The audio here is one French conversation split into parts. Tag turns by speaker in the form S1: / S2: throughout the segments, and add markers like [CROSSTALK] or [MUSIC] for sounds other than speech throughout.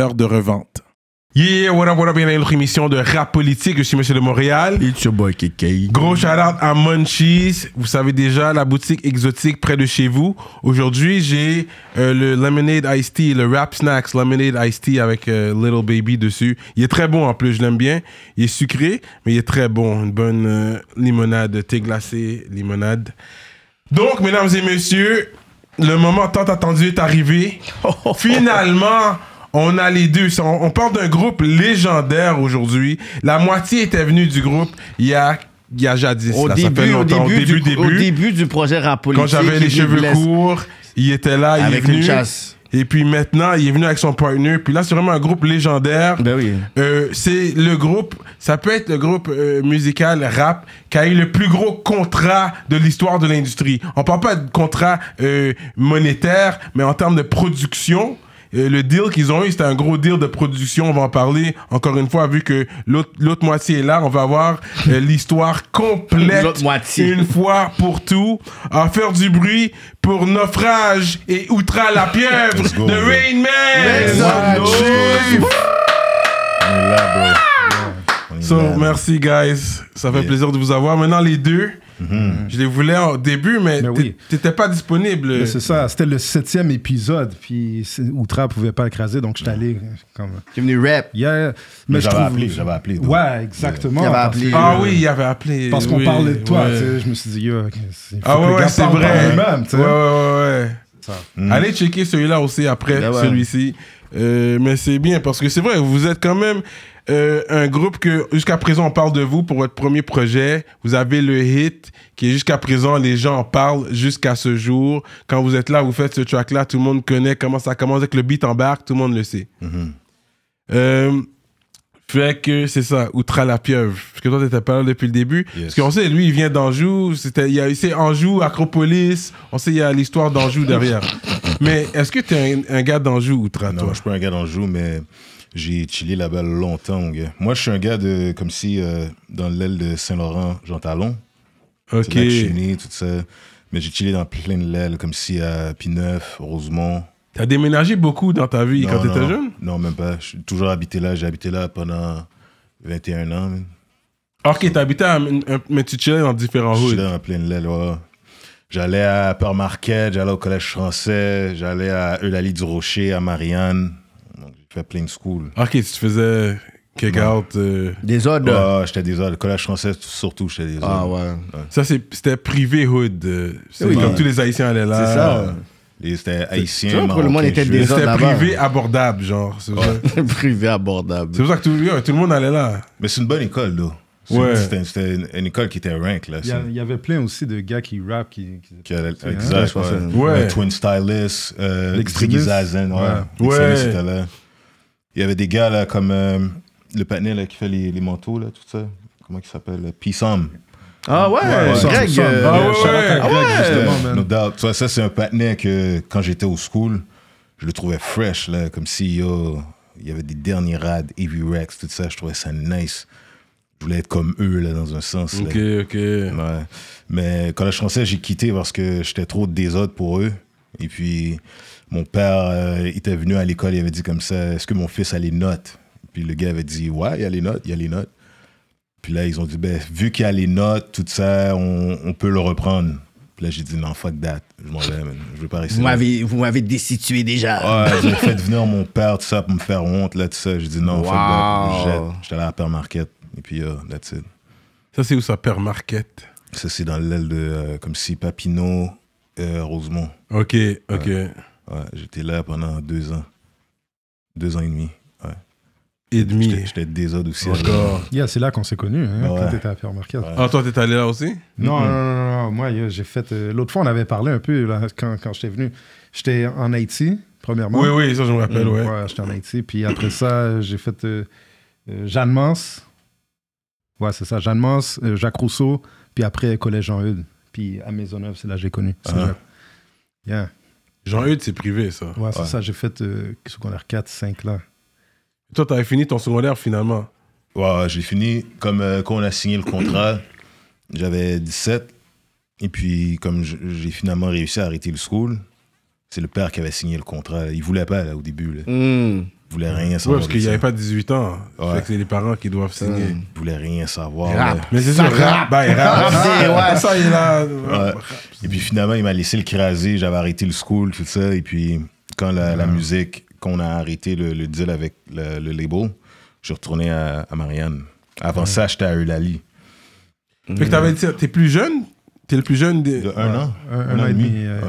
S1: de revente. Yeah, what up, what up, bienvenue à notre émission de rap politique. Je suis Monsieur de Montréal.
S2: It's your boy KK.
S1: Gros shout à Munchies. Vous savez déjà, la boutique exotique près de chez vous. Aujourd'hui, j'ai euh, le Lemonade Ice Tea, le Rap Snacks Lemonade Ice Tea avec euh, Little Baby dessus. Il est très bon en plus, je l'aime bien. Il est sucré, mais il est très bon. Une bonne euh, limonade, thé glacé, limonade. Donc, mesdames et messieurs, le moment tant attendu
S3: [LAUGHS]
S1: est arrivé. Finalement, on a les deux. On, on parle d'un groupe légendaire aujourd'hui. La moitié était venue du groupe il y a, il y a jadis.
S3: Au
S1: là. Ça fait
S3: début, au
S1: longtemps.
S3: début,
S1: début,
S3: du, au début du projet rap politique.
S1: Quand j'avais les
S3: il
S1: cheveux
S3: voulait-
S1: courts, il était là, il est
S3: Avec
S1: venu.
S3: une chasse.
S1: Et puis maintenant, il est venu avec son partner. Puis là, c'est vraiment un groupe légendaire.
S3: Ben oui.
S1: Euh, c'est le groupe, ça peut être le groupe euh, musical rap qui a eu le plus gros contrat de l'histoire de l'industrie. On parle pas de contrat euh, monétaire, mais en termes de production. euh, le deal qu'ils ont eu, c'était un gros deal de production. On va en parler encore une fois, vu que l'autre l'autre moitié est là. On va avoir euh,
S3: [LAUGHS]
S1: l'histoire complète.
S3: L'autre moitié.
S1: Une fois pour tout. À faire du bruit pour naufrage et outra la pieuvre
S2: Let's go,
S1: de
S2: bro.
S1: Rain Man.
S3: Let's go,
S1: Wow.
S3: Chief.
S2: On est là, bro. On est
S1: So,
S2: là.
S1: merci, guys. Ça fait plaisir de vous avoir. Maintenant, les deux, je les voulais au début, mais
S4: Ben
S1: t'é-
S4: Mm-hmm. oui.
S1: t'étais pas disponible.
S4: Mais Ben, C'est ça, c'était le septième épisode, puis c'est- Outra pouvait pas écraser, donc je suis allé euh, comme.
S3: Tu es venu rap.
S4: Yeah,
S2: Mais
S4: mais je
S2: j'avais
S4: trouve-
S2: appelé, j'avais appelé.
S4: Ouais, exactement.
S3: Il avait
S4: parce
S3: appelé.
S4: que-
S1: Ah oui, il avait appelé.
S4: Parce qu'on
S1: Oui,
S4: parlait de toi,
S1: ouais.
S4: tu sais, je me suis dit, yo, ok, c'est- faut
S1: Ah
S4: que le
S1: ouais, ouais,
S4: gars
S1: c'est
S4: parle par
S1: vrai.
S4: lui-même, tu sais.
S1: Ouais, ouais, ouais, ouais.
S4: Ça.
S2: Mm.
S1: Allez checker celui-là aussi après
S3: Ben ouais.
S1: celui-ci. Euh, mais c'est bien parce que c'est vrai, vous êtes quand même euh, un groupe que jusqu'à présent on parle de vous pour votre premier projet. Vous avez le hit qui est jusqu'à présent, les gens en parlent jusqu'à ce jour. Quand vous êtes là, vous faites ce track-là, tout le monde connaît comment ça commence avec le beat embarque, tout le monde le sait. Euh, fait que c'est ça, Outra la pieuvre. Parce que toi, t'étais pas là depuis le début.
S2: Yes.
S1: Parce qu'on sait, lui, il vient d'Anjou. C'était, il y a, c'est Anjou, Acropolis. On sait, il y a l'histoire d'Anjou derrière. Mais est-ce que t'es un, un gars d'Anjou, Outra,
S2: Non,
S1: toi?
S2: je suis pas un gars d'Anjou, mais j'ai chillé là-bas longtemps, mon gars. Moi, je suis un gars de, comme si, euh, dans l'aile de Saint-Laurent, Jean Talon.
S1: Ok.
S2: Là que je suis né, tout ça. Mais j'ai chillé dans plein de l'aile, comme si à Pineuf, Rosemont.
S1: T'as déménagé beaucoup dans ta vie
S2: Non,
S1: quand t'étais
S2: non,
S1: jeune?
S2: Non, même pas. Je suis toujours habité là. J'ai habité là pendant 21 ans. man.
S1: Ok, t'habitais, à- mais tu chillais dans différents
S3: Oh,
S2: Je suis
S1: hoods.
S2: là en pleine l'aile, ouais. J'allais à Père Marquette, j'allais au collège français, j'allais à Eulalie du Rocher, à Marianne. Donc, J'ai fait plein de schools.
S1: Ok, tu te faisais kick out. euh,
S3: Des ordres.
S2: Ah, j'étais des Le collège français, surtout, j'étais des
S3: Ah ouais.
S1: ça, c'est, c'était privé hood. euh, c'est
S3: Oui.
S1: comme tous les Haïtiens allaient là.
S3: C'est ça.
S2: Les- C'était
S3: Tu vois,
S2: haïtien,
S3: pour le monde,
S2: marocain,
S3: était
S2: juif.
S3: des-
S1: C'était
S3: Là-bas.
S1: privé abordable, genre. c'est ça.
S3: [LAUGHS] Privé abordable.
S1: C'est pour ça que tout, yo, tout le monde allait là.
S2: Mais c'est une bonne école, là. C'est-
S1: Ouais.
S2: C'était c'était une, une école qui était rank, là.
S4: Il y, a- il y avait plein aussi de gars qui rappent, qui. qui-
S2: Qui allait-
S4: hein,
S2: exact, ouais.
S3: c'est-
S1: Ouais.
S2: Le Twin Stylist, euh,
S4: L'extrémiste.
S2: Ziggy Zazen, ouais.
S1: Ouais.
S2: L'extrémiste
S1: Ouais.
S2: était là. Il y avait des gars, là, comme euh, le panel là, qui fait les, les manteaux, là, tout ça. Comment il s'appelle? Peace Homme.
S3: Ah ouais,
S2: Ouais,
S4: Sans-
S3: Greg.
S4: sans-
S3: euh,
S1: Ah ouais,
S4: shout out à
S1: ouais.
S4: Greg,
S3: Ah ouais.
S4: justement,
S2: Euh,
S4: man.
S2: No doubt. Tu vois, ça, c'est un patinet que quand j'étais au school, je le trouvais fresh, là, comme si, yo, il y avait des derniers rades, Heavy Rex, tout ça, je trouvais ça nice. Je voulais être comme eux, là, dans un sens. là.
S1: Ok, ok.
S2: Ouais. Mais collège français, j'ai quitté parce que j'étais trop désordre pour eux. Et puis, mon père euh, était venu à l'école, il avait dit comme ça, est-ce que mon fils a les notes? Puis le gars avait dit, ouais, il y a les notes, il y a les notes. Puis là, ils ont dit, ben, vu qu'il y a les notes, tout ça, on, on peut le reprendre. Puis là, j'ai dit, non, fuck that. Je m'en vais, man. je veux pas rester.
S3: Vous
S2: là.
S3: m'avez, vous m'avez destitué déjà.
S2: Ouais, j'ai fait venir mon père, tout ça, pour me faire honte, là, tout ça. J'ai dit, non, fuck that.
S3: Wow.
S2: Je jette. J'étais allé à la Père Market. Et puis, euh, that's it.
S1: Ça, c'est où ça perd Marquette?
S2: Ça, c'est dans l'aile de, euh, comme si Papineau, euh, Rosemont.
S1: Ok, ok.
S2: Ouais, j'étais là pendant deux ans. Deux ans et demi. Ouais.
S1: et demi.
S2: J'étais- J'étais désode aussi.
S1: Encore.
S4: Yeah, c'est là qu'on s'est connus, hein,
S2: Ouais.
S4: quand t'étais à Pierre Marquette.
S1: Ah, toi, t'es allé là aussi?
S4: Non, non, non, non, non, moi, yo, j'ai fait. euh, L'autre fois, on avait parlé un peu là, quand, quand j'étais venu. J'étais en Haïti, premièrement.
S1: Oui, oui, ça, je me rappelle, ouais.
S4: Ouais, j'étais en Haïti. Puis après ça, j'ai fait euh, euh, Jeanne Mance. Ouais, c'est ça. Jeanne Mance, euh, Jacques Rousseau. Puis après, Collège Jean-Eudes. Puis à Maisonneuve, c'est là que j'ai connu. C'est là. Yeah.
S1: Jean-Eudes, c'est privé, ça.
S4: Ouais, c'est ça. J'ai fait euh, secondaire 4, 5 là.
S1: Toi, t'avais fini ton secondaire, finalement.
S2: Ouais, ouais, j'ai fini. Comme euh, quand on a signé le contrat, j'avais 17. Et puis, comme je- j'ai finalement réussi à arrêter le school, c'est le père qui avait signé le contrat. Il voulait pas, là, au début. Là.
S3: Hmm.
S2: Il voulait rien
S1: Ouais,
S2: savoir.
S1: parce qu'il
S2: de
S1: n'y
S2: ça.
S1: avait pas 18 ans.
S2: Ouais. Hum.
S1: Fait que c'est les parents qui doivent signer. Ah,
S2: Il voulait rien savoir. là.
S1: Mais c'est sûr, rap, bah, rap.
S3: C'est- ouais.
S1: Ça, il a.
S2: Ouais. Et puis finalement, il m'a laissé le craser. J'avais arrêté le school, tout ça. Et puis, quand la, la musique, qu'on a arrêté le, le deal avec le, le label, je suis retourné à, à Marianne. Avant ça, j'étais à Eulalie.
S1: Fait que t'avais dit, t'es plus jeune? T'es le plus jeune des.
S2: De un an.
S4: Un, un an et demi. euh,
S2: Ouais.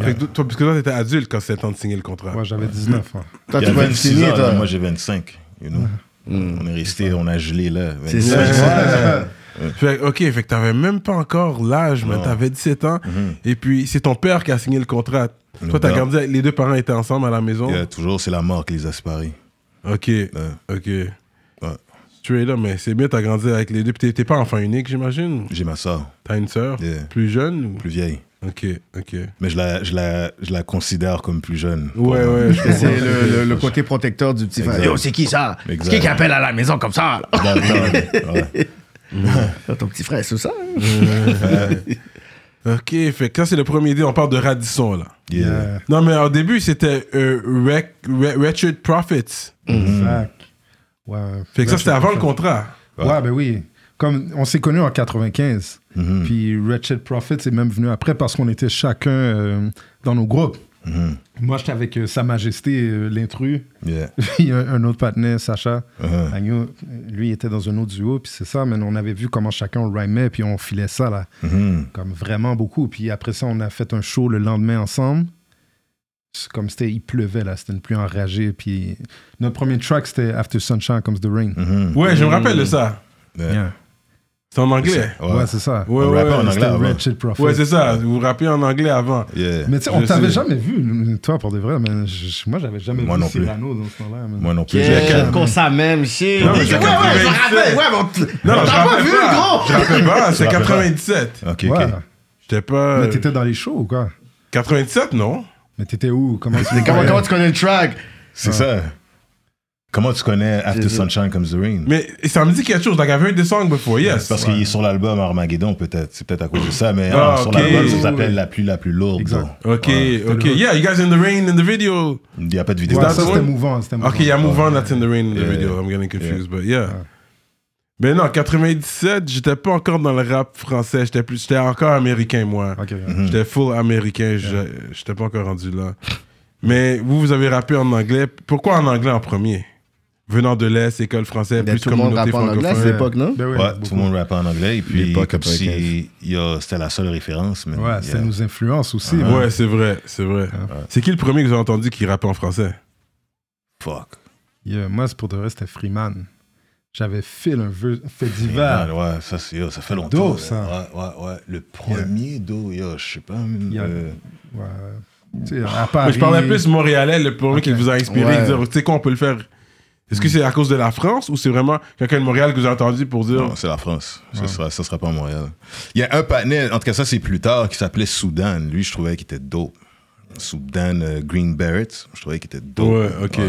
S1: Fait que toi, parce que toi, t'étais adulte quand c'est le temps de signer le contrat.
S4: Ouais, j'avais 19 ans.
S3: Toi,
S2: Il
S3: tu
S2: a
S3: vas le
S2: 26
S3: signer,
S2: ans,
S3: toi.
S2: là, moi j'ai 25. you know.
S3: hmm.
S2: On est resté, on a gelé là.
S3: C'est
S2: 25.
S3: ça.
S1: Fait, que, ok, fait que t'avais même pas encore l'âge, mais t'avais 17 ans. Et puis, c'est ton père qui a signé le contrat.
S2: Mhm. Le
S1: Toi, t'as
S2: père.
S1: grandi, avec- les deux parents étaient ensemble à la maison.
S2: Il y a toujours, c'est la mort qui les a séparés.
S1: Ok, ok.
S2: Ouais.
S1: Straight up, mais c'est bien, t'as grandi avec les deux. Puis t'es- t'es pas enfant unique, j'imagine.
S2: J'ai ma soeur,
S1: T'as une sœur
S2: Yeah.
S1: plus jeune ou-
S2: plus vieille.
S1: Ok, ok.
S2: Mais je la, je, la, je la considère comme plus jeune.
S1: Ouais, ouais, je comprends.
S3: C'est le, le- le côté protecteur du petit frère.
S2: Exact.
S3: Yo, c'est qui ça? C'est
S2: Exact.
S3: qui qui appelle à la maison comme ça? [LAUGHS] là?
S2: Dans le temps, ouais.
S3: [LAUGHS] Ton petit frère, c'est ça? hein?
S1: [LAUGHS] Ok, fait que ça, c'est le premier deal. On parle de Radisson, là.
S2: Yeah.
S4: Euh,
S1: Non, mais au début, c'était euh, Wreck- Wre- Wretched Profits.
S4: Zach. Ouais.
S1: Fait que ça, c'était avant le contrat.
S4: Ouais, ben oui. Comme on s'est connus en 95. Puis Wretched Profits est même venu après parce qu'on était chacun euh, dans nos groupes. Moi, j'étais avec euh, Sa Majesté, euh, l'intrus. [LAUGHS]
S2: Yeah.
S4: Puis un, un autre partenaire, Sacha
S2: Mhm.
S4: Agnew, lui, il était dans un autre duo. Puis c'est ça, mais on avait vu comment chacun rhymait. Puis on filait ça, là.
S2: Mhm.
S4: Comme vraiment beaucoup. Puis après ça, on a fait un show le lendemain ensemble. C'est Comme c'était, il pleuvait, là. C'était une pluie enragée. Puis notre premier track, c'était After Sunshine Comes the Rain.
S2: Mhm.
S1: Ouais, je me rappelle de ça.
S2: Ouais.
S4: Yeah.
S1: C'est en anglais.
S2: Ouais.
S4: Ouais, c'est ça.
S1: Ouais,
S2: On
S1: ouais,
S2: rappelle en
S4: C'était
S2: anglais hein, avant.
S4: Wretched Prophet.
S1: Ouais, c'est ça. Vous rappelez en anglais avant.
S2: Yeah.
S4: Mais tu sais, on
S1: Je
S4: t'avait
S1: sais.
S4: jamais vu, toi, pour de vrai, mais je- moi, j'avais jamais
S2: Moi
S4: vu
S2: non plus.
S4: Cyrano dans ce temps-là. man.
S2: Moi non plus. j'ai-
S3: Quel con ça même, shit. ouais,
S1: Non, mais
S3: ouais,
S1: c'est
S3: je me
S1: 97.
S3: rappelle. Ouais, mais on t-
S1: Non, non, je
S3: T'as pas
S1: rappelle
S3: vu,
S1: pas.
S3: gros?
S1: Je rappelle pas. C'est
S2: Je rappelle pas.
S1: 97.
S2: Ok,
S4: Ouais.
S2: ok.
S1: J'étais pas.
S4: Mais t'étais dans les shows ou quoi
S1: 97, non
S4: Mais t'étais où Comment tu
S3: Comment, comment tu connais le track?
S2: C'est ça. Comment tu connais After
S3: Jésus.
S2: Sunshine Comes the Rain?
S1: Mais ça me dit quelque chose. Like, I've heard this song before, yes.
S2: Parce qu'il est sur l'album Armageddon, peut-être. C'est peut-être à cause de ça, mais
S1: Ah,
S2: ah, sur
S1: ok.
S2: l'album, ça
S4: Ouais.
S2: s'appelle La pluie la plus lourde.
S4: Exact.
S2: donc.
S1: Ok, ok. Yeah, you guys in the rain in the video.
S2: Il n'y a pas de vidéo.
S4: Ouais,
S1: Is
S4: ça,
S1: that the
S4: c'était
S1: one?
S4: mouvant. C'était mouvant.
S1: Ok, il y a Move On, That's in the Rain in the
S2: Yeah,
S1: video.
S2: yeah.
S1: I'm getting confused, but yeah. Mais non, 97, j'étais pas encore dans le rap français. J'étais plus, j'étais encore américain, moi.
S4: Ok, ouais.
S3: Hmm.
S1: J'étais full américain. je- J'étais pas encore rendu là. Mais vous, vous avez rappé en anglais. Pourquoi en anglais en premier Venant de l'Est, école française,
S3: Ben,
S1: plus
S3: tout le monde
S1: communauté
S3: rappe en anglais à cette
S1: francophone.
S3: époque, non?
S4: Ben oui,
S2: Ouais,
S4: beaucoup.
S2: tout le monde rappe en anglais. Et puis,
S3: L'époque
S2: comme si
S3: 95.
S2: y a- c'était la seule référence. man.
S4: Ouais, ça
S2: Yeah.
S4: nous influence aussi.
S3: hein.
S4: man.
S1: Ah, Ouais, c'est vrai, c'est vrai.
S3: Ah.
S1: C'est qui le premier que j'ai entendu qui rappait en français
S2: Fuck.
S4: Yeah, Moi, c'est pour de vrai, c'était Freeman. J'avais fait un vœu, fait
S2: Man,
S4: divers.
S2: ouais, ça, c'est- yo, ça fait longtemps.
S4: Do,
S2: là.
S4: ça.
S2: Ouais, ouais, ouais. Le premier do, yo, je sais pas. man,
S4: Yeah.
S2: euh,
S4: Ouais. Tu sais, à Paris.
S1: Mais Je parlais plus montréalais, le premier qui vous a inspiré,
S3: Ah, Ouais.
S1: de dire, tu sais quoi, on peut le faire. Est-ce que c'est à cause de la France ou c'est vraiment quelqu'un de Montréal que vous avez entendu pour dire
S2: Non, c'est la France. Ce sera, ça sera pas Montréal. Il y a un panel, en tout cas, ça c'est plus tard, qui s'appelait Soudan. Lui, je trouvais qu'il était dope. Soudan euh, Green Barrett, je trouvais qu'il était dope.
S1: Ouais, ok.
S4: Yeah.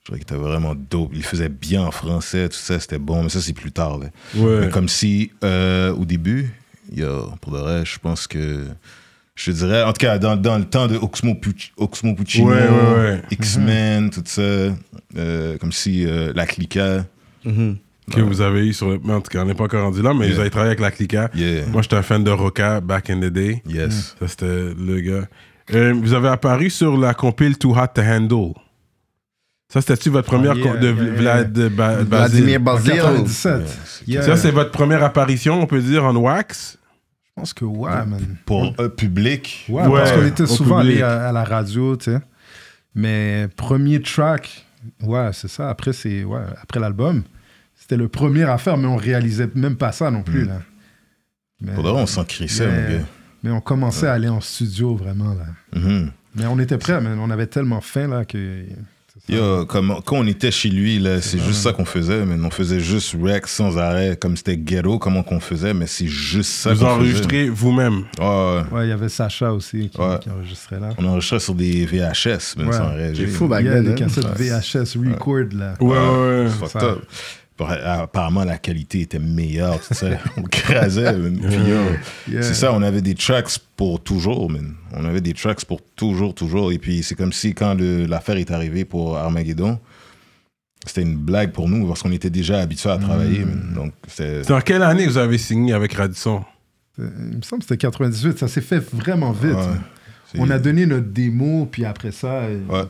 S2: Je trouvais qu'il était vraiment dope. Il faisait bien en français, tout ça, c'était bon, mais ça c'est plus tard. là.
S1: Ouais.
S2: Mais comme si, euh, au début, il y a, pour le reste, je pense que. Je te dirais, en tout cas, dans, dans le temps de Oxmo, Pucci- Oxmo Puccino,
S1: Ouais, ouais, ouais. Mm-hmm.
S2: X-Men, tout ça, euh, comme si euh, la clica.
S1: que vous avez eu sur le. mais En tout cas, on n'est pas encore rendu là, mais
S2: Yeah.
S1: vous avez travaillé avec la Clica.
S2: Yeah.
S1: Moi, j'étais un fan de Roca back in the day.
S2: Yes.
S1: Ça, c'était le gars. Euh, vous avez apparu sur la compile Too Hot to Handle. Ça, c'était-tu votre première
S4: yeah,
S1: co- de
S4: yeah, yeah.
S1: Vlad euh, Ba-
S3: Vladimir
S1: Bazil?
S4: En
S3: Bazil.
S4: 97. Yeah.
S1: Ça, c'est votre première apparition, on peut dire, en wax.
S4: Je pense que ouais, man.
S2: Pour un public.
S4: Ouais,
S1: Ouais,
S4: parce qu'on était
S1: au
S4: souvent
S1: public.
S4: allés à, à la radio, tu sais. Mais premier track, Ouais, c'est ça. Après, c'est, ouais, après l'album, c'était le premier à faire, mais on réalisait même pas ça non plus. Là. Mais,
S2: Mm. Pour de vrai, on s'en crissait, mon
S4: mais,
S2: gars.
S4: mais on commençait à aller en studio vraiment. Là.
S2: Mhm.
S4: Mais on était prêts, mais on avait tellement faim là que. c'est ça.
S2: Yo, comme, quand on était chez lui, là, c'est juste ça qu'on faisait, mais on faisait juste rec sans arrêt, comme c'était ghetto, comment qu'on faisait, mais c'est juste ça
S1: Vous
S2: qu'on faisait.
S1: enregistrez vous-même.
S2: Ouais, ouais.
S4: Ouais, il y avait Sacha aussi qui,
S2: Ouais.
S4: qui enregistrait là.
S2: On enregistrait sur des VHS, même
S4: Ouais.
S2: sans arrêt.
S3: C'est
S2: J'ai-
S3: fou, bah,
S4: Il y a
S3: Bagdad,
S4: des
S3: hein.
S4: cassettes VHS record là.
S1: Ouais, ouais, ouais.
S2: C'est fucked
S4: Ça-
S2: up. Bah, Apparemment, la qualité était meilleure, tu sais. [LAUGHS] on crasait, man. Puis, yo,
S4: Yeah.
S2: C'est ça, on avait des tracks pour toujours, man. On avait des tracks pour toujours, toujours. Et puis, c'est comme si quand le- l'affaire est arrivée pour Armageddon, c'était une blague pour nous parce qu'on était déjà habitués à travailler,
S4: Mm.
S2: man. Donc, c'était.
S1: C'est en quelle année vous avez signé avec Radisson
S4: Euh, Il me semble que c'était 98, ça s'est fait vraiment vite.
S2: Ouais. C'est-
S4: On a donné notre démo, puis après ça. euh,
S2: Ouais.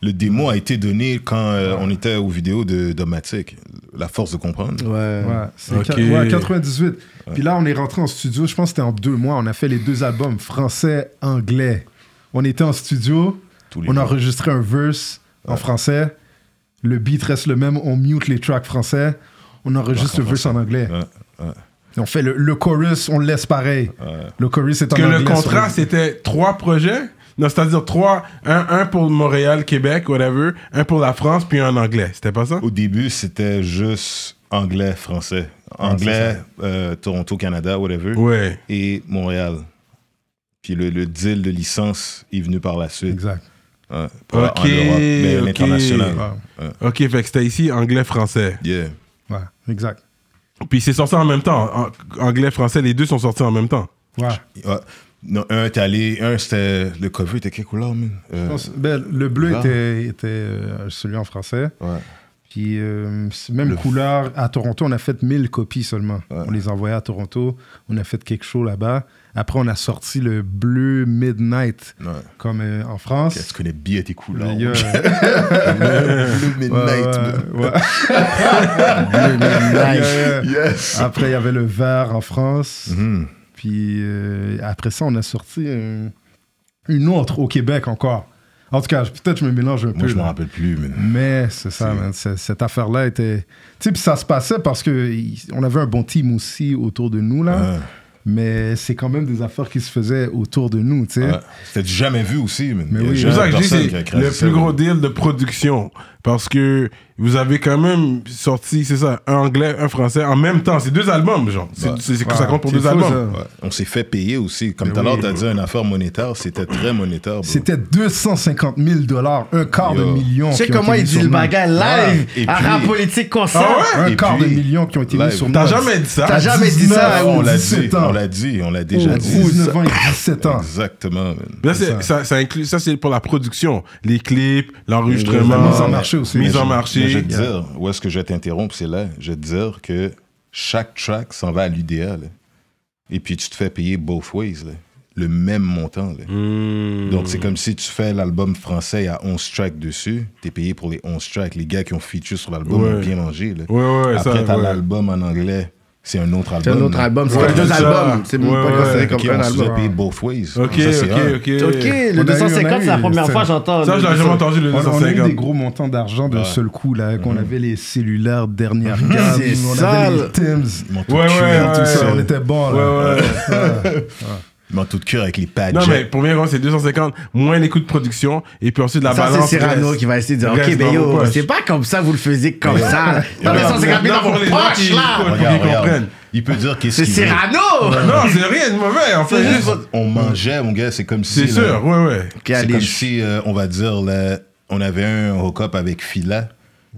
S2: Le démo a été donné quand euh, on était aux vidéos de Domatic. La force de comprendre.
S3: Ouais.
S4: Ouais, c'est
S1: Ok.
S4: quat- ouais, 98. Puis là, on est rentré en studio, je pense que c'était en deux mois. On a fait les deux albums, français, anglais. On était en studio,
S2: Tous les
S4: on a
S2: jours.
S4: enregistré un verse en français. Le beat reste le même, on mute les tracks français. On enregistre le verse en anglais.
S2: Ouais, ouais.
S4: Et On fait le, le chorus, on le laisse pareil. Le chorus est en
S1: Parce que
S4: anglais.
S1: le
S4: sur
S1: contrat, c'était trois projets. Non, c'est-à-dire trois. Un, un pour Montréal, Québec, whatever. Un pour la France, puis un en anglais. C'était pas ça?
S2: Au début, c'était juste anglais, français.
S4: Ah,
S2: Anglais, euh, Toronto, Canada, whatever.
S1: Ouais.
S2: Et Montréal. Puis le, le deal de licence est venu par la suite.
S4: Exact.
S2: Ouais, Ah, pour-
S1: Ok,
S2: en Europe, mais à
S1: ok.
S2: l'international.
S4: Ouais,
S1: Ok, fait que c'était ici anglais, français.
S2: Yeah.
S4: ouais, exact.
S1: Puis c'est sorti en même temps. En- anglais, français, les deux sont sortis en même temps.
S4: Ouais.
S2: Ouais. Ah, Non, un est allé, un c'était. Le cover était quelle couleur, man? Euh,
S4: Je pense- ben, le bleu
S2: Bizarre.
S4: était, était euh, celui en français.
S2: ouais.
S4: Puis, euh, c'est même couleur, à Toronto, on a fait 1000 copies seulement. On les envoyait à Toronto, on a fait quelque chose là-bas. Après, on a sorti le bleu Midnight,
S2: Ouais.
S1: [LAUGHS]
S4: comme euh, en
S2: Qu'est-ce que tu
S4: France.
S2: connais bien tes couleurs?
S4: Il y a-
S2: [LAUGHS] Le Midnight.
S4: Ouais,
S2: [LAUGHS]
S4: ouais, ouais.
S3: Nice.
S4: Yeah, yeah.
S1: Ah.
S2: Yes!
S4: Après, il y avait le vert en France.
S2: Hmm.
S4: Puis, euh, après ça, on a sorti euh, une autre au Québec encore. En tout cas, je- peut-être je me mélange un peu.
S2: Moi, je m'en
S4: là.
S2: rappelle plus, man.
S4: Mais c'est ça,
S2: C'est-
S4: man. C'est- Cette affaire-là était. Tu sais, puis ça se passait parce que il- on avait un bon team aussi autour de nous, là.
S2: Ouais.
S4: Mais c'est quand même des affaires qui se faisaient autour de nous, tu sais.
S2: Ouais. C'était du jamais vu aussi, man.
S4: Mais
S2: Il y a
S4: oui.
S1: C'est
S2: jamais
S1: pour ça que je dis
S2: personne qui a
S1: c'est
S2: créé
S1: le
S2: ça,
S1: plus
S2: man.
S1: gros deal de production. Parce que vous avez quand même sorti, c'est ça, un anglais, un français en même temps. C'est deux albums, genre. C'est-
S2: Ouais.
S1: c'est- c'est-
S4: Ouais,
S1: Ça compte pour
S4: Ah, c'est
S1: deux
S4: fou,
S1: albums.
S4: ça.
S2: Ouais. On s'est fait payer aussi. Comme tout à l'heure, t'as dit une affaire monétaire, c'était très monétaire. bro.
S4: C'était 250 000 dollars, un quart de
S2: Yo.
S4: million.
S3: Tu sais
S4: qui ont
S3: comment il
S4: été mis
S3: dit
S4: sur
S3: le
S4: nous.
S3: bagage
S2: Ah, et
S3: live à
S2: puis-
S3: rap politique concert.
S1: Ah ouais?
S4: Un
S2: Et
S4: quart
S2: puis-
S4: de million qui ont été mis
S2: Live.
S4: sur nous.
S1: T'as jamais dit ça?
S3: T'as jamais dit
S2: Ah,
S3: ça.
S2: on l'a dit,
S4: 17 ans.
S2: on l'a dit, on l'a déjà
S4: à
S2: dit.
S4: 19 ans et 17 ans.
S2: Exactement. man.
S1: Là, c'est- ça, ça, inclut, ça c'est pour la production. Les clips, l'enregistrement.
S4: La mise en marché aussi.
S1: Mise en
S2: Mais Je vais
S1: marché.
S2: te dire, où est-ce que je vais t'interrompre, c'est là. Je vais te dire que chaque track s'en va à l'UDL. Et puis tu te fais payer both ways, là. le même montant.
S1: Mm.
S2: là.
S1: Hmm.
S2: Donc c'est comme si tu fais l'album français à 11 tracks dessus, t'es payé pour les 11 tracks. Les gars qui ont feature sur l'album
S1: Ouais.
S2: ont bien mangé. là.
S1: Ouais, ouais, ça,
S2: Après, t'as
S1: ouais.
S2: l'album en anglais, c'est un autre
S3: C'est
S2: album.
S3: un autre
S2: là.
S3: album. C'est
S1: Ouais,
S3: comme deux
S1: ça.
S3: albums. C'est même
S1: Ouais,
S3: pas
S1: ouais.
S3: considéré
S2: Ok,
S3: comme
S2: on
S3: un
S2: se
S3: album.
S2: fait payer both ways.
S1: Ok,
S2: Ça, c'est
S1: ok,
S2: rare.
S1: ok.
S3: Ok, le
S4: On a eu- on a
S3: 250, c'est la
S4: eu,
S3: première
S4: c'est-
S3: fois que j'entends.
S1: Ça,
S3: le-
S1: je l'ai jamais entendu, le
S4: On, on a eu
S1: 250.
S4: des gros montants d'argent de
S2: Ouais.
S4: seul coup, là, qu'on avait les cellulaires dernière gamme,
S3: C'est
S4: on
S3: ça,
S4: avait
S3: là.
S4: les Tims.
S2: Ils m'ont tout
S1: Ouais, ouais,
S2: cuit,
S1: ouais.
S2: tout ça.
S4: Ça, on était bon,
S1: Ouais,
S4: là.
S1: ouais.
S2: Ils m'ont tout cuit avec les pads.
S1: Non, mais pour bien comprendre, c'est 250 moins les coûts de production et puis ensuite la
S3: Ça,
S1: balance.
S3: c'est Cyrano
S1: reste-
S3: qui va essayer de dire
S1: reste
S3: Ok,
S1: dans
S3: ben
S1: vos
S3: yo,
S1: poches.
S3: c'est pas comme ça, vous le faisiez comme ça. T'as
S2: Regarde.
S3: 250 000
S1: Non,
S3: dans
S1: pour
S3: vos
S1: les gens
S3: poches,
S1: qui-
S3: là.
S1: pour qu'ils comprennent.
S2: Il peut dire qu'est-ce
S3: C'est
S2: qu'il veut.
S3: Cyrano
S1: Non, c'est rien de mauvais. En fait,
S2: C'est
S1: juste.
S2: juste- On mangeait, mon gars, c'est comme si.
S1: C'est
S2: là,
S1: sûr, ouais, ouais.
S3: qui a
S2: C'est
S3: des
S2: comme
S3: ch-
S2: si, euh, on va dire, là, on avait un hook-up avec Fila.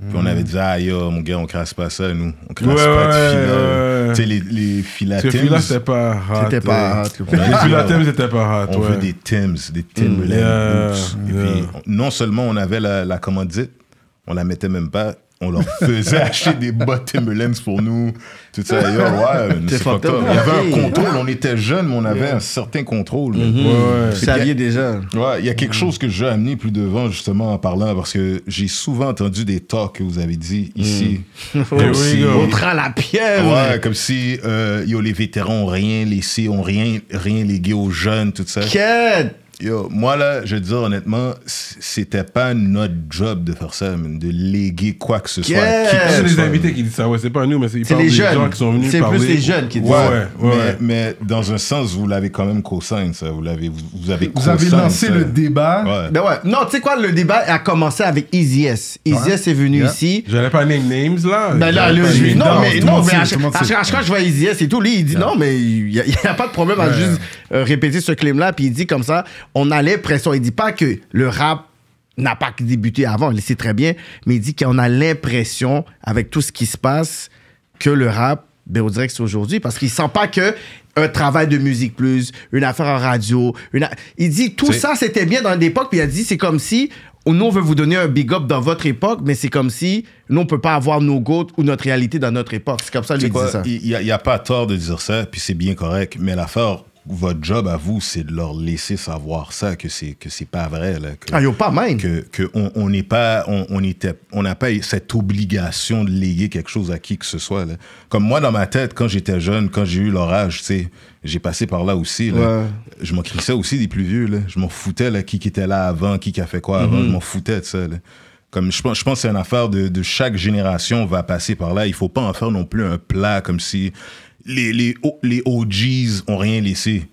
S2: Puis on avait dit, ah, yo, mon gars, on crasse pas ça, nous. On crasse
S1: Mm. Ouais,
S2: pas de
S1: ouais,
S2: Fila.
S1: ouais.
S2: Tu sais, les, les
S1: Parce que là,
S2: Fila
S1: c'était pas hot.
S3: C'était pas hot, le
S2: On a
S1: Les
S2: dit,
S1: Fila
S2: là,
S1: Thames, c'était pas hot.
S2: On
S1: ouais.
S2: veut des Timbs, des Timberland
S1: yeah,
S2: boots. Et
S1: yeah.
S2: puis, on- non seulement on avait la, la commandite, on la mettait même pas, on leur faisait [LAUGHS] acheter des bottes Timberlands pour nous. Tout ça, Yo, ouais,
S3: C'est
S2: c'est
S3: fucked
S2: fucked up.
S3: up.
S2: Il y avait
S3: Ok.
S2: un contrôle, on était jeunes, mais on avait un certain contrôle. mais-
S1: Mm-hmm. Ouais,
S3: Vous saviez déjà.
S2: Ouais, il y a quelque chose que je veux amener plus devant, justement, en parlant, parce que j'ai souvent entendu des talks que vous avez dit ici.
S1: Here
S3: Hmm.
S2: Comme
S1: we
S2: si,
S1: go.
S3: On prend la pierre.
S2: ouais, comme si, euh, yo, les vétérans ont rien laissé, ont rien, rien légué aux jeunes, tout ça.
S3: Quête
S2: Yo, moi, là, je vais te dire honnêtement, c- c'était pas notre job de faire ça, man, de léguer quoi que ce soit.
S3: Yeah.
S2: qui que ce
S1: C'est les
S2: soit,
S1: invités
S2: man.
S1: qui disent ça, ouais, c'est pas nous, mais c'est ils
S3: C'est
S1: parlent
S3: les
S1: des gens
S3: jeunes.
S1: qui sont venus
S3: C'est
S1: parler.
S3: plus les jeunes qui
S1: Ouais,
S3: disent ça.
S1: ouais, ouais.
S2: Mais, mais dans un sens, vous l'avez quand même co-sign, ça. Vous, l'avez, vous, vous avez
S4: Vous avez
S2: co-sign
S4: lancé
S2: ça.
S4: le débat.
S2: Ouais.
S3: Ben ouais. Non, tu sais quoi, le débat a commencé avec Easy S. Easy S est venu
S4: Yeah.
S3: ici.
S1: J'allais pas name names, là.
S3: Ben là,
S1: J'allais
S3: le
S1: pas
S4: lui,
S1: name
S3: non,
S4: non,
S3: mais,
S4: tout le
S3: non,
S4: monde
S3: mais
S4: sait,
S3: à,
S4: tout le monde
S3: à-
S4: sait.
S3: à- quand je vois Easy S et tout, lui, il dit non, mais il n'y a, [LAUGHS] il y a pas de problème à juste euh, répéter ce claim-là. Puis il dit comme ça, on allait pression. Il dit pas que le rap n'a pas débuté avant, il le sait très bien, mais il dit qu'on a l'impression, avec tout ce qui se passe, que le rap, ben, on dirait que c'est aujourd'hui, parce qu'il sent pas que un travail de musique plus, une affaire en radio, une a- il dit tout
S2: C'est-
S3: ça, c'était bien dans l'époque, puis il a dit c'est comme si nous on veut vous donner un big up dans votre époque, mais c'est comme si nous on peut pas avoir nos goûts ou notre réalité dans notre époque. C'est comme ça
S2: Tu
S3: lui
S2: sais
S3: il dit
S2: quoi,
S3: ça.
S2: Il n'y a, il y a pas tort de dire ça, puis c'est bien correct. Mais l'affaire, votre job à vous, c'est de leur laisser savoir ça, que c'est que c'est pas vrai. Là, que,
S3: Ah yo pas même.
S2: que, que on on n'est pas on on était on n'a pas eu cette obligation de léguer quelque chose à qui que ce soit là. comme moi dans ma tête quand j'étais jeune quand j'ai eu l'orage tu sais j'ai passé par là aussi là.
S3: Ouais.
S2: je m'en crissais aussi des plus vieux là. je m'en foutais là qui qui était là avant qui qui a fait quoi avant je m'en foutais de ça là. comme je pense je pense que c'est une affaire de, de chaque génération va passer par là il faut pas en faire non plus un plat comme si les les O- les OGs ont rien laissé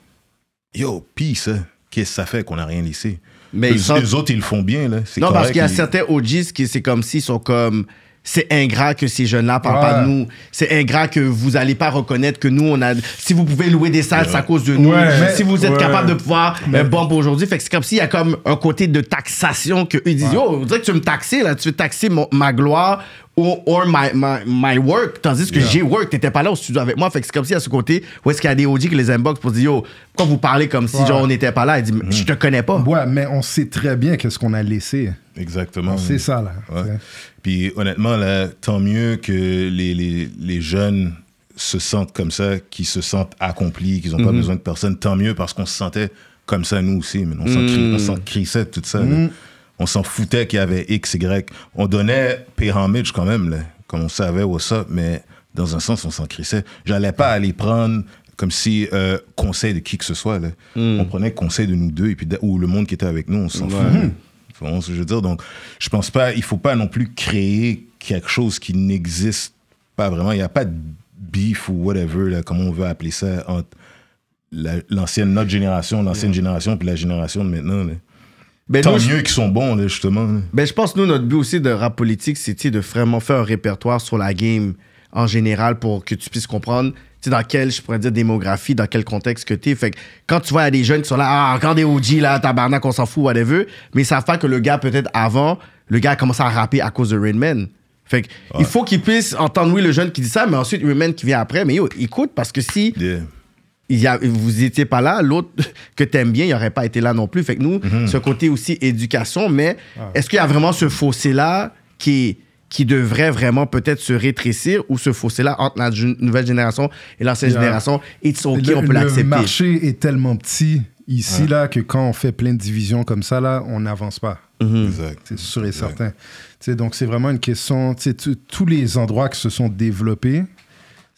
S2: yo pis ça qu'est-ce que ça fait qu'on n'a rien laissé
S3: Mais
S2: eux,
S3: ils sont-
S2: eux autres, ils le font bien, là. C'est
S3: Non, parce
S2: correct,
S3: qu'il y a
S2: ils-
S3: certains OGs qui c'est comme s'ils sont comme c'est ingrat que ces jeunes-là parlent
S4: Ouais.
S3: pas de nous. C'est ingrat que vous allez pas reconnaître que nous on a. Si vous pouvez louer des salles, c'est à cause de nous.
S1: Ouais, mais-
S3: si vous êtes
S1: ouais.
S3: capable de pouvoir euh, bomber aujourd'hui, fait que c'est comme s'il y a comme un côté de taxation que ils disent yo, on dirait que tu veux me taxer là, tu veux taxer mon- ma gloire ou or my, my, my work, tandis que j'ai work, t'étais pas là au studio avec moi, fait que c'est comme s'il y a ce côté où est-ce qu'il y a des OG qui les inbox pour dire yo, pourquoi vous parlez comme si
S4: Ouais.
S3: genre on n'était pas là, il dit je te connais pas.
S4: Ouais, mais on sait très bien qu'est-ce qu'on a laissé.
S2: Exactement.
S4: C'est ça, là.
S2: Ouais. Puis honnêtement, là, tant mieux que les, les, les jeunes se sentent comme ça, qu'ils se sentent accomplis, qu'ils n'ont pas besoin de personne. Tant mieux parce qu'on se sentait comme ça, nous aussi. mais on s'en cri- on s'en crissait de tout ça. là. On s'en foutait qu'il y avait X, Y. On donnait Pyramidge quand même, là, comme on savait au ça, mais dans un sens, on s'en crissait. J'allais pas aller prendre comme si euh, conseil de qui que ce soit. là. On prenait conseil de nous deux et puis de- ou le monde qui était avec nous, on s'en fout. là. Tu comprends ce que je veux dire? Donc, je pense pas, il faut pas non plus créer quelque chose qui n'existe pas vraiment. Il n'y a pas de beef ou whatever, là, comment on veut appeler ça, entre la- l'ancienne, notre génération, l'ancienne génération, puis la génération de maintenant. là.
S3: Ben,
S2: Tant
S3: nous, je-
S2: mieux qu'ils sont bons, là, justement. là.
S3: Ben, je pense, nous, notre but aussi de rap politique, c'est tu sais, de vraiment faire un répertoire sur la game en général pour que tu puisses comprendre tu sais, dans quelle, je pourrais dire, démographie, dans quel contexte que t'es. Fait que quand tu vois, il y a des jeunes qui sont là, ah, encore des OG, là, tabarnak, on s'en fout, whatever, mais ils savent pas que le gars, peut-être avant, le gars a commencé à rapper à cause de Rainman. Fait que, il faut qu'ils puissent entendre, oui, le jeune qui dit ça, mais ensuite, Rainman qui vient après, mais yo, écoute, parce que si
S2: Yeah.
S3: il y a- vous n'étiez pas là, l'autre [LAUGHS] que t'aimes bien, il n'aurait pas été là non plus. Fait que nous, ce côté aussi éducation, mais est-ce qu'il y a vraiment ce fossé-là qui, qui devrait vraiment peut-être se rétrécir ou ce fossé-là entre la gen- nouvelle génération et l'ancienne
S4: Yeah.
S3: génération, it's OK,
S4: le,
S3: on peut
S4: le
S3: l'accepter.
S4: marché est tellement petit ici, là, que quand on fait plein de divisions comme ça, là, on n'avance pas.
S2: Exact.
S4: C'est sûr et certain. Tu sais, donc, c'est vraiment une question. tu sais, tu- Tous les endroits qui se sont développés,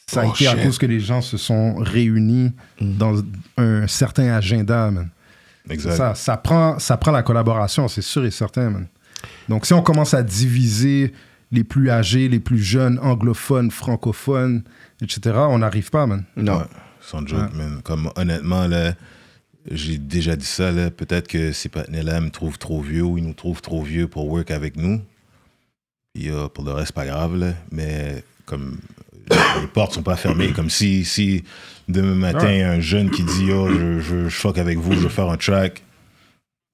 S4: ça a
S2: Oh,
S4: été à
S2: shit. Mm.
S4: cause que les gens se sont réunis dans un certain agenda, man.
S2: Exact.
S4: Ça, ça, prend, ça prend la collaboration, c'est sûr et certain, man. Donc, si on commence à diviser les plus âgés, les plus jeunes, anglophones, francophones, etc., on n'arrive pas, man.
S3: Non.
S2: Ouais, sans joke, man. Comme honnêtement, là, j'ai déjà dit ça, là. Peut-être que ces partenaires-là me trouvent trop vieux ou ils nous trouvent trop vieux pour work avec nous. Puis euh, pour le reste, pas grave, là. Mais comme les portes sont pas fermées, comme si, si demain matin,
S4: Ouais.
S2: un jeune qui dit Yo, je, je, je fuck avec vous, je veux faire un track.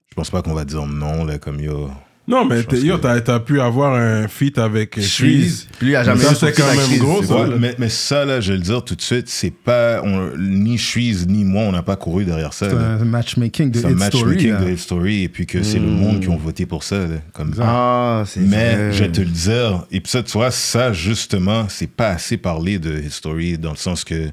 S2: Je pense pas qu'on va dire non, là, comme yo.
S1: Non, mais
S2: pense
S1: t'es- yo,
S2: que-
S1: t'as t'as pu avoir un feat avec euh, Suisse.
S3: Puis lui, il a jamais
S1: Ça,
S3: eu
S1: c'est
S3: sorti
S1: quand
S3: de la
S1: même
S3: crise,
S1: gros,
S3: tu
S1: ça.
S3: vois.
S2: Ouais, mais, mais ça, là, je vais le dire tout de suite, c'est pas. on- ni Suisse, ni moi, on n'a pas couru derrière ça.
S4: C'est
S2: là.
S4: un matchmaking de
S2: C'est un
S4: hit story.
S2: matchmaking
S4: là.
S2: de Hit Story et puis que c'est le monde qui ont voté pour ça. là, comme
S3: Ah, c'est
S2: Mais
S3: vrai.
S2: je vais te le dire, et puis ça, tu vois, ça justement, c'est pas assez parlé de Hit Story dans le sens que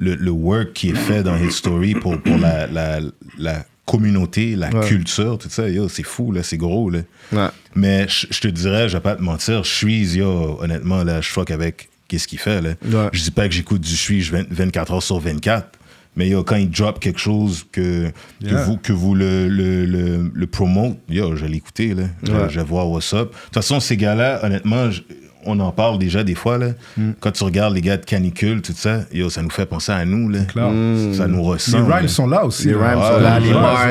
S2: le, le work qui est fait dans Hit Story pour, pour la, la, la communauté, la culture, tout ça, yo, c'est fou, là, c'est gros. Là.
S3: Ouais.
S2: Mais je je te dirais, je vais pas te mentir, je suis, yo, honnêtement, là, je fuck avec qu'est-ce qu'il fait, là.
S3: Ouais.
S2: Je dis pas que j'écoute du Suisse 20 24 heures sur 24, Mais yo, quand il drop quelque chose que,
S4: Yeah.
S2: que vous, que vous le, le, le, le promote, yo, je vais l'écouter, là. Je-
S3: Ouais.
S2: Je vais voir what's up. De toute façon, ces gars-là, honnêtement, je- on en parle déjà des fois, là.
S4: Mm.
S2: Quand tu regardes les gars de Canicule, tout ça, yo, ça nous fait penser à nous, là.
S4: Clair.
S2: Ça nous
S4: Les
S2: ressemble. là.
S4: rhymes sont là aussi.
S3: Les
S4: là.
S3: rhymes
S2: ouais,
S3: sont là,
S2: ouais,
S3: les
S2: ouais.
S3: bars.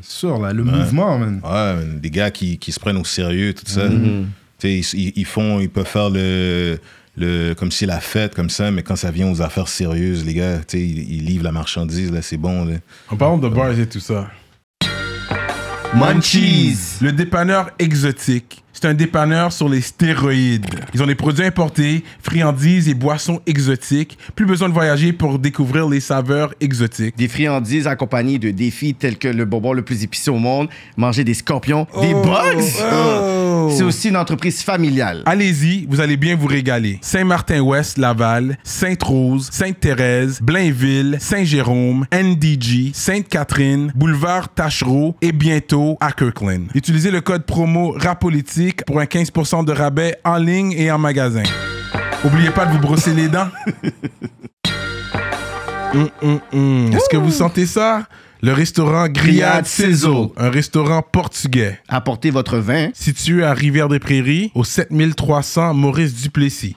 S4: C'est sûr, là, le mouvement, man.
S2: Ouais, man, des gars qui, qui se prennent au sérieux, tout ça. Tu sais, ils, ils- ils font, ils peuvent faire le, le, comme si la fête, comme ça, mais quand ça vient aux affaires sérieuses, les gars, tu sais, ils, ils livrent la marchandise, là, c'est bon, là.
S1: En parlant de bars et tout ça.
S3: Munchies.
S1: Le dépanneur exotique. C'est un dépanneur sur les stéroïdes. Ils ont des produits importés, friandises et boissons exotiques. Plus besoin de voyager pour découvrir les saveurs exotiques.
S3: Des friandises accompagnées de défis tels que le bonbon le plus épicé au monde, manger des scorpions, des bugs.
S1: Oh.
S3: C'est aussi une entreprise familiale.
S1: Allez-y, vous allez bien vous régaler. Saint-Martin-Ouest, Laval, Sainte-Rose, Sainte-Thérèse, Blainville, Saint-Jérôme, NDG, Sainte-Catherine, Boulevard Tachereau et bientôt à Kirkland. Utilisez le code promo RAPOLITIQUE pour un 15% de rabais en ligne et en magasin. Oubliez pas de vous brosser les dents. Hum, hum, hum. Est-ce que vous sentez ça? Le restaurant Grillade
S3: Grillade
S1: Sizzle,
S3: Sizzle.
S1: un restaurant portugais
S3: Apportez votre vin.
S1: situé à Rivière-des-Prairies, au 7300 Maurice Duplessis.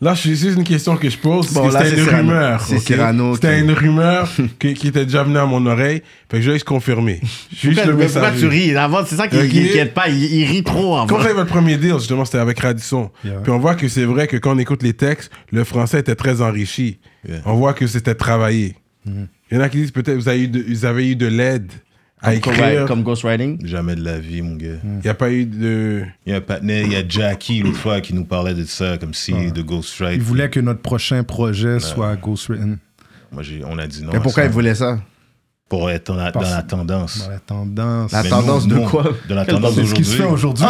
S1: Là, je- c'est une question que je pose.
S3: Bon,
S1: parce que
S3: là,
S1: c'était
S3: c'est
S1: une
S3: Cyrano.
S1: rumeur.
S3: C'est
S1: ok?
S3: Cyrano
S1: C'était
S3: qui-
S1: une rumeur [LAUGHS] qui, qui était déjà venue à mon oreille. Fait que je
S3: [LAUGHS]
S1: laisse confirmer. Je suis juste le
S3: mais pourquoi
S1: messager.
S3: tu ris? Avant, c'est ça qui
S1: Ok.
S3: qui inquiète pas, il, il rit trop avant.
S1: Quand j'ai votre premier deal, justement, c'était avec Radisson.
S4: Yeah.
S1: Puis on voit que c'est vrai que quand on écoute les textes, le français était très enrichi.
S2: Yeah.
S1: On voit que c'était travaillé.
S3: Mm-hmm.
S1: Il y en a qui disent peut-être vous avez eu de, vous avez eu de l'aide à
S3: Comme,
S1: écrire.
S3: comme ghostwriting.
S2: Jamais de la vie, mon gars.
S1: Il n'y a pas eu de.
S2: Il y a un patinet, il y a Jackie l'autre fois qui nous parlait de ça, comme si de Ghost Rider.
S4: Ils voulaient que notre prochain projet soit ghostwritten.
S2: Moi, j'ai- on a dit non.
S3: Mais
S2: à
S3: pourquoi
S2: ça.
S3: il voulait ça?
S2: Pour être dans la, dans la tendance.
S4: Dans la tendance.
S3: La
S2: Mais
S3: tendance de quoi?
S2: De la
S3: Quelle
S2: tendance
S4: C'est ce qui
S2: d'aujourd'hui.
S4: se fait aujourd'hui.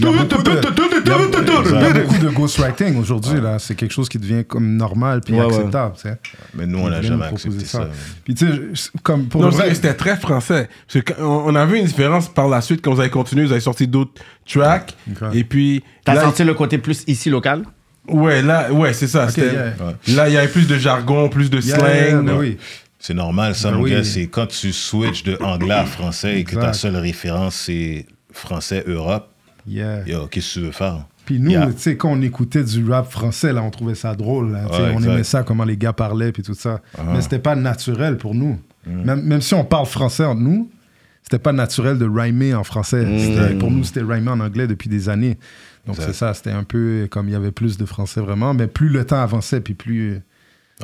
S4: Il y a beaucoup de- il y a beaucoup [LAUGHS] de ghostwriting aujourd'hui. là. C'est quelque chose qui devient comme normal puis
S3: Ouais, ouais.
S4: acceptable. tu sais.
S2: Mais nous, on
S4: Ils
S2: n'a
S4: viennent
S2: jamais
S4: nous proposer
S2: accepté ça. man.
S4: Puis tu sais, je- comme pour
S1: Non,
S4: le
S1: c'est
S4: vrai,
S1: vrai, c'était très français. Parce que quand- on, on a vu une différence par la suite quand vous avez continué, vous avez sorti d'autres tracks.
S4: Ok.
S1: Et puis.
S3: T'as
S1: là,
S3: senti le côté plus ici local?
S1: Ouais, là, ouais, c'est ça. c'était-
S4: yeah.
S1: Là, il y avait plus de jargon, plus de
S4: Yeah,
S1: slang.
S4: yeah, yeah, mais oui.
S2: C'est normal, ça,
S4: Ben
S2: mon
S4: oui.
S2: gars. C'est quand tu switches de anglais à français et que
S4: Exact.
S2: ta seule référence, c'est français-Europe.
S4: Yeah.
S2: Yo, qu'est-ce que tu veux faire?
S4: Puis nous,
S2: Yeah.
S4: tu sais, quand on écoutait du rap français, là, on trouvait ça drôle. là, tu sais,
S2: Ouais,
S4: on
S2: exact. Uh-huh.
S4: aimait ça, comment les gars parlaient, puis tout ça. Mais c'était pas naturel pour nous.
S2: Mm.
S4: Même, même si on parle français entre nous, c'était pas naturel de rhymer en français. C'était- Pour nous, c'était rhymer en anglais depuis des années. Donc
S2: Mm. Exact.
S4: c'est ça, c'était un peu comme il y avait plus de français vraiment, mais plus le temps avançait, puis plus. euh,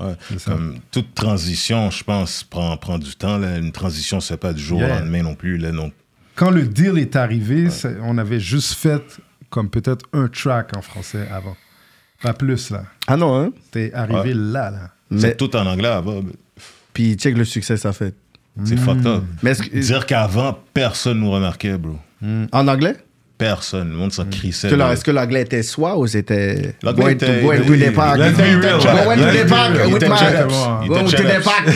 S2: Ouais.
S4: C'est ça.
S2: Comme toute transition, je pense, prend, prend du temps. Là. Une transition, c'est pas du jour
S4: Yeah.
S2: au lendemain non plus. Là, non.
S4: Quand le deal est arrivé, c'est- on avait juste fait comme peut-être un track en français avant. Pas plus, là.
S3: Ah non, hein?
S4: C'était arrivé
S2: Ouais.
S4: là, là.
S3: Mais,
S2: C'est tout en anglais, là, Bob.
S3: Puis check le succès que ça fait.
S2: C'est
S4: Hmm.
S2: fucked up.
S3: Mais est-ce que-
S2: Dire qu'avant, personne nous remarquait, bro.
S3: en anglais?
S2: Personne. Le monde s'en
S4: Hmm.
S2: crissait.
S3: Que là,
S2: là.
S3: Est-ce que l'anglais était soi ou c'était.
S2: L'anglais
S3: Going
S2: était-
S3: to- going to the
S2: était-
S3: park.
S1: Let's be
S3: Going
S1: real.
S3: to the
S1: Let's be
S3: park
S1: real.
S2: Il
S3: with
S2: était
S3: my-
S2: chat-ups. Il
S3: Going
S2: était
S3: to the
S2: chat-ups.
S3: park.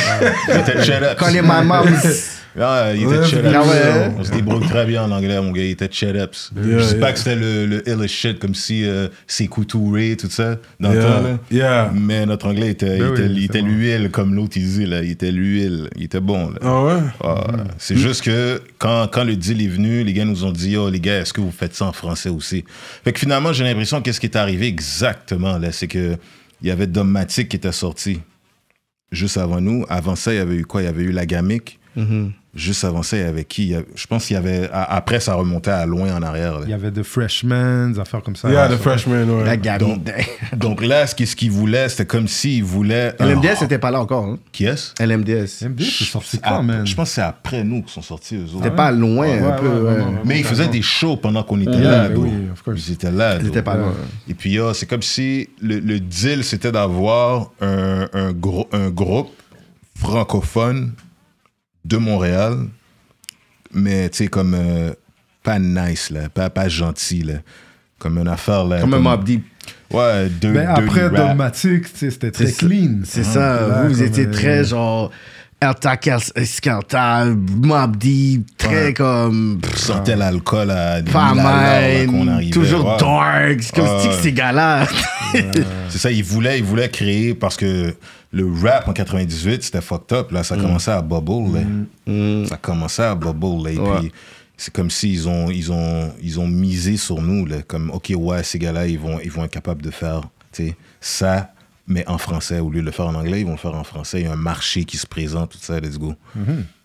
S2: Il était chat-ups. [LAUGHS]
S3: Calling my mom's.
S2: Ah, il
S1: Ouais,
S2: était chat-ups.
S3: ah ouais.
S2: On se débrouille très bien en anglais, mon gars. Il était chat-ups.
S1: Yeah,
S2: je sais
S1: yeah.
S2: pas que c'était le, le ill shit, comme si euh, c'est couturé, tout ça, dans le temps.
S1: Yeah.
S2: là.
S1: Yeah.
S2: Mais notre anglais était, il
S4: Ben
S2: était,
S4: oui,
S2: il
S4: c'est
S2: était
S4: bon.
S2: l'huile, comme l'autre il dit, là. Il était l'huile. Il était bon, là.
S1: Ah ouais?
S2: Ah,
S4: Mm.
S2: C'est juste que quand, quand le deal est venu, les gars nous ont dit, oh les gars, est-ce que vous faites ça en français aussi? Fait que finalement, j'ai l'impression qu'est-ce qui est arrivé exactement là, c'est que il y avait Dommatic qui était sorti juste avant nous. Avant ça, il y avait eu quoi? Il y avait eu la Gamic.
S4: Mm-hmm.
S2: Juste avant ça, il y avait qui? Il y avait- je pense qu'il y avait. a- Après, ça remontait à loin en arrière. là.
S4: Il y avait The Freshmen, des affaires comme ça.
S1: Yeah, the
S4: Ça-
S1: freshman, ouais.
S3: La
S2: [LAUGHS]
S3: gamine.
S2: Donc là, ce qu'il ce qu'il voulait, c'était comme s'il voulait. un-
S3: LMDS n'était pas là encore. hein.
S2: Qui est-ce?
S3: LMDS.
S4: MD, c'est sorti
S2: Ah,
S4: quand, man?
S2: Je pense que c'est après nous qu'ils sont sortis, eux autres.
S3: C'était pas loin, un peu. ouais.
S2: Mais ils faisaient des shows pendant qu'on était
S4: Ouais,
S2: là,
S4: ben
S2: bro.
S4: oui, of course.
S2: Ils étaient là.
S3: Ils
S2: bro.
S3: étaient pas loin.
S2: Et puis, yo, c'est comme si le, le deal, c'était d'avoir un, un, gro- un groupe francophone de Montréal mais tu sais, comme euh, pas nice, là, pas, pas gentil, là. Comme une affaire, là.
S3: Comme un Mob Deep.
S2: Ouais, deux,
S4: Mais Ben, après,
S2: dirty rap.
S4: Dogmatic, tu sais, c'était très
S3: C'est ça.
S4: clean.
S2: Ah,
S3: C'est ça,
S4: là,
S3: vous, vous
S4: comme,
S3: étiez
S4: euh,
S3: très genre. Attaque escartable, mob deep, très
S2: Ouais.
S3: comme.
S2: Pff, sortait l'alcool à des
S3: pas
S2: mille à l'heure, là, qu'on
S3: mal,
S2: arrivait.
S3: toujours
S2: Ouais.
S3: dark. C'est comme
S2: Ouais,
S3: si que
S2: ouais.
S3: ces gars-là.
S2: C'est ça, il voulait, il voulait créer parce que le rap en 98, c'était fucked up. Là, ça commençait à bubble. là. Ça commençait à bubble. là. Et
S3: Ouais.
S2: puis, c'est comme s'ils ont, ils ont, ils ont misé sur nous. là. Comme, OK, ouais, ces gars-là, ils vont, ils vont être capables de faire tu sais, ça, mais en français. Au lieu de le faire en anglais, ils vont le faire en français. Il y a un marché qui se présente, tout ça, let's go.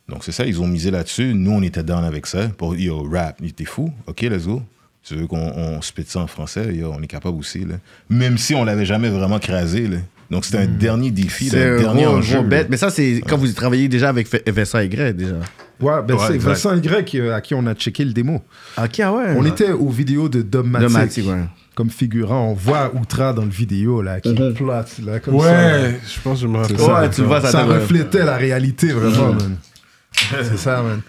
S2: Donc, c'est ça, ils ont misé là-dessus. Nous, on était down avec ça. Pour, yo, rap, il était fou. OK, let's go. Tu veux qu'on on spit ça en français? Yo, on est capable aussi. Là. Même si on l'avait jamais vraiment crasé. Là. Donc, c'était un dernier défi,
S3: C'est
S2: là, un
S3: un
S2: dernier
S3: gros,
S2: enjeu.
S3: gros
S2: là.
S3: bête. Mais ça, c'est quand vous travaillez déjà avec F- Vincent Aigret, déjà.
S4: Ouais, ben
S2: Ouais,
S4: c'est
S2: exact.
S4: Vincent Y euh, à qui on a checké le démo.
S3: Ok, ah ouais.
S4: On était aux vidéos de Dogmatic.
S3: Dogmatic, ouais.
S4: Comme figurant, on voit Outra dans le vidéo, là, qui plotte, là, comme ça.
S1: Ouais, je pense que je me rappelle.
S3: ça. Ouais, Mm-hmm. tu le vois, ça Mm-hmm.
S4: ça
S3: devrait-
S4: reflétait la réalité, vraiment, man. C'est ça, man.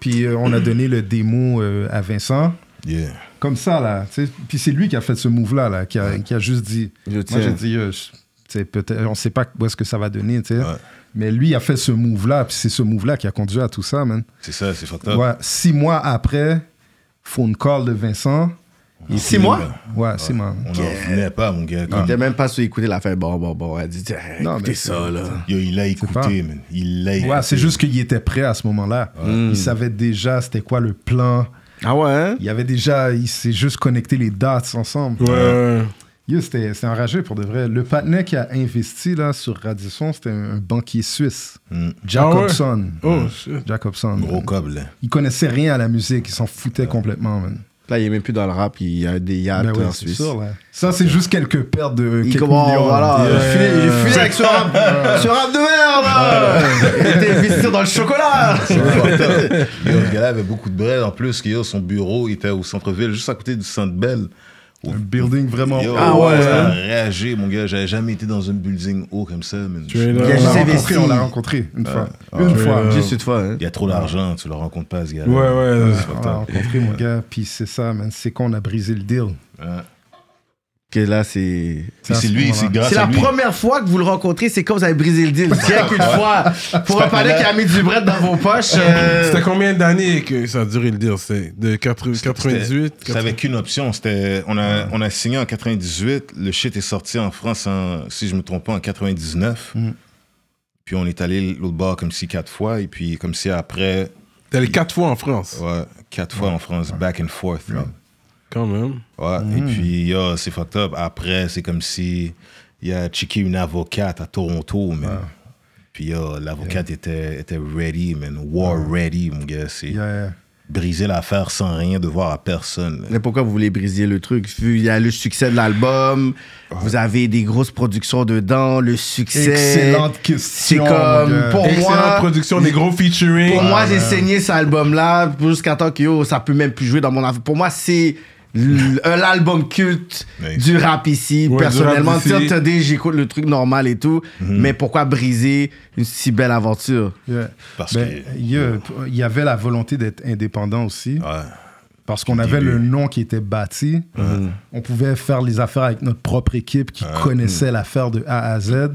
S4: Puis euh, on a donné le démo euh, à Vincent,
S2: Yeah.
S4: comme ça, là. tu sais. Puis c'est lui qui a fait ce move-là, là, qui, a, qui a juste dit.
S3: Je tiens.
S4: moi, j'ai dit, euh, je- tu sais, peut-être, on sait pas où est-ce que ça va donner, tu sais.
S2: Ouais.
S4: Mais lui a fait ce move-là, puis c'est ce move-là qui a conduit à tout ça, man.
S2: C'est ça, c'est fucked up.
S4: Ouais, six mois après, phone call de Vincent. Il
S3: Six
S4: dit-
S3: mois?
S4: Ouais, six mois.
S2: On n'en venait pas, mon gars.
S3: Il
S2: Comme-
S3: était même pas sous écouter l'affaire. Bon, bon, bon. Elle dit, eh,
S4: Non,
S3: écoutez
S4: mais-
S3: ça, là.
S2: Yo, il l'a
S4: pas-
S2: écouté, man. Il l'a écouté.
S4: Ouais, c'est juste qu'il était prêt à ce moment-là. Il savait déjà c'était quoi le plan.
S3: Ah ouais, hein?
S4: Il avait déjà, il s'est juste connecté les dates ensemble.
S1: Ouais.
S4: Yo, c'était c'était enragé pour de vrai. Le patinet qui a investi là sur Radisson, c'était un, un banquier suisse,
S2: Mm.
S4: Jacobson.
S1: Oh, shit.
S4: Jacobson.
S2: Gros cob, là.
S4: Il connaissait rien à la musique, il s'en foutait complètement, man.
S3: Là, il est même plus dans le rap. Il y a des yachts
S4: Ben oui,
S3: en
S4: c'est
S3: Suisse.
S4: sûr, là. Ça, c'est juste quelques pertes de
S3: Il
S4: quelques
S3: commence,
S4: millions.
S3: voilà.
S4: Yeah.
S3: Je finis- J'ai fini avec ce rap, ce Ah, rap de merde! là. Il était investi dans le chocolat!
S2: [LAUGHS] C'est fucked up. Yo, le gars avait beaucoup de brel en plus. que, Yo, son bureau était au centre-ville, juste à côté du centre Bell. Au-
S4: Un building vraiment.
S2: Yo,
S3: Ah ouais,
S2: Ça a
S3: hein?
S2: réagi, mon gars. J'avais jamais été dans un building haut comme ça. man.
S1: Straight up.
S4: On
S3: Il a
S4: l'a
S3: juste
S4: rencontré,
S3: investi.
S4: on l'a rencontré une fois.
S2: ouais.
S4: une fois.
S3: Juste une fois, hein.
S2: Il y a trop d'argent, tu le rencontres pas, ce gars.
S1: Ouais, ouais.
S2: euh,
S4: On l'a rencontré, mon gars. Puis c'est ça, man. C'est qu'on a brisé le deal.
S3: Que là, c'est.
S2: Puis c'est lui, c'est grâce
S3: Ah, C'est
S2: à
S3: la
S2: lui.
S3: première fois que vous le rencontrez, c'est quand vous avez brisé le [LAUGHS] deal. Direct une fois. Pour un palais qui a mis du bread dans vos poches. euh,
S1: C'était combien d'années que ça a duré le deal C'est de 80 98
S2: C'était avec qu'une option. C'était, on, a, on a signé en 98. Le shit est sorti en France, en, si je me trompe pas, en 99.
S3: Mm.
S2: Puis on est allé l'autre bord comme si quatre fois. Et puis comme si après,
S1: T'es allé quatre fois en France,
S2: ouais, quatre fois en France, back and forth. là.
S1: quand même.
S2: Ouais, et
S3: Mm.
S2: puis, yo, c'est fucked up. Après, c'est comme si il a checké une avocate à Toronto, man. Puis, yo, l'avocate était, était ready, man. War ready, mon gars. C'est
S4: Yeah.
S2: briser l'affaire sans rien devoir à personne. là.
S3: Mais pourquoi vous voulez briser le truc Vu il y a le succès de l'album, vous avez des grosses productions dedans, le succès.
S4: Excellente
S3: C'est
S4: question. mon
S3: comme
S4: gars.
S3: pour
S1: Excellente
S3: moi.
S1: production, des gros featuring.
S3: Pour moi, j'ai saigné cet album-là jusqu'à temps que yo, ça peut même plus jouer dans mon affaire. Pour moi, c'est l- un album culte
S2: Ouais.
S3: du rap ici.
S1: Ouais,
S3: Personnellement,
S1: du rap ici.
S3: tiens, TD, j'écoute le truc normal et tout. Mais pourquoi briser une si belle aventure
S4: Yeah.
S2: Parce
S4: Ben,
S2: que-
S4: yeah, p- il y avait la volonté d'être indépendant aussi.
S2: Ouais.
S4: Parce qu'on avait
S2: début.
S4: le nom qui était bâti.
S2: Uh-huh.
S4: On pouvait faire les affaires avec notre propre équipe qui connaissait l'affaire de A à Z.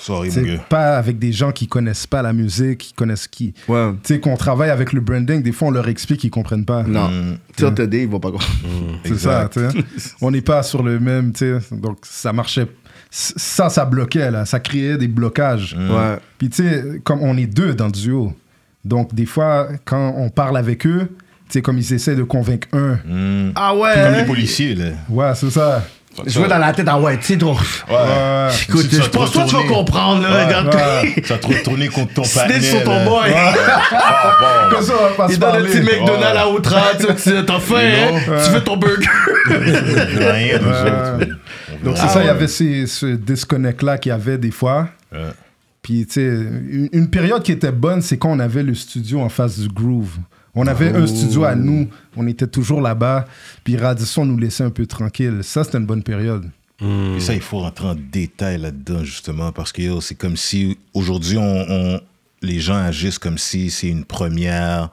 S2: Sorry,
S4: T'sais,
S2: Ah, hmm. mon gars.
S4: pas avec des gens qui connaissent pas la musique, qui connaissent qui.
S3: Ouais.
S4: Tu sais, qu'on travaille avec le branding, des fois on leur explique qu'ils comprennent pas.
S3: Non. Tiens, TD, ils vont pas comprendre.
S4: C'est ça, tu sais. On n'est pas sur le même, tu sais. Donc, ça marchait. S- Ça, ça bloquait, là. Ça créait des blocages.
S2: Hmm.
S3: Ouais.
S4: Puis, tu sais, comme on est deux dans le duo. Donc, des fois, quand on parle avec eux, tu sais, comme ils essaient de convaincre un.
S2: Mm.
S3: Ah ouais.
S2: Comme
S4: euh,
S2: les
S3: hein?
S2: policiers, là.
S4: Ouais, c'est ça. Ah,
S3: Je vois dans la tête, ah ouais, tu sais, trop.
S2: Ouais.
S4: Ouais.
S3: Écoute,
S2: Si tu vas
S3: je pense
S2: te
S3: toi, tu vas
S2: retourner-
S3: comprendre, là, regarde.
S2: Ça te retourner contre ton
S3: Snitch
S2: partenaire.
S3: sur ton
S2: là.
S3: boy.
S4: [LAUGHS]
S2: Ah, bon.
S4: Comme ça, on va pas se
S3: Il donne un
S4: parler.
S3: petit McDonald's
S2: Ouais.
S3: à outrance, tu sais, t'as faim, hein?
S4: Ouais.
S3: Tu veux ton burger?
S2: On veut rien, nous autres,
S4: Ouais.
S2: man. On veut
S4: Donc, c'est
S2: rien.
S4: ça, il y avait ces- ce disconnect-là qu'il y avait des fois.
S2: Ouais.
S4: Puis, tu sais, une, une période qui était bonne, c'est quand on avait le studio en face du Groove. On avait un studio à nous, on était toujours là-bas, puis Radisson nous laissait un peu tranquille. Ça, c'était une bonne période.
S3: Hmm.
S2: Et ça, il faut rentrer en détail là-dedans, justement, parce que yo, c'est comme si aujourd'hui, on, on- les gens agissent comme si c'est une première.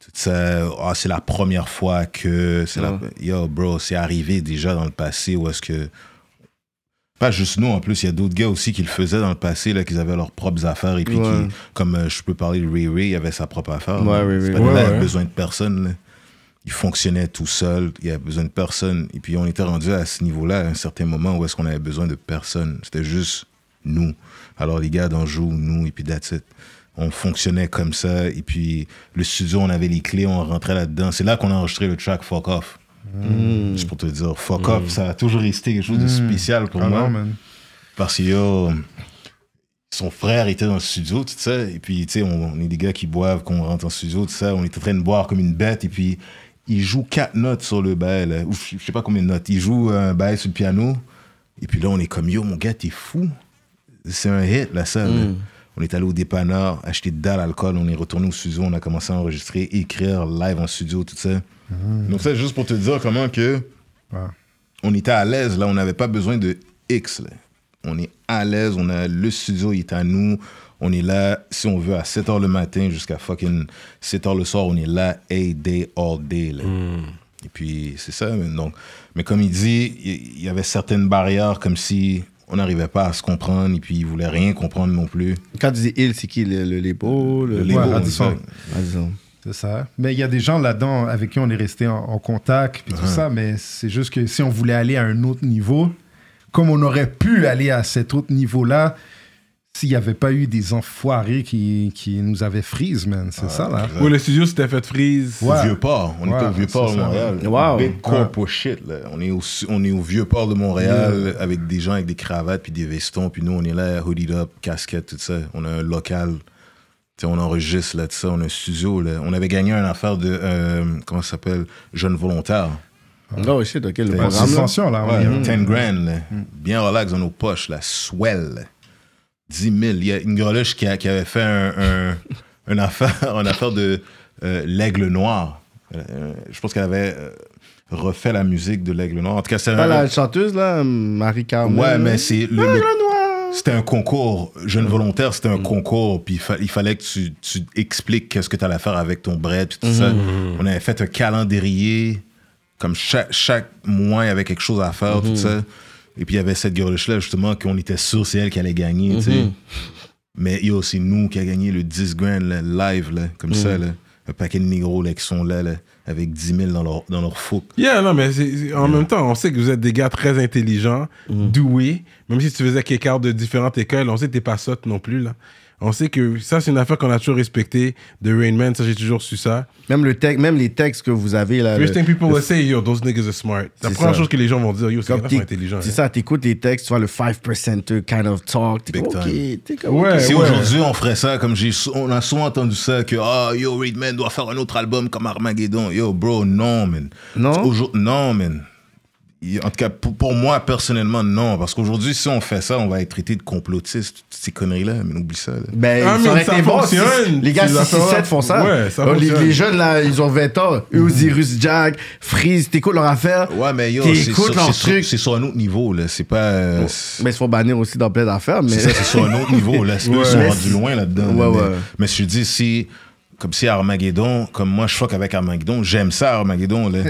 S2: Tu ça- ah, c'est la première fois que. c'est la-
S3: Ouais.
S2: yo, bro, c'est arrivé déjà dans le passé où est-ce que. Pas juste nous, en plus, il y a d'autres gars aussi qui le faisaient dans le passé, là, qu'ils avaient leurs propres affaires. Et puis,
S3: Ouais.
S2: qui- comme euh, je peux parler de Ray Ray, il avait sa propre affaire.
S3: Ouais,
S2: là.
S3: Ray
S2: C'est
S3: Ray.
S2: pas qu'il
S1: Ouais,
S2: avait
S1: ouais.
S2: besoin de personne. là. Il fonctionnait tout seul, il avait besoin de personne. Et puis, on était rendu à ce niveau-là à un certain moment où est-ce qu'on avait besoin de personne. C'était juste nous. Alors, les gars d'en joue, nous, et puis that's it. On fonctionnait comme ça. Et puis, le studio, on avait les clés, on rentrait là-dedans. C'est là qu'on a enregistré le track Fuck Off. C'est pour te dire, Fuck Off, ça a toujours resté quelque chose de spécial pour
S4: Ah
S2: moi.
S4: non, man.
S2: Parce que yo, son frère était dans le studio, tout ça. Et puis, tu sais, on, on est des gars qui boivent quand on rentre en studio, tout ça. On est en train de boire comme une bête. Et puis, il joue quatre notes sur le bail. là. Ou je je sais pas combien de notes. Il joue un bail sur le piano. Et puis là, on est comme, yo, mon gars, t'es fou. C'est un hit, la salle. On est allé au dépanneur, acheter de dalle alcool. On est retourné au studio. On a commencé à enregistrer, écrire live en studio, tout ça. Donc, ça, juste pour te dire comment que
S4: Ouais.
S2: on était à l'aise, là, on n'avait pas besoin de X. là. On est à l'aise, on a le studio, il est à nous. On est là, si on veut, à 7 h le matin jusqu'à fucking 7 h le soir, on est là, a day, all day. là. Et puis, c'est ça. mais Donc, mais comme il dit, il il y avait certaines barrières comme si on n'arrivait pas à se comprendre et puis il voulait rien comprendre non plus.
S3: Quand tu dis il, c'est qui Le, le label Le,
S2: Le label,
S4: à
S2: on
S4: distance.
S2: dit ça.
S3: Ah, disons.
S4: C'est ça. Mais il y a des gens là-dedans avec qui on est resté en, en contact, puis tout ça, mais c'est juste que si on voulait aller à un autre niveau, comme on aurait pu aller à cet autre niveau-là, s'il n'y avait pas eu des enfoirés qui, qui nous avaient freeze, man. C'est ça, là.
S1: Ouais, le studio s'était fait freeze.
S4: Ouais.
S2: Vieux port. On était
S4: Ouais,
S2: au Vieux port
S4: c'est
S2: de
S4: ça.
S2: Montréal.
S3: Wow.
S2: Big corpo shit. Là. On, est au, on est au Vieux port de Montréal avec des gens avec des cravates puis des vestons. Puis nous, on est là, hooded up, casquette, tout ça. On a un local. Tu sais, on enregistre là, tout ça. On a un studio. Là. On avait gagné une affaire de. euh, comment ça s'appelle Jeunes volontaires. Ah.
S3: Oh shit, ok, le
S2: Ouais,
S4: En
S3: programme. là.
S4: suspension, là.
S2: Ouais,
S4: ouais.
S2: 10 grand, là. bien relax dans nos poches, la swell. là. 10 000. Il y a une greluche qui, a- qui avait fait un, un- une affaire, une affaire de euh, l'aigle noir. Euh, je pense qu'elle avait euh, refait la musique de l'aigle noir. En tout cas, c'était
S3: Pas
S2: un,
S3: la chanteuse, là, Marie Carmen.
S2: Ouais,
S3: là.
S2: mais c'est le- le- c'était un concours. Jeune volontaire, c'était un concours. Puis il, fa- il fallait que tu, tu expliques qu'est-ce que tu allais faire avec ton bread. Puis tout ça. On avait fait un calendrier. Comme chaque, chaque mois, il y avait quelque chose à faire. Tout ça. Et puis il y avait cette girlish-là, justement, qu'on était sûr c'est elle qui allait gagner. tu sais. Mais yo, c'est nous qui a gagné le 10 grand là, live, là, comme ça. Là. Un paquet de négros là, qui sont là, là, avec 10 000 dans leur, dans leur fouc.
S1: Yeah, non, mais c'est- c'est- en même temps, on sait que vous êtes des gars très intelligents,
S3: Mm.
S1: doués. Même si tu faisais quelques out de différentes écoles, on sait que t'es pas sotte non plus, là. On sait que ça, c'est une affaire qu'on a toujours respectée de Rain Man. Ça, j'ai toujours su ça.
S3: Même, le texte, même les textes que vous avez, là.
S1: First
S3: Ah, le-
S1: thing people will say, yo, those niggas are smart. La
S3: C'est
S1: première
S3: ça.
S1: chose que les gens vont dire, yo, ces
S3: Comme
S1: gars
S3: t'éc-
S1: sont intelligents.
S3: C'est
S1: hein.
S3: ça, t'écoutes les textes, tu vois le 5% kind of talk. T'es
S2: Big
S3: comme, ok,
S2: time.
S3: t'es comme,
S1: Ouais.
S3: ok.
S2: Si aujourd'hui on ferait ça, comme j'ai, sou- on a souvent entendu ça, que ah yo Reedman doit faire un autre album comme Armageddon. Yo bro, non man.
S3: Non?
S2: Aujourd'hui, non man. Y- En tout cas, pour, pour moi personnellement, non. Parce qu'aujourd'hui, si on fait ça, on va être traité de complotiste, toutes ces conneries-là. Mais oublie ça. là.
S3: Ben,
S1: Ah, mais
S3: ça aurait
S1: ça
S3: été bon si-
S1: fonctionne.
S3: les gars
S1: Tu vas
S3: 6-7
S1: savoir.
S3: font ça.
S1: Ouais, ça
S3: Euh, les,
S1: fonctionne.
S3: les jeunes, là, ils ont 20 ans. Eux, Osiris, Jack, Freeze, t'écoutes leur affaire.
S2: Ouais, mais yo, c'est sur,
S3: T'écoutes leur
S2: c'est sur-
S3: truc.
S2: c'est sur un autre niveau. Là. C'est pas. euh, c'est-
S3: Mais ils se font bannir aussi dans plein d'affaires. Mais...
S2: C'est ça, c'est sur un autre niveau. Là. Eux, Ils sont
S3: Mais
S2: rendus
S3: c'est-
S2: loin là-dedans.
S3: Ouais,
S2: mais,
S3: ouais.
S2: mais je te dis, si, comme si Armageddon, comme moi, je fuck avec Armageddon, j'aime ça, Armageddon. Là.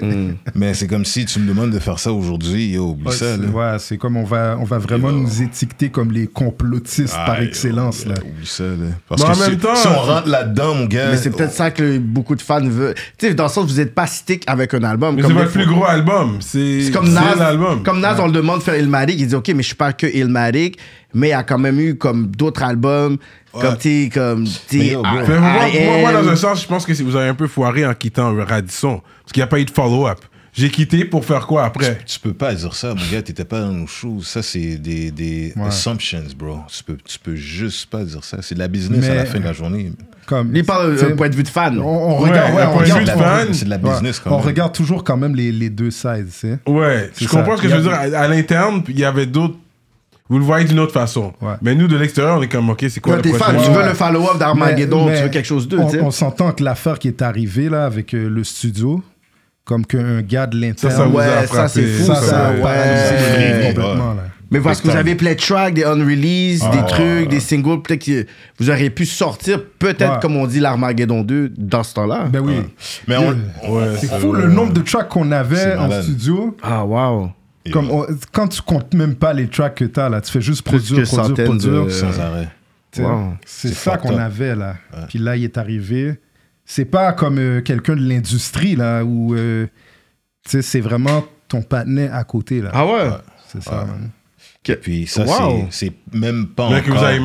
S2: Mais c'est comme si tu me demandes de faire ça aujourd'hui, yo, oublie
S4: Mm. Ouais,
S2: ça.
S4: c'est-
S2: Là.
S4: ouais, c'est comme on va, on va vraiment nous étiqueter comme les complotistes
S2: Ah,
S4: par
S2: yo,
S4: excellence,
S2: yo,
S4: là.
S2: Oublie ça, là. Parce
S1: Mais
S2: que
S1: en
S2: si,
S1: même temps-
S2: si on rentre là-dedans, mon gars.
S3: Mais c'est peut-être ça que beaucoup de fans veulent. Tu sais, dans le sens, vous n'êtes pas stick avec un album.
S1: Mais
S3: comme
S1: c'est
S3: des
S1: votre
S3: fois.
S1: plus gros album. C'est
S3: C'est
S1: c'est
S3: comme Nas.
S1: l'album.
S3: Comme Nas, on le demande de faire Ilmatic. Il dit, OK, mais je suis pas que Ilmatic. Mais il y a quand même eu comme d'autres albums. Comme, tu sais, comme, tu
S2: Mais
S3: sais,
S2: yo, bro.
S3: I-
S1: Mais moi,
S3: I
S1: moi- moi,
S3: Am.
S1: dans un sens, je pense que c'est- vous avez un peu foiré en quittant Radisson. Parce qu'il n'y a pas eu de follow-up. J'ai quitté pour faire quoi après
S2: oh, Tu peux pas dire ça, mon gars, t'étais pas dans nos shoes. Ça, c'est des, des
S4: Ouais.
S2: assumptions, bro. Tu peux, tu peux juste pas dire ça. C'est de la business à
S4: Mais-
S2: la fin de la journée.
S4: Comme,
S3: Il parle
S4: t'sais,
S3: d'un point de vue de fan.
S4: on, on
S1: Ouais,
S4: regarde, ouais,
S1: d'un
S4: on
S1: point de
S2: C'est
S1: vue
S2: de
S4: regarde,
S1: de
S2: la-
S1: fan.
S2: C'est de la
S4: ouais,
S2: business, quand
S4: on
S2: même.
S4: regarde toujours quand même les, les deux sides, tu sais.
S1: Ouais,
S4: C'est
S1: je
S4: ça.
S1: comprends ce que
S4: Il y
S1: je
S4: a
S1: veux dire.
S4: du-
S1: À, à l'interne, il y avait d'autres. Vous le voyez d'une autre façon.
S4: Ouais.
S1: Mais nous, de l'extérieur, on est comme, OK, c'est quoi
S3: Toi,
S1: le
S3: t'es
S1: prochain
S3: fan, tu
S1: jeu?
S4: Ouais,
S3: veux
S4: ouais.
S3: le follow-up d'Armageddon,
S4: Mais- mais
S3: tu veux quelque chose d'eux,
S4: on-
S3: tu sais.
S4: On s'entend que l'affaire qui est arrivée là avec euh, le studio, comme qu'un gars
S1: Ça,
S4: de
S1: ça
S4: l'intérieur.
S1: vous
S3: Ouais,
S1: a
S3: ça,
S1: frappé.
S3: c'est fou,
S4: ça, ça,
S3: ça,
S4: a
S3: ouais.
S4: paralysé le
S2: Ouais.
S4: complètement là.
S3: Mais parce que vous
S2: time.
S3: avez plein de tracks, des unreleased,
S2: Ah,
S3: des
S2: ouais,
S3: trucs,
S2: ouais,
S3: des singles. Peut-être que vous auriez pu sortir, peut-être,
S4: Ouais.
S3: comme on dit, l'Armageddon 2 dans ce temps-là.
S4: Ben oui.
S2: Mais on.
S4: Ouais, c'est fou le nombre de tracks qu'on
S2: C'est
S4: avait en
S2: malade.
S4: studio.
S3: Ah, wow.
S2: Et
S4: Comme
S2: ouais,
S4: on- quand tu comptes même pas les tracks que t'as là, tu fais juste
S3: Plus
S4: produire,
S3: que
S4: produire,
S3: centaines
S4: produire.
S3: de-
S2: Sans arrêt.
S4: T'sais,
S3: Wow.
S4: C'est
S2: C'est
S4: ça
S2: fucked
S4: qu'on
S2: up.
S4: avait là. Puis là, il est arrivé. C'est pas comme euh, quelqu'un de l'industrie là où euh, tu sais, c'est vraiment ton patinet à côté là.
S3: Ah ouais?
S4: C'est ça. man.
S2: Puis ça,
S3: Wow.
S2: c'est c'est même pas
S1: Là, que vous
S2: encore-
S1: avez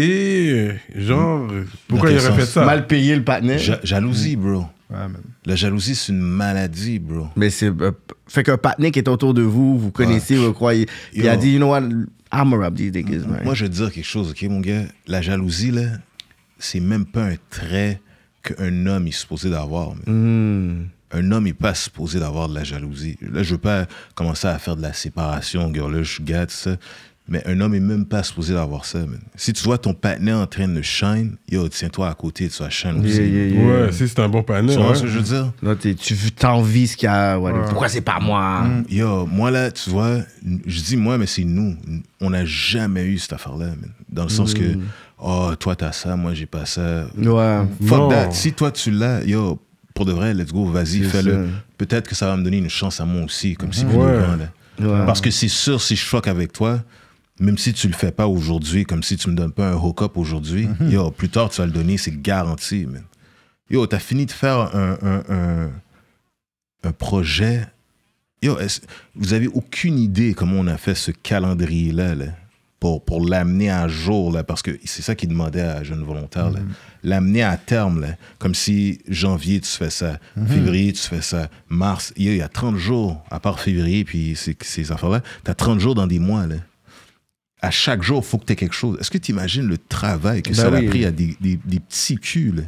S1: maltraité, euh, genre,
S4: Mm.
S1: euh, pourquoi
S2: Dans
S1: il
S2: quel
S1: aurait fait
S2: sens?
S1: ça
S3: Mal payé le patinet.
S2: Ja- jalousie, bro.
S4: Ouais, man.
S2: La jalousie, c'est une maladie, bro.
S3: Mais c'est. euh, fait qu'un patinet qui est autour de vous, vous connaissez, vous croyez. Il a
S2: Yo.
S3: dit, you know what, I'm a rap these niggas, man.
S2: Moi, je vais te dire quelque chose, OK, mon gars? La jalousie, là, c'est même pas un trait qu'un homme est supposé d'avoir. man.
S3: Hmm.
S2: Un homme n'est pas supposé d'avoir de la jalousie. Là, je veux pas commencer à faire de la séparation, girl, là, je gâte ça. Mais un homme est même pas supposé d'avoir ça, man. Si tu vois ton partenaire en train de shine, yo, tiens-toi à côté, tu vas shine aussi.
S3: Yeah, yeah, yeah.
S1: Ouais, si c'est un bon hein. panel.
S2: Tu vois
S1: ouais.
S2: ce que je veux dire?
S3: Là, t'es- tu t'envies ce qu'il y a. ouais, Pourquoi c'est pas moi?
S2: Mm. Yo, moi là, tu vois, je dis moi, mais c'est nous. On n'a jamais eu cette affaire-là, man. Dans le sens que, oh, toi t'as ça, moi j'ai pas
S3: Ouais.
S2: ça. Fuck
S1: Hmm. Non.
S2: that. Si toi tu l'as, yo, pour de vrai, let's go, vas-y,
S3: C'est ça.
S2: fais-le. Peut-être que ça va me donner une chance à moi aussi, comme si
S1: Ouais.
S2: Parce que c'est sûr, si je choque avec toi, même si tu le fais pas aujourd'hui, comme si tu me donnes pas un hook-up aujourd'hui,
S1: Mhm.
S2: yo, plus tard tu vas le donner, c'est garanti, man. Yo, t'as fini de faire un, un, un, un projet. Yo, est-ce- vous avez aucune idée comment on a fait ce calendrier-là, là, pour, pour l'amener à jour, là, parce que c'est ça qu'il demandait à Jeune Volontaire,
S3: Mm-hmm.
S2: là. l'amener à terme, là, comme si janvier tu fais ça,
S3: Mm-hmm.
S2: février tu fais ça, mars, yo, il y a 30 jours, à part février, puis ces, ces affaires-là, t'as 30 jours dans des mois, là. À chaque jour, il faut que tu aies quelque chose. Est-ce que tu imagines le travail que
S3: Ben
S2: ça
S3: oui.
S2: a pris à des, des- des petits culs là,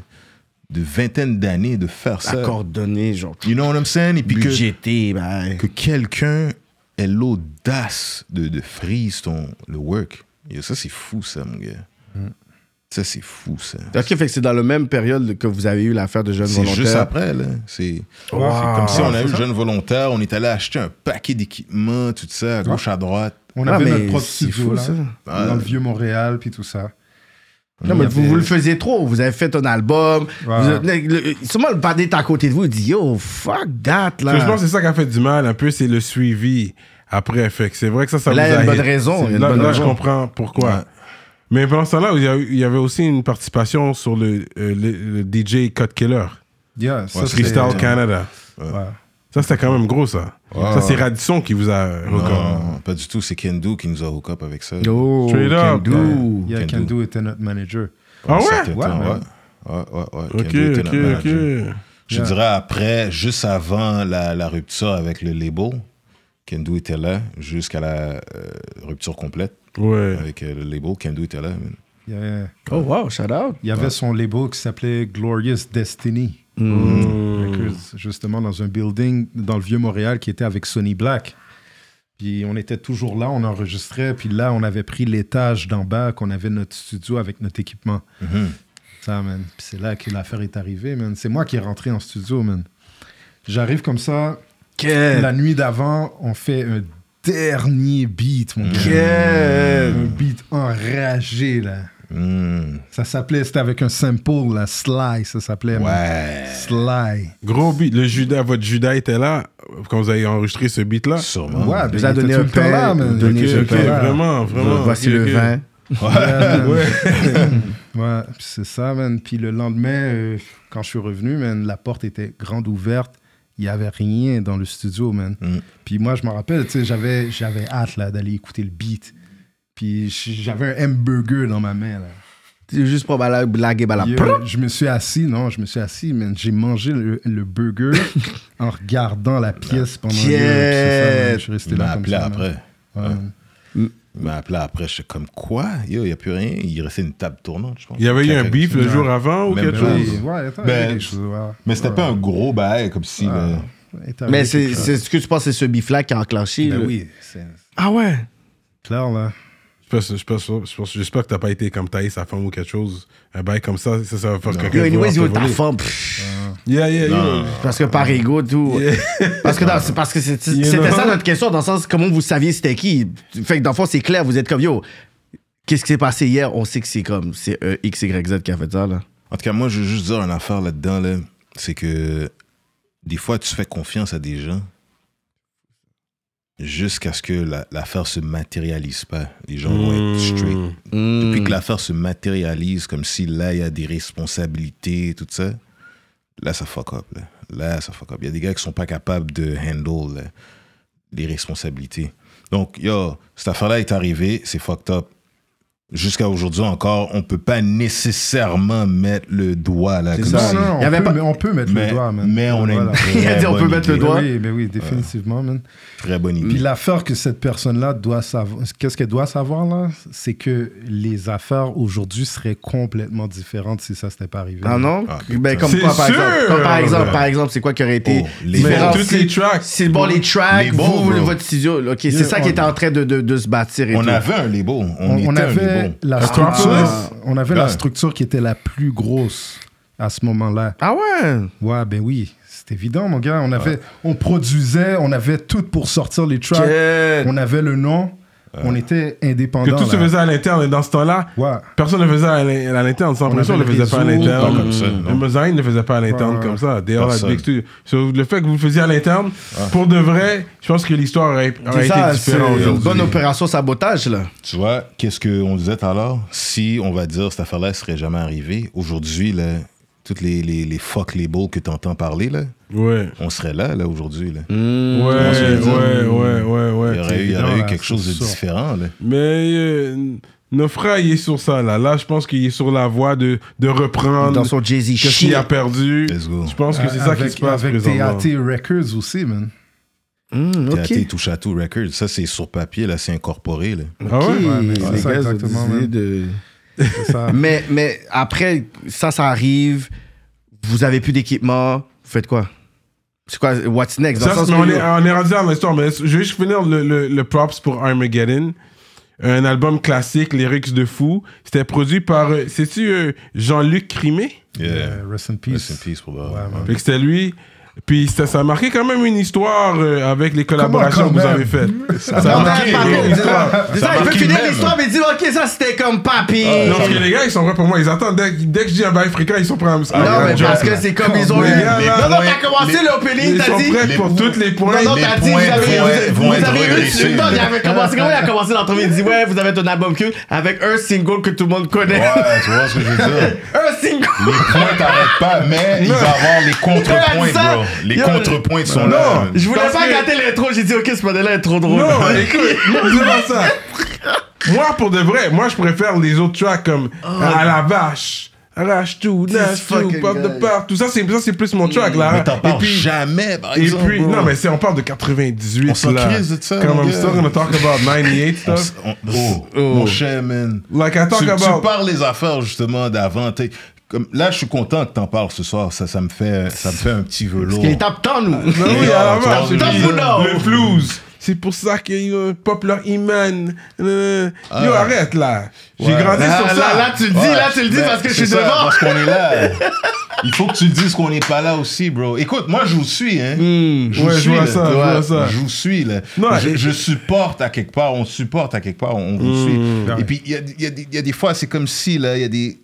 S2: de vingtaines d'années de faire ça?
S3: Coordonné, genre.
S2: You know what I'm saying? Et puis que,
S3: budgété, ben.
S2: que quelqu'un ait l'audace de, de freeze ton, le work. Yo, ça, c'est fou, ça, mon gars. Ça, c'est fou, ça.
S3: Ok, fait que c'est dans la même période que vous avez eu l'affaire de jeunes
S2: C'est
S3: volontaires.
S2: juste après, là. C'est c'est comme si on a eu le jeune volontaire, on est allé acheter un paquet d'équipements, tout ça, à gauche, à droite.
S4: On
S3: Ah,
S4: avait
S3: mais
S4: notre propre
S3: c'est
S4: studio
S3: fou,
S4: là,
S3: ça.
S4: dans le vieux Montréal puis tout ça.
S3: Non, mais vous, vous le faisiez trop. Vous avez fait un album.
S4: Ouais.
S3: Vous avez- le- sûrement le panier est à côté de vous. Il dit Yo, fuck that,
S1: Je
S3: là.
S1: pense que c'est ça qui a fait du mal un peu, c'est le suivi après. Fait que c'est vrai que ça, ça
S3: Là,
S1: vous
S3: il y a une
S1: hit.
S3: bonne raison, il y a une
S1: Là,
S3: bonne
S1: là, je
S3: raison.
S1: comprends pourquoi. Mais pendant ce temps-là, il y a eu- il y avait aussi une participation sur le, euh, le- le DJ Cut Killer,
S4: Yeah, ça, c'est- euh,
S1: Freestyle Canada.
S4: Ouais.
S1: Ça, c'était quand même gros, ça. Ça, c'est Radisson qui vous a euh, record.
S2: Non, pas du tout. C'est Kendo qui nous a hook up avec ça.
S3: Yo,
S1: Straight up.
S3: can do.
S4: Oh, Yeah,
S2: Kendo.
S4: Kendo était notre manager.
S1: Ah
S2: Un
S1: ouais?
S2: certain
S4: Ouais,
S2: temps,
S4: ouais.
S2: ouais. Ouais, ouais, ouais.
S1: Ok,
S2: Kendo était
S1: ok,
S2: notre manager.
S1: ok.
S2: Je
S4: Yeah.
S2: dirais après, juste avant la, la rupture avec le label, Kendo était là jusqu'à la euh, rupture complète
S1: Ouais.
S2: avec euh, le label. Kendo était là. man.
S4: Yeah, yeah.
S3: Oh, wow, shout out.
S4: Il y avait son label qui s'appelait Glorious Destiny. Records, Justement, dans un building dans le vieux Montréal qui était avec Sony Black. Puis on était toujours là, on enregistrait. Puis là, on avait pris l'étage d'en bas, qu'on avait notre studio avec notre équipement. Ça, man. Puis c'est là que l'affaire est arrivée, man. C'est moi qui est rentré en studio, man. J'arrive comme ça. La nuit d'avant, on fait un dernier beat, mon gars. Un beat enragé, là.
S2: Mm.
S4: Ça s'appelait, c'était avec un sample, la Sly, ça s'appelait.
S2: Ouais.
S4: man. Sly.
S1: Gros beat. Le Judas, votre Judas était là quand vous avez enregistré ce beat-là.
S2: Sûrement.
S4: Ouais, ben,
S3: vous a
S4: il était
S3: donné
S4: tout
S3: un
S4: le temps
S3: pain,
S4: là,
S3: vous
S4: man.
S3: donnez
S4: Il était
S3: ce
S4: tout le
S1: Ok,
S4: temps là.
S1: vraiment, vraiment.
S3: Voici
S1: Ok,
S3: le
S1: ok.
S3: vin.
S4: Ouais, man. [LAUGHS] Ouais, puis c'est ça, man. Puis le lendemain, euh, quand je suis revenu, man, la porte était grande ouverte. Il n'y avait rien dans le studio, man.
S2: Mm.
S4: Puis moi, je me rappelle, tu sais, j'avais, j'avais hâte là, d'aller écouter le beat. Puis j'avais un hamburger dans ma main, là.
S3: C'est juste pour bala- blaguer, bala.
S4: Puis, euh,
S3: Plop.
S4: je me suis assis, non, je me suis assis, man. J'ai mangé le,
S3: [LAUGHS]
S4: le burger en regardant
S3: Bah,
S4: la pièce pendant une heure. Puis c'est ça, man, Je suis resté
S2: Il m'a
S4: là comme
S2: appelé
S4: ça. man.
S2: après.
S4: Ouais, man.
S2: Il m'a appelé après. Je suis comme quoi Yo, il n'y a plus rien. Il restait une table tournante, je pense.
S1: Il y avait eu un
S2: Quelqu'un-
S1: beef le
S2: Ouais.
S1: jour avant ou
S2: Même
S1: quelque
S2: pas.
S4: Ouais,
S1: chose?
S4: ouais, attends,
S2: Ben,
S4: il y a des choses, ouais.
S2: Mais c'était
S4: Ouais.
S2: pas un gros bail comme si. ben,
S4: Ouais,
S1: Ah,
S4: t'as
S3: Mais
S4: vu
S3: c'est
S4: quelque chose.
S3: c'est ce que tu penses, c'est ce bif-là qui a enclenché.
S4: Ben
S3: le-
S4: oui, c'est
S3: Ah ouais.
S4: clair, là.
S1: Je pense- je pense- je pense- J'espère que t'as pas été comme tailler sa femme ou quelque chose. Un bail comme ça, ça, ça va faire
S3: Yo,
S1: quelqu'un.
S3: anyways, yo,
S1: vouloir te
S3: ta
S1: voler.
S3: femme. pff,
S1: Yeah, yeah,
S2: Non.
S1: you know.
S3: Parce que par ego, tout.
S1: Yeah.
S3: Parce que non, c'est- parce que c'est-
S1: You
S3: c'était
S1: know?
S3: ça notre question, dans le sens comment vous saviez c'était qui. Fait que dans le fond, c'est clair, vous êtes comme yo. Qu'est-ce qui s'est passé hier? On sait que c'est comme c'est euh, X, Y, Z qui a fait ça, là.
S2: En tout cas, moi, je veux juste dire une affaire là-dedans, là, c'est que des fois, tu fais confiance à des gens jusqu'à ce que la- l'affaire se matérialise pas. Les gens vont
S1: Hmm.
S2: être straight. Depuis que l'affaire se matérialise, comme si là, il y a des responsabilités, tout ça, là, ça fuck up. Là, Là, ça fuck up. Il y a des gars qui sont pas capables de handle là, les responsabilités. Donc, yo, cette affaire-là est arrivée, c'est fucked up. Jusqu'à aujourd'hui encore, on peut pas nécessairement mettre le doigt là.
S3: C'est
S2: comme
S3: ça.
S2: si-
S4: Non, non,
S3: Il y
S4: on,
S3: avait
S4: peut,
S3: pas-
S4: mais on peut mettre
S2: Mais-
S4: le doigt, man.
S2: mais on
S3: [LAUGHS]
S2: a une
S4: Voilà.
S2: très
S3: Il a dit, on
S2: bonne
S3: peut mettre le
S2: idée.
S3: doigt. Mm.
S4: Oui, mais oui, définitivement, man.
S2: Très bonne idée.
S4: Puis l'affaire que cette personne-là doit savoir, qu'est-ce qu'elle doit savoir là, c'est que les affaires aujourd'hui seraient complètement différentes si ça s'était pas arrivé.
S3: Ah non?
S2: Ah,
S3: ben, comme
S1: C'est
S3: quoi, par exemple?
S1: sûr!
S3: Comme par exemple, par exemple, c'est quoi qui aurait été
S2: Oh, les-
S3: différent?
S1: Toutes les
S3: si-
S1: tracks.
S3: C'est bon, les tracks,
S2: Les bons,
S3: vous,
S2: bro.
S3: votre studio. là, Ok, c'est
S4: Yeah,
S3: ça qui
S4: on-
S3: était en train de, de, de se bâtir et
S2: On
S3: tout.
S2: avait un label. On,
S4: On,
S2: était
S4: on
S2: un
S4: avait
S2: label.
S4: la
S1: Startup.
S4: structure, on avait la
S2: Ouais.
S4: structure qui était la plus grosse à ce moment-là.
S3: Ah ouais?
S4: Ouais, ben oui, c'est évident, mon gars. On avait, on produisait, on avait tout pour sortir les tracks. On avait le nom. On était
S1: Que
S4: indépendant.
S1: tout se
S4: là.
S1: faisait à l'interne. Et dans ce temps-là,
S4: Ouais.
S1: personne ne le faisait à l'in- à l'interne. Sans
S4: On
S1: pression, on
S4: avait
S1: ne le
S4: le
S1: faisait pas à
S4: réseau,
S1: l'interne.
S2: pas comme ça, non.
S1: Même Zayn ne le faisait pas à l'interne
S4: Ouais.
S1: comme ça. They all had
S2: Personne. Ah.
S1: big studios. So, le fait que vous le faisiez à l'interne, pour de vrai, je pense que l'histoire aurait, aurait
S3: C'est
S1: été
S3: ça, c'est
S1: différente
S3: une
S1: aujourd'hui.
S3: bonne opération sabotage, là.
S2: Tu vois, qu'est-ce qu'on disait tout à l'heure? Si, on va dire, cette affaire-là serait jamais arrivée, aujourd'hui, là, toutes les, les, les fuck labels que tu entends parler, là,
S1: Ouais.
S2: on serait là, là, aujourd'hui. là.
S3: Mm.
S1: Ouais,
S2: se le dit.
S1: ouais, ouais, ouais, ouais.
S2: Il y aurait eu, il y aurait
S4: évident,
S2: eu
S4: là,
S2: quelque chose de
S4: c'est sûr.
S2: différent. Là.
S1: Mais euh, Nofra, il est sur ça, là. Là, je pense qu'il est sur la voie de, de reprendre
S3: Dans son Jay-Z
S1: ce qu'il
S3: shit.
S1: a perdu.
S2: Let's go.
S1: Je pense que c'est ça
S4: Avec-
S1: qui se passe
S4: Avec
S1: présentement.
S4: TAT Records aussi, man.
S3: Hmm, ok.
S2: TAT Touche à tout Records, ça, c'est sur papier, là, c'est incorporé. Là.
S1: Ah ouais?
S4: Ouais, mais
S3: Les
S4: c'est ça
S3: gars, ils ont
S4: exactement,
S3: décidé
S4: man.
S3: de- [LAUGHS]
S4: C'est ça.
S3: Mais, mais après, ça, ça arrive. Vous avez plus d'équipement. Vous faites quoi? C'est quoi? What's next? Dans
S1: Ça,
S3: le sens
S1: mais
S3: que-
S1: on, est, on est rendu dans l'histoire, mais je vais juste finir le, le- le props pour Armageddon. Un album classique, lyrics de fou. C'était produit par, euh, sais-tu, euh, Jean-Luc Crimé?
S2: Yeah.
S4: Euh, Rest in peace.
S2: Rest in peace, pour
S4: Ouais, man.
S1: Fait que c'était lui. Puis ça, ça a marqué quand même une histoire euh, avec les collaborations
S4: quand
S1: que vous
S4: même?
S1: avez faites. Ça,
S3: Non,
S1: a
S3: non,
S1: marqué
S3: pardon,
S1: une
S3: dis-le. [LAUGHS]
S1: histoire.
S3: Dis-le,
S2: Ça
S3: il peut
S2: marque
S3: finir
S2: une
S3: l'histoire, mais dis ok, ça c'était comme papy.
S1: Non, parce que les gars, ils sont prêts pour moi. Ils attendent. Dès, dès que je dis un bail fréquent, ils sont prêts à me
S3: Non,
S1: à-
S3: mais parce que c'est comme ils ont eu.
S1: Les gars,
S3: Non,
S1: là,
S3: non, t'as commencé
S1: Ils
S3: l'opening, t'as
S1: sont
S3: dit.
S1: prêts pour tous les points.
S3: Non, non,
S2: Les
S3: t'as dit, vous
S2: points
S3: avez,
S2: vont être-
S3: vous,
S2: vont
S3: vous
S2: être
S3: avez
S2: réussis.
S3: réussi. Non, il avait commencé, comment il a commencé l'entrevue? Il dit, ouais, vous avez ton album culte avec un single que tout le monde connaît.
S2: Ouais, tu vois ce que je veux dire?
S3: Un single!
S2: Les points t'arrêtent pas, mais il va y avoir les
S3: Ouais,
S2: contrepoints,
S3: ça.
S2: bro. Les
S3: Yo,
S2: contrepoints sont là.
S1: non.
S2: là.
S3: Je voulais
S1: Parce
S3: pas
S1: que-
S3: gâter l'intro, j'ai dit, ok, ce modèle-là est trop drôle.
S1: Non, écoute, non, c'est pas ça. Moi, pour de vrai, moi, je préfère les autres tracks comme À la vache, Arrache tout, lâche tout,
S3: fucking
S1: pop de
S3: guy.
S1: part. Tout ça, c'est ça, c'est plus mon track, là.
S2: Mais t'en
S1: et
S2: parles
S1: puis,
S2: jamais, par
S1: et
S2: exemple.
S1: puis
S2: bro.
S1: non, mais c'est, on parle de 98,
S2: On s'en
S1: là.
S2: crise de ça,
S1: Comme
S2: mon
S1: I'm
S2: gars.
S1: still gonna talk about 98
S2: On
S1: stuff.
S2: s- on- oh, mon cher, man.
S1: Like, I talk
S2: tu, tu
S1: about-
S2: parles les affaires, justement, d'avant. t'es- Comme, là, je suis content que t'en parles ce soir. Ça, ça, me, fait, ça me fait un petit velours.
S3: Il tape tant, nous.
S1: Non, oui, à la
S2: Top
S1: vache, et
S2: ou
S1: puis,
S3: down?
S1: le blues. C'est pour ça qu'ils euh, pop leur Iman. Euh, Yo,
S2: Ah.
S1: arrête, là. J'ai
S2: Ouais.
S1: grandi
S3: Là,
S1: sur
S3: là,
S1: ça.
S3: là, tu le dis,
S2: Ouais,
S3: là, tu le dis
S2: ben,
S3: parce que je
S2: c'est
S3: suis
S2: ça,
S3: devant.
S2: Parce qu'on
S3: [LAUGHS]
S2: est là. Il faut que tu dises qu'on n'est pas là aussi, bro. Écoute, moi, je vous suis, hein. je vous
S1: Hmm. Ouais, je
S2: suis,
S1: vois
S2: là.
S1: ça, je vois ça.
S2: Je vous suis, là.
S1: Non,
S2: je,
S1: et- Hmm.
S2: je supporte à quelque part, on supporte à quelque part, on vous suit. Et puis, il y a, il y a des- il y a des fois, c'est comme si, là, il y a des...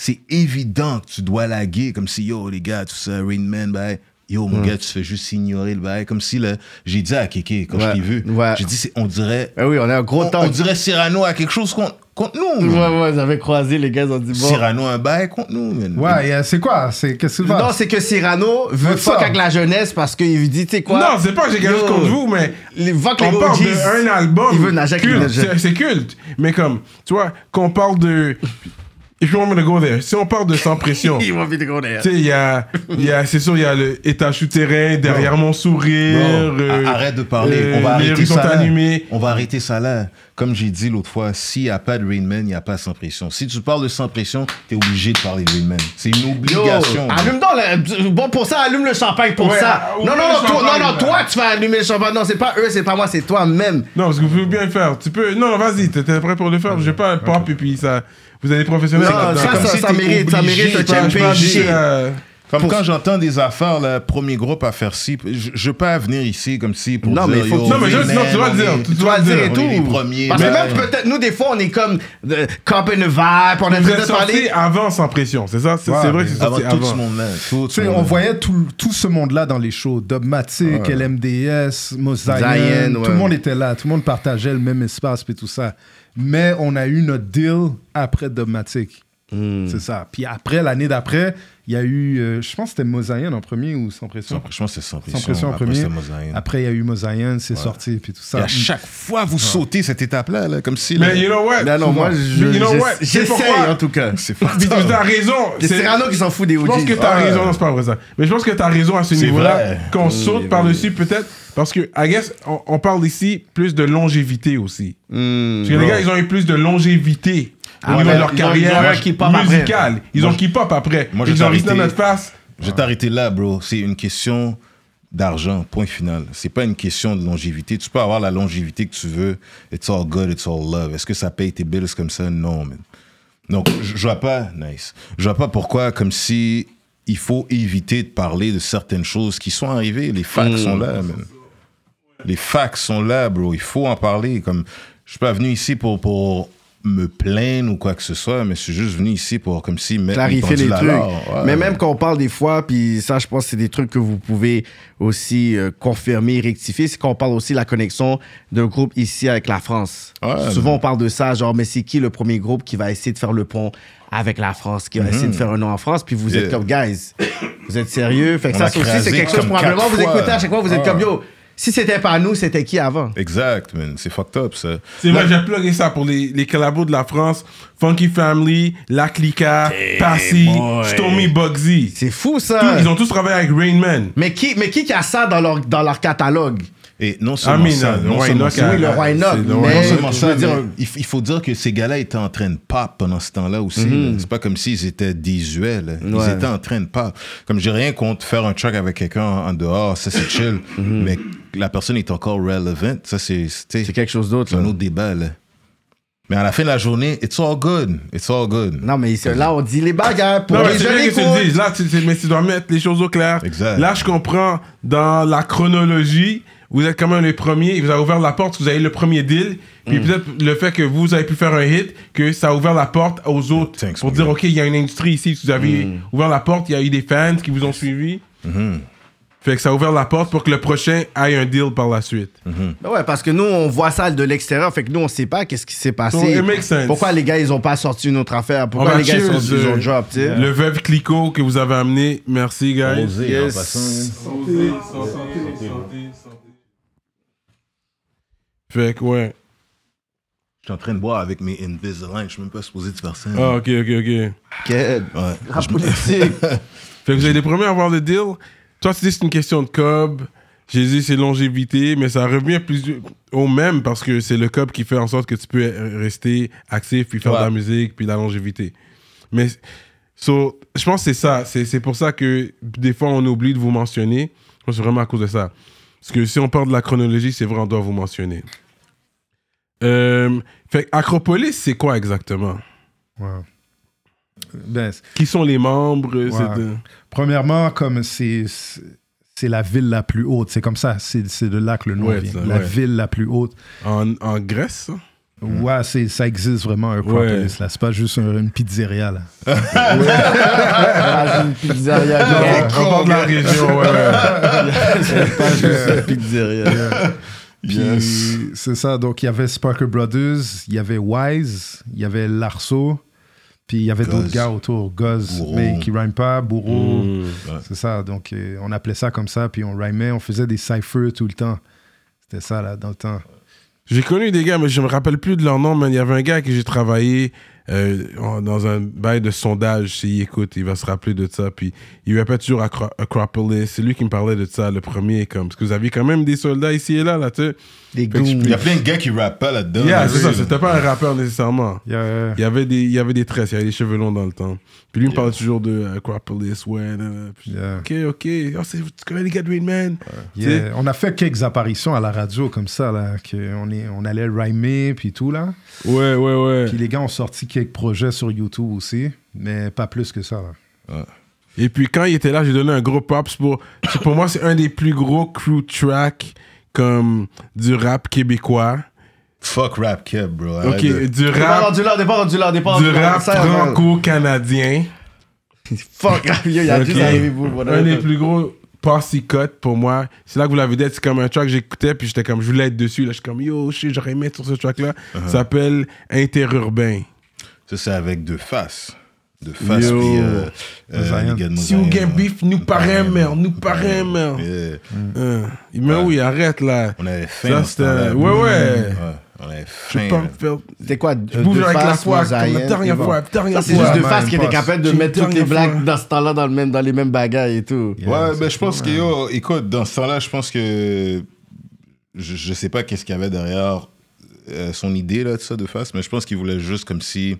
S2: C'est évident que tu dois laguer, comme si, yo, les gars, tout ça, Rain Man, bye. Yo,
S1: Hmm.
S2: mon gars, tu fais juste ignorer le bail. Comme si, là, j'ai dit à Kéké, quand
S3: Ouais,
S2: je t'ai vu,
S3: ouais.
S2: j'ai dit, c'est- on dirait...
S3: Ben oui, on a un gros
S2: On,
S3: temps.
S2: on dirait Cyrano à quelque chose contre, contre nous.
S3: Ouais,
S2: man.
S3: ouais, ils avaient croisé, les gars, ils ont dit, bon.
S2: Cyrano un bail contre nous, man.
S4: Ouais, et, euh, c'est quoi C'est qu'est-ce que c'est
S3: Non, c'est que Cyrano veut
S4: What's
S3: fuck
S4: up?
S3: avec la jeunesse parce qu'il dit, tu sais quoi?
S1: Non, c'est pas que j'ai quelque
S3: Yo.
S1: chose contre vous, mais
S3: Les- fuck
S1: on
S3: les
S1: parle
S3: OGs.
S1: d'un album
S3: Il veut nager avec les
S1: culte.
S3: légers.
S1: C'est- C'est culte. Mais comme, tu vois, qu'on parle de... If you want me to go there. Si on parle de Sans
S2: [LAUGHS]
S1: Pression, tu
S3: Ils vont vite qu'on est.
S1: sais, il y a... il y a- C'est sûr, il y a le état souterrain, derrière mon sourire...
S2: Bro,
S1: euh,
S2: a- arrête de parler.
S1: euh,
S2: on va
S1: les
S2: arrêter
S1: rues sont
S2: ça là.
S1: allumées.
S2: On va arrêter ça là. Comme j'ai dit l'autre fois, s'il n'y a pas de Rain Man, il n'y a pas sans pression. Si tu parles de sans pression, t'es obligé de parler de Rain Man. C'est une
S3: Yo,
S2: obligation. bro.
S3: allume donc le, euh, bon pour ça, allume le champagne pour
S1: Ouais,
S3: ça.
S1: euh,
S3: Non non
S1: ouvre
S3: non,
S1: le
S3: toi,
S1: champagne,
S3: non non,
S1: là.
S3: toi tu vas allumer le champagne. Non, c'est pas eux, c'est pas moi, c'est toi-même.
S1: Non, parce que vous pouvez bien le faire. Tu peux... Non, vas-y, t'étais prêt pour le faire. J'ai pas pop et puis ça... Vous avez des professionnels.
S3: Non,
S1: là-dedans.
S3: ça,
S2: comme
S3: ça,
S2: si
S3: ça
S2: t'es
S3: mérite, ça
S2: obligé,
S3: mérite un
S1: Je peux pas
S3: champagne.
S1: dire, euh,
S2: Comme
S3: Pour-
S2: quand j'entends des affaires, le premier groupe à faire ci, je, je peux pas venir ici comme si pour
S3: Non,
S2: dire,
S3: mais faut
S2: yo,
S3: que tu- Non, mais
S1: je-
S2: man,
S1: non, tu dois
S2: on
S1: le dire,
S2: est-
S1: tu
S2: on
S1: dois
S2: est
S1: le dire
S2: les
S1: et
S3: tout.
S2: premiers,
S3: Parce que
S2: man.
S3: même peut-être, nous, des fois, on est comme euh, camper le vibe, on est en
S1: Vous
S3: train
S1: êtes
S3: de parler.
S1: sorti avant sans pression, c'est ça? C'est
S2: Ouais,
S1: c'est vrai que
S2: mais
S1: c'est sorti
S2: avant tout
S1: avant.
S2: ce monde-là. Tout
S4: Tu
S2: ce
S4: sais, on
S2: monde-là.
S4: voyait tout, tout ce monde-là dans les shows. Dub Matic, LMDS, Mosaïen.
S3: Zayn, ouais.
S4: Tout le monde était là. Tout le monde partageait le même espace et tout ça. Mais on a eu notre deal après Dub Matic. C'est ça. Puis après, l'année d'après, il y a eu, euh, je pense que c'était Mosaïen en premier ou Sans
S2: Sans
S4: Pression.
S2: pression, c'est sans pression.
S4: Sans Pression en
S2: Après,
S4: premier.
S2: c'est Mosaïque.
S4: Après, il y a eu Mosaïen, c'est sorti puis tout
S2: Et
S4: ça.
S2: à chaque fois, vous sautez cette étape-là, là, comme si. là-
S1: Ah. Mais you know what?
S3: Non, non, moi, je-
S1: Mais you know
S3: je-
S1: what? C'est
S3: j'essaye,
S1: pourquoi-
S3: en tout cas.
S2: [LAUGHS] C'est
S1: Mais
S2: fucked
S1: T'as
S2: up.
S1: raison.
S3: C'est Cyrano qui s'en fout des
S1: Je pense
S3: OG.
S1: que t'as
S2: Ouais.
S1: raison, non, c'est pas vrai ça. Mais je pense que t'as raison à ce
S2: C'est
S1: niveau-là,
S2: vrai.
S1: qu'on saute par-dessus peut-être, parce que, I guess, on, on parle ici plus de longévité aussi. Parce que les gars, ils ont eu plus de longévité
S3: Ah
S1: au niveau
S3: ouais,
S1: de leur
S3: ils ont-
S1: carrière
S3: ils ont eu un keep-up après.
S1: musicale. Ils ont keep-up après.
S2: Moi, je
S1: ils
S2: t'ai
S1: ont resté dans
S2: arrêté.
S1: notre face.
S2: Je vais t'arrêter là, bro. C'est une question d'argent, point final. C'est pas une question de longévité. Tu peux avoir la longévité que tu veux. It's all good, it's all love. Est-ce que ça paye tes bills comme ça? Non, man. Donc, je je vois pas, nice. Je vois pas pourquoi, comme si il faut éviter de parler de certaines choses qui sont arrivées. Les
S3: Hmm.
S2: facts sont là, man. Les facts sont là, bro. Il faut en parler. Comme, je suis pas venu ici pour, pour me plaindre ou quoi que ce soit, mais je suis juste venu ici pour, comme si, mettre une
S3: clarifier les
S2: pendule à
S3: trucs.
S2: l'heure. Ouais.
S3: Mais même quand on parle des fois, puis ça, je pense que c'est des trucs que vous pouvez aussi euh, confirmer, rectifier, c'est qu'on parle aussi de la connexion d'un groupe ici avec la France.
S2: Ouais.
S3: Souvent, on parle de ça, genre, mais c'est qui le premier groupe qui va essayer de faire le pont avec la France, qui va essayer de faire un nom en France, puis vous êtes
S2: Mhm. Yeah.
S3: comme, guys, vous êtes sérieux? Fait que
S2: On
S3: ça,
S2: a
S3: c'est aussi,
S2: crasé
S3: c'est quelque chose,
S2: comme
S3: probablement,
S2: quatre
S3: vous
S2: fois.
S3: écoutez à chaque fois, vous êtes
S2: Ah.
S3: comme, yo, si c'était pas nous, c'était qui avant?
S2: Exact, man. C'est fucked up, ça.
S1: C'est vrai, j'ai plugué ça pour les, les collabos de la France. Funky Family, La Clica, Passy, Stormy Bugsy.
S3: C'est fou,
S1: Tous-
S3: ça!
S1: Ils ont tous travaillé avec Rain Man.
S3: Mais qui, mais qui qui a ça dans leur, dans leur catalogue?
S2: Et non
S1: I
S2: seulement
S1: mean,
S2: ça,
S1: euh,
S2: non
S1: Roy
S2: seulement
S1: Knock
S2: ça,
S1: a-
S3: Oui, le Roy
S1: c'est-
S3: Knock,
S1: le
S3: mais-
S2: non
S1: Knock.
S2: seulement
S3: je
S2: ça,
S3: veux dire,
S2: mais il, f- il faut dire que ces gars-là étaient en train de pop pendant ce temps-là aussi. là. C'est pas comme s'ils étaient désuets. là.
S3: Mhm. Ouais.
S2: Ils étaient en train de pop. Comme j'ai rien contre faire un track avec quelqu'un en en dehors, ça
S3: [LAUGHS]
S2: c'est chill. Mais la personne est encore relevant. Ça c'est tu
S3: Mhm. C'est
S2: sais,
S3: quelque chose d'autre,
S2: c'est
S3: là.
S2: un autre débat. là. Mais à la fin de la journée, it's all good. It's all good.
S3: Non, mais c'est- là, on dit les bagarres pour
S1: Non, mais
S3: les
S1: c'est bien
S3: jeunes
S1: que tu le
S3: écoutes.
S1: dises. Là, tu, tu- mais tu dois mettre les choses au clair.
S2: Exact.
S1: Là, je comprends, dans la chronologie, vous êtes quand même les premiers. Vous avez ouvert la porte, vous avez le premier deal.
S2: Hmm.
S1: Puis peut-être le fait que vous avez pu faire un hit, que ça a ouvert la porte aux autres.
S2: Thanks,
S1: pour
S2: mon
S1: dire,
S2: gars. Hmm.
S1: OK, il y a une industrie ici. Vous avez ouvert la porte, il y a eu des fans qui vous ont suivi. Fait que ça a ouvert la porte pour que le prochain ait un deal par la suite.
S2: Hmm.
S3: Ben ouais, parce que nous, on voit ça de l'extérieur, fait que nous, on sait pas qu'est-ce qui s'est
S1: So,
S3: passé.
S1: it makes sense.
S3: Pourquoi les gars, ils ont pas sorti une autre affaire? Pourquoi
S1: Oh, bah,
S3: les gars, ils, sont,
S1: cheers,
S3: ils ont
S1: euh,
S3: drop, tu sais?
S1: Le veuve Clicquot que vous avez amené. Merci, guys.
S2: Osez, en
S3: Yes.
S2: passant,
S1: Fait que, ouais.
S2: Je suis en train de boire avec mes Invisalign. Je suis même pas supposé de faire ça.
S1: Ah, OK, OK, OK.
S3: Quel
S2: Ouais.
S3: rap politique.
S2: [LAUGHS]
S1: Fait que vous êtes les premiers à avoir le deal. Toi, tu dis que c'est une question de cob. J'ai dit c'est longévité, mais ça revient plus au même parce que c'est le cob qui fait en sorte que tu peux euh, rester actif, puis faire de la
S2: Ouais.
S1: musique, puis de la longévité. Mais so, je pense que c'est ça. C'est c'est pour ça que des fois, on oublie de vous mentionner. Je pense que c'est vraiment à cause de ça. Parce que si on parle de la chronologie, c'est vrai, on doit vous mentionner. Euh, fait que Acropolis, c'est quoi exactement
S4: Hmm. Ouais. Ben, c'est-
S1: Qui sont les membres c'est de-
S4: Premièrement, comme c'est c'est- c'est la ville la plus haute, c'est comme ça, c'est c'est de là que le nom
S1: Ouais,
S4: vient.
S1: ça,
S4: la
S1: ouais.
S4: ville la plus haute.
S1: en, en Grèce ça?
S4: Ouais, c'est ça existe vraiment un Acropolis, là. C'est pas juste un- une pizzeria là.
S3: Ah, j'ai une pizzeria.
S1: Non,
S3: gars.
S1: on parle de la région, ouais, ouais.
S4: [LAUGHS]
S3: Pas juste une pizzeria.
S4: Puis c'est ça. Donc il y avait Sparker Brothers, il y avait Wise, il y avait Larso, puis il y avait
S2: Goz.
S4: d'autres gars autour, Goz,
S2: Bourreau.
S4: mais qui rhyme pas, Bourreau.
S2: ouais.
S4: C'est ça. Donc euh, on appelait ça comme ça, puis on rhymait, on faisait des cyphers tout le temps. C'était ça là dans le temps.
S1: J'ai connu des gars, mais je me rappelle plus de leur nom, mais il y avait un gars que j'ai travaillé euh, en- dans un bail de sondage. S'il écoute, il va se rappeler de ça. Puis il répète toujours Acro- Acropolis. C'est lui qui me parlait de ça, le premier. Comme, parce que vous aviez quand même des soldats ici et là, là, tu sais.
S3: Des
S1: Fait que je
S3: goons.
S2: Il y a plein de gars qui rappent pas là-dedans.
S1: Yeah,
S2: là,
S1: c'est ça.
S2: là.
S1: C'était pas un rappeur nécessairement.
S4: Il y a-
S1: Il y avait des, il y avait des tresses, il y avait des cheveux longs dans le temps. Puis lui me parlait toujours de Acropolis, ouais. nan, nan. Puis,
S4: Yeah.
S1: Ok, ok. Ah, c'est- tu connais les gars de Rain Man? Tu sais?
S4: Yeah. On a fait quelques apparitions à la radio comme ça, là, qu'on est, on allait rhymer, puis tout, là.
S1: Ouais, ouais, ouais.
S4: Puis les gars ont sorti quelques projets sur YouTube aussi, mais pas plus que ça, là.
S2: Ouais.
S1: Et puis quand il était là, j'ai donné un gros props pour. c'est- Pour moi, c'est un des plus gros crew track comme du rap québécois.
S2: Fuck rap keb, bro.
S1: Ok,
S2: Arrête
S1: du
S3: On n'est pas
S1: rap,
S3: rendu là, on n'est pas rendu là, on n'est pas
S1: du
S3: rendu là.
S1: rap
S3: Ça, man.
S1: franco-canadien.
S3: Fuck, [LAUGHS] yo, il a
S1: Ok.
S3: juste arrivé, vous. voilà.
S1: Un des plus gros posse cut pour moi. C'est là que vous l'avez dit, c'est comme un track que j'écoutais, puis j'étais comme, je voulais être dessus. Là, je suis comme, yo, shit, j'aurais aimé être sur ce track-là. Ça s'appelle Interurbain.
S2: de- Ça, c'est avec deux faces. Deux faces,
S1: Yo.
S2: puis euh, euh,
S4: Zion.
S2: les gars de
S1: Si vous
S2: Zion,
S1: gagnez
S2: hein.
S1: beef, nous parrain, merde, nous parrain, merde.
S2: Yeah.
S1: Hein. Mais oui, arrête là.
S2: On avait faim.
S1: Ça,
S2: dans ce
S1: c'était-
S2: temps-là.
S1: ouais, ouais.
S2: On avait
S1: Je
S2: faim.
S1: peux pas
S2: là.
S1: me faire.
S3: C'était quoi
S1: Je bouge avec la foi, comme la dernière
S3: fois.
S1: fois, la
S3: Ça,
S1: dernière
S3: c'est juste
S1: fois.
S3: deux
S4: man,
S3: faces qui étaient
S4: passe.
S3: capables de
S1: J'ai
S3: mettre toutes les
S1: dernière
S3: blagues
S1: fois.
S3: dans ce temps-là dans, le même, dans les mêmes bagailles et tout.
S2: Ouais, ben, je pense que, yo, écoute, dans ce temps-là, je pense que. Je, je sais pas qu'est-ce qu'il y avait derrière euh, son idée, là, de ça, de face, mais je pense qu'il voulait juste comme si.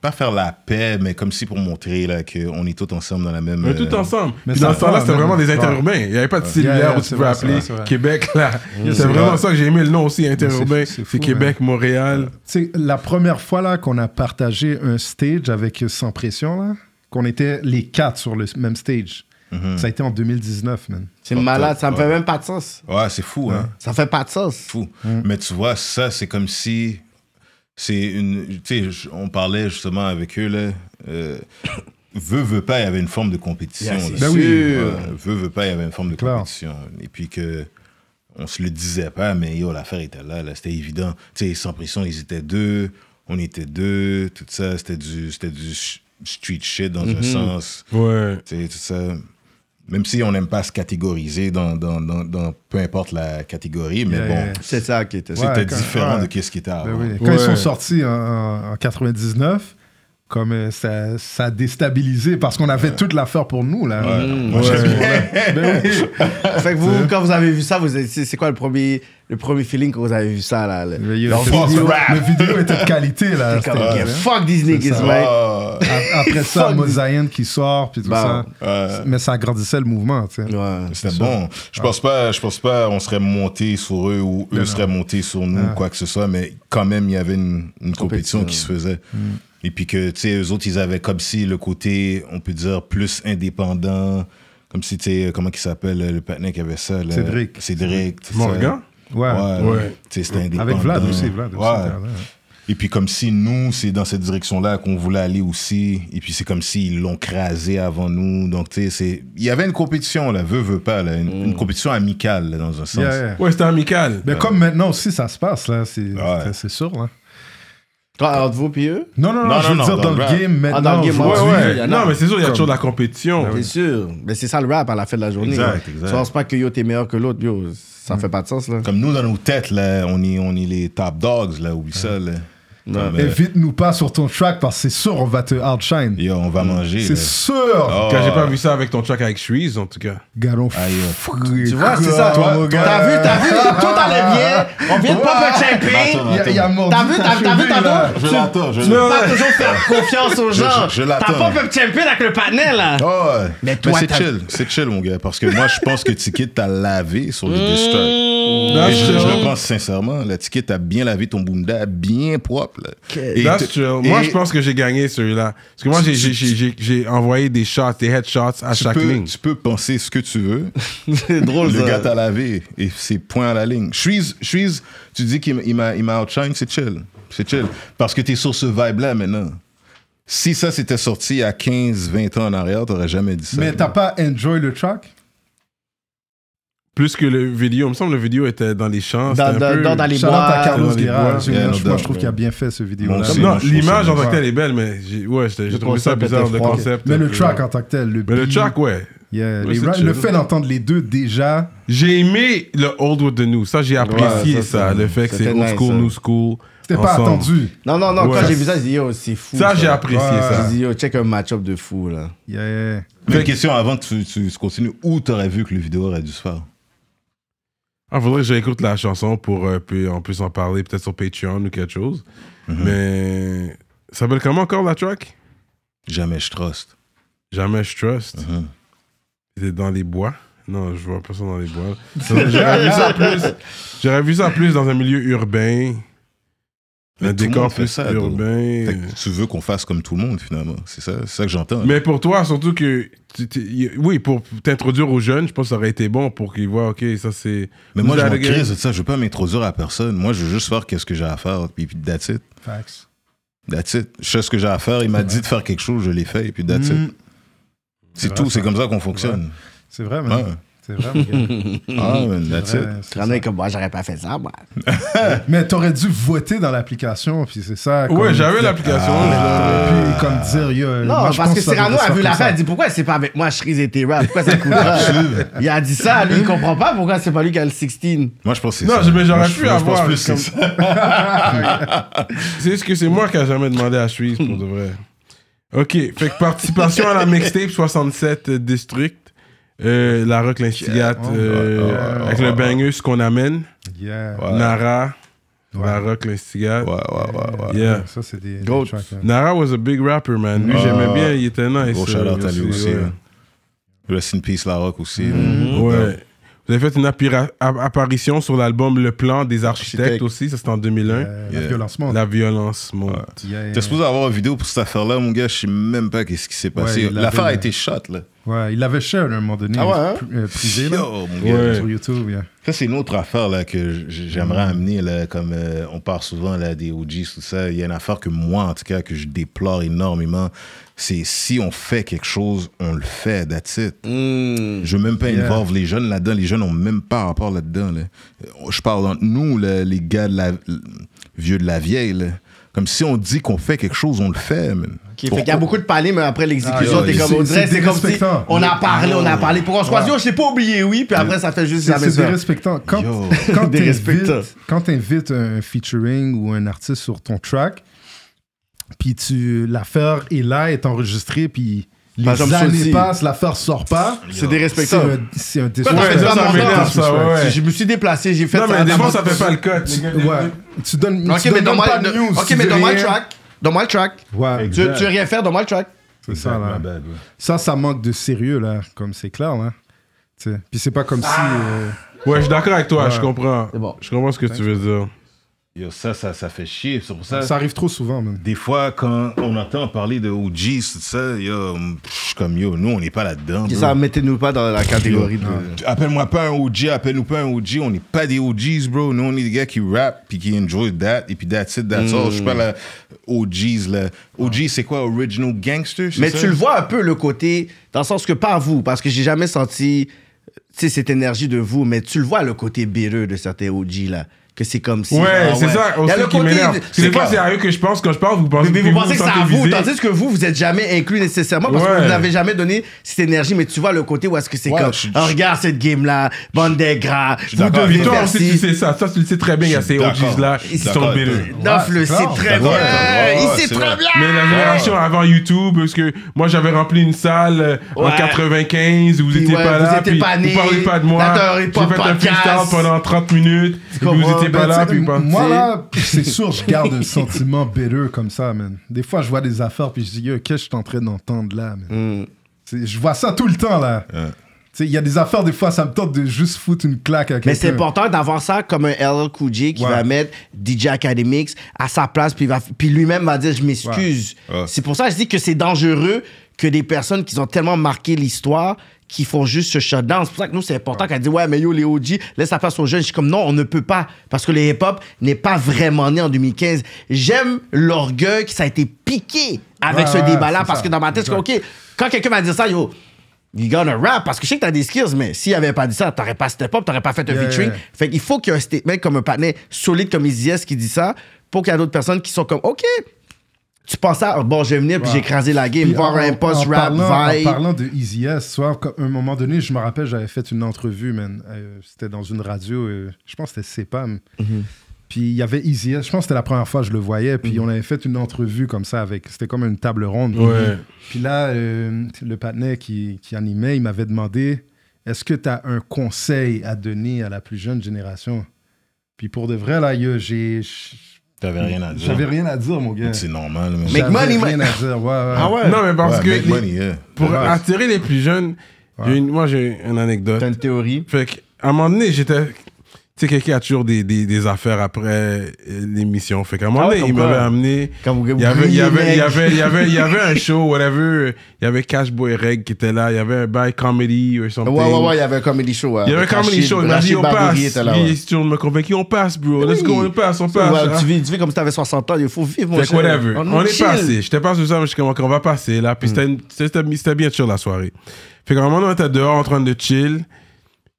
S2: Pas faire la paix, mais comme si pour montrer, là, qu'on est tous ensemble dans la même.
S1: On est
S2: euh,
S1: tout ensemble.
S4: Mais
S1: Puis
S4: ça
S1: dans ce temps-là,
S4: va,
S1: c'était
S4: même.
S1: vraiment des
S4: Ouais.
S1: interurbains. Il n'y avait pas de
S4: Yeah,
S1: cellulaire
S4: yeah,
S1: où tu
S4: c'est
S1: peux
S4: vrai, c'est
S1: appeler
S4: vrai, c'est vrai.
S1: Québec, là.
S2: c'est
S1: C'est vraiment
S2: vrai.
S1: ça que j'ai aimé le nom aussi, interurbain.
S4: c'est- c'est
S1: C'est
S4: fou, hein.
S1: Québec, Montréal.
S4: C'est la première fois là qu'on a partagé un stage avec Sans Pression, là, qu'on était les quatre sur le même stage. Ça a été en 2019, man.
S3: C'est malade, ça me fait même pas de sens.
S2: Ouais, c'est fou, hein.
S3: Ça fait pas de sens.
S2: fou.
S4: Mm.
S2: Mais tu vois, ça, c'est comme si. C'est une. Tu sais, je- on parlait justement avec eux, là. euh, veut, veut pas, il y avait une forme de compétition.
S3: Yeah, c'est
S2: là.
S4: Ben oui.
S3: sûr.
S2: Ouais, veut, veut pas, il y avait une forme de
S4: Clair.
S2: compétition. Et puis que. On se le disait pas, mais yo, l'affaire était là, là c'était évident. Tu sais, sans pression, ils étaient deux, on était deux, tout ça, c'était du, c'était du sh- street shit dans un sens.
S1: Ouais.
S2: Tu sais, tout ça. Même si on n'aime pas se catégoriser dans, dans, dans, dans peu importe la catégorie, mais
S4: Yeah,
S2: bon,
S4: yeah.
S3: C'est ça qui était
S4: Ouais.
S2: c'était
S4: quand-
S2: différent
S4: Ah, ouais.
S2: de qu'est-ce qui était avant.
S4: Ben oui, Quand
S1: Ouais.
S4: ils sont sortis en- en, en 99, comme euh, ça, ça a déstabilisé parce qu'on avait toute l'affaire pour nous, là.
S2: Moi,
S4: Ouais.
S2: j'aime bien.
S4: Ben oui.
S3: Fait que vous, quand vous avez vu ça, vous avez- c'est c'est quoi le premier, le premier feeling que vous avez vu ça là? Le,
S4: Mais, yo,
S3: Leur
S4: c'est-
S3: force
S4: vidéo-
S3: rap.
S4: le vidéo était de qualité, là.
S3: Comme,
S4: C'était-
S3: yeah, fuck these niggas,
S4: ça.
S3: man.
S2: Ah,
S4: A- Après ça,
S3: Fuck.
S4: Mosaïen qui sort, puis tout
S3: Bah,
S4: ça.
S2: euh,
S4: Mais ça agrandissait le mouvement, tu sais.
S3: Ouais.
S2: C'était bon. Je pense pas, je pense pas, on serait monté sur eux ou
S4: Ben
S2: eux seraient montés sur nous,
S4: Ah.
S2: quoi que ce soit, mais quand même, il y avait une, une compétition, qui se faisait.
S4: Mm.
S2: Et puis que, tu sais, eux autres, ils avaient comme si le côté, on peut dire, plus indépendant, comme si, tu sais, comment il s'appelle, le patinet qui avait ça, là?
S4: Cédric.
S2: Cédric. tout ça.
S1: Morgan?
S4: Ouais.
S2: Ouais.
S1: Ouais.
S2: Tu sais, c'était indépendant.
S4: Avec Vlad aussi, Vlad aussi.
S2: Ouais.
S4: là, là.
S2: Et puis comme si nous, c'est dans cette direction-là qu'on voulait aller aussi. Et puis c'est comme s'ils l'ont crasé avant nous. Donc tu sais, c'est- il y avait une compétition, là, veut, veut pas, là, une,
S3: Mm.
S2: une compétition amicale, là, dans un sens.
S4: Yeah, yeah.
S1: Ouais, c'était amical.
S4: Mais comme maintenant aussi, ça se passe, là. C'est c'est- c'est sûr, là.
S3: Quand, entre vous puis eux?
S4: Non, non, non,
S2: Non, non,
S4: je veux
S2: non,
S4: dire
S2: dans
S4: dans
S2: le
S4: le
S2: rap.
S4: game maintenant.
S3: Ah, dans le game,
S1: Ouais,
S4: aujourd'hui.
S3: ouais, il y
S1: ouais.
S3: en a.
S1: Non, mais c'est sûr, il y a
S4: Comme- Ah
S1: toujours de la compétition.
S3: C'est sûr. Mais c'est ça le rap à la fin de la journée.
S2: Exact,
S3: là.
S2: exact.
S3: Tu penses pas que yo, t'es meilleur que l'autre, yo. Ça
S4: Mm.
S3: fait pas de sens, là.
S2: Comme nous, dans nos têtes, là, on est, on est les top dogs, là, oublie ça, là. Comme, euh,
S4: Évite-nous pas sur ton track parce que c'est sûr, on va te outshine.
S2: yo, on va manger, là.
S4: Mm. C'est sûr.
S2: Oh,
S1: Quand j'ai
S3: Ah.
S1: pas vu ça avec ton track avec Shreeze, en tout cas.
S4: Garon.
S2: ah, yo.
S3: Tu vois, c'est ça.
S4: Toi, mon
S3: T'as
S4: gars.
S3: t'as vu, t'as vu, tout allait bien. [LAUGHS] On vient de pop un
S2: Attends,
S3: champagne.
S4: Il y a- il y a
S2: attends.
S4: mordu
S3: T'as vu,
S4: ta
S3: t'as- t'as vu,
S4: cheville,
S3: t'as
S4: là.
S2: Je l'attends, je
S3: Faut
S2: l'attends.
S3: Pas toujours faire confiance aux
S2: Je-
S3: gens.
S2: je- je
S3: T'as
S2: l'attends.
S3: pas pop champagne avec le panel, là.
S2: Ah
S3: Mais
S2: ouais. Mais,
S3: toi,
S2: c'est
S3: t'as-
S2: chill, c'est chill, mon gars, parce que moi, je pense que Ticket t'a lavé sur
S3: Mm.
S2: les diss tracks.
S1: That's
S2: Mais je, je
S1: true.
S2: le pense sincèrement, la ticket a bien lavé ton bunda, bien propre. là. Et
S1: That's
S2: te-
S1: true.
S2: et
S1: Moi, je pense que j'ai gagné celui-là. Parce que moi, j'ai- j'ai- j'ai j'ai- j'ai envoyé des shots, des headshots à
S2: tu
S1: chaque
S2: peux,
S1: ligne.
S2: Tu peux penser ce que tu
S1: [LAUGHS]
S2: veux.
S3: C'est drôle,
S2: le
S3: ça.
S2: gars t'a lavé et c'est point à la ligne. Shreeze, Shreeze, tu dis qu'il m- il m'a il m'a outshine, c'est chill. C'est chill. Parce que t'es sur ce vibe-là maintenant. Si ça s'était sorti à 15, 20 ans en arrière, t'aurais jamais dit ça.
S4: Mais t'as pas enjoy le track
S1: Plus que le vidéo, il me semble que le vidéo était dans les champs. c'était
S3: Dans,
S1: un
S3: dans,
S1: peu-
S3: dans, dans les
S4: Shout out à
S3: bois.
S4: Carlos
S1: dans les
S4: Guerra.
S1: bois.
S4: Je-
S2: Yeah,
S4: Moi,
S2: no
S4: je
S2: doubt.
S4: trouve qu'il a bien fait ce vidéo.
S2: Moi
S4: là
S2: aussi.
S1: Non,
S2: Moi, je trouve
S1: l'image
S2: ça
S1: en tant que
S4: bien.
S1: telle est belle, mais j'ai- ouais, j'ai j'ai trouvé
S3: concept
S1: ça
S3: était
S1: bizarre. Le
S3: froid.
S1: concept.
S4: Mais le
S1: euh,
S4: track hein. en tant que tel, le
S1: Mais le
S4: beat,
S1: track, ouais.
S4: yeah,
S1: Ouais,
S4: les
S1: c'est
S4: ra-
S1: chill.
S4: le fait d'entendre les deux déjà,
S1: J'ai aimé le old with the new. Ça, j'ai
S3: ça,
S1: apprécié ça,
S3: c'est-
S1: Le fait que
S3: c'était
S1: c'est old
S3: nice,
S1: school,
S3: ça.
S1: new school.
S4: c'était pas
S1: ensemble.
S4: attendu.
S3: Non, non, non.
S1: Ouais.
S3: Quand j'ai vu ça, j'ai dit, yo, c'est fou.
S1: Ça, j'ai apprécié
S4: Ouais.
S1: ça.
S3: J'ai dit, yo, check un match-up de fou, là.
S4: Yeah.
S2: Mais une question avant que tu, tu continues, où t'aurais vu que le vidéo aurait dû se faire
S1: Ah, faudrait que j'écoute la chanson pour euh, puis on puisse en parler peut-être sur Patreon ou quelque chose. Mais ça s'appelle comment encore la track
S2: Jamais je trust.
S1: Jamais je trust.
S2: Mhm.
S1: C'est dans les bois. Non, je vois pas ça dans les
S2: [LAUGHS]
S1: bois. J'aurais vu ça plus. J'aurais vu ça plus dans un milieu urbain.
S2: Mais
S1: Un
S2: tout le
S1: décor
S2: monde fait
S1: plus
S2: ça, bro.
S1: urbain.
S2: Fait que tu veux qu'on fasse comme tout le monde, finalement. C'est ça, c'est ça que j'entends.
S1: Euh. Mais pour toi, surtout que. tu- tu- y- oui, pour t'introduire aux jeunes, je pense que ça aurait été bon pour qu'ils voient, OK, ça c'est.
S2: Mais moi,
S1: Vous
S2: je m'en
S1: avez-
S2: crise de ça. Je veux pas m'introduire à personne. Moi, je veux juste faire qu'est-ce que j'ai à faire. Puis, puis that's it.
S4: Facts.
S2: That's it. Je sais ce que j'ai à faire. Il m'a dit de faire quelque chose. Je l'ai fait. Et puis that's it.
S4: Mm.
S2: C'est
S4: vrai,
S2: tout.
S4: ça.
S2: C'est comme ça qu'on fonctionne.
S4: C'est vrai, man.
S2: Ouais.
S4: C'est vrai, mon gars.
S2: Ah, man, [LAUGHS] that's
S4: C'est
S2: it.
S4: vrai, c'est
S3: Il y en a comme moi, j'aurais pas fait ça, moi.
S4: ça. Mais t'aurais dû voter dans l'application, puis c'est ça. comme-
S1: Ouais, j'avais l'application.
S2: ah,
S4: T'aurais pu comme dire, yo,
S3: Non,
S4: moi, je
S3: parce
S4: pense
S3: que
S4: ça devrait
S3: Cyrano a
S4: se
S3: vu
S4: faire
S3: la
S4: comme ça.
S3: fin, il dit pourquoi c'est pas avec moi, Shreeze et Tera, pourquoi ça coulera Il a dit ça, lui, il comprend pas pourquoi c'est pas lui qui a le 16.
S2: Moi, je pense que c'est
S1: Non,
S2: ça.
S1: je- mais j'aurais
S2: Moi, je-
S1: pu
S2: moi, Je
S1: avoir
S2: pense plus que
S1: comme-
S2: c'est ça.
S1: C'est juste que c'est moi qui a jamais demandé à Suisse pour de vrai. Ok, fait que participation à la mixtape 67 euh, District. Euh, la rock l'instigate euh,
S2: yeah.
S1: avec le banger ce qu'on amène.
S4: Yeah.
S2: Ouais.
S1: Nara,
S4: Ouais.
S1: la rock l'instigate.
S2: Ouais, ouais, ouais, ouais.
S1: Yeah.
S4: Ça, c'est des.
S3: Gros.
S4: des tracks,
S2: Mm.
S4: hein.
S1: Nara was a big rapper, man. Lui,
S2: Ah.
S1: j'aimais bien, il était nice.
S2: Gros
S1: euh,
S2: shout-out à lui aussi.
S1: ouais.
S2: hein. Rest in peace, La Rock aussi. hein.
S1: Mm. Ouais. Vous avez fait une appira- a- apparition sur l'album Le Plan des Architectes
S2: Architectes.
S1: aussi, ça c'était en 2001.
S4: Euh,
S2: Yeah.
S4: La violence monte.
S1: La violence monte.
S4: Yeah,
S2: T'es
S4: yeah.
S2: supposé avoir une vidéo pour cette affaire-là, mon gars. Je sais même pas qu'est-ce qui s'est passé.
S4: il l'avait,
S2: L'affaire a
S4: mais-
S2: été shot, là.
S4: Ouais, il l'avait share à un moment donné.
S2: Ah ouais, hein?
S4: pri- euh, privé, là.
S2: Yo, mon
S1: Ouais.
S2: gars.
S4: Sur YouTube, yeah.
S2: Ça, c'est une autre affaire là, que j- j'aimerais
S3: Mm.
S2: amener. Là, comme euh, on parle souvent là, des OGs, tout ça. Il y a une affaire que moi, en tout cas, que je déplore énormément. C'est si on fait quelque chose, on le fait, that's it.
S3: Mm.
S2: Je veux même pas
S4: Yeah.
S2: involve les jeunes là-dedans. Les jeunes ont même pas rapport là-dedans. là. Euh, Je parle entre nous, là, les gars de la, le- vieux de la vieille. là. Comme si on dit qu'on fait quelque chose, on le fait. man.
S3: Qui fait qu'il y a beaucoup de palais, mais après l'exécution,
S2: Ah,
S3: t'es
S2: c'est-
S3: comme on
S4: c'est
S3: dirait, c'est comme si
S4: dérespectant. Ah.
S3: on a parlé, on a parlé. Pourquoi on se croise, yo, je t'ai pas oublié, oui, puis après ça fait juste
S4: C'est
S3: jamais
S4: c'est
S3: ça.
S4: dérespectant. Quand,
S2: Yo.
S4: quand
S3: Dérespectant.
S4: t'invites- quand t'invites un featuring ou un artiste sur ton track, puis tu l'affaire est là, est enregistrée, puis les
S3: Par exemple,
S4: années
S3: Soulsy.
S4: passent, l'affaire sort pas.
S3: C'est
S4: C'est
S3: dérespectant.
S4: un, c'est un
S3: Ouais,
S1: Ouais,
S3: ça,
S1: ça,
S3: c'est
S1: ça
S3: pas
S1: m'énerve,
S3: mon
S1: ça,
S4: temps.
S3: Si
S1: ouais.
S3: Je me suis déplacé, j'ai fait
S1: Non,
S3: ça.
S1: mais des
S3: dans
S1: fois,
S3: mon-
S1: ça fait pas le cut.
S4: Ouais. Tu donnes,
S3: Ok,
S4: tu
S3: mais
S4: donnes
S3: dans
S4: même pas
S3: my-
S4: de news.
S3: Ok,
S4: tu
S3: mais
S4: veux
S3: dans my
S4: rien.
S3: track, dans my track,
S4: Ouais,
S3: tu veux tu veux rien faire dans my track.
S4: c'est ça, là. Ça, ça manque de sérieux, là, comme c'est clair, là. Tu sais. Puis c'est pas comme
S3: Ah.
S4: si... euh,
S1: Ouais, je suis d'accord avec toi,
S4: Ouais.
S1: je comprends.
S3: C'est bon.
S1: Je comprends ce que tu veux dire.
S2: Yo, ça, ça, ça fait chier. C'est pour
S4: euh,
S3: Ah,
S4: ça arrive trop souvent, man.
S2: Des fois, quand on entend parler de OG, tout ça, yo, je suis comme yo, nous, on n'est pas là-dedans. bro.
S3: Ça, mettez-nous pas dans la catégorie de.
S2: Appelle-moi pas un OG, appelle-nous pas un OG, on n'est pas des OGs, bro. Nous, on est des gars qui rap puis qui enjoy that, et puis that's it, that's all. Je
S3: Hmm.
S2: suis pas là, OGs, là. OG, c'est quoi, Original Gangster? c'est
S3: Mais
S2: ça?
S3: tu le vois un peu le côté, dans le sens que pas vous, parce que j'ai jamais senti euh, tu sais, cette énergie de vous, mais tu le vois le côté béreux de certains OG là, que c'est comme si.
S1: Ouais,
S3: Ah
S1: c'est ça
S3: Il y a
S1: aussi
S3: le
S1: qui
S3: côté.
S1: m'énerve. Parce que
S3: C'est
S1: Des fois,
S3: clair.
S1: c'est à eux que je pense quand je parle, vous pensez
S3: Mais vous pensez que c'est
S1: sentez
S3: à vous,
S1: visé.
S3: tandis que vous, vous êtes jamais inclus nécessairement parce que
S1: Ouais.
S3: vous n'avez jamais donné cette énergie, mais tu vois le côté où est-ce que c'est
S2: Ouais,
S3: comme,
S2: je suis-
S3: Ah, regarde cette game-là, bande des gras, vous
S2: d'accord.
S3: devez
S1: Et toi
S3: faire
S1: aussi, tu
S3: ci.
S1: sais ça. Toi, tu le sais très bien, il y a
S2: Je suis
S1: ces OGs-là
S2: d'accord.
S1: qui sont
S2: D'accord.
S1: tombés.
S3: Neuf le
S4: Ouais,
S3: sait
S4: d'accord.
S3: très bien,
S2: D'accord, d'accord.
S3: il
S2: Ouais,
S3: sait
S2: c'est
S3: très
S2: vrai.
S3: bien.
S1: Mais la génération avant YouTube, parce que moi j'avais rempli une salle euh, en
S3: Ouais.
S1: 95, vous
S3: Puis
S1: étiez
S3: ouais,
S1: pas
S3: vous
S1: là,
S3: étiez
S1: puis
S3: pas
S1: vous
S3: nés.
S1: parlez pas de
S3: Là,
S1: moi.
S3: t'aurais
S1: J'ai
S3: pas de
S1: fait un
S3: podcast.
S1: freestyle pendant 30 minutes, puis vous
S3: comprends?
S1: étiez
S4: Ben,
S1: pas là,
S4: tu sais,
S1: puis pas.
S4: Moi, là, c'est sûr, je garde un sentiment bitter comme ça, man. Des fois, je vois des affaires, puis je dis, yo, qu'est-ce que je suis en train d'entendre là, man?
S3: Hmm.
S4: C'est- Je vois ça tout le temps, là. Tu sais, il y a des affaires, des fois, ça me tente de juste foutre une claque à quelqu'un.
S3: Mais c'est important d'avoir ça comme un LL Cool J qui
S4: Ouais.
S3: va mettre DJ Academics à sa place, puis, il va- puis lui-même va dire je m'excuse.
S2: Ouais. Ouais.
S3: C'est pour ça que je dis que c'est dangereux que des personnes qui ont tellement marqué l'histoire qui font juste ce shutdown. C'est pour ça que nous, c'est important qu'elle dit Ouais, mais yo, les OG, laisse la place aux jeunes. Je suis comme Non, on ne peut pas. Parce que le hip-hop n'est pas vraiment né en 2015. J'aime l'orgueil que ça a été piqué avec
S4: Ouais,
S3: ce
S4: ouais,
S3: débat-là.
S4: c'est
S3: Parce
S4: ça.
S3: que dans ma tête, je suis comme, OK, quand quelqu'un va dire ça, yo, you gonna rap. Parce que je sais que t'as des skills, mais s'il avait pas dit ça, t'aurais pas step up, t'aurais pas fait un
S4: Yeah, yeah,
S3: featuring.
S4: yeah.
S3: Fait qu'il faut qu'il y ait un statement comme un partenaire solide comme Izies qui dit ça pour qu'il y ait d'autres personnes qui sont comme, OK, tu penses ça, bon, je vais venir puis j'ai écrasé la game,
S4: Puis
S3: voir
S4: en-
S3: un post-rap
S4: en parlant,
S3: vibe.
S4: En parlant de Easy S, soit à un moment donné, je me rappelle, j'avais fait une entrevue, man. Euh, c'était dans une radio, euh, je pense que c'était CEPAM.
S3: Mhm.
S4: Puis il y avait Easy S, je pense que c'était la première fois que je le voyais. Puis on avait fait une entrevue comme ça, avec c'était comme une table ronde.
S1: Ouais.
S4: Puis là, euh, le patinet qui, qui animait, il m'avait demandé est-ce que tu as un conseil à donner à la plus jeune génération Puis pour de vrai, là, yo, j'ai.
S2: T'avais rien à dire.
S4: J'avais rien à dire, mon gars.
S2: C'est normal, mais.
S3: Mais- Make money,
S4: J'avais rien
S3: man.
S4: à dire, ouais, ouais.
S3: Ah
S1: Non, mais parce
S2: Ouais,
S1: que
S2: make
S1: les-
S2: money, yeah.
S1: pour
S4: Ouais.
S1: attirer les plus jeunes, j'ai une- moi j'ai une anecdote.
S3: T'as une théorie.
S1: Fait que, à un moment donné, j'étais. sais, quelqu'un a toujours des, des, des affaires après euh, l'émission. Fait qu'à un moment
S3: Ah ouais,
S1: donné,
S3: comme
S1: il m'avait
S3: quoi?
S1: amené.
S3: Quand vous-
S1: Il y avait, il y
S3: brillez,
S1: avait, il y
S3: mec.
S1: avait, il y avait, il y avait un show, whatever. Il y avait Cashboy Reg qui était là. Il y avait un by comedy or something.
S3: Ouais, ouais, ouais, il y avait un comedy show.
S1: Il y avait un comedy show. Il m'a dit, on passe.
S3: était là.
S1: Il
S3: ouais.
S1: est toujours me convaincu, on passe, bro. Let's
S3: Oui.
S1: go, on passe, on
S3: Ouais,
S1: passe. hein.
S3: tu, vis, tu vis comme si t'avais 60 ans, il faut vivre, mon
S1: Fait que
S3: cher.
S1: whatever. On, est
S3: chill.
S1: passé. J'étais pas sur ça, mais je suis comme, OK, on va passer là. Puis c'était une- c'était c'était bien chill la soirée. Fait qu'à un moment, donné, on était dehors en train de chill.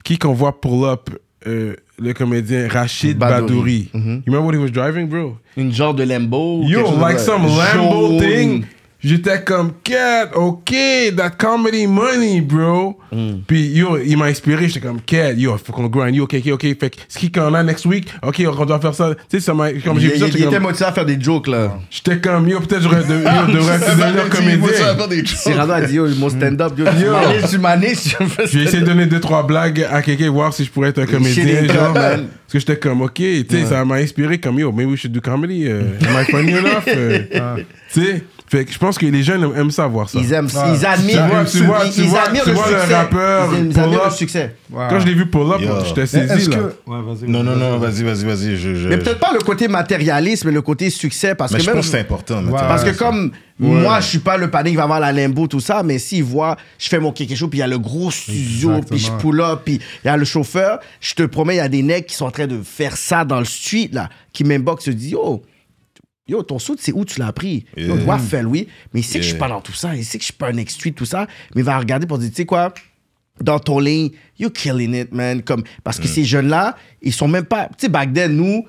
S1: Qui qu'on voit pull up euh, le comédien Rachid Badouri.
S3: Badouri. Mm-hmm.
S1: You remember what he was driving, bro?
S3: Une genre de Lambo. ou
S1: Yo,
S3: quelque chose
S1: like
S3: de-
S1: some Lambo
S3: Jaune.
S1: thing. J'étais comme, Cat, OK, that comedy money, bro.
S3: Mm.
S1: Puis yo, il m'a inspiré. J'étais comme, Cat, yo, faut qu'on grind. Yo, OK, OK, OK. Fait que ce qui qu'on a next week, OK, on doit faire ça. Tu sais, ça m'a. Comme
S3: Il,
S1: j'ai vu
S3: il-
S1: ça, j'étais
S3: il
S1: comme-
S3: était motivé à faire des jokes, là.
S1: J'étais comme, yo, peut-être j'aurais de- yo, devrais devenir comédien.
S2: Oh.
S3: Cyrano a dit, yo, mon stand-up, yo, tu m'anais, tu m'anais, si je fais
S1: J'ai essayé de donner deux, trois blagues à quelqu'un, voir si je pourrais être un comédien.
S3: des
S1: genre.
S3: gars, man.
S1: Parce que j'étais comme, ok, tu sais, ça m'a inspiré comme, yo, maybe we should do comedy. euh, am I funny enough? euh, Tu sais, fait que je pense que les jeunes aiment ça, voir ça.
S3: Ils aiment,
S4: Ah.
S3: ils admirent,
S1: Tu
S3: ils-
S1: vois, tu vois,
S3: ils,
S1: tu
S3: ils
S1: vois,
S3: admirent
S1: tu
S3: le
S1: vois le
S3: succès.
S1: rappeur,
S3: ils, ils
S1: pull
S3: admirent
S1: up.
S3: le succès.
S1: Quand je l'ai vu pull up,
S2: Yo.
S1: j'étais
S4: Mais
S1: saisi,
S4: est-ce
S1: là.
S4: que... Ouais, vas-y.
S2: Non, non, non, vas-y, vas-y, vas-y. Je, je,
S3: Mais peut-être pas le côté matérialiste, mais le côté succès, parce
S2: Mais
S3: que
S2: je
S3: même...
S2: pense que c'est important. mais
S4: Ouais.
S2: t'as
S3: Parce que
S2: raison.
S3: comme moi, je suis pas le panique, va avoir la limbo, tout ça, mais s'il voit, je fais mon quelque chose, puis il y a le gros studio,
S4: Exactement.
S3: puis je pull up, puis il y a le chauffeur, je te promets, il y a des necks qui sont en train de faire ça dans le street, là, qui m'inbox, se oh, dit yo, yo, ton soute, c'est où tu l'as pris Yo,
S2: Yeah.
S3: doit faire lui, mais il sait que je suis
S2: Yeah.
S3: pas dans tout ça, il sait que je suis pas un ex street, tout ça, mais il va regarder pour dire, tu sais quoi dans ton ligne, you killing it, man. Comme, parce
S1: Mm.
S3: que ces jeunes-là, ils sont même pas. Tu sais, back then, nous,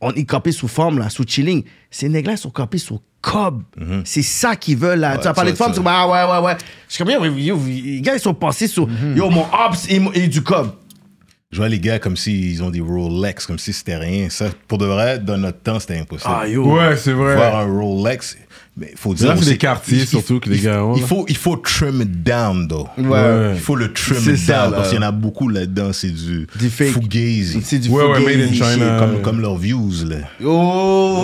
S3: on est campés sous forme, là, sous chilling. Ces nègres-là, ils sont campés sous cob.
S1: Mm-hmm.
S3: C'est ça qu'ils veulent, là. tu as
S2: tu
S3: parlé
S2: vois,
S3: de forme,
S2: tu
S3: tu dis, ah ouais, ouais, ouais. Je suis comme, yo, yo, les gars, ils sont passés sur.
S1: Mm-hmm.
S3: Yo, mon Hobbs et, mon- et du cob.
S2: Je vois les gars comme s'ils ont des Rolex, comme si c'était rien. Ça, pour de vrai, dans notre temps, c'était impossible.
S3: Ah, yo.
S1: Ouais, c'est
S2: Voir
S1: vrai.
S2: un Rolex, mais faut
S1: Là,
S2: dire
S1: c'est
S2: aussi-
S1: des quartiers,
S2: il-
S1: surtout, que les
S2: il-
S1: gars ont,
S2: Il
S1: là.
S2: faut, il faut trim it down, though.
S3: Ouais.
S2: Il faut le trim
S3: C'est
S2: it
S3: ça,
S2: down,
S3: là.
S2: parce qu'il y en a beaucoup là-dedans, c'est du,
S3: Du fake.
S2: fugazi.
S3: C'est du
S1: Ouais, ouais,
S3: fugazi
S1: made in
S3: shit.
S1: China.
S2: Comme, comme leurs views, là.
S1: [LAUGHS]
S3: Oh,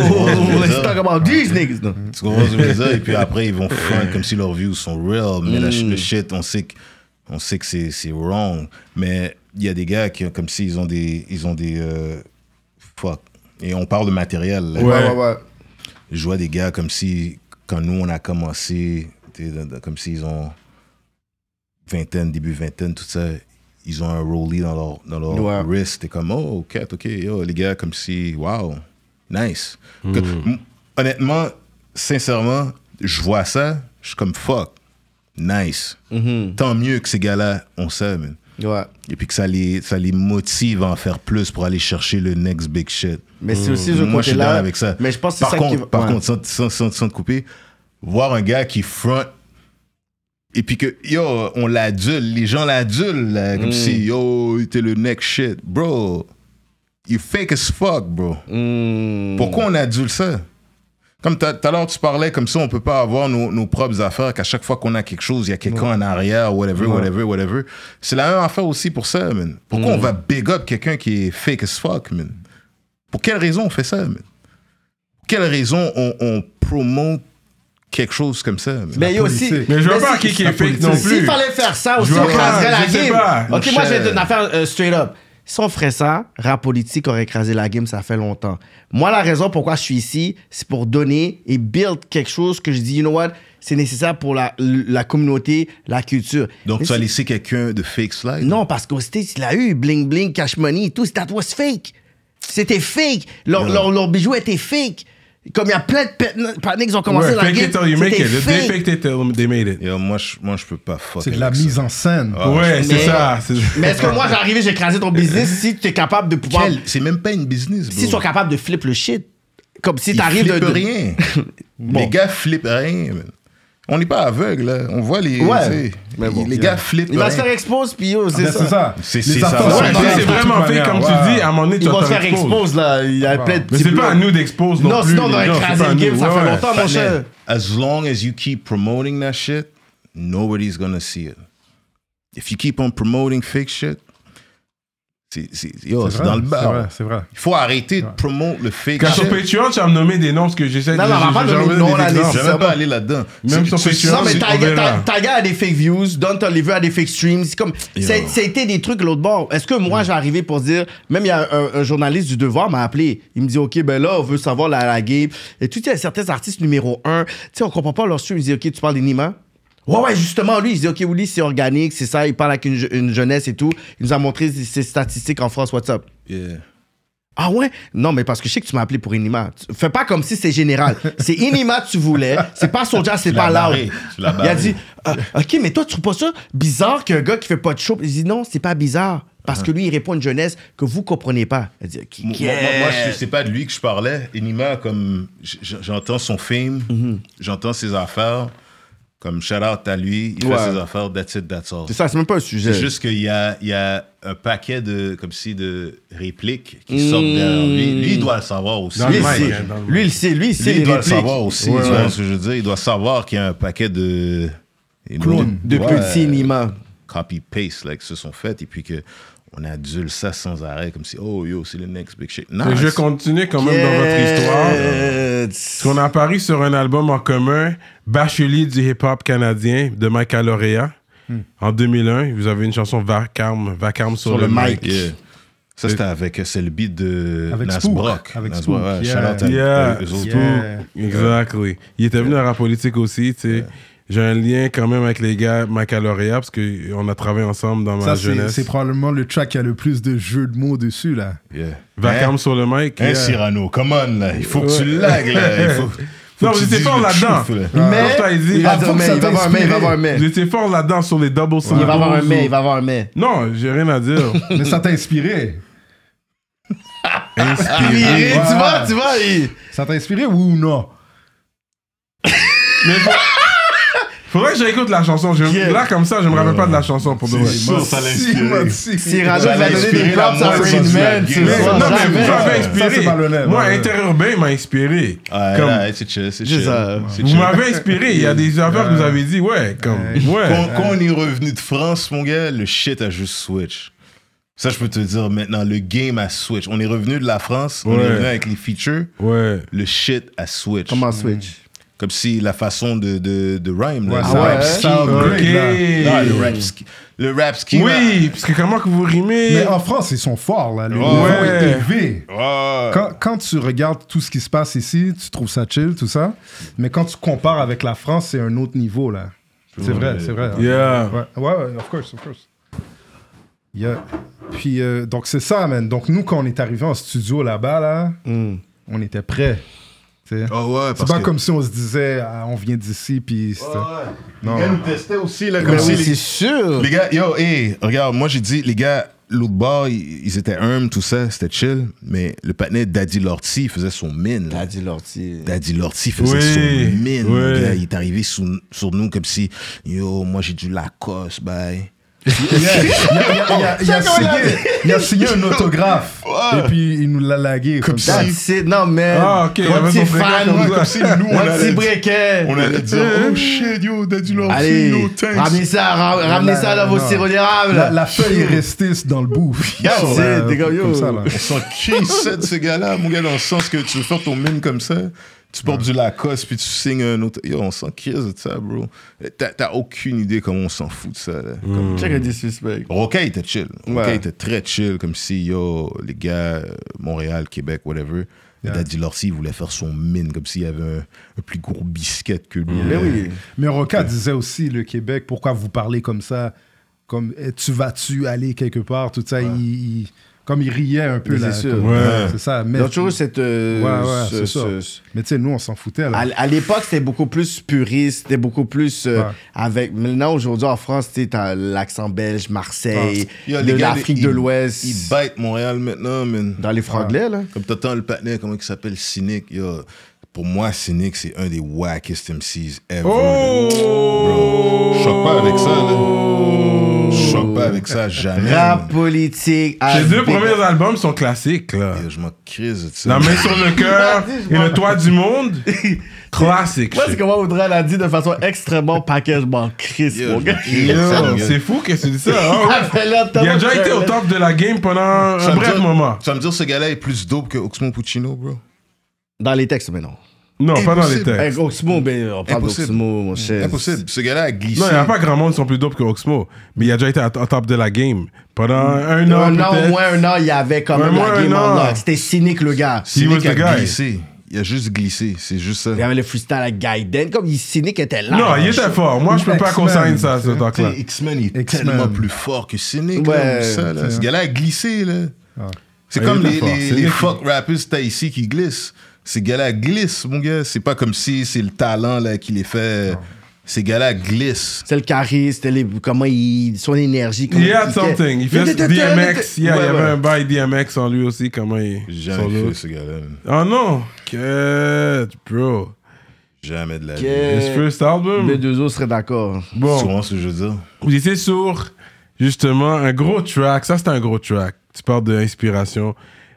S3: let's talk about these niggas. Non.
S2: Tu comprends ce que je veux dire? Et puis après, ils vont faire comme si leurs views sont real. Mais la ch- le shit, on sait que, on sait que c'est, c'est wrong. Mais il y a des gars qui, ont- comme s'ils ont des. Ils ont des euh, fuck. Et on parle de matériel. là.
S1: Ouais.
S3: ouais.
S2: Je vois des gars comme si, quand nous, on a commencé, t'es dans- dans- comme s'ils ont vingtaine, début vingtaine, tout ça. Ils ont un rollie dans leur, dans leur
S3: Ouais.
S2: wrist. T'es comme, oh, cat, ok, yo, les gars, comme si, wow, nice. Que- m- honnêtement, sincèrement, je vois ça, je suis comme, fuck, nice.
S3: Hmm.
S2: Tant mieux que ces gars-là, on sait, man.
S3: Mhm. Ouais.
S2: Et puis que ça les, ça les motive à en faire plus pour aller chercher le next big shit.
S3: Mais c'est aussi ce
S2: Moi, je suis
S3: côté-là.
S2: d'accord avec ça.
S3: Mais je pense que c'est
S2: par
S3: ça
S2: contre,
S3: qui va-
S2: Par
S3: ouais.
S2: contre, sans, sans, sans, sans te couper, voir un gars qui front et puis que, yo, on l'adule, les gens l'adulent, là,
S3: Mm.
S2: comme si, yo, t'es le next shit. Bro, you fake as fuck, bro.
S3: Mhm.
S2: Pourquoi on adule ça? Comme t'as- tout à l'heure, tu parlais comme ça, on peut pas avoir nos, nos propres affaires, qu'à chaque fois qu'on a quelque chose, il y a quelqu'un en arrière, whatever, whatever, whatever. C'est la même affaire aussi pour ça, man. Pourquoi on va big up quelqu'un qui est fake as fuck, man? Pour quelle raison on fait ça, man? Pour quelle raison on, on promote quelque chose comme ça, man?
S3: Mais yo, si-
S4: politique.
S1: Mais je vois
S3: si-
S1: pas qui qui est
S4: la
S1: fake
S4: politique.
S1: non
S3: S'il
S1: plus.
S3: fallait faire ça aussi,
S1: Je vois
S3: on
S1: pas,
S3: craserait la
S1: je sais
S3: game.
S1: pas.
S3: Ok,
S2: Mon
S3: moi, je vais
S2: cher.
S3: te une affaire euh, straight up. Si on ferait ça, rap politique aurait écrasé la game, ça fait longtemps. Moi, la raison pourquoi je suis ici, c'est pour donner et build quelque chose que je dis, you know what, c'est nécessaire pour la, la communauté, la culture.
S2: Donc,
S3: Mais
S2: tu as
S3: si-
S2: laissé quelqu'un de fake slide?
S3: Non, parce qu'au States, il a eu bling bling, cash money et tout. That was fake. C'était fake. Leur,
S2: Yeah.
S3: leur, leur bijou était fake. Comme il y a plein de pe- paniques qui ont commencé
S1: Ouais,
S3: la
S1: fake
S3: game.
S1: it till you make
S3: c'était
S1: it. If They faked it till they made it.
S2: Yo, moi, je, moi, je peux pas fuck
S4: C'est de la
S2: avec ça.
S4: mise en scène.
S2: Ah,
S1: Ouais, c'est
S3: Mais-
S1: ça. c'est-
S3: Mais
S1: [LAUGHS]
S3: est-ce que moi, j'arrive et j'écrasais ton business si tu es capable de pouvoir.
S2: Quel- C'est même pas une business, bro.
S3: S'ils sont capables de flip le shit. Comme si
S2: Ils
S3: t'arrives de.
S2: flippent
S3: de-
S2: rien. Les gars flippent rien. man. On n'est pas aveugle, là. On voit les.
S3: Ouais.
S2: tu sais,
S3: Mais bon.
S2: les gars flippent
S3: Il va se faire
S2: rien.
S3: expose, puis yo,
S1: Ah
S3: c'est
S4: Ben,
S3: ça.
S4: C'est ça.
S2: C'est-
S4: Les
S2: c'est ça.
S4: affaires
S2: Ouais,
S4: sont
S3: mais
S4: faites
S1: Si
S4: de
S1: c'est
S4: toute
S1: vraiment fake,
S4: manière.
S1: comme tu
S4: Ouais.
S1: dis, à un moment donné, tu
S3: Ils
S1: vas
S3: vont
S1: te
S3: se faire
S1: faire expose.
S3: expose, là. Il y a plein de
S1: Mais
S3: petits
S1: c'est pas à
S3: blocs.
S1: nous d'expose non,
S3: Non,
S1: plus.
S3: sinon, on
S1: les
S3: aurait
S1: gens, c'est
S3: écrasé
S1: pas à
S3: le game,
S1: nous.
S3: ça
S1: Ouais,
S3: fait
S1: ouais.
S3: longtemps, mon cher.
S2: As long as you keep promoting that shit, nobody's gonna see it. If you keep on promoting fake shit, C'est c'est- yo, c'est
S4: vrai,
S2: dans le
S4: C'est
S2: bar.
S4: vrai, c'est vrai.
S2: Il faut arrêter de promouvoir le fake
S1: Quand sur
S2: shit.
S1: Patreon, tu vas me nommer des noms parce que j'essaie de.
S3: Non, non, on va pas
S1: j'ai- j'ai
S3: nommer de
S1: enlevé
S3: nom,
S1: des
S3: là, les-
S1: exemples.
S2: J'aimerais pas aller là-dedans.
S1: Même
S2: Tu-
S1: sur
S2: tu
S1: Patreon,
S2: sens-
S3: Non, mais
S1: c'est-
S2: on
S3: Tiger-
S2: verra.
S3: Ta- Tiger a des fake views, Don Toliver a des fake streams. C'est comme, c'est- c'était des trucs l'autre bord. Est-ce que moi, j'ai arrivé pour dire, même il y a un, un journaliste du Devoir m'a appelé. Il me dit, OK, ben là, on veut savoir la, la game. Et tout, il y a certains artistes numéro un. Tu sais, on comprend pas leur stream. Il dit, OK, tu parles des Nima? Ouais, ouais, justement, lui, il dit, OK, Willy, c'est organique, c'est ça. Il parle avec une, je- une jeunesse et tout. Il nous a montré ses- ses statistiques en France. What's up?
S2: Yeah.
S3: Ah ouais? Non, mais parce que je sais que tu m'as appelé pour Inima. Tu- Fais pas comme si c'est général. C'est Inima que tu voulais. C'est pas Soulja, c'est
S2: Tu l'as
S3: pas
S2: barré,
S3: Loud.
S2: tu l'as
S3: Il a
S2: barré.
S3: dit, Ah, OK, mais toi, tu trouves pas ça bizarre qu'un gars qui fait pas de show... Il dit, non, c'est pas bizarre. Parce que lui, il répond à une jeunesse que vous comprenez pas. Elle dit, OK,
S2: Uh-huh. Moi, moi, moi, je- c'est pas de lui que je parlais. Enima, comme j- j- j'entends son film,
S3: Mhm.
S2: j'entends ses affaires, comme shout out à lui, il
S3: Ouais.
S2: fait ses affaires, that's it, that's all.
S3: C'est ça, c'est même pas un sujet.
S2: C'est juste qu'il y a, il y a un paquet de, comme si, de répliques qui sortent
S3: Mhm.
S2: derrière lui. Lui, il doit le savoir aussi.
S1: Dans
S3: Lui,
S1: le
S3: il
S1: mic,
S3: sait.
S1: hein, dans le
S3: Lui, il sait. Lui, il
S2: Lui,
S3: sait
S2: il
S3: les
S2: doit le
S3: répliques.
S2: savoir aussi.
S3: Ouais,
S2: tu
S3: ouais.
S2: vois ce que je veux dire? Il doit savoir qu'il y a un paquet de. you know,
S4: Clones,
S3: De
S2: ouais,
S3: petits Inima.
S2: Copy-paste, là, qui se sont faites, et puis que. On adule ça sans arrêt, comme si, oh yo, c'est le next big shit. Non,
S1: Et je
S2: c'est-
S1: continue quand même dans votre histoire. Parce qu'on a apparu sur un album en commun, Bachelier du hip-hop canadien de Baccalauréat. En 2001, vous avez une chanson Vacarme, Vacarme
S3: Hmm.
S1: sur,
S3: Sur
S1: le
S3: le
S1: mic.
S3: mic.
S2: Yeah. Ça, c'était avec, euh, c'est le beat de
S4: Avec
S2: Nas
S4: Spook.
S2: Brock.
S4: Avec
S2: Nas
S4: Spook,
S2: Brock, ouais,
S4: yeah.
S2: shout out à-
S1: Yeah.
S2: à eux autres.
S4: Yeah.
S1: Exactly. Il était venu à Rap Politique aussi, tu sais. J'ai un lien quand même avec les gars Baccalauréat parce qu'on a travaillé ensemble dans ma
S4: Ça, c'est
S1: jeunesse.
S4: c'est probablement le track qui a le plus de jeux de mots dessus, là.
S2: Yeah.
S1: Vacarme sur le mic.
S2: Hein,
S1: Yeah.
S2: Cyrano, come on, là. Il faut que tu lagues, là. Il faut, faut
S1: Non,
S2: que
S1: vous
S2: tu
S1: étiez
S2: dises
S1: fort
S2: le
S1: là-dedans.
S2: truth, là.
S3: Mais,
S1: Comme t'as dit,
S3: il va avoir un
S4: avant que
S3: mais,
S4: ça
S3: il va avoir un mais, il va avoir un mais.
S1: Vous étiez fort là-dedans sur les double
S3: Il va avoir un
S1: syllables.
S3: mais, il va avoir un mais.
S1: Non, j'ai rien
S3: [LAUGHS]
S1: à dire.
S4: Mais ça t'a inspiré.
S2: Ah,
S3: Inspiré,
S4: Ouais.
S3: tu vois, tu vois, il-
S4: Ça t'a inspiré ou non
S1: Mais faut... faudrait que j'écoute la chanson. Je-
S3: Yeah.
S1: Là, comme ça, je me rappelle pas de la
S3: Euh,
S1: chanson pour de vrai.
S2: C'est sûr, ça l'a inspiré.
S3: Cyrano
S2: Ça
S3: va
S2: l'a
S3: donner
S2: inspiré
S3: des
S2: la
S3: props à
S2: moitié
S3: Rain
S2: du
S3: Man,
S2: rap
S3: tu
S2: game.
S1: Mais-
S3: sais.
S1: non, mais
S3: Jamais.
S1: vous m'avez
S4: Ça,
S1: inspiré.
S4: c'est pas l'honneur,
S1: Moi,
S4: ouais.
S1: Interurbain m'a inspiré.
S2: Ah,
S1: Comme-
S2: là, c'est chill, c'est
S3: Je
S2: chill.
S3: sais.
S2: C'est
S1: vous
S2: chill.
S1: m'avez inspiré. Il y a des affaires que vous avez dit, ouais, comme, ouais.
S2: Quand, quand on est revenu de France, mon gars, le shit a juste switch. Ça, je peux te dire maintenant, le game a switch. On est revenu de la France, on
S1: Ouais.
S2: est revenu avec les features,
S1: Ouais.
S2: le shit a switch. Mm.
S3: Comment switch?
S2: Comme si la façon de, de, de rhyme, là,
S4: Ouais,
S2: le
S4: ça-
S2: rap
S3: ouais.
S2: scheme.
S4: ça
S1: Ok.
S4: upgrade, là.
S2: Ah, le rap ski. Le rap scheme,
S1: Oui, parce que comment que vous rimez
S4: Mais
S3: oh.
S4: en France, ils sont forts, là. Le
S2: Ouais.
S4: niveau est élevé.
S2: ah,
S4: Quand, quand tu regardes tout ce qui se passe ici, tu trouves ça chill, tout ça. Mais quand tu compares avec la France, c'est un autre niveau, là. C'est vrai, c'est vrai. hein.
S1: Yeah.
S4: Ouais, ouais, ouais, of course, of course. Yeah. Puis, euh, donc, c'est ça, man. Donc, nous, quand on est arrivé en studio là-bas, là,
S1: Hmm.
S4: on était prêts. tu sais.
S2: Ah ouais,
S4: c'est
S2: parce
S4: pas
S2: que- Ah
S4: comme si on se disait, Ah, on vient d'ici, puis. c'est- Non.
S2: Les gars nous testaient aussi, là, comme
S3: Ben
S2: si
S3: oui,
S2: les-
S3: c'est sûr.
S2: Les gars, yo, hey, regarde, moi j'ai dit, les gars, l'autre bar, ils, ils étaient humbles, tout ça, c'était chill, mais le patinet Daddy Lorty il faisait son mine. là.
S3: Daddy Lorty.
S2: Daddy Lorty faisait
S1: Oui,
S2: son mine.
S1: oui.
S2: mon gars. Il est arrivé sous- sur nous comme si, yo, moi j'ai du Lacoste, bye.
S4: Il a, il a signé, il a signé un autographe.
S2: Ouais.
S4: Et puis, il nous l'a lagué. Comme, ça.
S3: That's it. Non, man.
S1: Ah, ok, il y
S3: Un
S1: avait son
S3: petit
S1: frère
S3: fan.
S1: comme ça.
S3: Un
S2: Comme si nous, on
S3: petit
S2: allait,
S3: briquet.
S2: on allait dire, oh shit, yo, Daddy Lorty,
S3: Allez,
S2: yo, thanks.
S3: ramenez ça, ra- ramenez
S4: Non,
S3: ça dans vos
S4: non.
S3: sirops d'érable.
S4: La, la feuille est restée dans le bout. [LAUGHS]
S2: Yo,
S3: That's
S2: ouais,
S3: it, des gars, yo.
S4: Comme ça, là.
S2: On s'en crissait de ce gars-là, mon gars, dans le sens que tu veux faire ton mine comme ça, tu portes du Lacoste, puis tu signes un autre. Yo, on s'en crisse de ça, bro. T'as t'as aucune idée comment on s'en fout de ça. Là. Comme-
S3: Check un disrespect.
S2: Roca était chill. Roca
S3: Mm. Ouais.
S2: était très chill, comme si, yo, les gars, euh, Montréal, Québec, whatever.
S4: Yeah.
S2: Daddy Lorsi, il voulait faire son mine, comme s'il y avait un, un plus gros biscuit que lui.
S3: Mm. Mais oui.
S4: Mais Roca disait aussi, le Québec, pourquoi vous parlez comme ça Comme, eh, tu vas-tu aller quelque part Tout ça, il, il- comme il riait un peu.
S3: Mais
S4: là,
S3: c'est sûr.
S4: comme- euh,
S1: Ouais.
S4: C'est ça. Mais,
S3: Donc, toujours cette. euh,
S4: Ouais, ouais,
S3: ce-
S4: c'est
S3: ce-
S4: ça. mais tu sais, nous, on s'en foutait.
S3: À,
S4: Là.
S3: à l'époque, c'était beaucoup plus puriste, c'était beaucoup plus euh,
S4: Ouais.
S3: avec. Maintenant, aujourd'hui, en France, tu sais, t'as l'accent belge, Marseille,
S2: Yo,
S3: de
S2: les gars,
S3: l'Afrique
S2: ils-
S3: de l'Ouest,
S2: Ils battent Montréal maintenant, man.
S3: dans les franglais, là.
S2: Comme t'entends le patinet, comment il s'appelle, Cynic. Yo, pour moi, Cynic, c'est un des wackest MCs ever.
S1: Oh!
S2: Bro, je choque pas avec ça, là. Je choque
S1: Oh.
S2: fuck pas avec ça jamais.
S3: Rap politique.
S1: Les
S3: ah,
S1: deux
S3: big-
S1: premiers albums sont classiques, là.
S2: Yo, Je m'en crise de ça.
S1: La main sur le
S3: [LAUGHS]
S1: cœur
S3: Vas-y, je
S1: et
S3: m'en-
S1: le toit du monde.
S3: [LAUGHS]
S1: Classique.
S3: Moi,
S1: shit.
S3: c'est comment Audrey l'a dit de façon extrêmement packagement Chris,
S2: Yo,
S3: mon
S2: je
S3: gars. Ah, [LAUGHS]
S2: m'en crise de ça, mon
S1: Yo,
S2: gars.
S1: c'est fou que tu dis ça. hein, ouais.
S3: avait l'air
S1: Il a
S3: tellement
S1: déjà été au top de la game pendant
S2: Tu vas
S1: un
S2: me
S1: bref
S2: dire-
S1: moment.
S2: Tu vas me dire, ce gars-là est plus dope que Oxmo Puccino, bro.
S3: Dans les textes, mais non.
S1: Non, pas dans les
S2: Impossible.
S1: textes.
S3: Hey, Oxmo, ben, on parle
S2: Impossible. Mm.
S3: d'Oxmo, mon cher.
S2: Impossible. Ce gars-là a glissé.
S1: Non, il n'y a pas grand monde qui sont plus dope que Oxmo. Mais il a déjà été à- au top de la game pendant un
S3: Un
S1: an.
S3: an,
S1: peut-être.
S3: au moins un an, il y avait quand
S1: Un
S3: même
S1: mois,
S3: la
S1: un
S3: game
S1: an.
S3: en or. C'était cynique, le gars.
S2: C'est lui
S1: was
S2: qui a
S1: the guy.
S2: glissé. Il a juste glissé. C'est juste ça.
S3: Il y avait le freestyle à Gaiden, comme il cynique était là.
S1: Non, il était fort. Moi, je peux pas
S4: X-Men,
S1: consigner ça,
S3: [LAUGHS]
S1: ce
S4: tu sais.
S1: talk-là.
S2: T'sais, X-Men il est
S4: X-Men.
S2: tellement plus fort que Cynic. là,
S3: Ouais,
S2: ou ça, là. Ce gars-là a glissé. Là. C'est
S1: Ah,
S2: comme
S1: il est
S2: les,
S1: fort.
S2: les,
S1: C'est
S2: les
S1: lui qui-
S2: fuck rappers Tahiti qui glissent. Ces gars-là glissent, mon gars. C'est pas comme si c'est le talent là, qui les
S1: Ah.
S2: fait. Ces gars-là glissent.
S3: C'est le charisme, c'était les- comment il, son énergie. comment
S1: Il had
S3: était-
S1: something.
S3: [LAUGHS]
S1: Il fait
S3: était-
S1: DMX.
S3: était-
S1: Yeah, il y
S3: Ouais,
S1: avait
S3: ouais.
S1: un bail DMX en lui aussi. Comment il.
S2: J'ai
S1: son
S2: Jamais
S1: look.
S2: fait ce gars-là. man.
S1: Oh non! Que. Bro.
S2: Jamais de la vie.
S3: Que-
S1: His first album.
S3: Les Euh, deux autres seraient d'accord.
S2: Tu
S1: Bon,
S2: comprends ce que je veux dire?
S1: vous étiez sur justement un gros track. Ça, c'est un gros track. Tu parles d'inspiration.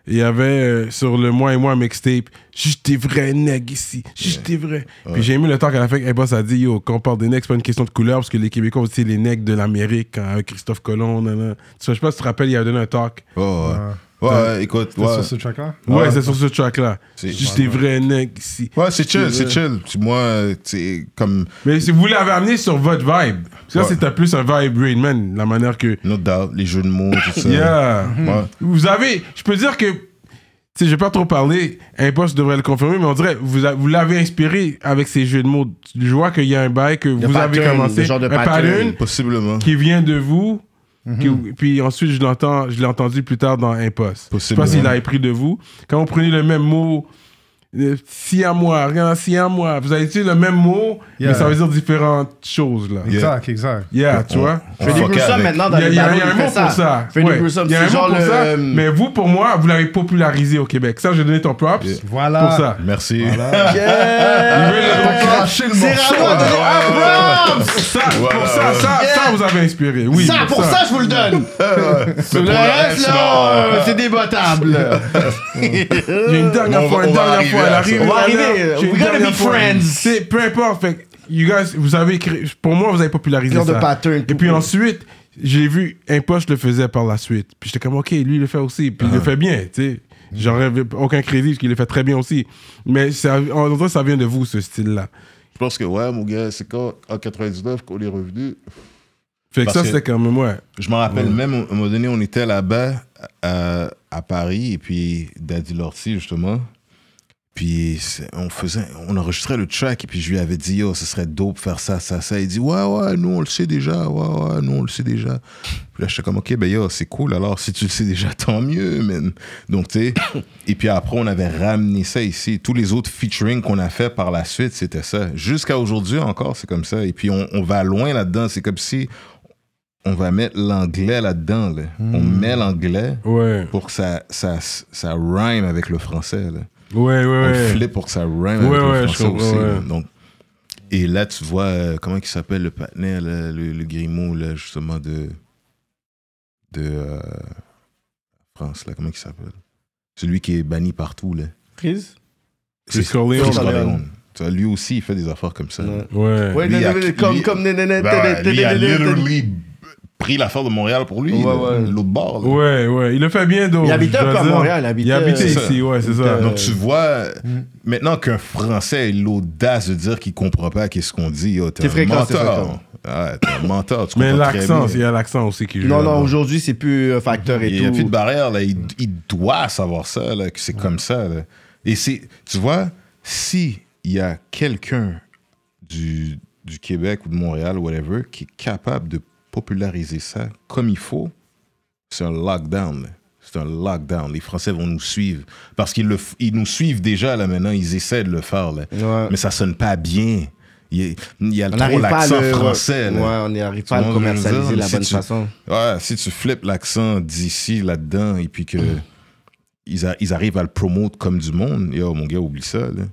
S1: Il y avait euh, sur le Moi et Moi mixtape, juste des vrais nègres ici, juste des vrais. Puis j'ai aimé le temps qu'à la fin, hey, boss a dit Yo, quand on parle des nègres, c'est pas une question de couleur, parce que les Québécois, c'est les nègres de l'Amérique, quand, avec Christophe Colomb. nanana. Tu sais, Je sais pas si tu te rappelles, il a donné un talk.
S2: Oh, ouais. Ouais,
S4: Ouais.
S2: ouais, écoute.
S4: T'es
S2: Ouais,
S4: sur ce Ah, track-là
S1: Ouais, c'est sur ce track-là.
S2: C'est-
S1: Juste des vrais nègres ici.
S2: Ouais, c'est chill, c'est chill. Tu- Moi, c'est comme.
S1: Mais si vous l'avez amené sur votre vibe. Parce que là,
S2: Ouais.
S1: c'était plus un vibe Rain Man, la manière que.
S2: No doubt, les jeux de mots, tout ça.
S1: Yeah.
S2: Ouais.
S1: Euh, Mhm. Vous avez, je peux dire que, tu sais, j'ai pas trop parlé, Impost devrait le confirmer, mais on dirait, vous, a- vous l'avez inspiré avec ces jeux de mots. Je vois qu'il y a un bail que vous avez
S3: pattern,
S1: commencé,
S3: le genre de
S1: un
S3: pattern.
S1: pattern
S2: Possiblement.
S1: qui vient de vous, que- puis ensuite je l'entends, je l'ai entendu plus tard dans Impost. Je sais pas
S2: Possiblement.
S1: s'il a pris de vous. Quand vous prenez le même mot, euh, si à moi, rien si à moi, vous avez utilisé le même mot, mais
S4: Yeah.
S1: ça veut dire différentes choses, là. Yeah,
S4: Exact, exact.
S1: tu vois?
S2: On
S3: Freddy
S2: fuck
S3: Grusom,
S2: avec.
S3: maintenant, dans
S1: Il y a,
S3: les
S1: il y a-
S3: barreaux,
S1: il y a un
S3: bah il fait
S1: mot pour ça.
S3: Freddy
S1: Ouais.
S3: Grusom,
S1: Il y a un
S3: c'est
S1: mot
S3: genre
S1: pour
S3: le...
S1: ça.
S3: euh,
S1: Mais vous, pour moi, vous l'avez popularisé au Québec. Ça, je donné ton props
S2: Yeah.
S4: Voilà.
S1: pour ça.
S2: Merci.
S4: Ah,
S3: euh,
S1: Il veut le-
S4: T'as craché Ah, le morceau.
S3: vraiment-
S4: là.
S1: Ça, pour ça, ça,
S3: Yeah.
S1: ça, vous avez inspiré. Oui,
S3: ça, pour ça, je vous le donne. Sur le
S2: pour le
S3: reste,
S2: reste,
S3: là,
S2: non.
S3: euh, c'est débattable.
S1: J'ai une dernière
S2: On va-
S1: fois, une
S2: on
S1: dernière
S2: va arriver
S1: fois, elle
S2: à
S1: arrive.
S2: ça.
S3: On va
S1: elle
S3: arriver.
S1: arrive. J'ai une
S3: We're gonna
S1: dernière
S3: be
S1: fois.
S3: friends.
S1: C'est peu importe. Fait que, you guys, vous avez créé, pour moi, vous avez popularisé
S3: Genre de
S1: ça.
S3: pattern.
S1: Et puis ensuite, j'ai vu un poche le faisait par la suite. Puis j'étais comme, ok, lui il le fait aussi. Puis
S3: Ah.
S1: il le fait bien, tu sais. J'aurais aucun crédit parce qu'il le fait très bien aussi. Mais ça, en même temps, ça vient de vous, ce style-là.
S2: Je pense que, ouais, mon gars, c'est Ah, quand, en 99, qu'on est revenu.
S1: Fait que
S2: Parce
S1: ça,
S2: que-
S1: c'était quand même, ouais.
S2: Je me rappelle même, à un moment donné, on était là-bas, à, à Paris, et puis Daddy Lortie, justement. Puis c'est- on faisait, on enregistrait le track, et puis je lui avais dit, yo, ce serait dope faire ça, ça, ça. Il dit, ouais, ouais, nous, on le sait déjà, ouais, ouais, nous, on le sait déjà. Puis là, j'étais comme, ok, ben yo, c'est cool, alors si tu le sais déjà, [LAUGHS] tant mieux, man. Donc, tu sais, et puis après, on avait ramené ça ici. Tous les autres featuring qu'on a fait par la suite, c'était ça. Jusqu'à aujourd'hui encore, c'est comme ça. Et puis on, on va loin là-dedans, c'est comme si on va mettre l'anglais là-dedans. là. On
S1: Hmm.
S2: met l'anglais
S1: Ouais.
S2: pour que ça, ça, ça rhyme avec le français. Là.
S1: Ouais, ouais,
S2: On
S1: ouais.
S2: le flip pour que ça rhyme
S1: Ouais,
S2: avec
S1: ouais,
S2: le
S1: je
S2: français
S1: comprends,
S2: aussi. là.
S1: ouais.
S2: Donc, et là, tu vois, euh, comment il s'appelle le partenaire, là, le, le grimaud, là, justement, de, de euh, France, là, comment il s'appelle Celui qui est banni partout, là.
S3: Chris?
S1: Chris
S2: C'est-
S1: Corleone.
S2: Chris
S3: Corleone.
S2: Corleone. Tu vois, Lui aussi, il fait des affaires comme ça. là.
S1: Ouais.
S3: Ouais,
S2: Lui, il a-
S3: comme...
S2: lui-
S3: comme
S2: Bah ouais, lui, il a literally b- pris l'affaire de Montréal pour lui,
S3: Ouais,
S2: là,
S3: ouais.
S2: l'autre bord. là.
S1: Ouais, ouais. Il le fait bien, donc.
S3: Il habitait
S1: je dois
S3: un peu à
S1: dire.
S3: Montréal, il habitait- euh,
S1: Il habitait
S2: C'est ça.
S1: ici, ouais, c'est ça.
S3: habitait-
S2: Donc tu vois,
S4: Mm.
S2: maintenant qu'un Français ait l'audace de dire qu'il comprend pas qu'est-ce qu'on dit, yo, t'es
S3: C'est
S2: un
S3: fréquent, c'est
S2: menteur. Ouais, t'es un menteur, tu
S1: Mais
S2: comprends très
S1: l'accent,
S2: bien.
S1: il y a l'accent aussi qui joue.
S3: Non, non,
S1: là-dedans.
S3: aujourd'hui, c'est plus euh, facteur et
S2: Il n'y a
S3: tout.
S2: plus de barrière, là. Il, il doit savoir ça, là, que c'est comme ça. là. Et c'est, tu vois, si il y a quelqu'un du, du Québec ou de Montréal, whatever, qui est capable de populariser ça comme il faut, c'est un lockdown. là. C'est un lockdown. Les Français vont nous suivre. Parce qu'ils le, f- ils nous suivent déjà, là, maintenant. Ils essaient de le faire, là.
S3: Ouais.
S2: Mais ça sonne pas bien. Il y a, il y a
S3: On
S2: trop
S3: n'arrive pas à
S2: l'accent
S3: le-
S2: français, là.
S3: Ouais, on n'arrive pas à
S2: Tu
S3: le
S2: vois, je veux dire,
S3: commercialiser de la
S2: si
S3: bonne
S2: tu-
S3: façon.
S2: Ouais, si tu flippes l'accent d'ici là-dedans et puis que ils, a- ils arrivent à le promouvoir comme du monde, yo, mon gars, oublie ça. là.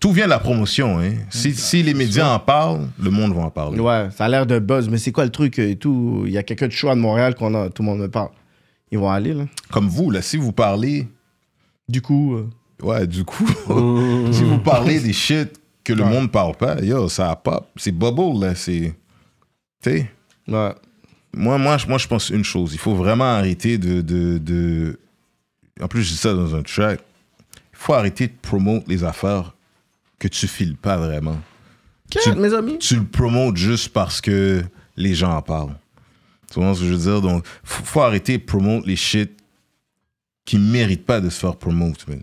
S2: Tout vient de la promotion. Hein. Si, si les médias en parlent, le monde va en parler.
S3: Ouais, ça a l'air de buzz, mais c'est quoi le truc euh, et tout Il y a quelqu'un de choix de Montréal qu'on a, tout le monde me parle. Ils vont aller, là.
S2: Comme vous, là, si vous parlez,
S3: Du coup, euh,
S2: ouais, du coup, [LAUGHS] si vous parlez des shit que le monde parle pas, yo, ça pop. C'est bubble, là. C'est. Tu sais?
S3: ouais.
S2: moi, moi, je- moi, je pense une chose. Il faut vraiment arrêter de, de, de- En plus, je dis ça dans un track. Il faut arrêter de promouvoir les affaires que tu files pas vraiment.
S3: Quatre, mes amis.
S2: Tu le promotes juste parce que les gens en parlent. Tu vois ce que je veux dire? Donc, faut, faut arrêter de promouvoir les shit qui méritent pas de se faire promote, man.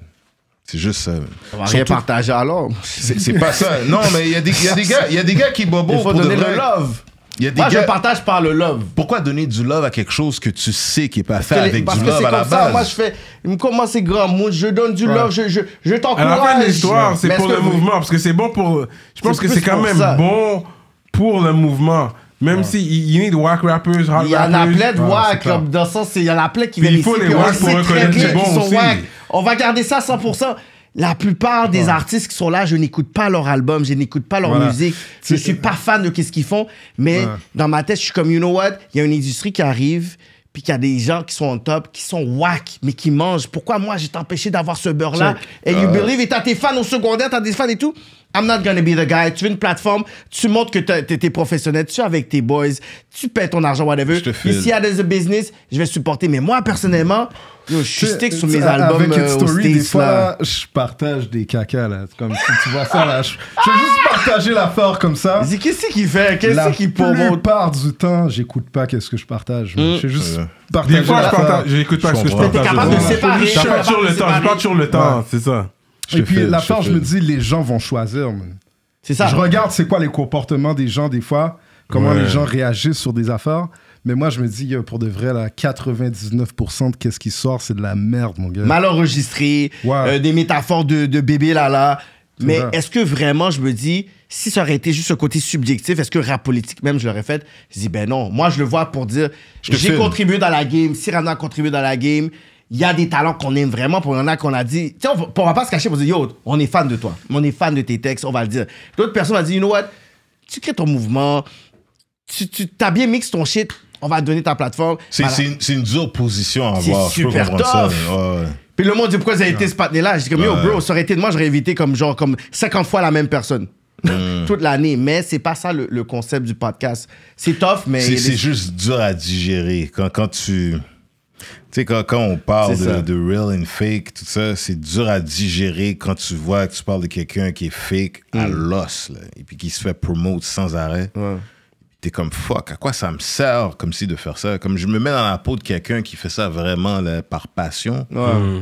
S2: C'est juste ça, man.
S3: On va rien
S2: Surtout-
S3: partager alors.
S2: C'est c'est pas ça. Non, mais il y, a des- il y a des gars- il y a des gars qui bobo
S3: Il faut
S2: pour de
S3: donner
S2: vrai.
S3: le love.
S2: Il y a des
S3: Moi, je
S2: gars-
S3: partage par le love.
S2: Pourquoi donner du love à quelque chose que tu sais qui est pas fait
S3: Parce que
S2: avec
S3: parce
S2: du
S3: que
S2: love
S3: c'est
S2: à la
S3: comme ça,
S2: base?
S3: moi je fais, comment c'est grand, moi je donne du love, je, je, je
S1: À la
S3: t'encourage.
S1: fin de l'histoire, c'est
S3: Mais
S1: pour
S3: est-ce
S1: le
S3: que vous-
S1: mouvement, parce que c'est bon pour. Je pense
S3: C'est
S1: que c'est
S3: plus
S1: quand
S3: pour
S1: même
S3: ça.
S1: bon pour le mouvement. Même si y- you need whack rappers, hot
S3: Il y en a
S1: rappers.
S3: plein de
S4: Ouais,
S3: wack,
S4: c'est clair.
S3: comme dans le sens, c'est- il y en a plein qui
S1: Puis il
S3: viennent
S1: faut
S3: ici,
S1: les
S3: puis on
S1: wack
S3: sait
S1: pour
S3: très
S1: reconnaître
S3: bien
S1: les bons
S3: qu'ils sont
S1: aussi.
S3: wack. On va garder ça à 100%. La plupart des artistes qui sont là, je n'écoute pas leur album, je n'écoute pas leur
S4: Voilà.
S3: musique. Je
S4: C'est-
S3: suis pas fan de qu'est-ce qu'ils font, mais
S4: Ouais.
S3: dans ma tête, je suis comme, you know what, il y a une industrie qui arrive, puis qu'il y a des gens qui sont en top, qui sont whack, mais qui mangent. Pourquoi moi, j'ai t'empêché d'avoir ce beurre-là? Et you believe, et t'as tes fans au secondaire, t'as des fans et tout. I'm not gonna be the guy. Tu veux une plateforme, tu montres que t'es t'es- t'es professionnel, tu es avec tes boys, tu paies ton argent, whatever.
S2: Je te
S3: Puis
S2: file.
S3: s'il y a des business, je vais supporter. Mais moi, personnellement, yo, je suis stick sur mes
S4: Avec
S3: albums
S4: Kid
S3: euh, aux
S4: Story, des
S3: States,
S4: fois,
S3: là.
S4: je partage des cacas, là. C'est Comme si tu vois ça, là. Je, je veux juste partager l'affaire comme ça.
S3: Vas-y, Qu'est-ce qu'il fait?
S4: La
S3: Qu'est-ce qu'il promote?
S4: plupart du temps, j'écoute pas qu'est-ce que je partage. Je fais juste
S2: Ouais.
S4: partager
S1: Des fois, je
S4: l'affaire.
S1: partage. J'écoute pas
S2: Je
S1: ce que je
S2: comprends.
S1: partage.
S3: T'es capable
S4: de
S1: Ouais.
S3: séparer,
S1: J'ai
S3: t'es
S1: pas toujours
S3: capable de
S1: le temps. J'ai pas
S3: séparer.
S1: toujours le temps, c'est ça.
S4: Et puis,
S2: file,
S4: la
S2: je te
S4: part, je
S2: file.
S4: me dis, les gens vont choisir. man.
S3: C'est ça.
S4: Je regarde c'est quoi les comportements des gens des fois, comment
S1: Ouais.
S4: les gens réagissent sur des affaires. Mais moi, je me dis, euh, pour de vrai, là, 99% de qu'est-ce qui sort, c'est de la merde, mon gars.
S3: mal enregistré,
S4: Ouais.
S3: euh, des métaphores de, de bébé Lala. Mais
S4: vrai.
S3: est-ce que vraiment, je me dis, si ça aurait été juste un côté subjectif, est-ce que rap politique même, je l'aurais fait Je dis, ben non. Moi, je le vois pour dire,
S2: te
S3: j'ai
S2: filme.
S3: contribué dans la game, Cyrano a contribué dans la game. Il y a des talents qu'on aime vraiment, puis il y en a qu'on a dit. Tu sais, on, va- on va pas se cacher pour dire, yo, on est fan de toi, on est fan de tes textes, on va le dire. L'autre personne va dire, you know what, tu crées ton mouvement, tu, tu t'as bien mix ton shit, on va te donner ta plateforme.
S2: C'est
S3: Voilà.
S2: c'est une, c'est une dure position à
S3: C'est
S2: avoir. Je peux
S3: super
S2: comprendre ça.
S3: tough.
S2: Ouais, ouais.
S3: Puis le monde dit pourquoi vous avez été ce partenaire-là. J'ai dit comme yo
S2: Ouais.
S3: bro, ça aurait été de moi, j'aurais évité comme genre comme 50 fois la même personne. [LAUGHS] Toute l'année, mais c'est pas ça le, le concept du podcast. C'est tough, mais. il y
S2: C'est
S3: a
S2: c'est
S3: des-
S2: juste dur à digérer. Quand, quand tu. Tu sais, quand, quand on parle
S3: C'est ça.
S2: de, de real and fake, tout ça, c'est dur à digérer quand tu vois que tu parles de quelqu'un qui est fake à
S3: Mm.
S2: l'os, là, et puis qui se fait promote sans arrêt. T'es comme fuck, à quoi ça me sert comme si de faire ça? Comme je me mets dans la peau de quelqu'un qui fait ça vraiment là, par passion,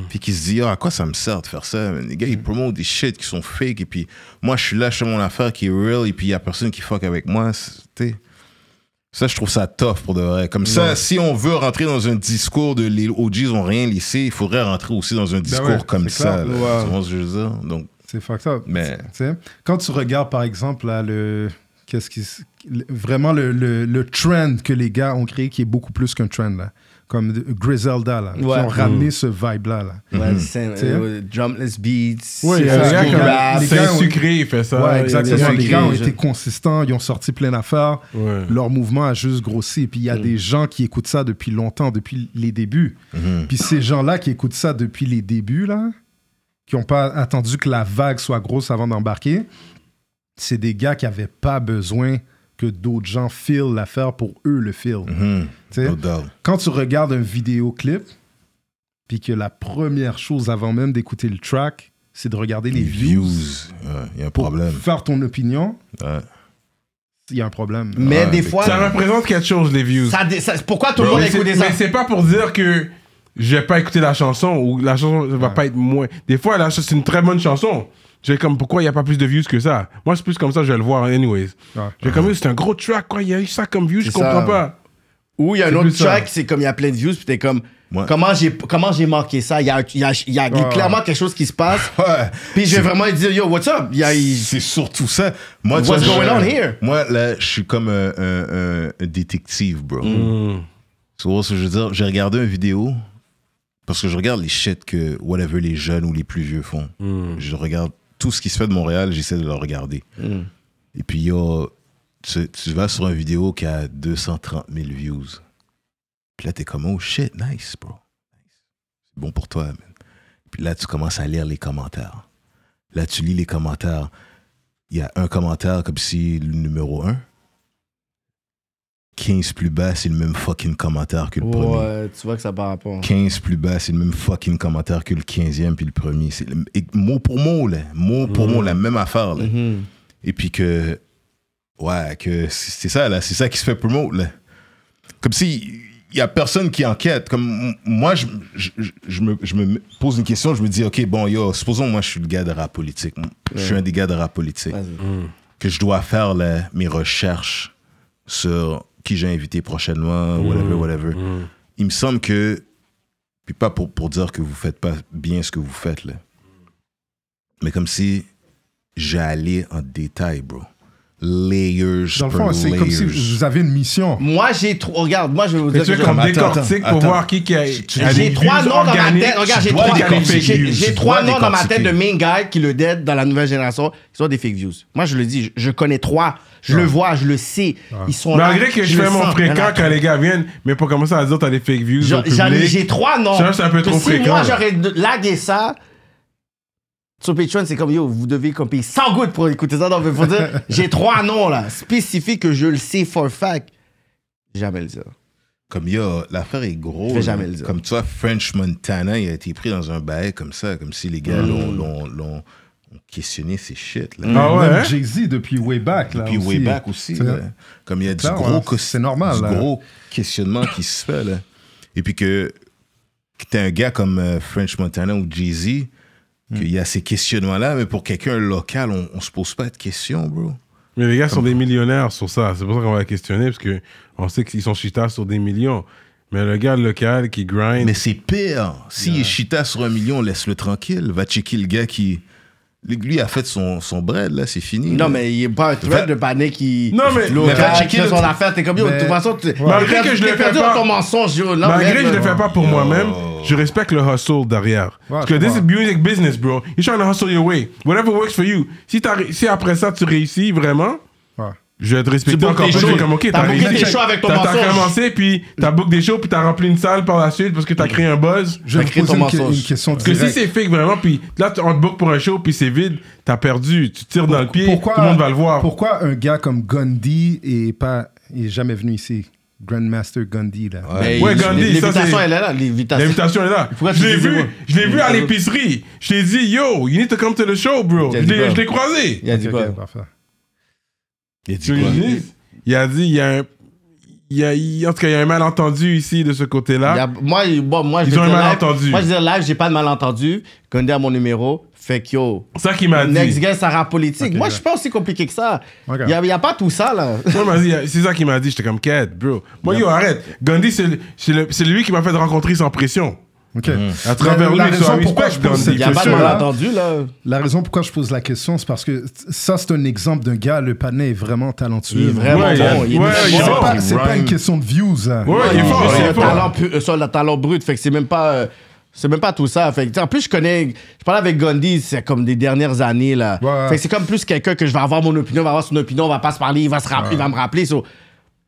S2: puis qui se dit Ah, à quoi ça me sert de faire ça? man? Les gars,
S4: Hmm.
S2: ils promotent des shit qui sont fake, et puis moi je suis là, je fais mon affaire qui est real, et puis il y a personne qui fuck avec moi. c'est- t'sais. Ça, je trouve ça tough pour de vrai. Comme ça, si on veut rentrer dans un discours de les OGs ont rien laissé, il faudrait rentrer aussi dans un discours
S4: Ben ouais,
S2: comme
S4: c'est
S2: ça.
S4: clair.
S2: là.
S4: Ouais.
S2: Tu vois ce que je veux dire? Donc,
S4: C'est fucked up.
S2: Mais-
S4: Tu sais, Quand tu regardes, par exemple, là, le... Qu'est-ce qui... s- le- Vraiment, le, le, le trend que les gars ont créé, qui est beaucoup plus qu'un trend, là. Comme de- Griselda, là. Qui
S3: Ouais.
S4: ont ramené ce vibe-là, là.
S3: Ouais, c'est-
S4: T'sais.
S3: euh, drumless beats.
S4: Ouais,
S3: c'est
S4: il y a
S3: old
S4: des gars
S3: school
S4: comme-
S3: rap.
S4: les
S1: C'est
S4: gars ont-
S1: sucré, Bah, il fait ça.
S4: Ouais,
S3: des
S4: exactement.
S3: gens
S4: Les
S3: qui
S4: gars ont
S3: écrivent.
S4: été consistants, ils ont sorti plein d'affaires.
S1: Ouais.
S4: Leur mouvement a juste grossi. Et puis, il y a des gens qui écoutent ça depuis longtemps, depuis les débuts.
S2: mhm,
S4: Puis, ces gens-là qui écoutent ça depuis les débuts, là, qui n'ont pas attendu que la vague soit grosse avant d'embarquer, c'est des gars qui n'avaient pas besoin que d'autres gens filent l'affaire pour eux le feel.
S2: hum,
S4: Tu sais?
S2: no doubt.
S4: quand tu regardes un vidéoclip, puis que la première chose avant même d'écouter le track, c'est de regarder les,
S2: les
S4: views,
S2: views, il y a un
S4: pour
S2: problème.
S4: faire ton opinion,
S2: Ouais.
S4: il y a un problème.
S3: Mais
S2: Ouais,
S3: des
S2: mais
S3: fois,
S1: Ça représente quelque chose, les views.
S3: ça dé- ça- pourquoi tout le monde
S1: mais Bah c'est-
S3: écoute ça?
S1: mais c'est pas pour dire que je vais pas écouter la chanson ou la chanson va pas être moins. Des fois, la ch- c'est une très bonne chanson. J'ai comme pourquoi il y a pas plus de views que ça. Moi, c'est plus comme ça, je vais le voir anyways.
S4: Ouais.
S1: J'ai comme c'est un gros track quoi, il y a eu ça comme view, je
S3: C'est
S1: comprends
S3: ça.
S1: pas.
S3: Ou il y a un
S1: C'est
S3: autre
S1: plus ça.
S3: track, c'est comme il y a plein de views, puis t'es comme,
S2: Ouais.
S3: comment j'ai comment j'ai manqué ça? Il y a, il y a- il y a clairement quelque chose qui se passe.
S2: Ouais.
S3: Puis je vais vraiment dire, yo, what's up? Il y a- il-
S2: C'est surtout ça. Moi, tu
S3: What's
S2: vois,
S3: going
S2: je-
S3: on here?
S2: Moi, là, je suis comme un, un- un- un détective, bro.
S3: Mm. Hmm,
S2: Tu vois ce que je veux dire? J'ai regardé une vidéo
S3: hmm.
S2: parce que Mm. je regarde les shit que whatever les jeunes ou les plus vieux font. Je regarde tout ce qui se fait de Montréal, j'essaie de le regarder. Et puis, yo, tu, tu vas sur une vidéo qui a 230 000 views. Puis là, t'es comme, oh shit, nice, bro. Nice. C'est bon pour toi, man. Puis là, tu commences à lire les commentaires. Là, tu lis les commentaires. Il y a un commentaire comme si le numéro 1. 15 plus bas, c'est le même fucking commentaire que le premier.
S3: Ouais, tu vois que ça part rapport.
S2: 15 plus bas, c'est le même fucking commentaire que le 15e puis le premier. C'est le- et mot pour mot, là. Mot pour mot, la même affaire, là.
S3: Mhm.
S2: Et puis que. Ouais, que c'est c'est ça, là. C'est ça qui se fait promote, là. Comme si. Il y a personne qui enquête. Comme m- moi, je, je, je- je me, je me pose une question, je me dis, OK, bon, yo, supposons moi, je suis le gars de rap politique. Je suis un des gars de rap politique.
S3: Vas-y.
S2: Que je dois faire là, mes recherches sur qui j'ai invité prochainement,
S4: Hmm.
S2: whatever, whatever. Il me semble que. Puis pas pour, pour dire que vous faites pas bien ce que vous faites, là. Mais comme si j'allais en détail, bro. Layers.
S4: Dans le
S2: per
S4: fond, c'est comme si
S2: layers.
S4: vous avez une mission.
S3: Moi, j'ai trois. Regarde, moi, je vais vous
S1: Mais
S3: dire.
S1: tu
S3: que
S1: veux
S3: je-
S1: comme
S2: attends,
S1: décortique
S2: attends,
S1: pour
S2: attends.
S1: voir qui qui a. a
S3: J'ai
S1: des
S3: trois
S1: views
S3: noms dans ma
S1: organiques.
S3: tête. Regarde, j'ai
S2: dois
S3: trois,
S2: décortiquer.
S3: j'ai- j'ai
S2: Tu
S3: trois
S2: dois
S3: noms dans ma tête
S2: décortiquer.
S3: de main guy qui le dead dans la nouvelle génération qui sont des fake views. Moi, je le dis, je, je connais trois. Je le vois, je le sais. Ils sont là.
S1: Malgré que je
S3: le
S1: fais mon
S3: sens. Il y en
S1: fréquent
S3: a
S1: quand les gars viennent, mais pour commencer à dire t'as des fake views.
S3: J'en-
S1: au
S3: j'en-
S1: public.
S3: J'ai trois noms.
S1: Ça, c'est un peu
S3: Que
S1: trop
S3: si
S1: fréquent,
S3: moi,
S1: là.
S3: j'aurais de- lagué ça, sur Patreon, c'est comme, yo, vous devez comme payer 100 gouttes pour écouter ça. Donc, il faut
S1: [LAUGHS]
S3: dire, j'ai trois noms, là, spécifiques que je le sais for a fact. Jamais le dire.
S2: Comme yo, l'affaire est grosse.
S3: Je vais jamais le dire.
S2: Comme toi, French Montana, il a été pris dans un bail comme ça, comme si les gars
S4: Hmm.
S2: l'ont- l'ont l'ont- ont questionné ces shit. Là.
S1: Ah ouais?
S4: Même
S1: hein?
S4: Jay-Z depuis way back. Là,
S2: Puis
S4: aussi.
S2: way back aussi.
S4: C'est
S2: là.
S4: vrai.
S2: Comme il y a du
S4: Ça,
S2: gros,
S4: ouais,
S2: co-
S4: c'est normal,
S2: du
S4: là.
S2: gros questionnement qui se fait. Là. Et puis que, que t'es un gars comme euh, French Montana ou Jay-Z,
S4: Hmm.
S2: qu'il y a ces questionnements-là, mais pour quelqu'un local, on, on se pose pas de questions, bro.
S1: Mais les gars sont des millionnaires sur ça. C'est pour ça qu'on va questionner, parce que on sait qu'ils sont chita sur des millions. Mais le gars local qui grind.
S2: Mais c'est pire. Si il chita sur un million, laisse-le tranquille. Va checker le gars qui. Lui a fait son, son bread, là, c'est fini.
S3: Non,
S2: là.
S3: mais il n'y a pas un
S2: Va-
S3: thread de panique qui.
S1: Mm. Non, mais-
S3: L'autre
S2: Mais va
S3: gars qui
S2: checker
S3: fait
S2: le-
S3: son affaire, t'es comme, yo, de
S4: Mais-
S3: toute façon, tu.
S1: Malgré
S3: t'es
S1: que
S3: perdu-
S1: je le
S3: t'es
S1: fais
S3: perdu
S1: pas-
S3: dans ton mensonge, yo. là,
S1: Malgré
S3: merde,
S1: que je le
S3: là.
S1: fais pas pour moi-même, je respecte le hustle derrière. Parce que
S4: je
S1: this is
S4: vois.
S1: music business, bro. You're trying to hustle your way. Whatever works for you. Si, t'as ré- si après ça, tu réussis vraiment,
S4: Ouais.
S1: je vais te
S3: Tu
S1: respecter
S3: bookes
S1: encore
S3: des
S1: plus. Je vais
S3: shows.
S1: comme, ok,
S3: T'as booké
S1: réussi.
S3: des shows avec ton
S1: T'as- T'as
S3: mensonge.
S1: commencé, puis t'as booké des shows, puis t'as rempli une salle par la suite parce que t'as créé un buzz.
S4: Je vais
S3: T'as créé
S4: vous poser
S3: ton
S4: une, que-
S3: mensonge.
S4: une question
S1: Parce que si
S4: directe.
S1: c'est fake vraiment, puis là, tu- on te book pour un show, puis c'est vide, t'as perdu, tu tires dans le pied,
S4: pourquoi,
S1: tout le monde va le voir.
S4: Pourquoi un gars comme Gandhi est pas est jamais venu ici Grandmaster Gandhi là.
S3: Mais
S1: Ouais,
S3: il-
S1: Gandhi, ça,
S3: L'invitation,
S1: c'est-
S3: elle est là, l'invitation.
S1: L'invitation est là.
S3: Pourquoi
S1: je
S3: tu
S1: l'ai
S3: disais
S1: vu,
S3: moi?
S1: je l'ai vu à l'épicerie. Je t'ai dit, yo, you need to come to the show, bro.
S3: Il
S1: Je
S3: a dit
S1: l'ai
S3: quoi?
S1: je l'ai croisé.
S3: Il a dit
S4: Ok,
S3: quoi?
S4: ok, parfait.
S2: Il a dit
S1: Tu vois,
S2: quoi?
S1: Il a dit, il y a un. il y a- il- en tout cas, il y a un malentendu ici de ce
S3: Il y
S1: côté-là.
S3: a- moi, bon, moi, je
S1: Ils
S3: vais
S1: ont un
S3: dire live-
S1: malentendu.
S3: Moi, je dis live, j'ai pas de malentendu. Gandhi a mon numéro. Fait que yo.
S1: C'est ça qu'il m'a dit.
S3: Next guest, ça rap politique. moi, je suis pas aussi compliqué que ça. Il
S4: Ok.
S3: n'y a, y a pas tout ça,
S1: [LAUGHS]
S3: là.
S1: Moi, il m'a dit, C'est ça qu'il m'a dit. J'étais comme, quête, bro. Moi, yo, arrête. Gandhi, c'est le- c'est le- c'est lui qui m'a fait rencontrer sans pression.
S4: Ok.
S3: Mhm.
S1: À travers
S4: Mais
S1: lui,
S4: la
S1: ils sont
S4: raison
S1: à
S4: pourquoi
S1: respect,
S4: je pense
S1: Gandhi.
S3: Il n'y a
S4: que
S3: pas de
S4: sûr, là-
S3: malentendu, là.
S4: La raison pourquoi je pose la question, c'est parce que t- ça, c'est un exemple d'un gars, le panais est vraiment talentueux.
S3: Il est vraiment
S1: Ouais, il y a-
S3: bon. Il est
S1: ouais,
S3: très
S1: il y a-
S4: C'est
S3: bon.
S4: pas, c'est pas
S2: Rhyme.
S4: une question de views. hein. là.
S1: Ouais, il est fort, il
S3: C'est
S1: est
S3: le
S1: fort.
S3: talent, pu- euh, ça, le talent brut. Fait que c'est même pas. euh, c'est même pas tout ça. Fait que, tu sais, en plus, je connais. Je parlais avec Gandhi, c'est comme des dernières années, là.
S4: Ouais, ouais.
S3: Fait que c'est comme plus quelqu'un que je vais avoir mon opinion, on va avoir son opinion, on va pas se parler, il va, se rappeler, il va me rappeler. So,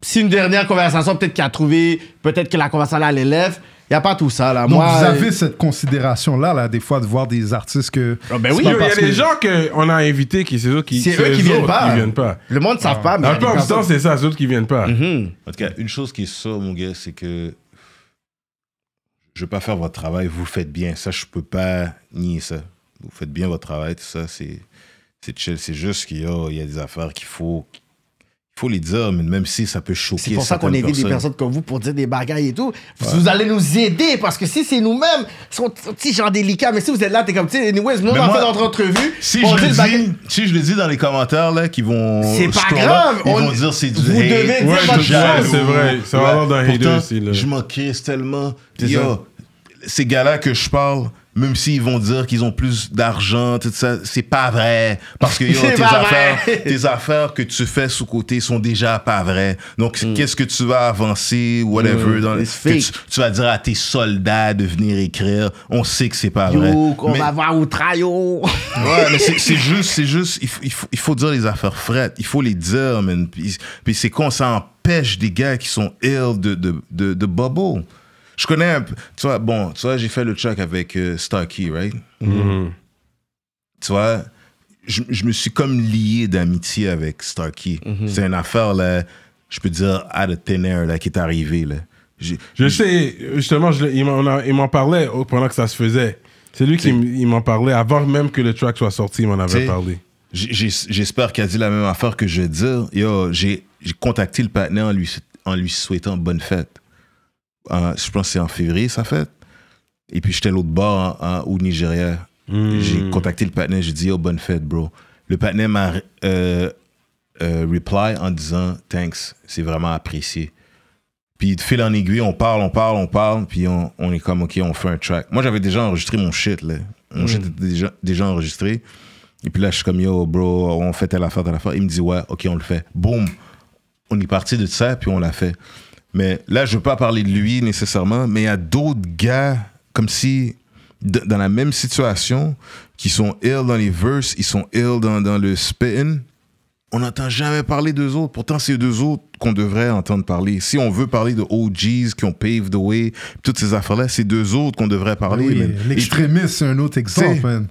S3: si une dernière conversation, peut-être qu'il a trouvé, peut-être que la conversation, là, elle élève. Il n'y a pas tout ça, là.
S4: Donc,
S3: Moi,
S4: vous
S3: euh,
S4: avez cette considération-là, là, des fois, de voir des artistes que.
S3: Ah, ben
S4: c'est
S3: oui.
S4: pas
S1: Yo, Il y a
S4: parce que-
S1: des gens qu'on a invités qui, c'est eux qui
S3: c'est
S1: c'est
S3: eux qui
S1: eux
S3: viennent
S1: autres
S3: pas.
S1: qui viennent pas.
S3: Le monde ne savent pas, mais.
S1: La
S3: il y a des
S1: plupart du temps,
S3: personnes-
S1: c'est ça, c'est eux qui viennent pas.
S3: Mhm.
S2: En tout cas, une chose qui est sûre, mon gars, c'est que je ne veux pas faire votre travail, vous le faites bien. Ça, je peux pas nier ça. Vous faites bien votre travail, tout ça, c'est c'est chill. C'est juste qu'il y, a- il y a des affaires qu'il faut, il faut les dire, mais même si ça peut choquer
S3: C'est pour ça qu'on
S2: certaines
S3: invite des personnes comme vous pour dire des bagailles et tout. Vous, vous allez nous aider parce que si c'est nous-mêmes, c'est un petit genre délicat, mais si vous êtes là, t'es comme, tu sais, anyways, nous on
S2: Mais
S3: a
S2: moi,
S3: fait notre entrevue.
S2: Si
S3: on
S2: je,
S3: dit
S2: le
S3: le bagage-
S2: dis, si je le dis dans les commentaires, là, qu'ils vont.
S3: C'est pas
S2: scroll up,
S3: grave,
S2: Ils
S3: on-
S2: vont dire c'est du
S3: vous
S2: hate.
S3: devez dire Ouais, votre
S2: jaloux.
S3: chose.
S1: c'est vrai. Ça va avoir d'un hater
S2: Pourtant,
S1: aussi, là.
S2: Je m'en crisse tellement. Yo, ces gars-là que je parle, même s'ils vont dire qu'ils ont plus d'argent, tout ça, c'est pas vrai. Parce que yo,
S3: [LAUGHS] C'est
S2: tes,
S3: pas vrai.
S2: affaires, tes affaires que tu fais sous-côté sont déjà pas vraies. Donc,
S1: Mm.
S2: qu'est-ce que tu vas avancer, whatever,
S3: Mm,
S2: dans,
S3: it's
S2: que
S3: fake.
S2: tu, tu vas dire à tes soldats de venir écrire, on sait que c'est pas vrai.
S3: Yo, on
S2: Mais-
S3: va voir Outra,
S2: [LAUGHS]
S3: yo.
S2: Ouais, mais c'est c'est juste, c'est juste, il, faut- il faut, il faut dire les affaires frettes, il faut les dire, man. Puis, puis c'est con, ça empêche des gars qui sont ill de, de, de, de bubble. Je connais, un p- tu vois, bon, tu vois, j'ai fait le track avec euh, Starkey, right? Tu vois, je, je me suis comme lié d'amitié avec Starkey. C'est une affaire, là, je peux dire, out of thin air, là, qui est arrivée, là. J'ai-
S1: Je sais, justement, je l'ai- il m'en a- il m'en parlait au- pendant que ça se faisait. C'est lui qui m- il m'en parlait avant même que le track soit sorti, il m'en
S2: T'sais,
S1: avait parlé.
S2: J'ai- j'ai- J'espère qu'elle a dit la même affaire que je vais dire. Yo, j'ai j'ai contacté le partenaire en lui, en lui souhaitant bonne fête. En- je pense que c'est en février, sa fête. Et puis j'étais à l'autre bord en- en- au Nigeria. J'ai contacté le partenaire, j'ai dit Yo, bonne fête, bro. Le partenaire m'a euh, euh, reply en disant Thanks, c'est vraiment apprécié. Puis de fil en aiguille, on parle, on parle, on parle, puis on, on est comme, OK, on fait un track. Moi, j'avais déjà enregistré mon shit, là. Mon shit était déjà, déjà enregistré. Et puis là, je suis comme, yo, bro, on fait telle affaire, telle affaire. Il me dit, ouais, OK, on le fait. Boum! On est parti de ça, puis on l'a fait. Mais là, je veux pas parler de lui nécessairement, mais il y a d'autres gars, comme si, d- dans la même situation, qui sont ill dans les verses, ils sont ill dans, dans le spin on n'entend jamais parler d'eux autres. Pourtant, c'est d'eux autres qu'on devrait entendre parler. Si on veut parler de OGs qui ont paved the way, toutes ces affaires-là, c'est d'eux autres qu'on devrait parler.
S4: Oui,
S2: man. Et-
S4: L'extrémiste, c'est un autre exemple.
S2: T'sais,
S4: man.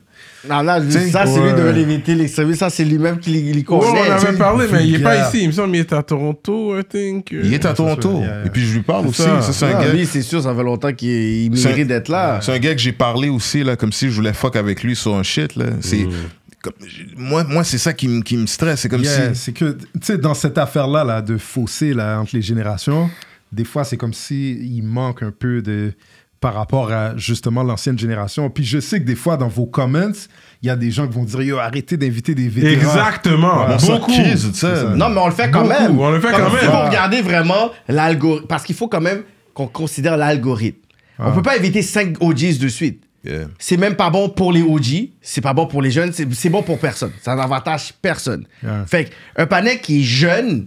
S3: Non, là, ça, c'est lui
S4: ouais.
S3: de l'éviter, les services. Ça, c'est lui-même qui les- les
S1: Ouais,
S3: connaît.
S1: on
S3: tu sais.
S1: avait parlé, mais il est
S4: Yeah.
S1: pas ici. Il me semble qu'il est à Toronto, I think.
S2: Il est à Toronto.
S4: sûr, yeah, yeah.
S2: Et puis, je lui parle aussi.
S1: ça.
S2: Ça, C'est un
S3: Ah,
S2: gars.
S3: lui, c'est sûr, ça fait longtemps qu'il il
S2: C'est un-
S3: mérite d'être là.
S2: C'est un gars que j'ai parlé aussi, là, comme si je voulais fuck avec lui sur un shit, là. C'est. comme- Moi, moi c'est ça qui me qui me stresse. C'est comme
S4: Yeah,
S2: si.
S4: C'est que, tu sais, dans cette affaire-là là, de fossé là, entre les générations, des fois, c'est comme si il manque un peu de par rapport à justement l'ancienne génération. Puis je sais que des fois, dans vos comments, il y a des gens qui vont dire Yo, arrêtez d'inviter des vétérans.
S1: Euh, Exactement.
S2: On s'en
S1: Beaucoup.
S2: crisse de Ah. ça.
S4: C'est ça.
S3: Non, mais on le fait quand
S1: Beaucoup,
S3: même.
S1: on le fait
S3: Comme
S1: quand
S3: si
S1: même.
S3: faut regarder vraiment l'algorithme. Parce qu'il faut quand même qu'on considère l'algorithme. On peut pas éviter 5 OGs de suite.
S2: Yeah.
S3: C'est même pas bon pour les OG, c'est pas bon pour les jeunes, c'est c'est bon pour personne. Ça n'avantage personne.
S4: Ouais.
S3: Fait qu'un panel qui est jeune,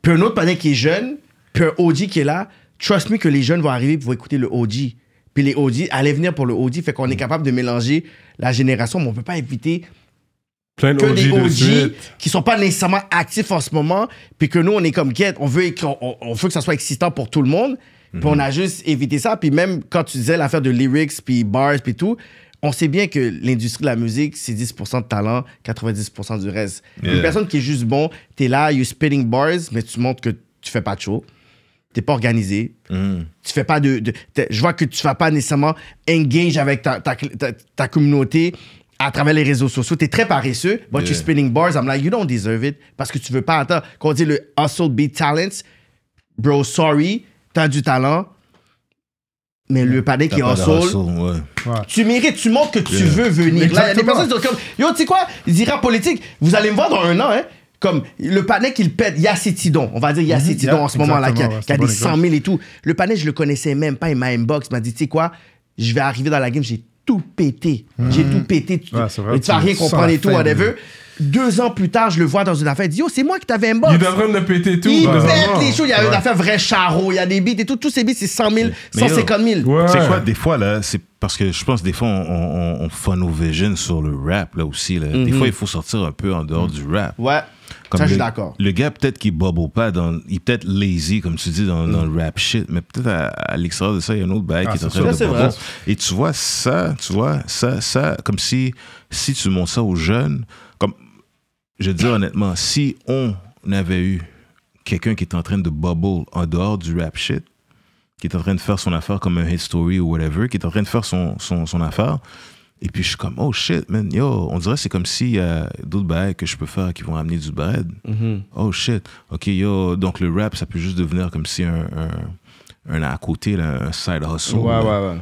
S3: puis un autre panel qui est jeune, puis un OG qui est là, trust me que les jeunes vont arriver pour écouter le OG. Puis les OG allaient venir pour le OG, fait qu'on est capable de mélanger la génération, mais on peut pas éviter
S1: Plein de
S3: que des
S1: OG de
S3: OG
S1: suite.
S3: qui sont pas nécessairement actifs en ce moment, puis que nous, on est comme quête, on veut, éc- on, on veut que ça soit excitant pour tout le monde,
S1: Mhm.
S3: puis on a juste évité ça. Puis même quand tu disais l'affaire de lyrics, puis bars, puis tout, on sait bien que l'industrie de la musique, c'est 10% de talent, 90% du reste. Une
S2: Yeah.
S3: personne qui est juste bon, t'es là, you spitting bars, mais tu montres que tu fais pas de show, t'es pas organisé,
S2: Mm.
S3: tu fais pas de, de- t'es- je vois que tu vas pas nécessairement engage avec ta, ta, ta- ta communauté à travers les réseaux sociaux. Tu es très paresseux, but
S2: Yeah.
S3: you're spinning bars. I'm like, you don't deserve it parce que tu veux pas attendre. Quand on dit le hustle beat talents, bro, sorry, t'as du talent, mais le panier qui
S2: T'as pas de
S3: hustle,
S2: hustle, ouais.
S3: tu mérites, tu montres que tu
S2: Yeah.
S3: veux venir. Là, il y a des
S4: Exactement.
S3: personnes qui sont comme, yo, tu sais quoi, Zira politique, vous allez me voir dans un an, hein. Comme le panel qu'il pète, Yacétidon, on va dire Yacétidon
S4: yeah,
S3: en ce moment-là, qui a,
S4: exactement, ouais,
S3: qui a
S4: c'est
S3: des
S4: bon
S3: 100 000 et tout. Le panel, je le connaissais même pas, il m'a inbox, il m'a dit, tu sais quoi, je vais arriver dans la game, j'ai tout pété. J'ai tout pété, tu,
S4: Ouais, c'est vrai,
S3: tu vas
S4: tu
S3: rien
S4: sens
S3: comprendre
S4: la
S3: et tout,
S4: fin,
S3: whatever. Deux ans plus tard, je le vois dans une affaire, il dit, yo, c'est moi qui t'avais inbox.
S1: Il est en train de péter tout.
S3: Il
S1: dans un
S3: pète
S1: moment.
S3: les choses, il y a une
S4: Ouais.
S3: affaire vrai charro, il y a des beats et tout, tous ces beats, c'est 100 000,
S2: Mais yo,
S3: 150 000.
S1: Ouais.
S2: C'est quoi, des fois, là, c'est parce que je pense, des fois, on, on, on fun nos visions sur le rap, là aussi. Là. Des fois, il faut sortir un peu en dehors du rap.
S3: Ouais,
S2: Comme
S3: ça, je suis
S2: le-
S3: d'accord.
S2: Le gars, peut-être qu'il bobble pas, dans, il est peut-être lazy, comme tu dis, dans, dans le rap shit, mais peut-être à, à l'extérieur de ça, il y a un autre bail
S4: Ah,
S2: qui est en
S4: c'est
S3: sûr,
S2: train
S3: Mm. c'est
S2: de
S3: vrai.
S2: bobble. Et tu vois ça, tu vois, ça, ça, comme si, si tu montres ça aux jeunes, comme, je dis honnêtement, si on avait eu quelqu'un qui est en train de bubble en dehors du rap shit, qui est en train de faire son affaire comme un hit story ou whatever, qui est en train de faire son, son, son affaire. Et puis je suis comme, oh shit, man, yo, on dirait que c'est comme s'il y a d'autres bails que je peux faire qui vont amener du bread.
S3: Mm-hmm.
S2: Oh shit, ok, yo, donc le rap, ça peut juste devenir comme si un, un, un à côté, là, un side hustle. là.
S3: ouais.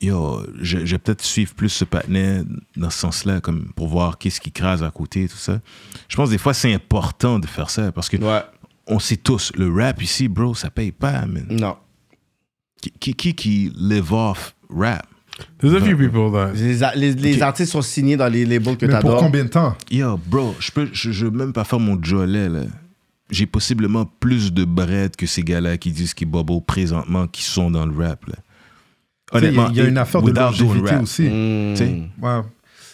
S2: Yo, je, je vais peut-être suivre plus ce patinet dans ce sens-là, comme pour voir qu'est-ce qui crase à côté, tout ça. Je pense que des fois, c'est important de faire ça parce que
S3: Ouais.
S2: on sait tous, le rap ici, bro, ça paye pas, man.
S3: Non.
S2: Qui, qui, qui, qui live off rap?
S1: There's a few people that.
S3: Les, a- les- les
S2: Ok.
S3: artistes sont signés dans les labels que
S4: Mais pour
S3: t'adores.
S4: combien de temps
S2: Yo, bro, je peux, je, je veux même pas faire mon Jolet, là. J'ai possiblement plus de bread que ces gars-là qui disent qu'ils bobo présentement, qui sont dans le rap, là.
S4: Tu sais, Il y a-
S2: Honnêtement,
S4: il y a une
S2: et-
S4: affaire de
S2: without doing
S4: longévité
S2: rap, Mm.
S4: aussi.
S2: tu sais.
S4: Ouais.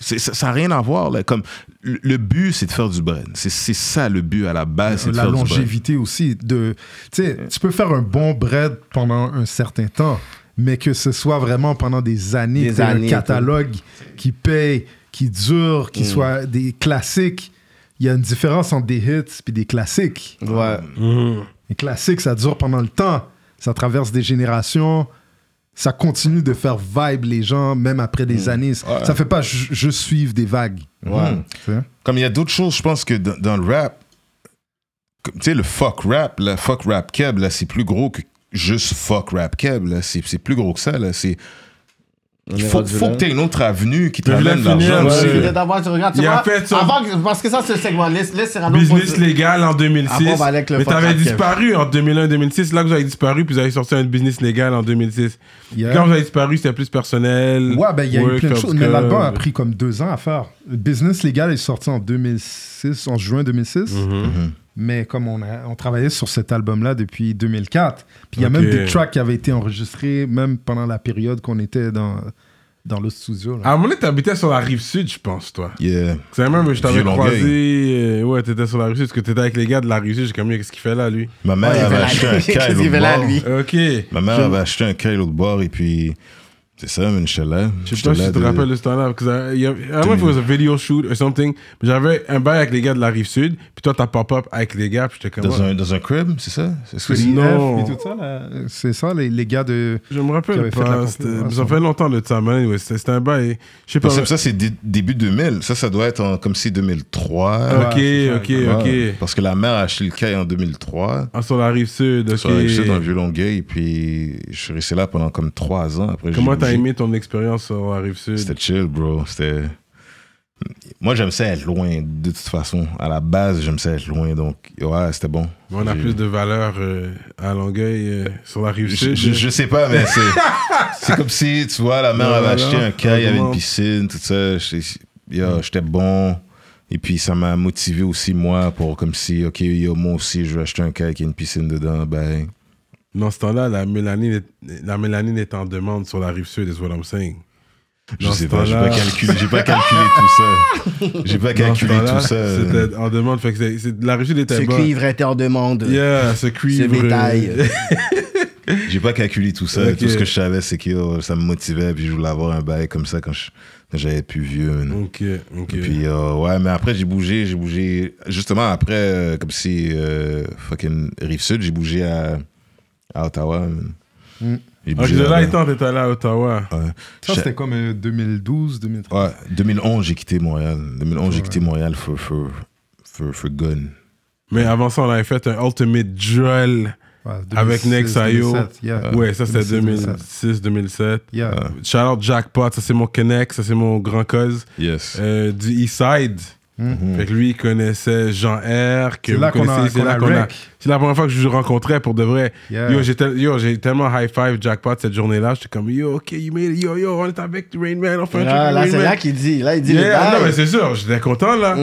S2: C'est- ça n'a rien à voir. Là. Comme, le, le but, c'est de faire du bread. C'est c'est ça le but à la base, c'est de
S4: Euh, La
S2: faire du bread.
S4: longévité aussi. De, tu sais, tu peux faire un bon bread pendant un certain temps, mais que ce soit vraiment pendant des années,
S3: Des
S4: que t'aies
S3: années,
S4: un catalogue qui paye, qui dure,
S2: Mm.
S4: qui soit des classiques. Il y a une différence entre des hits et des classiques.
S3: Ouais.
S4: Les classiques, ça dure pendant le temps. Ça traverse des générations. Ça continue de faire vibe les gens, même après des années. Ça fait pas ju- juste suivre des vagues.
S2: Mm. Ouais. Mm.
S4: Tu sais.
S2: Comme il y a d'autres choses, je pense que dans, dans le rap, comme, tu sais, le fuck rap, la fuck rap keb, là, c'est plus gros que juste fuck rap keb, là. C'est c'est plus gros que ça, là. C'est. Il faut,
S3: rendu
S2: faut
S3: là.
S2: que tu aies une autre avenue qui te
S1: Mais je
S2: ramène de
S1: voulais finir,
S2: l'argent
S1: ouais.
S2: aussi.
S1: Ouais.
S2: là.
S3: Peut-être avoir- tu regardes, tu
S1: Il a
S3: vois,
S1: fait son-
S3: avant que- parce que ça, c'est le segment. Laisse, laisse Cyrano
S1: Business
S3: poser-
S1: légal en 2006.
S3: Après, on va aller avec le
S1: mais
S3: fuck
S1: t'avais
S3: rap, Kev.
S1: disparu en 2001-2006. Là, vous avez disparu, puis vous avez sorti un business légal en 2006.
S4: Yeah.
S1: Quand vous avez disparu, c'était plus personnel.
S4: Ouais, ben il y a eu
S1: work,
S4: plein de
S1: faire
S4: choses.
S1: du
S4: Mais
S1: code.
S4: l'album a pris comme deux ans à faire. Business Legal est sorti en 2006, en juin 2006.
S1: Mm-hmm.
S4: Mais comme on, a, on travaillait sur cet album-là depuis 2004, puis il y a
S1: Ok.
S4: même des tracks qui avaient été enregistrés même pendant la période qu'on était dans, dans le studio. là.
S1: À un moment donné, t'habitais sur la rive sud, je pense, toi.
S2: Yeah.
S1: C'est la même, je t'avais
S2: Vieux Longueuil.
S1: croisé. euh, ouais, t'étais sur la rive sud, parce que t'étais avec les gars de la rive sud. J'ai comme, Yo, qu'est-ce qu'il fait là, lui
S2: Ma mère
S3: Ouais, [LAUGHS] il
S2: avait
S3: veut la-
S2: acheté un
S3: Qu'est-ce
S2: kale
S3: qu'il veut
S2: au
S3: là,
S2: bord.
S3: lui?
S1: Ok. Je
S2: Ma mère avait acheté un kale au bord et puis. C'est ça, man, j'étais là.
S1: sais pas
S2: J'étais
S1: si
S2: là
S1: tu te
S2: de-
S1: rappelles de ce temps-là. parce que ça- il y a- I don't know if it was a video shoot or something. mais J'avais un bail avec les gars de la rive sud, puis toi, t'as pop-up avec les gars, puis j'étais comme.
S2: Dans
S1: ouais.
S2: un, dans un crib, c'est ça? C'est ce que
S1: Oui.
S2: c'est?
S1: Ah, non.
S4: Et tout ça, là, c'est ça, les, les gars de.
S1: Je me
S4: Qui
S1: rappelle
S4: avait fait la
S1: pas.
S4: compilation.
S1: c'était- Ça fait longtemps de ça, man. Anyway, C'était c'était un bail. Je sais pas.
S2: Parce que Ça, c'est dé- début 2000. Ça, ça doit être en- comme si 2003.
S1: Ok,
S4: Ouais,
S1: ok,
S4: c'est
S1: ok.
S2: Ouais, Ah, Parce que la mère a acheté le caille en 2003.
S1: Ah, sur la rive sud, ok.
S2: Sur la Rive-Sud, dans le Vieux-Longueuil. Puis je suis resté là pendant comme trois ans. Après, j'ai
S1: Comment t'as
S2: bougé.
S1: aimé ton expérience sur la rive sud
S2: C'était chill, bro. C'était. Moi, j'aime ça être loin, de toute façon. À la base, j'aime ça être loin. Donc, ouais, c'était bon.
S1: On a
S2: J'ai-
S1: plus de valeur euh, à Longueuil euh, sur la rive
S2: Je,
S1: sud.
S2: je- je sais pas, mais c'est.
S1: [LAUGHS]
S2: c'est comme si, tu vois, la mère
S1: Ouais,
S2: avait
S1: voilà.
S2: acheté un caille, il y avait une
S1: Vraiment.
S2: piscine, tout ça. J'étais- yo, J'étais bon. Et puis, ça m'a motivé aussi, moi, pour comme si, OK, yo, moi aussi, je vais acheter un caille qui a une piscine dedans. Ben,
S1: Dans ce temps-là, la mélanine, est- la mélanine est en demande sur la rive sud, is what I'm saying.
S2: je
S1: Dans
S2: sais
S1: ce
S2: pas, j'ai pas
S1: temps-là-
S2: calculé, j'ai pas calculé tout ça. J'ai pas
S1: Dans ce
S2: calculé
S1: temps-là,
S2: tout ça. euh.
S1: C'était en demande. Fait que c'est- c'est- la rive sud
S3: Ce
S1: était bonne.
S3: cuivre était en demande.
S2: euh,
S1: Yeah,
S3: Ce
S1: ce cuivre.
S3: bétail.
S1: euh,
S2: J'ai pas calculé tout ça.
S1: Ok.
S2: Tout ce que je savais, c'est que oh, ça me motivait. Puis je voulais avoir un bail comme ça quand je- quand j'avais plus vieux. man.
S1: [LAUGHS] Ok, ok.
S2: Et puis, euh, ouais, mais après, j'ai bougé. J'ai bougé. Justement, après, euh, comme si euh, fucking Rive-Sud, j'ai bougé à, à Ottawa. man. J'ai
S1: Ok,
S2: bougé
S1: de là
S2: là-bas.
S1: étant, t'étais allé à Ottawa.
S2: Ouais.
S4: Ça, c'était comme euh, 2012, 2013.
S2: Ouais, 2011, j'ai quitté Montréal. 2011, j'ai quitté Montréal for, for, for, for gun.
S1: Mais avant ça, on avait fait un ultimate duel
S4: Ouais,
S1: avec
S4: 2006,
S1: Nex Ayo.
S4: 2007, yeah.
S1: Ouais, ça c'était Ah.
S4: 2006,
S1: 2006-2007.
S4: Yeah.
S1: Shout out Jackpot, ça c'est mon connect, ça c'est mon grand cause
S2: Yes.
S1: euh, du East Side. Fait que lui il connaissait Jean R. que
S4: Mhm. C'est
S1: vous
S4: là qu'on a-
S1: connaissez, c'est
S4: qu'on
S1: là
S4: a
S1: qu'on a-
S4: rec.
S1: c'est la première fois que je le rencontrais pour de vrai.
S4: Yeah.
S1: Yo, j'ai tel- yo, j'ai tellement high five Jackpot cette journée-là, j'étais comme yo, ok, you made it. yo, yo, on est avec Rain Man, on fait un truc
S3: Ah,
S1: avec
S3: là,
S1: Rain
S3: c'est
S1: Man.
S3: là qu'il dit. Là, il dit les
S1: Yeah,
S3: bails. Mm.
S1: non, mais c'est sûr, j'étais content là.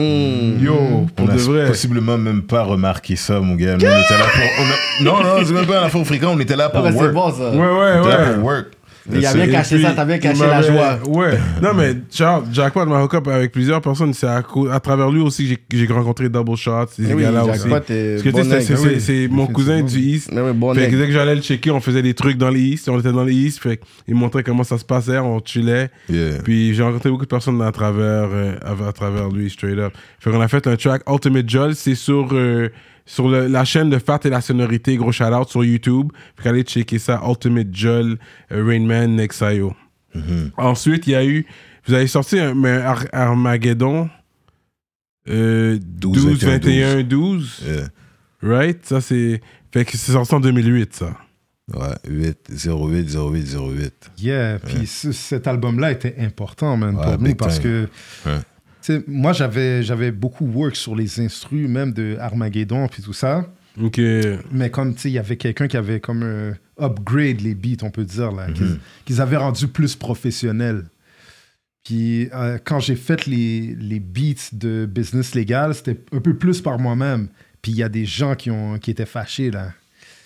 S1: Yo,
S2: On
S1: pour
S2: a
S1: de vrai.
S2: possiblement même pas remarqué ça, mon gars. mais On était là pour. on a- Non, non, c'est même pas la fois fréquent. On était là
S3: Ah,
S2: pour
S3: ben, c'est
S2: work.
S3: bon, ça.
S1: Ouais, ouais,
S2: On était là
S1: ouais.
S2: pour work.
S3: Il y a
S2: That's
S3: bien
S2: it.
S1: Et
S3: caché
S1: puis,
S3: ça, t'as bien
S1: il
S3: caché la
S1: m'avait-
S3: joie.
S1: Ouais. Non, mais Charles, Jackpot m'a hook up avec plusieurs personnes. C'est à, cau- à travers lui aussi que j'ai- que j'ai rencontré Double Shots, ces
S3: Eh oui,
S1: gars-là aussi.
S3: Jackpot
S1: Parce
S3: est
S1: que tu
S3: bon
S1: sais, c'est-
S3: nègre,
S1: c'est-
S3: ah
S1: c'est
S3: oui.
S1: c'est mon cousin du East.
S3: Eh oui, bon
S1: fait que
S3: nègre.
S1: dès que j'allais le checker, on faisait des trucs dans l'East. On était dans l'East. Fait qu'il montrait comment ça se passait. On chillait.
S2: Yeah.
S1: Puis j'ai rencontré beaucoup de personnes à travers, euh, à, à travers lui, straight up. Fait qu'on a fait un track Ultimate Jol, c'est sur, euh, sur le- la chaîne de Fat et la sonorité, gros shout out sur YouTube. Fait qu'allez checker ça, Ultimate Jol, euh, Rain Man, Nexio. Ensuite, il y a eu, vous avez sorti un, mais Ar- Armageddon euh, 12, 21, 12,
S2: Yeah.
S1: right? Ça c'est. Fait que c'est sorti en 2008, ça.
S2: Ouais, 8, 08, 08, 08.
S4: Yeah, puis ce- cet album-là était important, man,
S2: Ouais,
S4: pour nous,
S2: big
S4: parce
S2: time.
S4: que,
S2: Ouais.
S4: tu sais, moi, j'avais j'avais beaucoup work sur les instrus, même de Armageddon, puis tout ça.
S1: Ok.
S4: Mais comme, tu sais, il y avait quelqu'un qui avait comme euh, upgrade les beats, on peut dire,
S2: Mm-hmm.
S4: là, qu'ils, qu'ils avaient rendu plus professionnels. Puis euh, quand j'ai fait les, les beats de business légal, c'était un peu plus par moi-même. Puis il y a des gens qui, ont, qui étaient fâchés, là.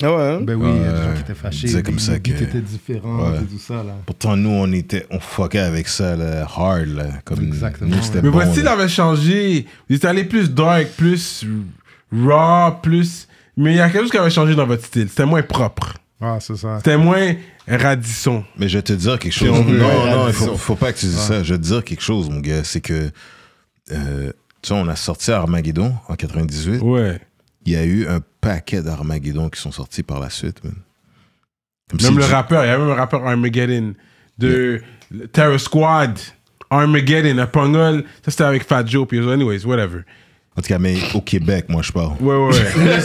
S3: Ah ouais, hein?
S4: Ben oui, il y a des gens
S2: Ouais,
S4: qui étaient fâchés.
S2: disait
S4: Les,
S2: comme ça
S4: les beats
S2: que-
S4: étaient différents
S2: Ouais.
S4: et tout ça, là.
S2: Pourtant, nous, on était, on fuckait avec ça, là, hard, là. Comme
S4: Exactement,
S2: Nous, c'était
S1: Mais
S2: bon,
S1: votre style
S2: là.
S1: avait changé. Vous étiez allé plus dark, plus raw, plus. Mais il y a quelque chose qui avait changé dans votre style. C'était moins propre.
S4: Ah, c'est ça.
S1: C'était moins radisson.
S2: Mais je vais te dire quelque chose. Non,
S3: veut
S2: non,
S3: la
S2: il faut,
S3: vision.
S2: faut pas que tu dises ça. Je vais te dire quelque chose, mon gars. C'est que, euh, tu sais, on a sorti Armageddon en 98.
S1: Ouais.
S2: Il y a eu un paquet d'Armageddon qui sont sortis par la suite, man. Comme si
S1: Même le
S2: tu-
S1: rappeur, il y avait même un rappeur Armageddon de Terror Squad. Armageddon, à Pongol. Ça, c'était avec Fat Joe. Puis, anyways, whatever.
S2: En tout cas, mais au Québec, moi, je parle.
S1: Ouais, ouais, ouais. [LAUGHS]
S3: Le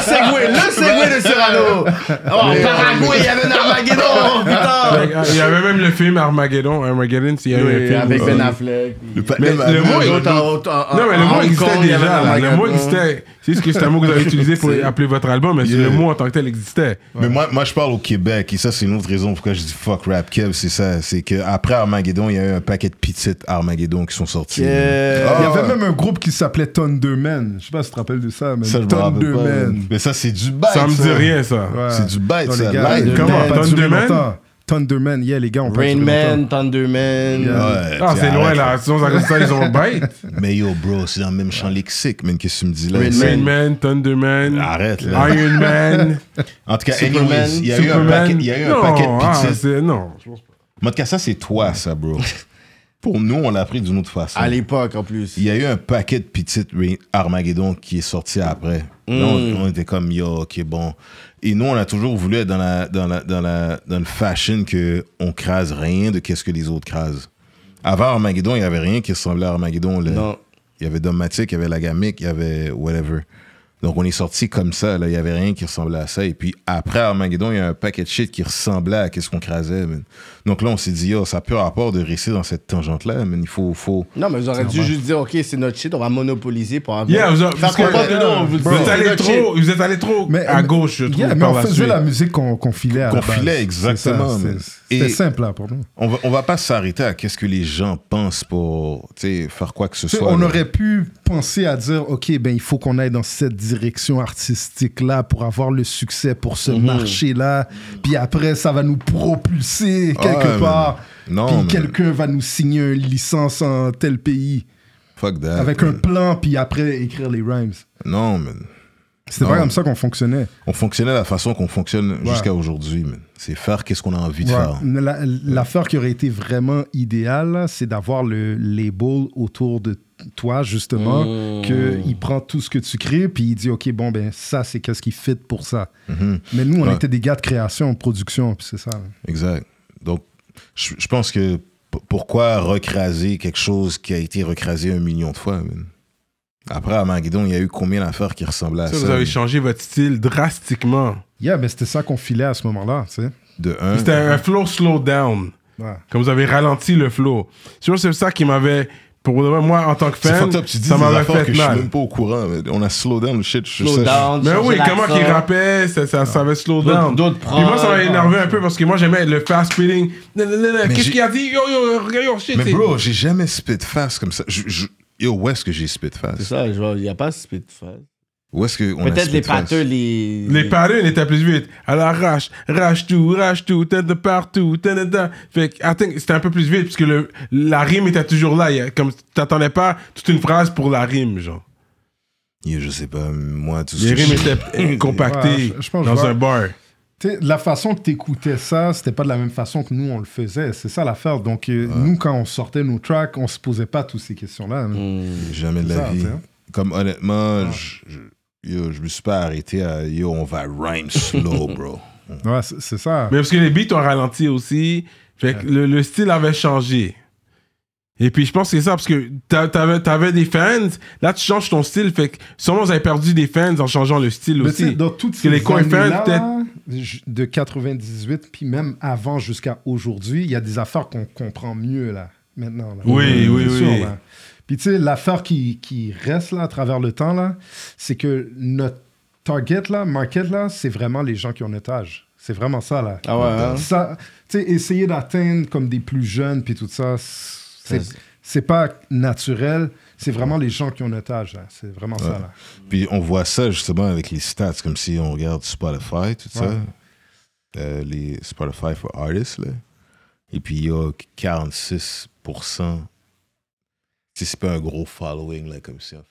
S3: segway, le segway de Cyrano! Oh, Paraguay, il y avait un Armageddon,
S1: [LAUGHS]
S3: putain!
S1: Fait, euh, il y avait même le film Armageddon. Armageddon, c'est il y avait un
S3: Oui,
S1: film.
S3: avec
S1: aussi.
S3: Ben Affleck.
S1: Mais le mot, il- Non, mais le mot existait déjà. là. Le mot existait. C'est ce que c'est un mot que vous avez utilisé pour appeler votre album, mais c'est
S2: Yeah.
S1: le mot en tant que tel existait.
S2: Mais moi, moi, je parle au Québec, et ça, c'est une autre raison pourquoi je dis fuck rap Kev, c'est ça. C'est qu'après Armageddon, il y a eu un paquet de petites Armageddon qui sont sortis.
S3: Yeah.
S2: Ah,
S4: Il y avait
S2: ouais.
S4: même un groupe qui s'appelait Tonne de Men. Je sais pas si tu te rappelles de ça, mais
S2: Ça, je me
S4: Tonne
S2: rappelle
S4: de
S2: pas.
S4: Men.
S2: Mais ça, c'est du bête.
S1: Ça me dit rien, ça.
S4: Ouais.
S2: C'est du bête,
S4: Non,
S2: ça,
S4: les gars,
S2: live.
S4: les gars,
S1: Comment,
S4: on a pas duré
S1: Thunderman?
S4: longtemps. Thunderman, yeah, les gars, on
S3: Rain
S4: pas duré
S3: Man,
S4: longtemps.
S3: Thunder Man.
S2: Ouais,
S1: Ah, c'est
S2: tu sais,
S1: loin,
S2: arrête,
S1: là. Sinon, ça reste ça, ils ont bite.
S2: Mais yo, bro, c'est dans le même champ lexique, man, qu'est-ce que tu me dis là?
S3: Red
S2: C'est-
S1: Rain Man, Thunder Man,
S2: Arrête, là.
S1: Iron Man,
S2: En tout cas,
S3: Superman,
S2: anyways, il y a eu un paquet,
S1: Superman.
S2: il y a eu un
S1: Non,
S2: paquet de
S1: ah,
S2: petites.
S1: c'est- Non, je pense pas.
S2: Mais en tout cas, ça, c'est toi, ça, bro. Pour nous, on l'a pris d'une autre façon.
S3: À l'époque, en plus.
S2: Il y a eu un paquet de petites Rain- Armageddon qui est sorti après. Là, on, on était comme, yo, ok, bon. Et nous, on a toujours voulu être dans, la, dans, la, dans, la, dans le fashion que on crase rien de qu'est-ce que les autres crasent. Avant Armageddon, il n'y avait rien qui ressemblait à Armageddon. là.
S3: Non.
S2: Il y avait Domatic, il y avait la gamique, il y avait whatever. Donc, on est sorti comme ça. Là. Il n'y avait rien qui ressemblait à ça. Et puis, après Armageddon, il y a un paquet de shit qui ressemblait à quest ce qu'on crasait. man. Donc là, on s'est dit, yo, ça peut rapport de rester dans cette tangente-là. Mais il faut, faut,
S3: Non, mais vous auriez dû juste dire, OK, c'est notre shit, on va monopoliser pour avoir.
S1: Yeah, vous,
S3: Faire
S1: a- parce que-
S3: comprendre que non, vous-
S1: vous êtes
S3: c'est
S1: allé
S3: notre shit.
S1: trop, vous êtes allé trop
S4: Mais-
S1: à
S4: mais-
S1: gauche, je trouve.
S4: Yeah, mais
S1: par
S4: on
S1: la
S4: faisait
S1: suite.
S4: la musique qu'on qu'on filait à la
S2: Qu'on
S4: base.
S2: filait,
S4: C'est
S2: exactement,
S4: ça,
S2: mais-
S4: c'est- C'était
S2: et-
S4: simple, là, pour nous.
S2: On va, on va pas s'arrêter à qu'est-ce que les gens pensent pour tu sais, faire quoi que ce
S4: Tu sais,
S2: soit.
S4: on
S2: là.
S4: aurait pu penser à dire, OK, ben, il faut qu'on aille dans cette direction artistique-là pour avoir le succès pour ce
S2: Mhm.
S4: marché-là. Puis après, ça va nous propulser
S2: Ah,
S4: quelque
S2: ouais,
S4: part.
S2: man. Non,
S4: Puis
S2: man.
S4: quelqu'un va nous signer une licence en tel pays
S2: Fuck that.
S4: avec un plan, puis après, écrire les rhymes.
S2: Non, man.
S4: C'était
S2: Non.
S4: pas comme ça qu'on fonctionnait.
S2: On fonctionnait de la façon qu'on fonctionne jusqu'à aujourd'hui, man. C'est faire qu'est-ce qu'on a envie de
S4: Ouais.
S2: faire.
S4: Mais la- L'affaire qui aurait été vraiment idéale, là, c'est d'avoir le label autour de toi, justement, que qu'il prend tout ce que tu crées, puis il dit, OK, bon, ben ça, c'est qu'est-ce qui fit pour ça.
S2: Mhm.
S4: Mais nous, on
S2: Ouais.
S4: était des gars de création, de production, puis c'est ça.
S2: Exact. Donc, je je pense que p- pourquoi recraser quelque chose qui a été recrasé un million de fois, man? Après, à Maguidon, il y a eu combien d'affaires qui ressemblaient à
S1: Ça,
S2: ça?
S1: vous avez
S2: man?
S1: changé votre style drastiquement.
S4: Yeah, mais c'était ça qu'on filait à ce moment-là, tu sais.
S2: De un.
S1: C'était un flow slow down.
S4: Ouais.
S1: Comme vous avez ralenti le flow. Je pense que c'est ça qui m'avait, pour de vrai, moi, en tant que
S2: C'est
S1: fan,
S2: fucked up, tu dis
S1: ça
S2: des
S1: m'avait
S2: affaires
S1: fait
S2: que je suis même
S1: mal.
S2: pas au courant. man. On a slow down le shit. je- ça,
S3: Slow
S2: je-
S3: down.
S1: Mais
S3: changer
S1: oui, comment
S3: l'accent.
S1: qu'il rappait, ça, ça, ça avait slow
S3: D'autres-
S1: down.
S3: d'autres
S1: Puis moi, ça
S3: prends- euh,
S1: m'avait énervé un peu parce que moi, j'aimais le fast feeling. Qu'est-ce
S2: j'ai-
S1: qu'il a dit Yo, yo, regarde, yo, shit.
S2: Mais
S1: c'est-
S2: bro, j'ai jamais spit face comme ça. Je- je- Yo, où est-ce que j'ai spit
S3: C'est
S2: face?
S3: ça, je vois, il n'y a pas ce speed phase.
S2: Où est-ce que on a
S3: Peut-être
S2: spit
S3: les
S2: face?
S3: pâteux, les.
S1: Les parrains étaient plus vite. À l'arrache, rache tout, rache tout, tête de partout, tête de dedans. Fait que, I think, c'était un peu plus vite parce que le, la rime était toujours là. Il y a- Comme t'attendais pas toute une phrase pour la rime, genre.
S2: Yo, je sais pas, moi, tout ce
S1: Les
S2: que
S1: rimes
S2: je- [LAUGHS]
S1: étaient compactées
S4: Ouais, je- je pense que je
S1: dans
S4: vois.
S1: un bar.
S4: T'sais, la façon que t'écoutais ça, c'était pas de la même façon que nous on le faisait. C'est ça l'affaire. Donc euh, nous, quand on sortait nos tracks, on se posait pas toutes ces questions-là. hein.
S2: Jamais de la
S4: Ça,
S2: vie.
S1: hein?
S4: t'sais.
S2: Comme honnêtement,
S3: Ah.
S2: je, je, yo, je me suis pas arrêté à yo, on va rhyme slow, bro.
S4: Ouais, c'est c'est ça.
S1: Mais parce que les beats ont ralenti aussi. Fait que le, le style avait changé. Et puis je pense que c'est ça, parce que t'a- t'avais, t'avais des fans, là tu changes ton style, fait que sûrement vous avez perdu des fans en changeant le style
S4: Mais tu sais,
S1: aussi.
S4: dans toutes
S1: que
S4: ces
S1: les coins fans,
S4: années-là,
S1: peut-être-
S4: j- de 98, puis même avant jusqu'à aujourd'hui, il y a des affaires qu'on comprend mieux, là, maintenant. là.
S1: Oui, oui,
S4: C'est
S1: oui.
S4: là. Puis tu sais, l'affaire qui, qui reste, là, à travers le temps, là, c'est que notre Target, là, Market, là, c'est vraiment les gens qui ont un otage. C'est vraiment ça, là.
S3: Ah ouais, hein?
S4: Ça, tu sais, essayer d'atteindre comme des plus jeunes, puis tout ça, c'est
S3: Ça,
S4: c'est pas naturel. C'est vraiment les gens qui ont un otage, là. C'est vraiment ça, là.
S2: Puis on voit ça justement avec les stats, comme si on regarde Spotify, tout ça.
S4: Ouais.
S2: Euh, les Spotify for Artists, là. Et puis il y a 46 Tu sais, c'est pas un gros following, là, comme si un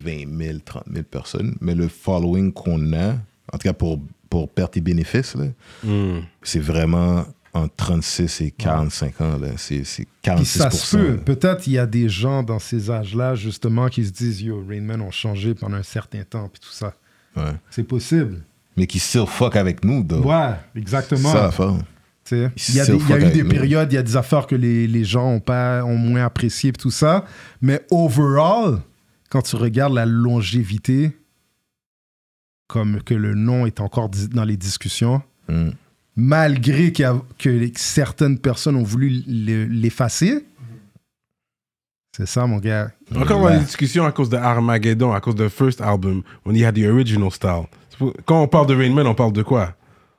S2: following de 20 000, 30 000 personnes. Mais le following qu'on a, en tout cas pour, pour pertes et bénéfices, là,
S1: Hmm.
S2: c'est vraiment entre 36 et 45 ans. Là. C'est, c'est 46%.
S4: Puis ça se peut.
S2: là.
S4: Peut-être il y a des gens dans ces âges-là, justement, qui se disent Yo, Rainman ont changé pendant un certain temps, puis tout ça.
S2: Ouais.
S4: C'est possible.
S2: Mais qui still fuck avec nous, though.
S4: Ouais, exactement.
S2: Oh. Ça, l'affaire.
S4: Tu sais,
S2: Ils
S4: Il y a,
S2: se
S4: des- il y a
S2: fuck
S4: eu des
S2: avec nous.
S4: périodes, il y a des affaires que les, les gens ont, pas, ont moins appréciées, puis tout ça. Mais overall, quand tu regardes la longévité, comme que le nom est encore dis- dans les discussions,
S2: Mm.
S4: malgré qu'il y a- que les- certaines personnes ont voulu l'e- l'effacer, c'est ça, mon gars.
S1: Encore dans les discussions à cause de Armageddon, à cause de First Album, when he had the original style. C'est pour- Quand on parle de Rain Man, on parle de quoi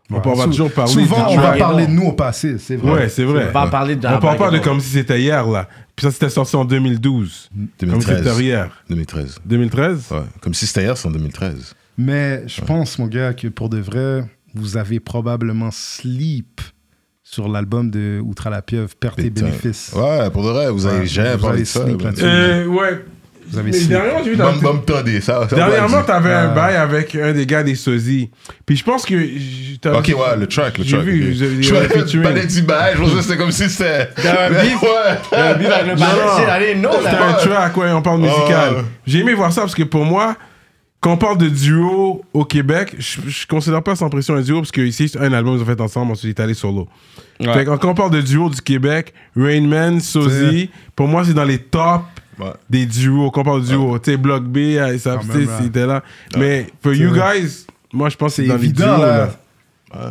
S1: On
S4: Ouais.
S1: parle- on va
S4: Sou-
S1: toujours parler
S4: Souvent,
S1: du trap.
S4: on va
S3: Armageddon.
S4: parler de nous au passé, c'est vrai.
S1: Ouais, c'est vrai.
S3: On va en parler de
S1: On parle pas de
S3: Armageddon.
S1: comme si c'était hier, là. Puis ça, c'était sorti en 2012.
S4: Mmh,
S1: Comme si c'était
S2: 2013.
S1: hier.
S2: 2013.
S1: 2013
S2: Ouais. Comme si c'était hier, c'est en 2013.
S4: Mais je pense, mon gars, que pour de vrai, vous avez probablement sleep sur l'album de Outre à la Pieuvre, Perte et
S2: Putain.
S4: bénéfices.
S2: Ouais, pour de vrai, vous avez
S4: Ouais,
S2: jamais
S4: vous
S2: parlé
S4: avez
S2: de ça.
S4: sneak
S2: là.
S4: là-dessus.
S1: Euh, ouais.
S4: Vous avez
S1: Mais
S4: sleep.
S1: dernièrement, j'ai vu dans
S2: Bum, bum, toddy, ça. ça, on va
S1: Dernièrement,
S2: le dire.
S1: t'avais un
S4: Ouais.
S1: bail avec un des gars des sosies. Puis je pense que. j- t'avais-
S2: Ok, ouais, le track, le
S1: J'ai
S2: track.
S1: vu,
S2: ok.
S1: vous avez-
S2: Je
S1: vous avez
S2: parlais
S1: featuring.
S2: parlais du badge, je pensais que c'était comme si c'était.
S3: un
S2: Mais
S3: beef.
S2: Ouais.
S3: Euh, vive avec le
S1: Non,
S3: balai,
S1: non.
S3: c'est allé, non,
S1: C'était
S3: là.
S1: un track, ouais, on parle musical.
S2: ouais.
S1: J'ai aimé voir ça parce que pour moi, quand on parle de duo au Québec, je, je considère pas sans pression un duo parce que ici, c'est un album ils ont fait ensemble, ensuite ils est allé solo. Fait que quand on parle de duo du Québec, Rain Man, Sozy, pour moi, c'est dans les tops
S2: Ouais.
S1: des duos. Quand on parle de duo, tu sais, Block B, euh, ça,
S4: Quand
S1: tu sais,
S4: même,
S1: c'était là. Mais for you guys, moi, je pense que
S4: C'est
S1: c'est dans les duos.
S4: évident,
S1: là.
S4: là.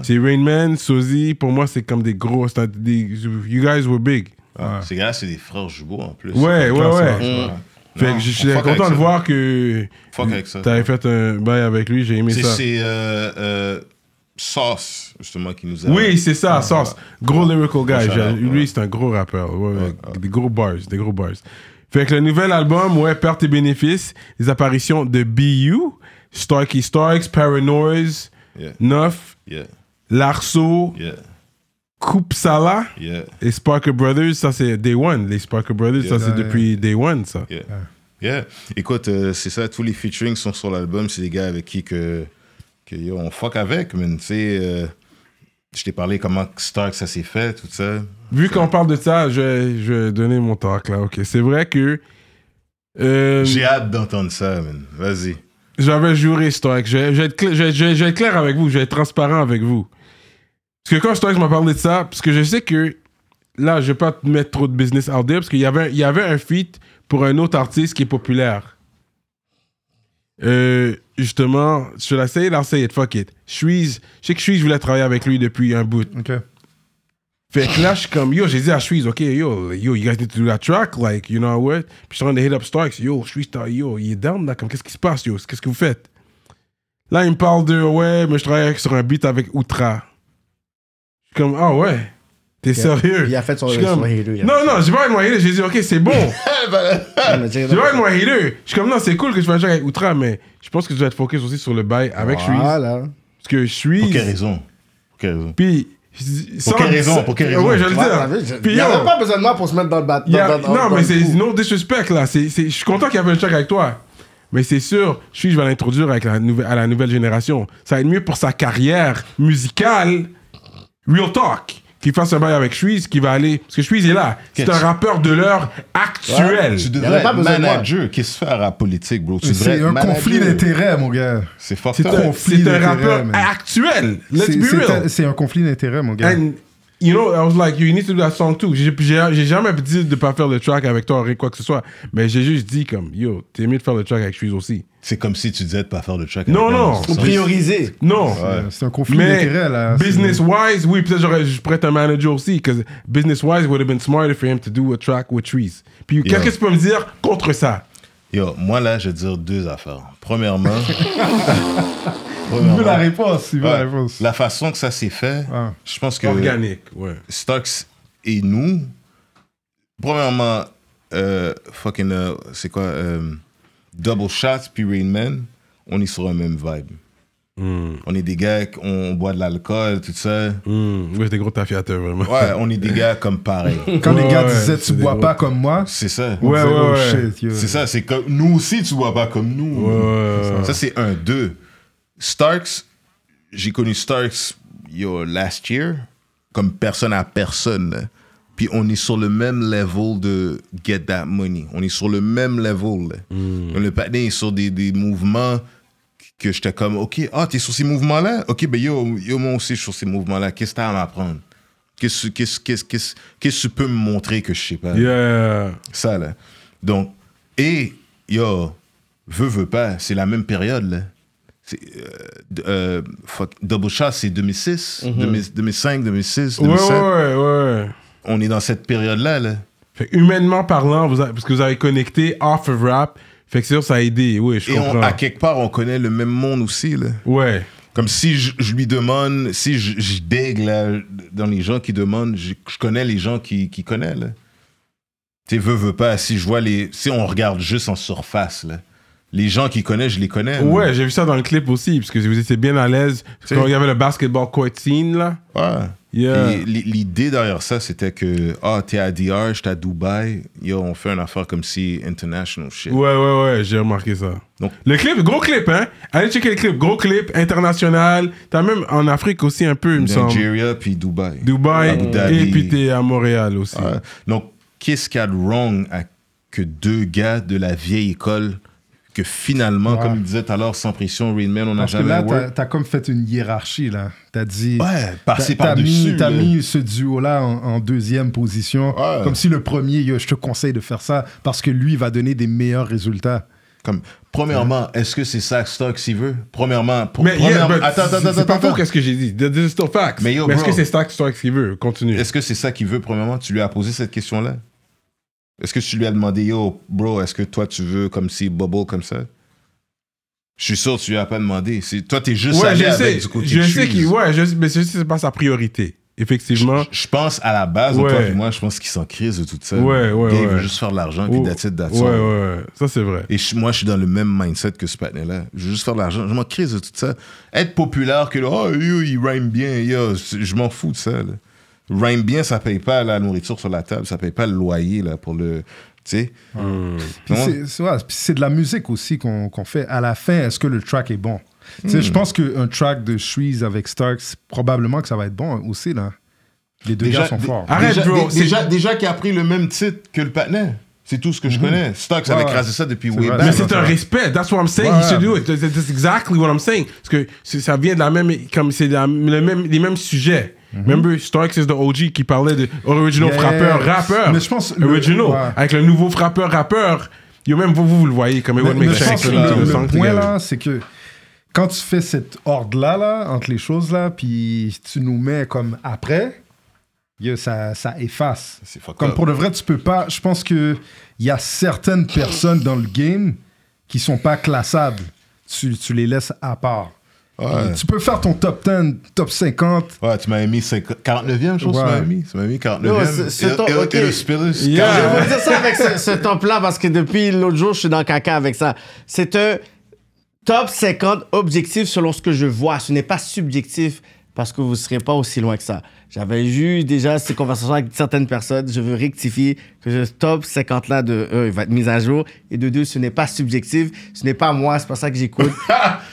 S1: C'est Rain Man, Sozy, pour moi, c'est comme des gros. c'est un- des- you guys were big.
S2: Ouais. C'est grâce c'est des frères jumeaux en plus.
S1: Ouais, ouais,
S4: clair, ça
S1: ouais.
S4: marche, ouais.
S1: Fait que
S2: Non,
S1: je
S2: on
S1: suis
S2: fuck avec
S1: content
S2: ça.
S1: de voir que
S2: Fuck avec ça.
S1: t'avais fait un bail avec lui, j'ai aimé
S2: C'est-
S1: ça.
S2: C'est euh, euh, Sauce, justement, qui nous a.
S1: Oui, c'est ça, Sauce. Gros lyrical guy.
S2: Ah, shout
S1: j'ai-
S2: out, Ah,
S1: Lui, c'est un gros rappeur. Ouais, ouais, Des gros bars, des gros bars. Fait que le nouvel album, ouais, Perte et bénéfices, les apparitions de B.U., Starky Starks, Paranoise,
S2: Yeah.
S1: Neuf,
S2: Yeah,
S1: Larceau,
S2: yeah,
S1: Coupe Sala
S2: yeah,
S1: et Sparker Brothers, ça c'est Day One. Les Sparker Brothers, ça c'est
S4: Ouais.
S1: depuis Day One, ça.
S2: yeah. Yeah. Écoute, euh, c'est ça, tous les featuring sont sur l'album. C'est des gars avec qui que, que, yo, on fuck avec, man. Tu sais, euh, je t'ai parlé comment Stark ça s'est fait, tout ça.
S1: Vu qu'on parle de ça, je vais, je vais donner mon talk là. Ok, c'est vrai que. euh,
S2: J'ai hâte d'entendre ça, man. Vas-y.
S1: J'avais juré, Stoic. Je, je vais être cla- je- je- je vais être clair avec vous, je vais être transparent avec vous. Parce que quand Stoic m'a parlé de ça, parce que je sais que là, je vais pas te mettre trop de business out there, parce qu'il y avait, il y avait un feat pour un autre artiste qui est populaire. Euh, justement, je l'ai essayé, l'a essayé, fuck it. Shreeze, je sais que Shreeze voulait travailler avec lui depuis un bout.
S4: Ok.
S1: Fait que là, je suis comme, yo, j'ai dit à Shreeze, ok, yo, yo, you guys need to do that track, like, you know what? Puis je suis en train de hit up Starks, yo, Shreeze, t'as- yo, il est down là, comme, qu'est-ce qui se passe, yo, qu'est-ce que vous faites? Là, il me parle de, ouais, mais je travaille avec- sur un beat avec Outra. Je suis comme, ah ouais, t'es sérieux?
S3: Il a fait son-
S1: Je suis comme,
S3: son hater, il a
S1: Non,
S3: fait
S1: non, j'ai pas avec moi hater, j'ai dit, ok, c'est bon. [LAUGHS]
S3: Ah, mais c'est-
S1: j'ai pas avec moi hater. Je suis comme, non, c'est cool que tu fasses un track avec Outra, mais je pense que tu dois te focus aussi sur le bail avec Shreeze.
S3: Voilà.
S1: Parce que
S2: Pour
S1: Shreeze.
S2: quelle raison Pour quelle raison
S1: Puis. sans-
S2: quelle raison? Pour quelle raison?
S1: Ouais, je vais
S3: Ouais,
S1: le
S3: t'as vu,
S1: dire.
S3: je- Il
S1: Puis,
S3: n'y
S1: yo,
S3: avait pas besoin de moi pour se mettre dans le bat.
S1: Il y a-
S3: dans- dans-
S1: non,
S3: dans
S1: mais
S3: le
S1: c'est
S3: trou.
S1: no disrespect là. C'est- c'est- Je suis content qu'il y avait un check avec toi. Mais c'est sûr, je suis, je vais l'introduire avec la nouvelle, à la nouvelle génération. Ça va être mieux pour sa carrière musicale. Real talk. Qu'il fasse un bail avec Suisse, qui va aller. Parce que Suisse est là. C'est
S2: Qu'est-ce-
S1: un rappeur de l'heure actuelle.
S2: Tu
S3: y avait
S2: devrais
S3: pas
S2: être
S3: besoin de moi.
S2: manager. Qu'est-ce que tu fais à la politique, bro Tu devrais
S4: C'est
S2: être
S4: un
S2: manager.
S4: conflit d'intérêts, mon gars.
S2: C'est fort.
S4: C'est un conflit
S1: C'est un
S4: d'intérêts,
S1: rappeur
S4: man.
S1: actuel. Let's
S4: C'est-
S1: be
S4: c'est
S1: real.
S4: un- C'est un conflit d'intérêts, mon gars.
S1: And you know, I was like, you need to do that song too. J'ai j'ai- j'ai jamais dit de pas faire le track avec toi ou quoi que ce soit. Mais j'ai juste dit comme, yo, t'es mieux de faire le track avec Suisse aussi.
S2: C'est comme si tu disais de pas faire le track.
S1: Non,
S2: avec
S1: non.
S2: un
S3: Faut
S2: sens.
S3: prioriser.
S1: Non.
S4: Euh, C'est un conflit
S1: Mais
S4: d'intérêts, là. C'est-
S1: business-wise, oui, peut-être j'aurais- je pourrais être un manager aussi, parce que business-wise, it would have been smarter for him to do a track with trees. Puis
S2: Yeah.
S1: qu'est-ce que tu peux me dire contre ça?
S2: Yo, moi là, je vais dire deux affaires. Premièrement,
S4: Il
S2: premièrement,
S4: veut la réponse, il veut la
S2: ouais,
S4: réponse.
S2: la façon que ça s'est fait,
S4: Ah.
S2: je pense que
S1: Organique, ouais.
S2: Stocks et nous, premièrement, euh, fucking, euh, c'est quoi, euh, Double Shots puis Rain Man, on est sur un même vibe. On est des gars, qui- on boit de l'alcool, tout ça.
S1: Mm. Ouais, des gros tafiateurs, vraiment.
S2: Ouais, on est des gars comme
S4: [LAUGHS]
S2: pareil.
S4: Quand les
S1: Ouais,
S4: gars
S1: ouais,
S4: disaient tu
S1: c'est des
S4: bois
S1: gros-
S4: pas comme moi,
S2: C'est ça.
S4: on
S1: Ouais,
S4: disait,
S1: ouais,
S4: oh
S1: ouais.
S4: shit, yo.
S2: C'est ça, c'est comme nous aussi, tu vois pas comme nous.
S1: Ouais.
S2: Ça, c'est un. Deux, Starks, j'ai connu Starks yo, last year, comme personne à personne. là. Puis on est sur le même level de get that money. On est sur le même level. là.
S1: Hmm.
S2: Le patin est sur des, des mouvements que j'étais comme, OK, ah, t'es sur ces mouvements-là? OK, ben yo, yo, moi aussi, je suis sur ces mouvements-là. Qu'est-ce que t'as à m'apprendre? Qu'est-ce qu'est-ce- qu'est-ce- qu'est-ce- qu'est-ce que tu peux me montrer que je sais pas?
S1: Yeah.
S2: Ça, là. Donc, et, yo, veut, veut pas, c'est la même période, là. C'est, euh, d- euh, fuck, Double Shot, c'est 2006, 2000- 2005, 2006,
S1: Mhm. Ouais,
S2: 2007.
S1: ouais, ouais.
S2: On est dans cette période-là, là.
S1: Fait que humainement parlant, vous avez- parce que vous avez connecté off of rap, fait que sûr, ça a aidé. Oui, je
S2: Et on-
S1: comprends.
S2: à quelque part, on connaît le même monde aussi, là.
S1: Ouais.
S2: Comme si je, je lui demande, si je, je dégue, là, dans les gens qui demandent, je, je connais les gens qui, qui connaissent, là. Tu sais, veut, veut pas, si je vois les... Si on regarde juste en surface, là, les gens qui connaissent, je les connais. là.
S1: Ouais, j'ai vu ça dans le clip aussi, parce que vous étiez bien à l'aise. Parce
S2: C'est-
S1: qu'on regardait le basketball court scene, là.
S2: Ouais.
S1: Yeah.
S2: Et l'i- L'idée derrière ça, c'était que, ah, t'es à DR, j'étais à Dubaï, yo, on fait une affaire comme si international shit.
S1: Ouais, ouais, ouais, j'ai remarqué ça.
S2: Donc-
S1: le clip, gros clip, hein. Allez checker le clip, gros clip, international. T'as même en Afrique aussi un peu, il me semble.
S2: Nigeria puis Dubaï.
S1: Dubaï,
S2: Abu Dhabi.
S1: et puis t'es à Montréal aussi.
S2: Ouais. Donc, qu'est-ce qu'il y a de wrong à que deux gars de la vieille école, que finalement,
S4: Ouais.
S2: comme il disait tout à l'heure, sans pression, Rainman, on n'a
S4: Parce que
S2: jamais
S4: là, t'as
S2: work.
S4: t'as comme fait une hiérarchie, là. T'as dit.
S2: Ouais, passer
S4: t'as- t'as
S2: par-dessus,
S4: mis- T'as
S2: là.
S4: mis ce duo-là en, en deuxième position.
S2: Ouais.
S4: Comme si le premier, yo, je te conseille de faire ça parce que lui va donner des meilleurs résultats.
S2: Comme, premièrement, est-ce que c'est ça que Stocks il veut Premièrement, pour,
S1: Mais yeah,
S2: premièrement-
S1: but
S2: attends, attends,
S1: c'est- c'est
S2: attends,
S1: pas
S2: attends.
S1: faux qu'est-ce que j'ai dit. This is still facts.
S2: Mais yo,
S1: est-ce
S2: bro.
S1: que c'est Stack Strike qui veut Continue.
S2: Est-ce que c'est ça qu'il veut, premièrement Tu lui as posé cette question-là Est-ce que tu lui as demandé, yo, bro, est-ce que toi, tu veux comme si bubble comme ça Je suis sûr que tu lui as pas demandé. C'est- Toi, t'es juste
S1: Ouais,
S2: allé
S1: je
S2: avec
S1: sais.
S2: du côté
S1: Je sais
S2: cheese.
S1: qu'il. Ouais, je, mais je sais que c'est pas sa priorité. Effectivement.
S2: Je je pense à la base,
S1: Ouais.
S2: toi et moi, je pense qu'il s'en crise de tout ça.
S1: Ouais, ouais,
S2: Le gars, Il veut
S1: ouais.
S2: juste faire de l'argent, puis
S1: Oh.
S2: that's it, that's
S1: ouais,
S2: all.
S1: ouais, ouais. Ça, c'est vrai.
S2: Et je- moi, je suis dans le même mindset que ce patin-là. Je veux juste faire de l'argent. Je m'en crise de tout ça. Être populaire que, là, oh, yo, il rhyme bien. Yo, c'est- je m'en fous de ça. Là. Rhyme bien, ça paye pas la nourriture sur la table. Ça paye pas le loyer là, pour le. Tu sais? Hmm.
S4: Puis
S2: Non?
S4: c'est- c'est ouais, puis c'est de la musique aussi qu'on qu'on fait. À la fin, est-ce que le track est bon Tu
S2: Hmm.
S4: sais, Je pense qu'un track de Shreeze avec Starks, probablement que ça va être bon aussi. là. Les deux gars sont
S2: dé-
S4: forts.
S1: Arrête,
S2: déjà,
S1: bro,
S2: dé-
S1: c'est-
S2: Déjà, déjà qui a pris le même titre que le patin. C'est tout ce que je connais. Stocks avait
S4: Ouais.
S2: crasé ça depuis
S4: C'est
S2: way
S4: vrai.
S2: back.
S1: Mais
S4: Ouais,
S1: c'est un
S4: ouais.
S1: respect. That's what I'm saying.
S4: Ouais.
S1: You should do it. That's- That's exactly what I'm saying. Parce que c'est- ça vient de la même, comme c'est de la- le même, les mêmes sujets.
S4: Mhm.
S1: Remember, Starks is the OG qui parlait de original
S4: Yeah.
S1: frappeur, rappeur.
S4: Mais je pense le-
S1: original.
S4: ouais.
S1: Avec le nouveau frappeur, rappeur. Yo, même vous, vous, vous le voyez comme it
S4: Mais,
S1: would
S4: mais
S1: make
S4: je pense
S1: sense. to
S4: que
S1: do
S4: le,
S1: the
S4: le
S1: song
S4: point
S1: together.
S4: là, c'est que quand tu fais cet ordre-là, là, entre les choses-là, puis tu nous mets comme après, yo, ça, ça efface.
S2: C'est fucked
S4: Comme
S2: up.
S4: pour le vrai, tu peux pas. Je pense qu'il y a certaines personnes dans le game qui sont pas classables. Tu, tu les laisses à part.
S2: Ouais.
S4: Puis Tu peux faire ton top 10, top 50.
S2: Ouais, tu m'avais mis cinq- 49e, je pense,
S4: Ouais.
S2: tu m'avais mis. Tu m'avais mis 49e.
S3: Ouais, c'est- c'est
S2: Et-
S3: ton-
S2: et- et
S3: ok.
S2: le Spillers,
S1: Yeah.
S3: Je vais vous dire ça avec ce,
S4: [LAUGHS]
S3: ce top-là parce que depuis l'autre jour, je suis dans le caca avec ça. C'est un top 50 objectif selon ce que je vois. Ce n'est pas subjectif parce que vous ne serez pas aussi loin que ça. J'avais eu déjà ces conversations avec certaines personnes. Je veux rectifier que ce top 50-là, de un, il va être mis à jour. Et de deux, ce n'est pas subjectif. Ce n'est pas moi, c'est pas ça que
S4: [LAUGHS]
S3: j'écoute.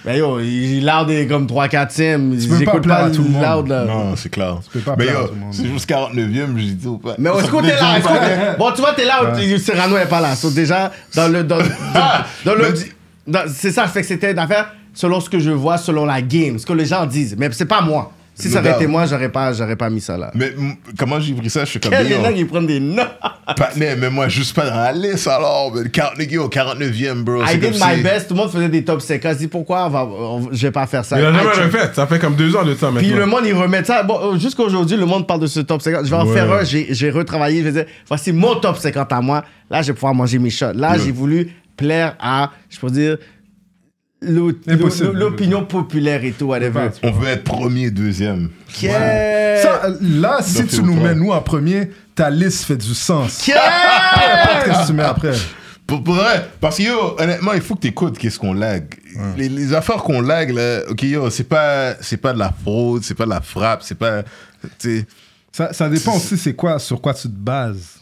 S3: ben yo, il- Loud est comme 3-4e.
S4: peux pas
S3: J'écoute
S4: plaire
S3: pas,
S4: à tout le monde.
S3: Loud, là.
S2: Non, c'est clair.
S4: peux pas
S2: mais
S4: plaire à
S2: yo,
S4: tout le monde.
S2: c'est juste 49e, j'ai dit ou pas.
S3: Mais est-ce
S2: Ça
S3: qu'on
S2: fait
S3: t'es là? Est-ce
S2: toujours
S3: qu'on
S2: pas
S3: t'es- Bon, tu vois, t'es là, où Cyrano est pas là. So, déjà, dans le. Dans, dans-
S2: Ah!
S3: dans le dans- c'est ça, fait que c'était une affaire selon ce que je vois, selon la game, ce que les gens disent. Mais c'est pas moi. Si
S2: No
S3: ça aurait
S2: doubt.
S3: été moi, j'aurais pas, j'aurais pas mis ça là.
S2: Mais mm, comment j'ai pris ça? Je suis comme,
S3: Il y en a
S2: yo,
S3: qui prennent des notes.
S2: partner, mais moi, juste pas dans la liste alors. Mais 40, yo, 49e, bro.
S3: I
S2: c'est
S3: did
S2: comme
S3: my
S2: si-
S3: best. Tout le monde faisait des top 50. Je dis pourquoi on va, on- je vais pas faire ça.
S1: Il a
S3: I
S1: jamais
S3: check.
S1: refait. Ça fait comme deux ans de ça
S3: Puis
S1: maintenant.
S3: le monde, il remet ça. Bon, euh, jusqu'à aujourd'hui, le monde parle de ce top 50. Je vais en
S1: Ouais.
S3: faire un. J'ai j'ai retravaillé. Je vais dire, voici mon top 50 à moi. Là, je vais pouvoir manger mes shots. Là, j'ai voulu plaire à, je peux dire, l'o-
S4: Impossible.
S3: l'o- l'opinion populaire et tout, whatever.
S2: On veut être premier, deuxième.
S3: Yeah!
S4: Ça, euh, là, si
S2: Donc, c'est
S4: tu nous
S2: au
S4: mets
S2: point.
S4: nous en premier, ta liste fait du sens.
S3: Yeah!
S4: Qu'est-ce que tu mets après
S2: Pour, pour vrai, parce que yo, honnêtement, il faut que t'écoutes qu'est-ce qu'on lag. Les, les affaires qu'on lag, là, ok, yo, c'est pas, c'est pas de la fraude, c'est pas de la frappe, c'est pas. t'sais,
S4: Ça, ça dépend aussi c'est quoi, sur quoi tu te bases.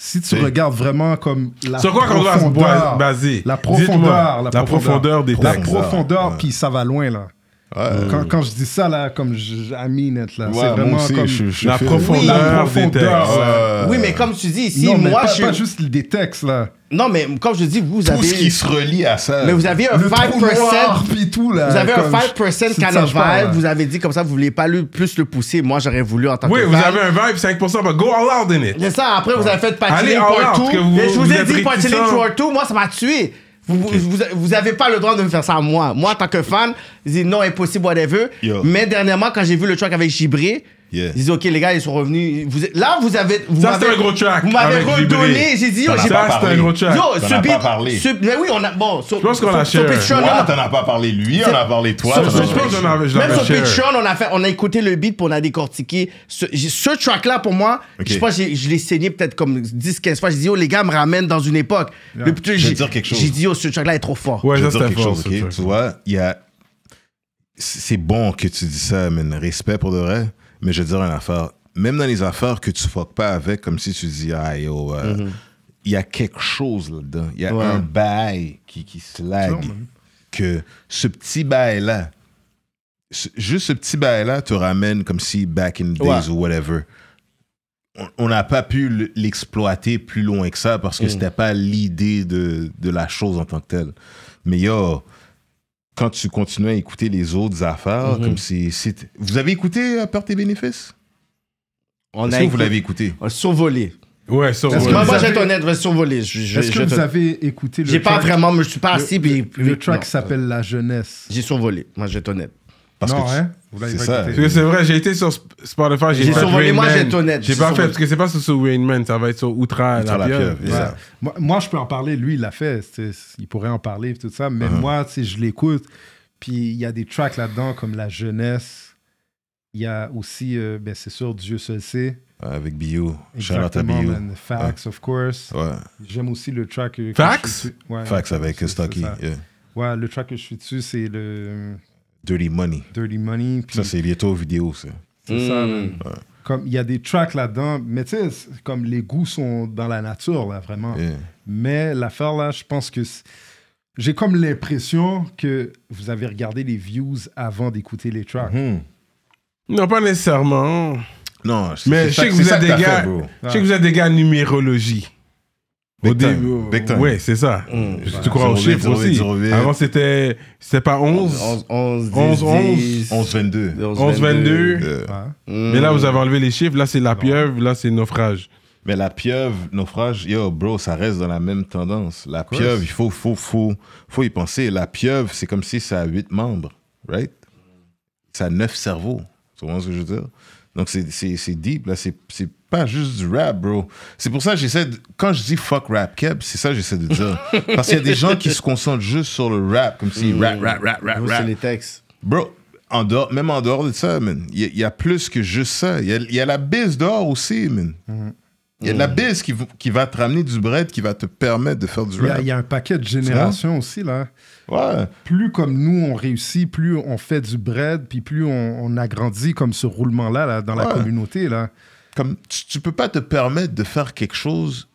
S4: Si tu
S2: Oui.
S4: regardes vraiment comme la
S1: Sur quoi qu'on doit se
S4: profondeur,
S1: baser
S4: la
S1: Dites-moi,
S4: profondeur,
S1: la profondeur des
S4: la
S1: textes.
S4: profondeur,
S2: Ouais.
S4: puis ça va loin là.
S2: ouais,
S4: Quand, quand je dis ça là, comme j- I mean it, là,
S2: ouais,
S4: c'est
S2: moi
S4: vraiment
S2: aussi,
S4: comme
S2: je- je
S1: la
S2: fais-
S1: profondeur
S4: Oui, la
S1: des
S4: profondeur.
S1: textes.
S2: Ouais.
S3: Oui, mais comme tu dis ici,
S4: Euh, non, mais
S3: moi,
S4: pas,
S3: je suis-
S4: pas juste des textes là,
S3: Non, mais comme je dis, vous
S2: tout ce
S3: avez...
S2: qui se relie à ça.
S3: Mais vous avez un
S4: le trou
S3: 5%...
S4: noir puis tout là.
S3: Vous avez un
S4: comme-
S3: 5%
S4: c'est de ça
S3: kind
S4: que
S3: of
S4: je parle,
S3: vibe.
S4: là.
S3: Vous avez dit comme ça, vous voulez pas le- plus le pousser. Moi, j'aurais voulu en tant
S1: Oui,
S3: que
S1: vous
S3: fan.
S1: avez un vibe 5%, mais go all out in it.
S3: C'est ça, après, vous avez fait Patchling
S1: Allez, all
S3: Part
S1: out,
S3: 2.
S1: que vous-
S3: Mais je vous,
S1: vous
S3: ai
S1: êtes
S3: dit Patchling
S1: réticent.
S3: Part 2, moi, ça m'a tué. Vous, vous, vous avez pas le droit de me faire ça à moi. Moi, en tant que fan, je dis non, impossible, whatever.
S2: Yo.
S3: Mais dernièrement, quand j'ai vu le track avec Gibré,
S2: Yeah.
S3: je dis ok, les gars, ils sont revenus. Vous- là, vous avez. Vous
S1: Ça,
S3: m'avez-
S1: c'était un gros track
S3: Vous m'avez
S1: avec Gibré.
S3: redonné. J'ai dit yo,
S4: oh,
S2: T'en as
S3: j'ai
S2: pas
S1: Ça, c'est un
S2: parlé.
S1: gros track.
S3: Yo,
S2: T'en
S3: ce
S2: as
S3: beat.
S2: pas parlé.
S3: ce- mais oui, on a. Bon, je
S1: pense qu'on a share.
S2: Moi, Ah, t'en as pas parlé, lui, on a parlé toi.
S3: Ça,
S2: t'en as
S3: ça,
S1: Je
S2: parlé.
S1: pense que j'en avais- j'en
S3: Même sur
S1: avais share.
S3: Patreon, on a, fait, on a écouté le beat, puis on a décortiqué. Ce, j'ai- ce track-là, pour moi,
S2: Ok.
S3: je pense que j'ai- je l'ai saigné peut-être comme 10-15 fois. J'ai dit, oh, les gars, me ramènent dans une époque. Le petit-
S2: Je vais
S3: j'ai-
S2: te dire quelque chose.
S3: J'ai dit, oh, ce track-là est trop fort.
S1: Ouais,
S2: je
S1: ça
S2: veux dire
S1: c'était
S2: quelque
S1: fort.
S2: chose,
S1: ce
S2: ok?
S1: truc.
S2: Tu vois, il y a. C'est bon que tu dis ça, man. Respect pour de vrai. Mais je veux dire une affaire. Même dans les affaires que tu fuck pas avec, comme si tu dis, ah yo, euh,
S1: Mm-hmm.
S2: il y a quelque chose là-dedans. Il y a
S3: Ouais.
S2: un bail qui, qui slag. Que ce petit bail-là, ce- juste ce petit bail-là te ramène comme si back in the days ou whatever. On- On n'a pas pu l- l'exploiter plus loin que ça parce que c'était pas l'idée de, de la chose en tant que telle. Mais yo, quand tu continues à écouter les autres affaires, comme si. si t- vous avez écouté euh, Perte et Bénéfices
S3: On
S2: Est-ce que vous l'avez écouté
S3: on a survolé.
S1: Ouais, sur
S3: Parce
S4: Parce que
S3: que moi,
S4: vous
S3: moi,
S4: avez-
S3: je vais être honnête, je vais survoler. Je- je-
S4: Est-ce
S3: je
S4: que vous
S3: te-
S4: avez écouté le
S3: J'ai pas
S4: track-
S3: vraiment, mais je suis pas
S4: le-
S3: assis, puis.
S4: le, le track
S3: non.
S4: s'appelle La Jeunesse.
S3: J'ai survolé, moi, je vais être honnête.
S2: Parce
S4: non,
S2: que tu-
S4: hein Vous l'avez
S2: c'est
S4: pas
S2: ça.
S4: écouté.
S1: Parce que c'est vrai, j'ai été sur Sp- Spotify, j'ai
S3: J'ai
S1: fait
S3: survolé,
S1: Rain
S3: moi, j'ai
S1: Man.
S3: été honnête,
S1: J'ai
S3: j'ai
S1: pas fait,
S3: survolé.
S1: parce que c'est pas sur- sur Rain Man, ça va être sur Outra,
S2: Outre
S1: la
S2: la
S1: pieuvre.
S2: pieuvre, yeah.
S4: Ouais. Moi, moi, je peux en parler. Lui, il l'a fait. c'est- Il pourrait en parler et tout ça. Mais
S2: Uh-huh.
S4: moi, tu sais, je l'écoute. Puis il y a des tracks là-dedans comme La Jeunesse. Il y a aussi, euh, ben, c'est sûr, Dieu seul sait.
S2: Avec Bio. Charlotte à
S4: Exactement,
S2: Bio.
S4: man. Facts, of course.
S2: Ouais. Oh.
S4: J'aime aussi le track. euh, que
S1: Facts?
S4: je suis dessus. Ouais,
S2: Fax avec
S4: c'est-
S2: euh,
S4: c'est
S2: Stocky.
S4: ça.
S2: yeah.
S4: Ouais, le track que je suis dessus, c'est le euh,
S2: Dirty Money.
S4: Dirty Money. Puis
S1: Hmm.
S2: Ça, c'est bientôt vidéo, ça.
S4: C'est ça, man. Comme il y a des tracks là-dedans, mais tu sais, c'est comme les goûts sont dans la nature, là, vraiment.
S1: Ah.
S2: Yeah.
S4: Mais l'affaire, là, je pense que c'est- j'ai comme l'impression que vous avez regardé les views avant d'écouter les
S1: Ah.
S4: tracks.
S1: Hmm. Non, pas nécessairement.
S2: Non, c'est-
S1: Mais
S2: c'est
S1: je
S2: ça-
S1: sais que
S2: c'est
S1: vous
S2: ça
S1: êtes
S2: t'as
S1: des
S2: fait,
S1: gars.
S2: bro.
S1: Je sais que vous êtes des gars numérologie.
S2: Big
S1: Au
S2: time,
S1: début. oh.
S2: big time.
S1: Ouais, c'est ça.
S2: Mm.
S1: Tu crois aux
S2: 0,8,
S1: chiffres aussi.
S2: 0,8.
S1: Avant, c'était c'était pas 11,
S3: 11,
S1: 11,
S3: 10,
S2: 11, 22.
S1: 11, 22.
S2: Euh,
S4: Ouais.
S1: Mais
S3: Hmm.
S1: là, vous avez enlevé les chiffres. Là, c'est la pieuvre. Là, c'est naufrage.
S2: Mais la pieuvre, naufrage, yo, bro, ça reste dans la même tendance. La pieuvre, il faut, faut, faut, faut y penser. La pieuvre, c'est comme si ça a huit membres, right? Ça a neuf cerveaux. Tu comprends ce que je veux dire? Donc, c'est- c'est c'est deep, là. C'est c'est pas juste du rap, bro. C'est pour ça que j'essaie de- Quand je dis fuck rap keb, c'est ça que j'essaie de dire. Parce qu'il y a des gens qui se concentrent juste sur le rap, comme si rap, rap, rap, rap,
S3: Vous,
S2: rap.
S3: Ah c'est les textes.
S2: Bro, en dehors, même en dehors de ça, man, il y, a- il y a plus que juste ça. Il y a, il y a la bise dehors aussi, man. Il y a de la bise qui, v- qui va te ramener du bread, qui va te permettre de faire du
S4: Il y a-
S2: rap.
S4: il y, a un paquet de générations aussi, là.
S2: Ouais.
S4: Plus comme nous, on réussit, plus on fait du bread, puis plus on, on agrandit comme ce roulement-là, là, dans la
S2: Ouais.
S4: communauté, là.
S2: Comme, tu, tu peux pas te permettre de faire quelque chose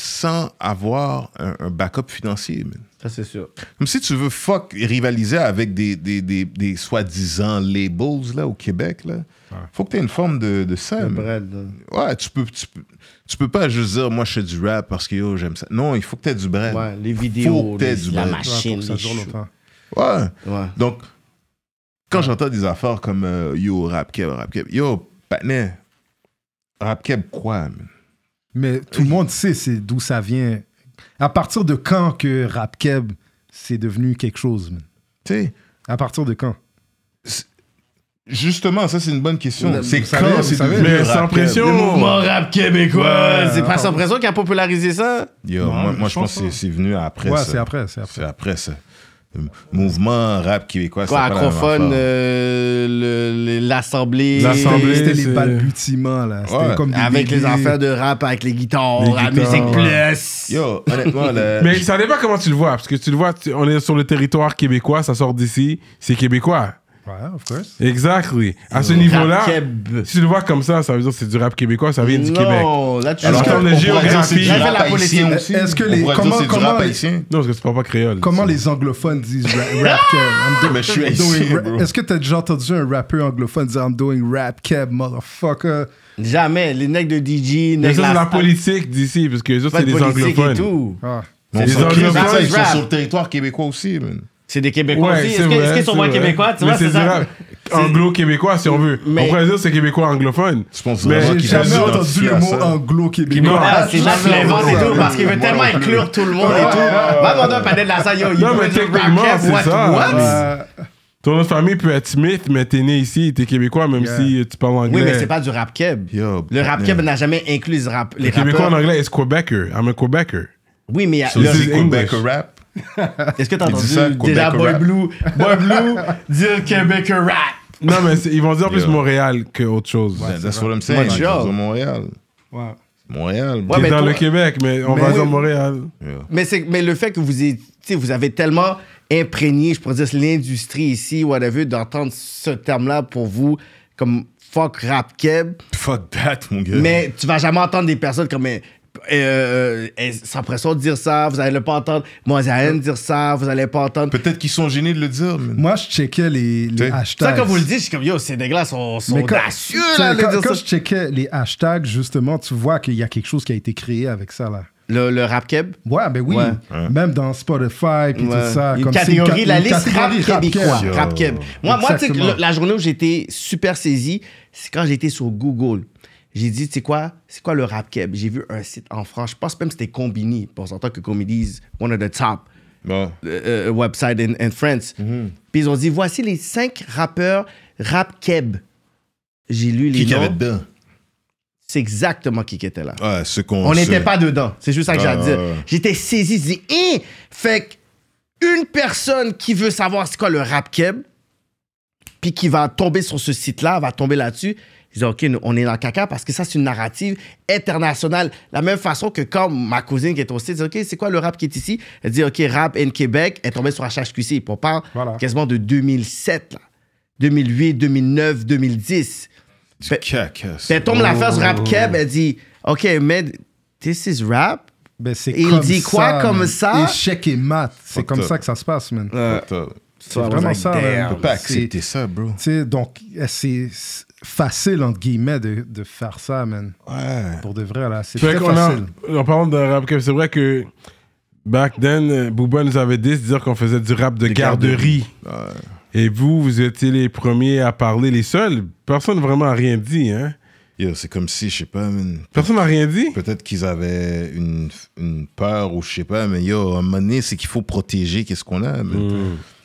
S2: sans avoir un, un backup financier, man.
S3: Ça, c'est sûr.
S2: Comme si tu veux fuck rivaliser avec des, des, des, des soi-disant labels, là, au Québec, là. Faut que tu aies une forme de, de ça, man.
S3: Brad, là.
S2: Ouais, tu peux, tu peux, tu peux pas juste dire, moi, je fais du rap parce que yo, j'aime ça. Non, il faut que t'aies du bread.
S3: Ouais, les
S2: Faut
S3: vidéos,
S2: que t'aies
S3: les-
S2: du
S3: la
S2: bon.
S4: Ouais, pour
S3: machine,
S4: que ça
S3: Ah, les
S4: dure
S3: shows.
S4: longtemps.
S2: Ouais.
S3: Ouais.
S2: Donc, quand j'entends des affaires comme euh, yo, rap keb, rap keb, yo, partner, rap keb quoi, man?
S4: Mais tout le monde sait c'est d'où ça vient. À partir de quand que Rap Keb, c'est devenu quelque chose, man?
S2: Tu sais,
S4: À partir de quand?
S2: Justement, ça, c'est une bonne question.
S4: Vous
S2: C'est
S4: savez, vous
S2: quand c'est
S4: savez.
S2: devenu
S1: Mais
S2: le
S1: sans
S2: rap
S1: pression.
S2: keb?
S3: Mon rap québécois,
S4: Ouais,
S3: c'est pas
S4: non.
S3: sans pression qui a popularisé ça.
S2: Yo,
S4: Non,
S2: moi,
S4: je
S2: moi, je
S4: pense
S2: pense que c'est-
S4: pas.
S2: c'est venu après
S4: Ouais,
S2: ça.
S4: c'est après, c'est après.
S2: C'est après ça. Le Mouvement rap québécois.
S3: Quoi,
S2: c'est pas la même
S3: acrophone,
S2: affaire.
S3: euh, le- le- l'assemblée.
S1: L'assemblée,
S4: C'était les
S1: c'est-
S4: balbutiements, là. C'était
S2: Ouais,
S4: comme des
S3: Avec les
S4: bébés.
S3: affaires de rap, avec les guitares,
S4: Les
S3: la
S4: guitares,
S3: musique
S4: ouais.
S3: plus.
S2: Yo, honnêtement,
S4: [LAUGHS]
S2: là,
S1: Mais ça dépend comment tu le vois, parce que tu le vois, tu- on est sur le territoire québécois, ça sort d'ici, c'est québécois.
S4: Ouais, of course.
S1: Exactly. À
S2: Mm.
S1: ce
S3: Rap
S1: niveau-là,
S3: keb.
S1: si tu le vois comme ça, ça veut dire que c'est du rap québécois, ça vient du Québec.
S3: Non, là tu
S1: Alors,
S2: on
S1: comme le
S2: pourrait dire que c'est
S1: géographie.
S2: du
S3: Là,
S2: rap
S3: la politique.
S2: haïtien aussi.
S4: Est-ce que
S2: On
S4: les-
S2: pourrait dire
S4: comment-
S2: c'est du
S4: comment
S2: rap
S4: les-
S2: haïtien?
S1: Non, parce que tu parles pas créole.
S4: Comment
S1: tu sais.
S4: les anglophones disent ra-
S2: [LAUGHS]
S4: rap keb? I'm doing-
S2: Mais je suis
S4: I'm doing
S2: haïtien,
S4: ra-
S2: bro.
S4: Est-ce que t'as déjà entendu un rappeur anglophone dire I'm doing rap keb, motherfucker?
S3: Jamais, les necks de DJ,
S1: Mais
S3: necks
S1: ça, c'est la politique d'ici, parce que les autres,
S3: pas
S1: c'est
S3: de
S1: des
S3: politique et
S1: anglophones.
S3: tout.
S4: Ah.
S2: Mais on
S1: Les
S2: s'en crée,
S1: anglophones,
S2: mais ça, ils
S3: rap.
S2: sont sur le territoire québécois aussi, man.
S3: C'est des Québécois
S1: Ouais,
S3: aussi.
S1: c'est
S3: Est-ce que-
S1: vrai.
S3: est-ce qu'ils sont
S1: c'est
S3: moins
S1: vrai.
S3: Québécois? Tu
S1: Mais
S3: vois,
S1: c'est
S3: c'est
S1: du
S3: ça.
S1: rap anglo-québécois, si on veut.
S3: Mais-
S1: On pourrait dire que c'est québécois anglophone.
S2: Je pense
S1: Mais
S2: vraiment
S4: J'ai
S2: qu'ils
S1: Québécois,
S4: jamais
S2: sont
S4: entendu
S2: identifiés
S4: le
S2: à
S4: mot
S2: ça.
S4: anglo-québécois.
S3: Ah, c'est
S4: Jamais
S3: Jacques Lévent
S4: entendu
S3: et
S4: ça.
S3: tout, parce qu'il veut tellement inclure tout le monde et tout. Va demander un panel de la salle, yo, il
S1: Non,
S3: veut
S1: mais
S3: dire rap
S1: techniquement,
S3: keb,
S1: c'est
S3: what,
S1: ça.
S3: what?
S4: Euh,
S1: Ton autre famille peut être Smith, mais t'es né ici, t'es québécois, même
S4: Yeah.
S1: si tu parles anglais.
S3: Oui, mais c'est pas du rap keb.
S2: Yo,
S3: Le rap
S2: partner.
S3: keb n'a jamais inclus les rap- les
S1: Les Québécois en
S3: rappeurs.
S1: anglais, est Quebecer. I'm a Quebecer.
S3: Oui, mais il y a-
S2: So
S3: le-
S1: c'est-
S2: this is
S1: English.
S2: Quebec rap.
S3: est-ce que t'as
S2: Il dit ça,
S3: entendu
S2: Québec
S3: déjà Boy
S2: rap.
S3: Blue Boy Blue dire Québec rap?
S1: Non, mais c'est- ils vont dire plus
S2: Yeah.
S1: Montréal que autre chose.
S2: That's what I'm saying.
S3: Montreal.
S2: Ils sont de Montréal.
S4: ouais.
S2: Montréal.
S3: Ouais,
S1: C'est
S3: mais
S1: dans
S3: toi-
S1: le Québec, mais on
S4: Mais
S1: va
S4: oui.
S1: dire Montréal.
S3: Mais, c'est, mais le fait que vous, ayez- tu sais, vous avez tellement imprégné, je pourrais dire, l'industrie ici, whatever, d'entendre ce terme-là pour vous, comme fuck rap keb,
S2: Fuck that, mon gars.
S3: mais tu vas jamais entendre des personnes comme. euh, euh, euh, sans pression de dire ça, vous allez pas entendre Moisiane dire ça, vous allez pas entendre.
S2: Peut-être qu'ils sont gênés de le dire, man.
S4: Moi, je checkais les, les
S2: T'sais.
S4: hashtags.
S3: Ça, quand vous le dites, je suis comme yo, ces dégueulasses sont, sont
S4: Mais quand,
S3: audacieux,
S4: tu sais,
S3: là, de
S4: quand-
S3: dire
S4: quand
S3: ça.
S4: je checkais les hashtags, justement, tu vois qu'il y a quelque chose qui a été créé avec ça, là.
S3: Le, le rap keb.
S4: Ouais, ben oui.
S3: Ouais.
S4: Même dans Spotify, puis
S3: Ouais.
S4: tout ça.
S3: Une
S4: comme c'est
S3: catégorie,
S4: ca-
S3: la
S4: une
S3: liste rap
S4: catégorie rap
S3: québécois.
S4: keb.
S3: Rap keb. Moi, moi tu sais, que
S4: Exactement.
S3: le- la journée où j'étais super saisi, c'est quand j'étais sur Google. J'ai dit, tu sais quoi, c'est quoi le rap keb? J'ai vu un site en France, je pense même que c'était Combini. Bon, on s'entend que Combini is one of the top
S2: Bon.
S3: euh, euh, website in, in France.
S2: Mhm.
S3: Puis ils ont dit, voici les cinq rappeurs rap keb. J'ai lu les
S2: Qui qu'il y avait
S3: noms.
S2: dedans?
S3: C'est exactement qui qui était là.
S2: Ah, ceux qu'on.
S3: On
S2: ceux-
S3: n'était pas dedans. C'est juste ça que j'ai à
S2: Ah,
S3: dire.
S2: ouais.
S3: J'étais saisi, je dis, Hein! fait que une personne qui veut savoir c'est quoi le rap keb, puis qui va tomber sur ce site-là, va tomber là-dessus. Je dis, OK, nous, on est dans le caca parce que ça, c'est une narrative internationale. La même façon que quand ma cousine qui est au site dit, OK, c'est quoi le rap qui est ici? Elle dit, OK, rap in Québec, elle est tombée sur HHQC. On parle
S4: Voilà.
S3: quasiment de 2007, là. 2008, 2009, 2010.
S2: Du
S3: Fait-
S2: caca, ça.
S3: Puis elle Ben, tombe la face rap keb,
S2: Oh.
S3: elle dit, OK, mais this is rap.
S4: Ben, c'est
S3: Et il
S4: comme
S3: dit quoi
S4: ça,
S3: comme
S4: man.
S3: ça?
S4: Échec et mat. C'est
S2: Fucked
S4: comme
S2: up.
S4: ça que ça se passe, man.
S3: Euh,
S2: Fucked up.
S4: C'est vraiment ça, man.
S2: On peut pas accepter ça, bro.
S4: Tu sais, donc, euh, c'est c'est facile, entre guillemets, de, de faire ça, man.
S2: Ouais.
S4: Pour de vrai, là. C'est
S1: Fait
S4: très
S1: qu'on a-
S4: facile.
S1: en parlant de rap, keb, c'est vrai que back then, euh, Booba nous avait dit de dire qu'on faisait du rap de garderie. Et vous, vous étiez les premiers à parler, les seuls. Personne vraiment a rien dit, hein?
S2: Yo, c'est comme si, je sais pas, man.
S1: Personne n'a rien dit?
S2: Peut-être qu'ils avaient une, une peur ou je sais pas, mais yo, à un moment donné, c'est qu'il faut protéger qu'est-ce qu'on a. mais-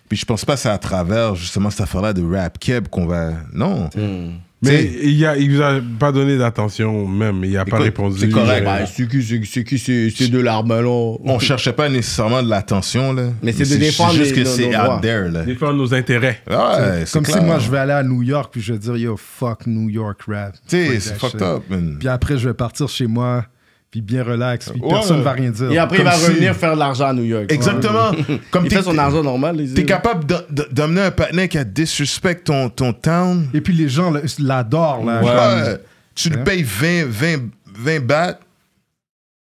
S2: Puis je pense pas que c'est à travers justement cette affaire-là de rap keb qu'on va. Non.
S3: Hmm.
S1: Mais
S2: T'sais-
S1: il y a- il vous a pas donné d'attention même, il n'a pas
S2: Écoute,
S1: répondu.
S2: c'est correct.
S1: Euh,
S3: Bah, c'est qui, c'est- c'est qui, c'est c'est de l'arme, alors.
S2: On cherchait pas nécessairement de l'attention, là.
S3: Mais c'est de défendre
S2: juste
S3: les-
S2: que
S3: nos-
S2: c'est
S3: nos
S2: out
S3: droits.
S2: there, là.
S1: Défendre nos intérêts.
S2: Ouais, c'est
S4: Comme si
S2: clair.
S4: moi, je vais aller à New York, puis je vais dire, yo, fuck New York rap.
S2: Tu sais,
S4: Fuck
S2: c'est
S4: that
S2: fucked
S4: shit.
S2: up, man.
S4: Puis après, je vais partir chez moi, puis bien relax, puis
S2: Ouais.
S4: personne va rien dire.
S3: Et après, il
S2: Comme
S3: va
S2: si-
S3: revenir faire de l'argent à New York.
S2: Exactement. Comme
S3: Il
S2: t'es-
S3: fait son argent normal. les-
S2: T'es capable de- de- d'amener un patinet qui a disrespect ton, ton town.
S4: Et puis les gens le- l'adorent, là.
S2: Ouais.
S4: Comme-
S2: euh, Tu le
S4: Ouais.
S2: payes 20, 20, 20 bahts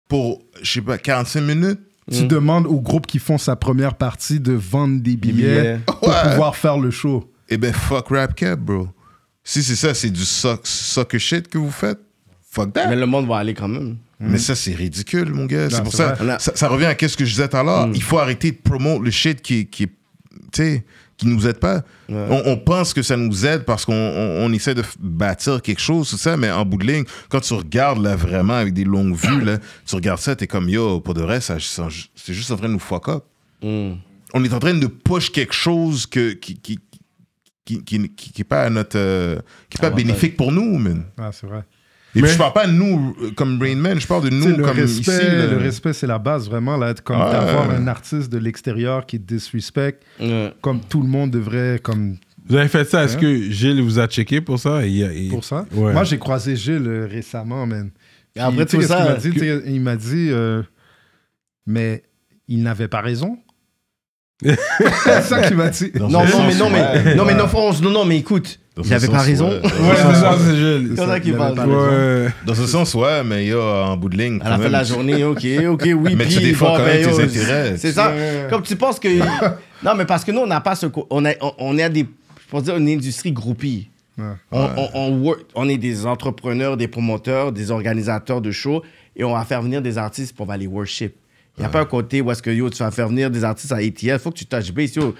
S2: pour, je sais pas, 45 minutes.
S4: Tu demandes au groupe qui font sa première partie de vendre des billets,
S3: billets.
S4: pour
S2: Ouais.
S4: pouvoir faire le show.
S2: Eh ben, fuck rap cap, bro. Si c'est ça, c'est du suck, sucker shit que vous faites. Fuck that.
S3: Mais
S2: Mais,
S3: le monde va aller quand même.
S2: ça, c'est ridicule, mon gars. C'est pour
S4: Mm. c'est Mm.
S2: ça,
S3: vrai.
S2: ça. ça revient à qu'est-ce que je disais tout à l'heure. Il faut arrêter de promouvoir le shit qui, qui, tu sais, qui nous aide pas. On, on pense que ça nous aide parce qu'on on, on essaie de f- bâtir quelque chose, tout ça, mais en bout de ligne, quand tu regardes là vraiment avec des longues vues, là, tu regardes ça, t'es comme yo, pour de vrai, ça, ça- c'est
S3: Hmm.
S2: juste en train de nous fuck up. On est en train de push quelque chose que, qui, qui, qui, qui, qui, qui est pas à notre, euh, qui est pas bénéfique pour nous, man.
S4: Ah, c'est vrai.
S2: Et
S1: Mais-
S2: puis, je parle pas de nous euh, comme Rain Man, je parle de
S4: Tu sais,
S2: nous
S4: le
S2: comme
S4: respect,
S2: ici. là.
S4: le respect, c'est la base vraiment là, être comme
S2: Ouais.
S4: d'avoir un artiste de l'extérieur qui te disrespecte, comme tout le monde devrait, comme
S1: Vous avez fait ça, est-ce que Gilles vous a checké pour ça Il y a- il-
S4: pour ça.
S1: Ouais.
S4: Moi, j'ai croisé Gilles euh, récemment, man.
S3: Et après
S4: Puis, tu
S3: tout
S4: sais qu'est-ce qu'il
S3: ça,
S4: m'a dit? Tu sais, il m'a dit, euh, mais il n'avait pas raison. c'est ça qu'il m'a dit.
S2: Dans
S3: non,
S2: ce
S3: non, mais
S2: sens,
S3: non, mais
S2: ouais.
S3: non, mais non, France, non, non, mais écoute,
S2: Dans
S3: il
S2: ce
S3: avait
S2: sens,
S3: pas raison. [LAUGHS]
S2: ouais.
S1: Ouais, c'est ça, c'est Gilles.
S3: C'est ça qu'il
S4: Il
S3: parle.
S4: avait pas raison.
S1: Ouais.
S2: Dans ce sens, ouais, mais il y a en bout de ligne.
S3: À la
S2: quand
S3: fin de la
S2: même,
S3: journée, ok, ok, oui,
S2: Mais tu
S3: puis,
S2: défends quand
S3: ben,
S2: même tes
S3: yo,
S2: intérêts,
S3: C'est
S2: tu
S3: ça.
S4: sais.
S3: Comme tu penses que. non, mais parce que nous, on n'a pas ce. co- On a, on, on est à des. Je pense dire une industrie groupie.
S4: Ouais.
S3: On, on, on work- on est des entrepreneurs, des promoteurs, des organisateurs de shows et on va faire venir des artistes pour on va les worship. Il n'y a pas un côté où est-ce que yo, tu vas faire venir des artistes à ATL, faut que tu touches base, yo.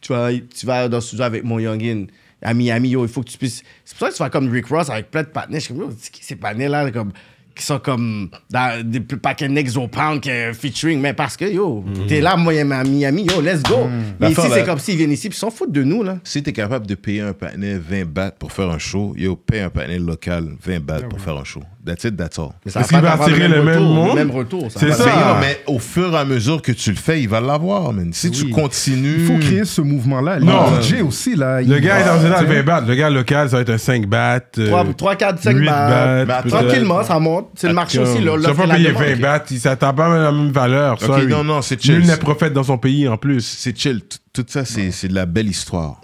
S3: Tu vas, tu vas dans le studio avec mon youngin à Miami, yo, il faut que tu puisses. C'est pour ça que tu vas comme Rick Ross avec plein de partenaires. Je suis comme, yo, c'est qui ces partenaires-là comme, qui sont comme dans des plus paquets Nexo Pound qui est featuring, mais parce que yo, t'es là, moi, à Miami, yo, let's go. Mais ici,
S2: L'affaire,
S3: c'est
S2: là-
S3: comme s'ils viennent ici, puis ils s'en foutent de nous, là.
S2: Si t'es capable de payer un panier 20 bahts pour faire un show, yo, paye un panier local 20 bahts pour faire un show. That's it, that's all.
S3: Mais ça
S1: Parce qu'il
S3: pas
S1: va
S3: d'avoir
S1: attirer le même
S3: retour,
S1: monde.
S3: Même retour, ça
S1: C'est
S3: va
S1: ça.
S2: Parce
S1: Euh,
S2: que, yo, mais au fur et à mesure que tu le fais, il va l'avoir, man. Si tu
S4: Oui.
S2: continues.
S4: Il faut créer ce mouvement-là.
S1: Non.
S4: Les DJ aussi, là.
S1: Le
S4: ils-
S1: gars international,
S4: Tu sais,
S1: 20 bahts. Le gars local, ça va être un euh, 5 bahts.
S3: 3, 4, 5
S1: 8
S3: bah,
S1: bahts. peut-être.
S3: Tranquillement, ça monte.
S1: Ah,
S3: C'est le marché aussi. là,
S1: Ça
S3: l'offre
S1: va
S3: et
S1: pas
S3: la
S1: payer
S3: demande.
S1: 20 bahts, il s'attend pas à la même valeur.
S2: Ok,
S1: sorry.
S2: non, non, c'est chill.
S1: Nul n'est prophète dans son pays en plus.
S2: C'est chill. Tout- Tout ça, c'est c'est de la
S3: [LAUGHS]
S2: belle histoire.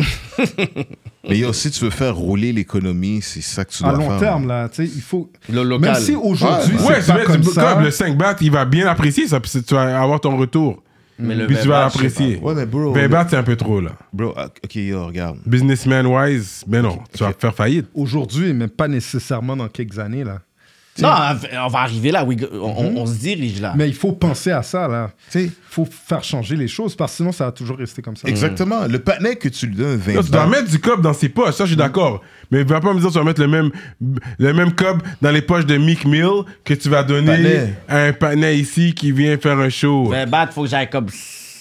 S2: mais yo, si tu veux faire rouler l'économie, c'est ça que tu
S4: À
S2: dois faire.
S4: long terme, là, tu sais, il faut.
S3: Le local.
S4: Même si aujourd'hui,
S1: Ouais,
S4: c'est
S1: c'est
S4: pas
S1: vrai,
S4: comme
S1: tu-
S4: ça.
S1: comme le 5 bahts, il va bien apprécier ça, puis c'est- tu vas avoir ton retour.
S3: Mais le
S1: Puis tu vas
S3: verbe, je sais
S1: l'apprécier.
S2: Ouais, mais bro.
S1: 20 bahts, c'est un peu trop, là. Mm.
S2: Bro, ah, ok, yo, regarde.
S1: Businessman wise, ben non, tu vas faire faillite.
S4: Aujourd'hui, mais pas nécessairement dans quelques années, là.
S3: pas. Non, euh, on va arriver là. oui, on,
S1: Mhm.
S3: on- on se dirige là.
S4: Mais il faut penser à ça, là. Tu sais, il faut faire changer les choses, parce que sinon, ça va toujours rester comme ça.
S2: Exactement. Le panier que tu lui donnes 20
S1: Là, tu dois
S2: bahts,
S1: mettre du cob dans ses poches,
S4: Mm.
S1: ça je suis d'accord. Mais va pas me dire que tu vas mettre le même, le même cob dans les poches de Meek Mill que tu vas donner
S2: Panay.
S1: à un panais ici qui vient faire un show.
S3: Mais bat, faut que j'aille comme.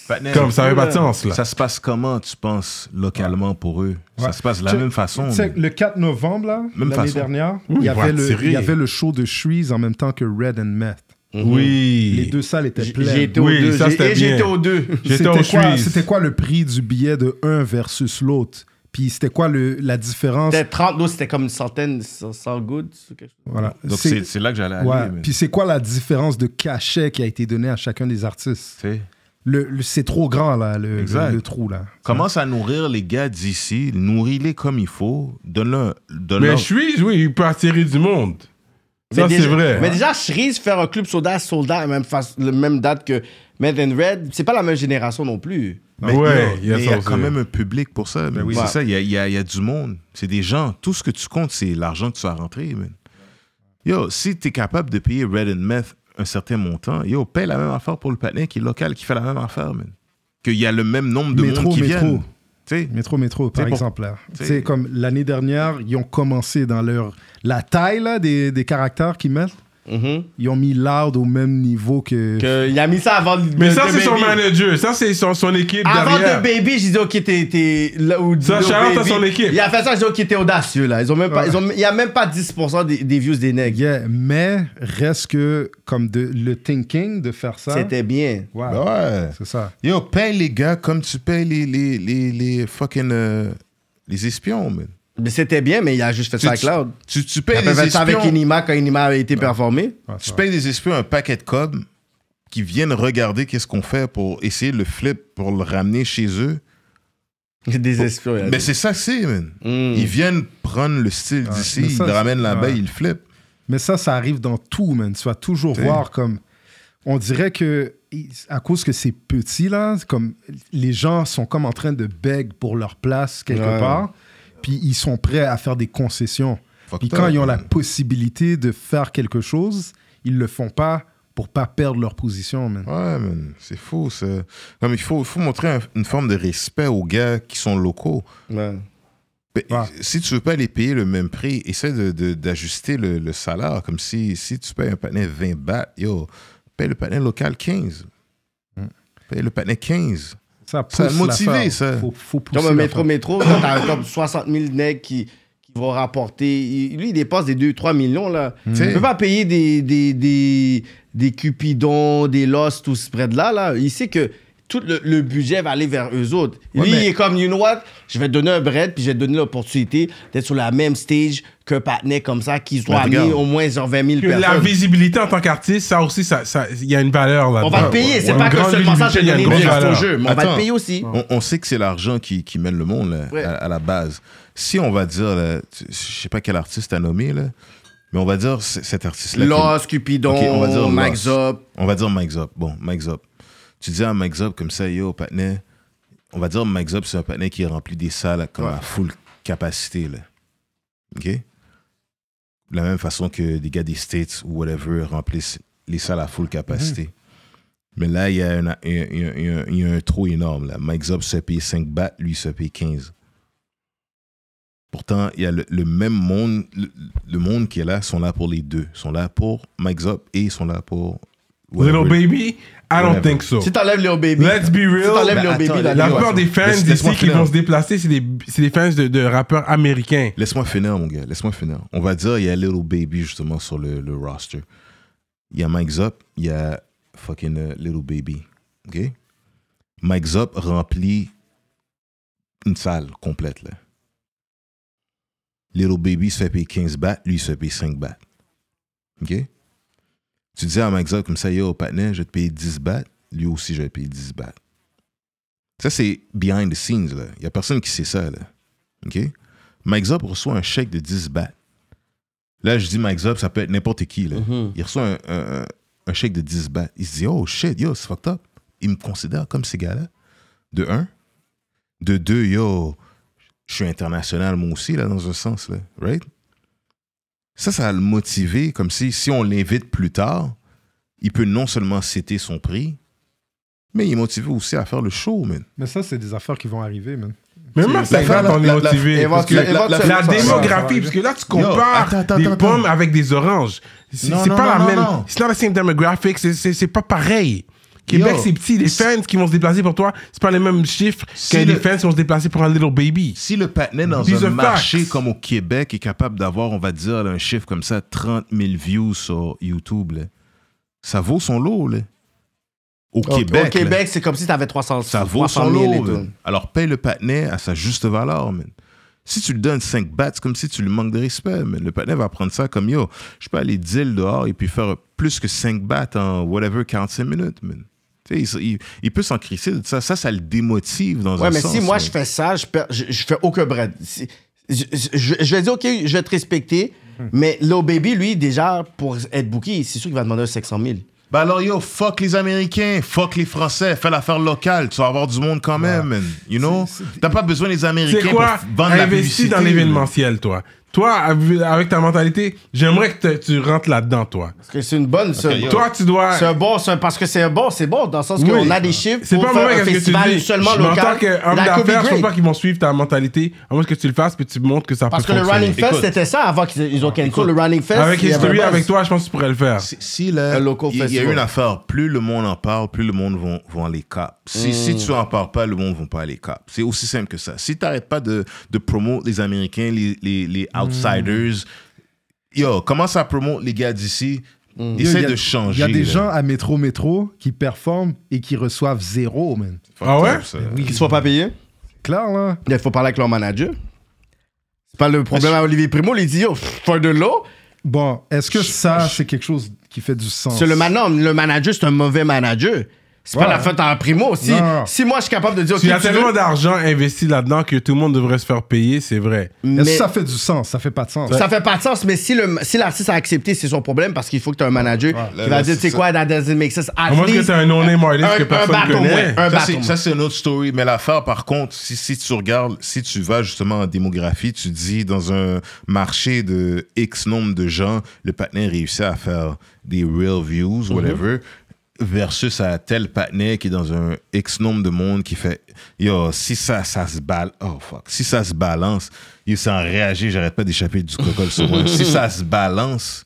S2: Patnaik,
S1: Comme ça avait pas de sens, là.
S2: Ça se passe comment, tu penses, localement pour eux Ça
S4: Ouais.
S2: se passe de la
S4: Tu-
S2: même façon.
S4: tu sais,
S2: mais-
S4: le 4 novembre, là,
S2: Même
S4: l'année
S2: façon.
S4: dernière,
S1: ils
S4: il y,
S1: vont
S4: avait le,
S1: attirer.
S4: il y avait le show de Shreeze en même temps que Red and Meth.
S1: Oui.
S4: Les deux salles étaient
S3: J'ai
S4: pleines.
S3: j'ai été aux
S1: Oui,
S3: deux.
S1: ça,
S3: j'ai-
S1: c'était
S3: et j'ai
S1: bien.
S3: été aux
S1: [LAUGHS]
S3: deux.
S1: J'étais au
S4: C'était quoi,
S1: Suisse.
S4: c'était quoi le prix du billet de un versus l'autre Puis c'était quoi le, la différence
S3: C'était 30, l'autre c'était comme une centaine, 100 good. ou quelque chose.
S4: Voilà.
S2: Donc
S4: C'est-
S2: c'est c'est là que j'allais aller.
S4: ouais.
S2: mais-
S4: Puis c'est quoi la différence de cachet qui a été donné à chacun des artistes
S2: tu sais,
S4: le, le- C'est trop grand, là, le,
S2: Exact.
S4: le- le trou, là.
S2: Commence à nourrir les gars d'ici, nourris-les comme il faut, donne-leur. Donne
S1: Mais je suis, oui, il peut attirer du monde. Ça,
S3: Mais
S1: c'est
S3: déjà-
S1: vrai. hein.
S3: Mais déjà, Cerise, faire un club soda, soldat, à la même, face- la même date que Mad and Red, c'est pas la même génération non plus.
S1: ouais, il y a
S2: mais
S1: ça
S2: il y a
S1: aussi.
S2: quand même un public pour ça. man.
S4: Ben oui.
S2: C'est
S3: Ouais.
S2: ça, il y a, il y a- il y a du monde. C'est des gens. Tout ce que tu comptes, c'est l'argent que tu as rentré. man. Yo, si tu es capable de payer Red and Meth un certain montant, yo, paye la même affaire pour le patin qui est local, qui fait la même affaire. man. Qu'il y a le même nombre de
S4: Métro,
S2: monde qui
S4: métro.
S2: viennent. Tu sais,
S4: Métro, métro, par
S2: C'est pour-
S4: exemple. là.
S2: c'est-
S4: C'est comme l'année dernière, ils ont commencé dans leur. La taille là, des, des caractères qu'ils mettent,
S3: Mhm.
S4: ils ont mis Loud au même niveau que.
S3: Que il a mis ça avant.
S1: Mais ça, c'est son manager. Ça, c'est son, son équipe
S3: Avant
S1: derrière.
S3: de Baby, j'ai dit, OK, t'es- t'es. là où-
S1: Ça,
S3: là où
S1: Charlotte a
S3: Baby-
S1: son équipe.
S3: Il a fait ça, j'ai dit, OK, t'es audacieux, là. Ils ont même pas,
S4: Ouais.
S3: ils ont, il y a même pas 10% des, des views des nègres.
S4: Yeah, mais reste que, comme de, le thinking de faire ça.
S3: C'était bien.
S4: Ouais,
S2: Ah. Bah Ben ouais.
S4: c'est ça.
S2: Yo, paye les gars comme tu payes les, les, les, les fucking. euh, les espions, man.
S3: Mais c'était bien, mais il a juste fait ça avec
S2: tu-
S3: Cloud.
S2: Tu, tu
S3: Il
S2: payes
S3: a
S2: les
S3: fait
S2: espions.
S3: ça avec Inima quand Inima avait été performé.
S4: Ouais, c'est
S2: Tu
S4: vrai.
S2: payes des espions un paquet de cob qui viennent regarder qu'est-ce qu'on fait pour essayer de le flip, pour le ramener chez eux.
S3: [LAUGHS] Des espions. il a
S4: Ben
S2: Mais
S3: dit.
S2: c'est ça que c'est, man.
S3: Mm.
S2: Ils viennent prendre le style
S4: Ouais,
S2: d'ici,
S4: mais
S2: ils
S4: ça,
S2: le ramènent là-bas,
S4: ouais.
S2: ils le flippent.
S4: Mais ça, ça arrive dans tout, man. Tu vas toujours
S2: T'sais.
S4: voir comme. On dirait que, il- à cause que c'est petit, là, c'est comme les gens sont comme en train de beg pour leur place quelque
S3: Ouais.
S4: part, puis ils sont prêts à faire des concessions.
S2: Fucked
S4: Puis quand
S2: up,
S4: ils ont la
S2: man.
S4: possibilité de faire quelque chose, ils le font pas pour pas perdre leur position, man.
S2: Ouais, man, c'est fou, ça. Non, mais il faut, il faut montrer un- une forme de respect aux gars qui sont locaux.
S3: Ouais.
S2: Ben,
S4: Ouais.
S2: Si tu veux pas les payer le même prix, essaie de- de- d'ajuster le, le salaire. Comme si, si tu payes un panier 20 bahts, yo, paye le panier local 15. Paye le panier 15.
S4: Ça
S2: Ça
S4: pousse
S2: motivé,
S4: l'affaire.
S2: ça.
S4: Faut, faut pousser
S3: Comme un
S4: l'affaire.
S3: métro, métro, là, t'as comme 60 000 nègres qui, qui vont rapporter. Il- Lui, il dépasse des 2-3 millions, là.
S2: Hmm.
S3: Il peut pas payer des, des, des, des Cupidons, des Lost, tout ce spread-là, là. Il sait que tout le, le budget va aller vers eux autres.
S4: Ouais,
S3: Lui,
S4: mais-
S3: il est comme, you know what, je vais te donner un bread, puis je vais te donner l'opportunité d'être sur la même stage qu'un partenaire comme ça, qui doit
S2: Mais regarde.
S3: amener au moins genre 20 000
S1: Que La
S3: personnes.
S1: visibilité en tant qu'artiste, ça aussi, il ça, ça- il y a une valeur là
S3: On va te payer, c'est
S1: Une
S3: pas que
S1: grande
S3: seulement ça, je
S1: visibilité,
S3: vais
S1: il y a une
S3: donner
S1: grosse
S3: des
S1: valeur.
S3: au jeu, mais on va
S2: Attends.
S3: te payer aussi.
S2: On, on sait que c'est l'argent qui, qui mène le monde là,
S3: Ouais.
S2: à, à la base. Si on va dire, là, tu- je sais pas quel artiste à nommé, là, mais on va dire c- cet artiste-là. qui-
S3: Lost, Cupidon,
S2: Ok, on va dire
S3: Max
S2: Lost.
S3: Zop.
S2: On va dire Mike Zop. Bon, Mike Zop. Tu dis à Mike Zop comme ça, yo, patinet. On va dire Mike Zop, c'est un patinet qui remplit des salles comme à full capacité. Là. OK? De la même façon que des gars des States ou whatever remplissent les salles à full capacité. Mais là, il y a un, un- un- un- il y a un trou énorme. Là. Mike Zop se paye 5 bahts, lui il se paye 15. Pourtant, il y a le, le même monde, le, le monde qui est là, sont là pour les deux. Ils sont là pour Mike Zop et ils sont là pour.
S1: Little Baby, I don't
S2: Whatever.
S1: think so.
S3: Si t'enlèves Léo Baby.
S1: Let's be
S3: Si
S1: real.
S3: t'enlèves
S2: Ben,
S3: Léo
S2: attends,
S3: Baby, là,
S1: La
S2: Léo,
S1: plupart
S2: attends.
S1: des fans
S2: Laisse-
S1: d'ici
S2: laisse-moi
S1: qui
S2: finir.
S1: vont se déplacer, c'est des, c'est des fans de, de rappeurs américains.
S2: Laisse-moi finir, mon gars. Laisse-moi finir. On va dire, il y a Little Baby, justement, sur le, le roster. Il y a Mike Zop, il y a fucking euh, Little Baby. OK? Mike Zop remplit une salle complète, là. Little Baby se fait payer 15 bahts, lui, il se fait payer 5 bahts. OK? Tu dis à Mike Zop comme ça, yo, patinet, je vais te payer 10 bahts, lui aussi, je vais te payer 10 bahts. Ça, c'est behind the scenes, là. Il n'y a personne qui sait ça, là. OK? Mike Zop reçoit un chèque de 10 bahts. Là, je dis Mike Zop, ça peut être n'importe qui. Là.
S3: Mm.
S2: Il reçoit un, un- un chèque de 10 bahts. Il se dit, oh shit, yo, c'est fucked up. Il me considère comme ces gars-là. De un. De deux, yo, je suis international moi aussi, là, dans un sens, là. Right? Ça, ça va le motiver comme si, si on l'invite plus tard, il peut non seulement citer son prix, mais il est motivé aussi à faire le show, man.
S4: Mais ça, c'est des affaires qui vont arriver, man.
S1: Mais même ça,
S2: la-
S1: on est
S2: la- la-
S1: motivé.
S2: la-
S1: parce que
S2: la- la-
S1: la,
S2: la-
S1: démographie, parce que là, tu compares
S2: attends, attends,
S1: des
S2: attends.
S1: pommes avec des oranges. C'est
S2: Non,
S1: c'est
S2: non,
S1: pas la
S2: non,
S1: même.
S2: non.
S1: C'est not the same demographic. c'est- C'est c'est pas pareil. Québec,
S2: Yo.
S1: c'est petit. Les fans qui vont se déplacer pour toi, c'est pas les mêmes chiffres
S2: Si
S1: que les
S2: le-
S1: fans qui vont se déplacer pour un little baby.
S2: Si le patinet dans
S1: These
S2: un
S1: are
S2: marché
S1: facts.
S2: comme au Québec est capable d'avoir, on va dire, là, un chiffre comme ça, 30 000 views sur YouTube, là, ça vaut son lot. là. Au
S3: Au
S2: Québec,
S3: au
S2: là,
S3: Québec, c'est comme si t'avais 300
S2: ça vaut
S3: 300
S2: son
S3: 000 et
S2: lot.
S3: tout.
S2: man. Alors paye le patinet à sa juste valeur. man. Si tu lui donnes 5 bahts, c'est comme si tu lui manques de respect. man. Le patinet va prendre ça comme yo, je peux aller deal dehors et puis faire plus que 5 bahts en whatever 45 minutes. man. Tu sais, Il, il- il peut s'en crisser de ça. Ça, ça le démotive dans
S3: Ouais,
S2: un
S3: mais
S2: sens.
S3: si moi
S2: man.
S3: je fais ça, je, perds- je, je fais aucun bread. Si- je, je- je vais dire, OK, je vais te respecter,
S1: Hmm.
S3: mais Léo Baby, lui, déjà, pour être booké, c'est sûr qu'il va demander un 700 000.
S2: Ben alors yo, fuck les Américains, fuck les Français, fais l'affaire locale, tu vas avoir du monde quand même, man. you know? T'as pas besoin des
S1: C'est
S2: Américains
S1: quoi
S2: pour vendre la
S1: Investis
S2: publicité.
S1: dans l'événementiel, toi. Toi, av- avec ta mentalité, j'aimerais que te- tu rentres là-dedans, toi.
S3: Parce que c'est une bonne. C'est
S2: yo.
S1: Toi, tu dois.
S3: c'est un bon, c'est un- parce que c'est un bon, c'est bon, dans le sens
S1: Oui.
S3: qu'on a des chiffres.
S1: C'est
S3: pour
S1: pas
S3: faire
S1: mauvais
S3: un
S1: ce que tu
S3: festival
S1: dis.
S3: seulement
S1: je
S3: local.
S1: m'entends que homme
S3: That could be
S1: d'affaires, je pense
S3: great.
S1: pas qu'ils vont suivre ta mentalité, à moins que tu le fasses puis tu montres que ça
S3: Parce que
S1: peut
S3: le
S1: fonctionner.
S3: Running Fest,
S2: Écoute.
S3: c'était ça avant qu'ils ils ont cancel le Running Fest.
S1: Avec
S3: il y avait
S1: History,
S3: un buzz.
S1: avec toi, je pense que tu pourrais le faire.
S2: Si, si là,
S3: Un local
S2: il y, a
S3: festival.
S2: une affaire, plus le monde en parle, plus le monde vont, vont aller cap. Si,
S3: Mm.
S2: si tu en parles pas, le monde vont pas aller cap. C'est aussi simple que ça. Si t'arrêtes pas de, de promouvoir les Américains, les, les, les
S4: Mm.
S2: outsiders, yo, commence à promouvoir les gars d'ici,
S4: Il
S2: essaie
S4: Mm. y a-
S2: de changer.
S4: Il y a des
S2: là.
S4: gens à Métro Métro qui performent et qui reçoivent zéro, man.
S1: Ah ouais?
S2: Ça.
S3: Qu'ils soient pas payés.
S4: Clair, là.
S3: Il faut parler avec leur manager. C'est pas le problème à Olivier Primo. Il dit, yo, for de l'eau.
S4: Bon, est-ce que ça, c'est quelque chose qui fait du sens?
S3: C'est le maintenant. Le manager, c'est un mauvais manager. C'est pas
S4: Ouais.
S3: la faute à Primo. aussi.
S4: Non, non, non.
S3: si moi, je suis capable de dire, OK,
S1: Il y a
S3: tu
S1: tellement
S3: veux-
S1: d'argent investi là-dedans que tout le monde devrait se faire payer, c'est vrai.
S4: Est-ce
S3: mais
S4: que ça fait du sens? Ça fait pas de sens.
S3: ça fait pas de sens, mais si le- si l'artiste a accepté, c'est son problème parce qu'il faut que tu aies un manager
S2: Là,
S3: qui
S2: là,
S3: va dire,
S2: c'est
S3: tu sais
S2: ça.
S3: quoi, that doesn't make sense. At
S1: À moins que
S3: least,
S1: t'aies un non-name artist
S3: un-
S1: que
S3: un
S1: personne
S3: bat au
S1: connaît.
S3: moins, un
S2: Ça,
S3: bat au
S2: c'est-
S3: moins.
S2: Ça, c'est une autre story. Mais l'affaire, par contre, si, si tu regardes, si tu vas justement en démographie, tu dis dans un marché de X nombre de gens, le patinet réussit à faire des real views, whatever, versus à tel patinet qui est dans un X nombre de monde qui fait Yo, si ça, ça se balance, oh fuck, si ça se balance, il s'en réagit, j'arrête pas d'échapper du cocol sur moi. si ça se balance,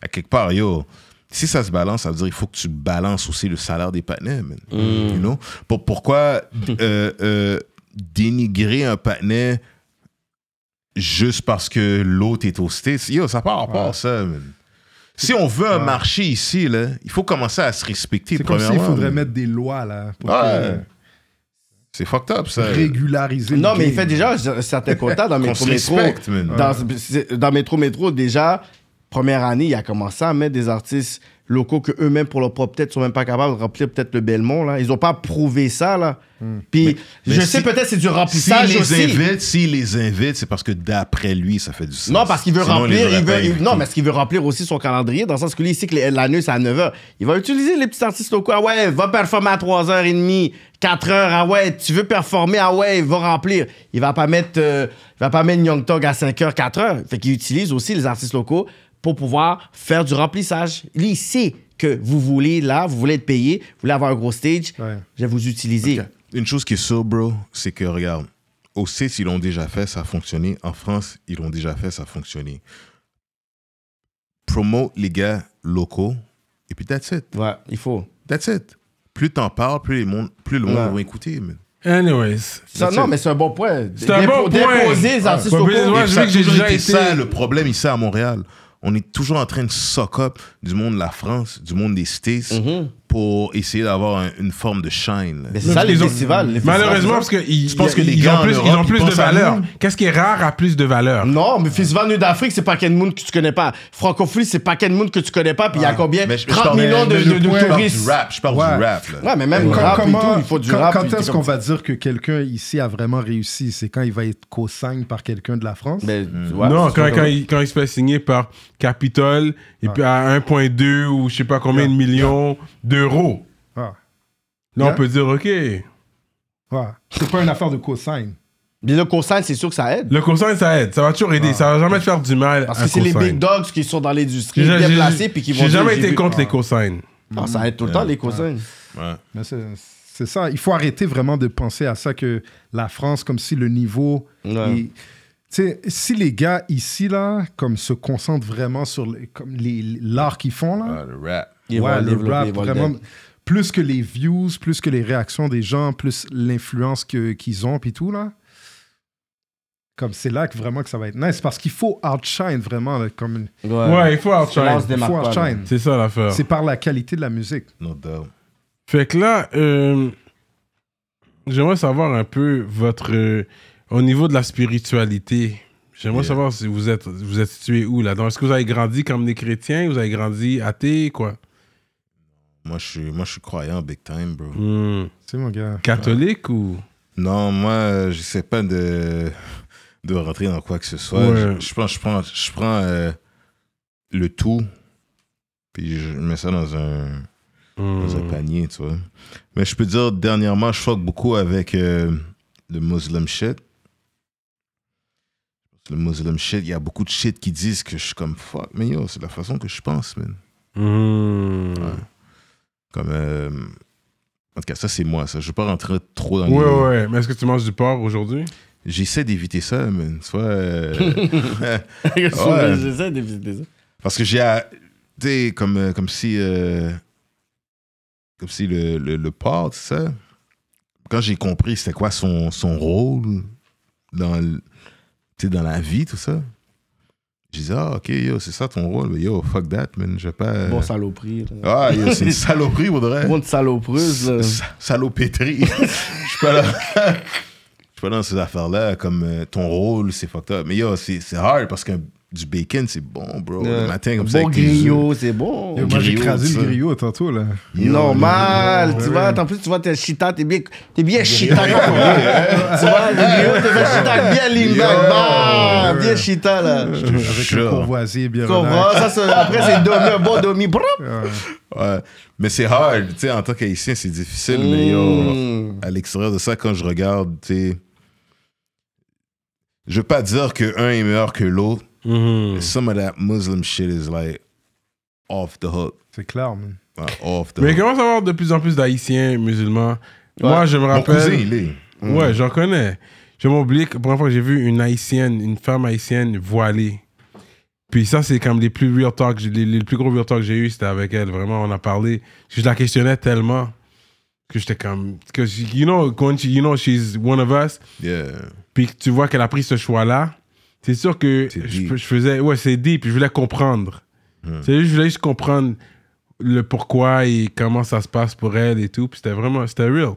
S2: à quelque part, yo, si ça se balance, ça veut dire qu'il faut que tu balances aussi le salaire des partenaires, man.
S3: Mm.
S2: You know?
S3: [LAUGHS]
S2: Pour- pourquoi euh, euh, dénigrer un partenaire juste parce que l'autre est au States? Yo, ça part rapport à ça, man. Si on veut un marché ici, là, il faut commencer à se respecter,
S4: C'est comme
S2: premièrement.
S4: s'il faudrait
S2: man.
S4: mettre des lois, là, pour
S2: Ouais. C'est fucked up,
S4: que-
S2: ça.
S4: régulariser. le
S3: Non, mais il
S4: game.
S3: fait déjà un certain quota dans
S2: Qu'on
S3: Métro
S2: se
S3: Métro.
S2: respecte, man.
S3: Dans, c'est- dans Métro Métro, déjà, première année, il a commencé à mettre des artistes locaux que eux-mêmes, pour leur propre tête, sont même pas capables de remplir peut-être le Belmont. Là. Ils ont pas prouvé ça. là. Puis,
S2: Hmm. mais
S3: je
S2: si-
S3: sais peut-être c'est du
S2: S'il
S3: remplissage
S2: les
S3: aussi.
S2: invite, s'il les invite, c'est parce que d'après lui, ça fait du sens.
S3: Non, parce qu'il veut
S2: Sinon,
S3: remplir.
S2: les
S3: il
S2: aurait
S3: veut,
S2: pas
S3: il- non,
S2: invités.
S3: parce qu'il veut remplir aussi son calendrier, dans le sens que lui, il sait que les- la nuit, c'est à 9h. Il va utiliser les petits artistes locaux. Ah ouais, va performer à 3h30, 4h. Ah ouais, tu veux performer. Ah ouais, va remplir. Il va pas mettre, euh, il va pas mettre Young Tog à 5h, 4h. Fait qu'il utilise aussi les artistes locaux pour pouvoir faire du remplissage. Lui, il sait que vous voulez là, vous voulez être payé, vous voulez avoir un gros stage.
S4: Ouais.
S3: Je vais vous utiliser.
S2: Ok. Une chose qui est sûre, bro, c'est que, regarde, au States, ils l'ont déjà fait, ça a fonctionné. En France, ils l'ont déjà fait, ça a fonctionné. Promote les gars locaux, et puis that's it.
S3: Ouais, il faut.
S2: That's it. Plus t'en parles, plus, les monde- plus le monde
S3: Ouais.
S2: va écouter. man.
S1: Anyways.
S3: Ça, non, mais c'est un bon point.
S1: C'est un bon
S3: Dépo-
S1: point.
S3: Déposer les artistes
S1: Ouais.
S3: locaux.
S1: Moi,
S2: Et
S1: je
S2: ça
S1: sais
S2: a
S1: que j'ai
S2: toujours
S1: déjà
S2: été
S1: été-
S2: ça, le problème ici à Montréal. On est toujours en train de sock up du monde de la France, du monde des States,
S3: Mhm.
S2: pour essayer d'avoir un- une forme de shine. là.
S3: Mm-hmm. Mais c'est ça les
S1: Ils ont-
S3: festivals. les festivals,
S1: Malheureusement,
S3: c'est ça.
S1: parce qu'ils
S2: penses que les
S1: ils
S2: gars
S1: ont
S2: en
S1: plus,
S2: Europe,
S1: ils ont
S2: ils
S1: plus de
S2: pensent à
S1: valeur.
S2: nous.
S1: Qu'est-ce qui est rare a plus de valeur?
S3: Non, mais Festival Nuit d'Afrique, c'est pas quel monde que tu connais pas. Francophonie, c'est pas quel monde que tu connais pas. Puis il y a combien
S2: Mais je- je
S3: 30
S2: parle-
S3: millions de,
S2: mais
S4: je
S3: de- de
S4: pourrais-
S2: Je parle
S3: touristes.
S2: du rap, je parle
S4: Ouais.
S2: du rap. là.
S3: Ouais, mais même
S4: Quand-
S3: le rap et
S4: comment-
S3: tout, il faut du
S4: quand-
S3: rap.
S4: Quand
S3: puis
S4: est-ce
S3: t'es
S4: qu'on
S3: comme-
S4: va dire que quelqu'un ici a vraiment réussi C'est quand il va être co-signé par quelqu'un de la France
S3: Ben, ouais,
S1: non,
S3: c'est
S1: quand,
S3: sûr.
S1: quand il, quand il se fait signer par Capitol, et puis à 1,2 ou je sais pas combien de millions d'euros,
S4: Ah,
S1: là, on
S4: Yeah.
S1: peut dire, OK,
S4: ouais. ah. C'est pas une affaire de co-sign.
S3: Mais le consign, c'est sûr que ça aide.
S1: le consigne, ça aide. Ça va toujours aider. Ça va jamais te faire du mal.
S3: Parce
S1: un
S3: que c'est les
S1: consigne.
S3: big dogs qui sont dans l'industrie,
S1: J'ai-
S3: bien
S1: j'ai-
S3: placés, puis qui vont
S1: J'ai
S3: dire,
S1: jamais été
S3: vu-
S1: contre les cosignes.
S3: Non, ça aide tout le temps, les consignes.
S2: Ouais.
S4: Mais c'est c'est ça. Il faut arrêter vraiment de penser à ça que la France, comme si le niveau.
S3: Ouais.
S4: Mm. il- Tu sais, si les gars ici, là, comme se concentrent vraiment sur les- comme les- l'art qu'ils font, là,
S2: Ah, le rap.
S3: Ils
S4: ouais,
S3: vont
S4: le
S3: développer,
S4: rap,
S3: ils vont le
S4: vraiment,
S3: dead.
S4: plus que les views, plus que les réactions des gens, plus l'influence que- qu'ils ont, puis tout, là. Comme c'est là que vraiment que ça va être nice, parce qu'il faut outshine vraiment, là, comme
S1: Ouais, il faut outshine.
S3: On se
S4: il
S3: démarque
S4: faut
S3: pas,
S4: outshine.
S1: C'est ça l'affaire.
S4: C'est par la qualité de la musique.
S2: No doubt.
S1: Fait que là, euh, j'aimerais savoir un peu votre. euh, au niveau de la spiritualité, j'aimerais
S2: Yeah.
S1: savoir si vous êtes, vous êtes situé où là-dedans. Est-ce que vous avez grandi comme des chrétiens Vous avez grandi athée, quoi
S2: Moi, je suis, moi, je suis croyant big time, bro.
S1: Hmm.
S4: C'est mon gars.
S1: Catholique ou.
S2: Non, moi, euh, j'essaie pas de, de rentrer dans quoi que ce soit.
S1: Ouais.
S2: Je, je prends, je prends, je prends euh, le tout, puis je mets ça dans un, dans un
S1: Hmm.
S2: panier, tu vois. Mais je peux dire, dernièrement, je fuck beaucoup avec euh, le Muslim shit. Le Muslim shit, il y a beaucoup de shit qui disent que je suis comme fuck, mais yo, c'est la façon que je pense, man.
S1: Hmm.
S2: Comme. euh, en tout cas, ça, c'est moi, ça. Je veux pas rentrer trop dans
S1: Ouais,
S2: les.
S1: ouais. Mais est-ce que tu manges du porc aujourd'hui
S2: J'essaie d'éviter ça, man. Tu vois. euh, Ouais.
S3: [LAUGHS] J'essaie de visiter ça.
S2: Parce que j'ai. à- Tu sais, comme, euh, comme si. euh, comme si le, le, le porc, tu sais. Quand j'ai compris c'était quoi son, son rôle dans, le- tu sais, dans la vie, tout ça. Je disais, ah, ok, yo, c'est ça ton rôle. Mais yo, fuck that, man. Je vais pas. euh,
S3: Bon saloperie. là.
S2: ah, yo, c'est une saloperie, pour de vrai.
S3: Bon de salopeuse. là.
S2: Sa- Salopétrie. [LAUGHS] Je suis pas là. Je suis pas dans ces affaires-là, comme euh, ton rôle, c'est fucked up. Mais yo, c'est c'est hard parce que du bacon, c'est bon, bro. Le matin, comme ça.
S3: Bon
S2: avec tes œufs.
S3: griot, c'est bon.
S4: Moi, j'ai
S2: Griot,
S4: écrasé
S2: ça.
S4: le griot tantôt, là.
S3: Mmh.
S2: Yo,
S3: Normal, tu vois. En plus, tu vois, t'es chita, t'es bien, t'es bien chita. tu
S4: [LAUGHS]
S3: vois, le griot, t'es bien chita, bien lean back, bam, bien chita, là.
S2: Je te
S4: Avec
S2: jure.
S4: le courvoisier bien
S3: Tu comprends?
S4: relax.
S3: Ça, c'est- après, c'est domi, un bon domi, brrr.
S2: Ouais. Mais c'est hard, tu sais, en tant qu'haïtien, c'est difficile, mais
S3: Mm. Hmm.
S2: yo, à l'extérieur de ça, quand je regarde, tu sais. Je veux pas dire que un est meilleur que l'autre.
S1: Hmm. Mm.
S2: mais Some of that Muslim shit is like off the hook.
S4: C'est clair, man.
S2: Ouais, off the
S1: Mais il
S2: hook.
S1: commence à avoir de plus en plus d'haïtiens musulmans. Moi, je me
S2: Mon
S1: rappelle.
S2: cousin, Mm. il est.
S1: Ouais, j'en connais. Je m'oublie que la première fois que j'ai vu une haïtienne, une femme haïtienne voilée. Puis ça, c'est comme les plus real talk, les, les plus gros real talk que j'ai eu, c'était avec elle. Vraiment, on a parlé. Je la questionnais tellement que j'étais comme. Because, she- you know, quand she- you know, she's one of us.
S2: Yeah.
S1: Puis que tu vois qu'elle a pris ce choix-là. C'est sûr que
S2: C'est
S1: je,
S2: deep. Hmm.
S1: je faisais. Ouais, c'est dit. Puis je voulais comprendre. C'est juste, je voulais juste comprendre le pourquoi et comment ça se passe pour elle et tout. Puis c'était vraiment. C'était real.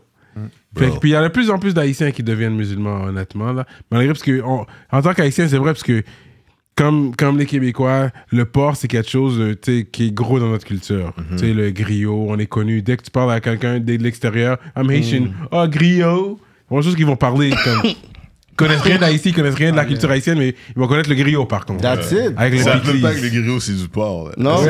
S1: Fait que-
S2: Bro.
S1: puis il y a de plus en plus d'Haïtiens qui deviennent musulmans, honnêtement. Là. Malgré parce que, on- en tant qu'Haïtien, c'est vrai parce que, comme, comme les Québécois, le porc, c'est quelque chose euh, tu sais, qui est gros dans notre culture. Tu sais, le griot, on est connu. Dès que tu parles à quelqu'un de l'extérieur, I'm Haitian, oh griot. Bon, chose qu'ils vont parler comme. Ils connaissent rien d'Haïti, ils connaissent rien de la culture haïtienne, mais ils vont connaître le griot par contre.
S3: That's it.
S1: Avec
S2: Ils
S1: le
S2: savent même
S1: pickles.
S2: pas que le griot, c'est du porc. là.
S3: Non,
S1: [LAUGHS]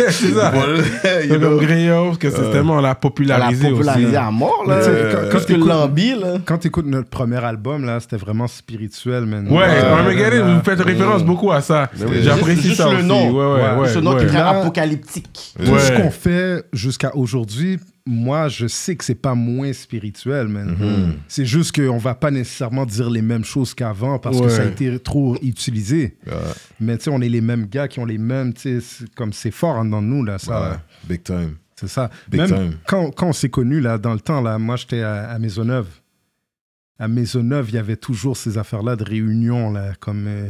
S2: [LAUGHS]
S1: C'est ça.
S2: Voilà, you
S1: Le
S2: know.
S1: griot, parce que c'est tellement on l'a
S3: on l'a
S1: popularisé, aussi.
S3: popularisé à mort, là.
S4: Mais tu sais, quand- quand
S3: Parce que
S4: t'écoutes-
S3: l'ambi, là.
S4: Quand t'écoutes notre premier album, là, c'était vraiment spirituel, man.
S1: Ouais,
S4: Euh,
S1: Armageddon,
S4: là,
S1: vous faites référence beaucoup à ça.
S2: oui.
S1: J'apprécie
S3: Juste-
S1: ça
S3: juste le
S1: aussi.
S3: nom.
S1: Ouais, ouais,
S4: Ouais.
S1: ouais,
S3: Ce nom qui
S1: ouais.
S3: est très
S4: Là-
S3: apocalyptique.
S4: Tout ce
S1: Ouais.
S4: qu'on fait jusqu'à aujourd'hui, moi, je sais que c'est pas moins spirituel, man.
S1: Mm-hmm.
S4: C'est juste qu'on va pas nécessairement dire les mêmes choses qu'avant parce que
S1: Ouais.
S4: ça a été trop utilisé.
S2: Ouais,
S4: Mais tu sais, on est les mêmes gars qui ont les mêmes, tu sais, c'est- comme c'est fort dans nous, là, ça.
S2: ouais, Big time.
S4: C'est ça.
S2: Big
S4: Même
S2: time.
S4: quand, quand on s'est connus, là, dans le temps, là, moi, j'étais à, à Maisonneuve. À Maisonneuve, il y avait toujours ces affaires-là de réunions, là, comme... euh,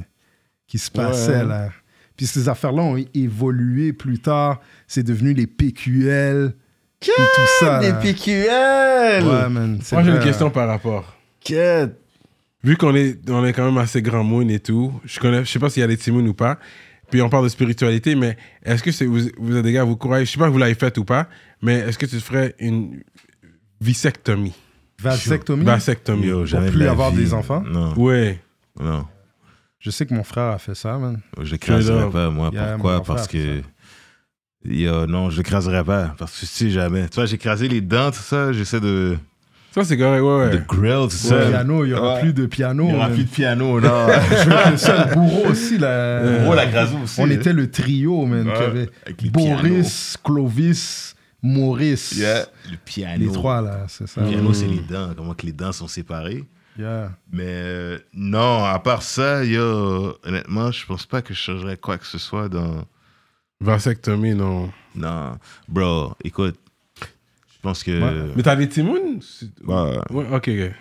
S4: qui se passaient, là. Puis ces affaires-là ont é- évolué plus tard. C'est devenu les PQL et tout ça.
S3: Des
S4: là.
S3: PQL.
S4: Ouais, man, c'est
S1: Moi, j'ai
S4: vrai,
S1: une question par rapport.
S3: Que-
S1: Vu qu'on est, on est quand même assez grand moon et tout, je connais, je sais pas s'il y a des timounes ou pas. Puis on parle de spiritualité, mais est-ce que c'est, vous, vous êtes des gars, vous courez, je sais pas si vous l'avez fait ou pas, mais est-ce que tu te ferais une vasectomie?
S4: hein. Vasectomie.
S2: Bah,
S1: Vasectomie.
S2: Yo, jamais de
S4: plus
S2: la
S4: avoir
S2: vie.
S4: des enfants?
S2: Non,
S1: Ouais.
S2: non.
S4: Je sais que mon frère a fait ça, man.
S2: Je le craserais
S1: Straight up.
S2: pas, moi.
S4: Yeah,
S2: Pourquoi
S4: mon frère,
S2: Parce que.
S4: c'est
S2: Yo, non, je le craserais pas. Parce que si jamais. Tu vois, j'ai crasé les dents, tout ça. J'essaie de.
S1: Ça, c'est correct, ouais, ouais.
S2: De grill, tout
S4: Le
S2: ça.
S4: piano, il n'y aura
S2: Ouais.
S4: plus de piano.
S2: Il n'y aura
S4: man.
S2: plus de piano, non.
S4: [LAUGHS] Je veux que
S2: [LAUGHS]
S4: le seul bourreau aussi, là.
S2: Oh, la crasou aussi.
S4: On était le trio, man.
S2: Ouais,
S4: qu'il y avait
S2: avec les
S4: Boris, Clovis, Maurice.
S2: Yeah, le piano.
S4: Les trois, Mm. là, c'est ça.
S2: Le piano, c'est les dents. Comment que les dents sont séparées.
S4: Yeah.
S2: Mais euh, non, à part ça, yo, honnêtement, je pense pas que je changerais quoi que ce soit dans.
S1: Vasectomie, non.
S2: Non, bro, écoute, je pense que.
S1: Mais t'as des timounes?
S2: Ouais.
S1: Ouais, ok, ok.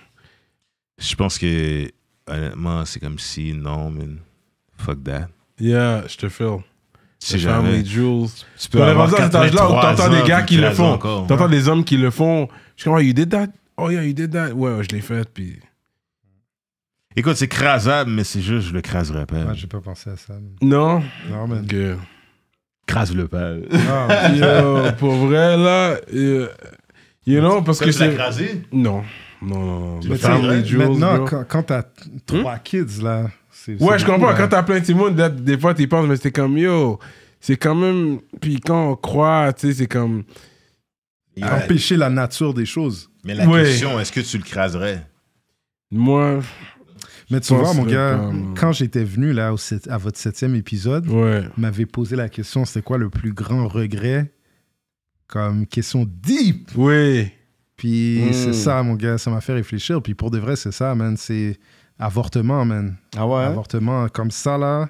S2: Je pense que, honnêtement, c'est comme si, non, man, fuck that.
S1: Yeah, je te feel.
S2: Si
S1: The
S2: jamais.
S1: Family Jewels.
S2: Tu
S1: On est rendu à cet âge-là où
S2: 83
S1: t'entends
S2: ans,
S1: des gars
S2: puis
S1: qui le
S2: craser
S1: font.
S2: encore.
S1: T'entends des hommes qui le font. Je suis comme, oh, you did that? Oh yeah, you did that? Ouais, ouais, je l'ai fait, puis...
S2: Écoute, c'est crasable, mais c'est juste, je le craserai pas.
S1: Euh.
S4: Moi, Ah, j'ai pas pensé à ça. man.
S1: Non?
S4: Non, man.
S1: Que-
S2: Crase-le pas.
S1: [LAUGHS]
S4: Ah, man.
S1: Yo, pour vrai, là... euh, You know, parce que c'est...
S2: crasé?
S1: Non. Non, non, non.
S2: Tu
S1: The
S2: le fais,
S1: Family
S2: vrai?
S1: Jewels,
S4: Maintenant,
S1: bro. Hmm?
S4: quand, quand t'as t- trois kids, là. c'est-
S1: Ouais, je
S4: c'est beaucoup,
S1: comprends.
S4: là.
S1: Quand t'as plein de monde, là, des fois, t'y penses, mais c'est comme, yo... C'est quand même... Puis quand on croit, tu sais, c'est comme...
S4: Empêcher la nature des choses.
S2: Mais la
S1: Ouais.
S2: question, est-ce que tu le craserais?
S1: Moi...
S4: Mais tu vois,
S1: pense
S4: mon
S1: que
S4: gars,
S1: pas, moi.
S4: quand j'étais venu, là, au sept- à votre septième épisode,
S1: Ouais.
S4: vous m'avez posé la question c'est quoi le plus grand regret Comme question deep.
S1: Oui.
S4: Puis
S3: Mm.
S4: c'est ça, mon gars, ça m'a fait réfléchir. Puis pour de vrai, c'est ça, man. C'est avortement, man.
S3: Ah ouais? hein?
S4: Avortement comme ça, là,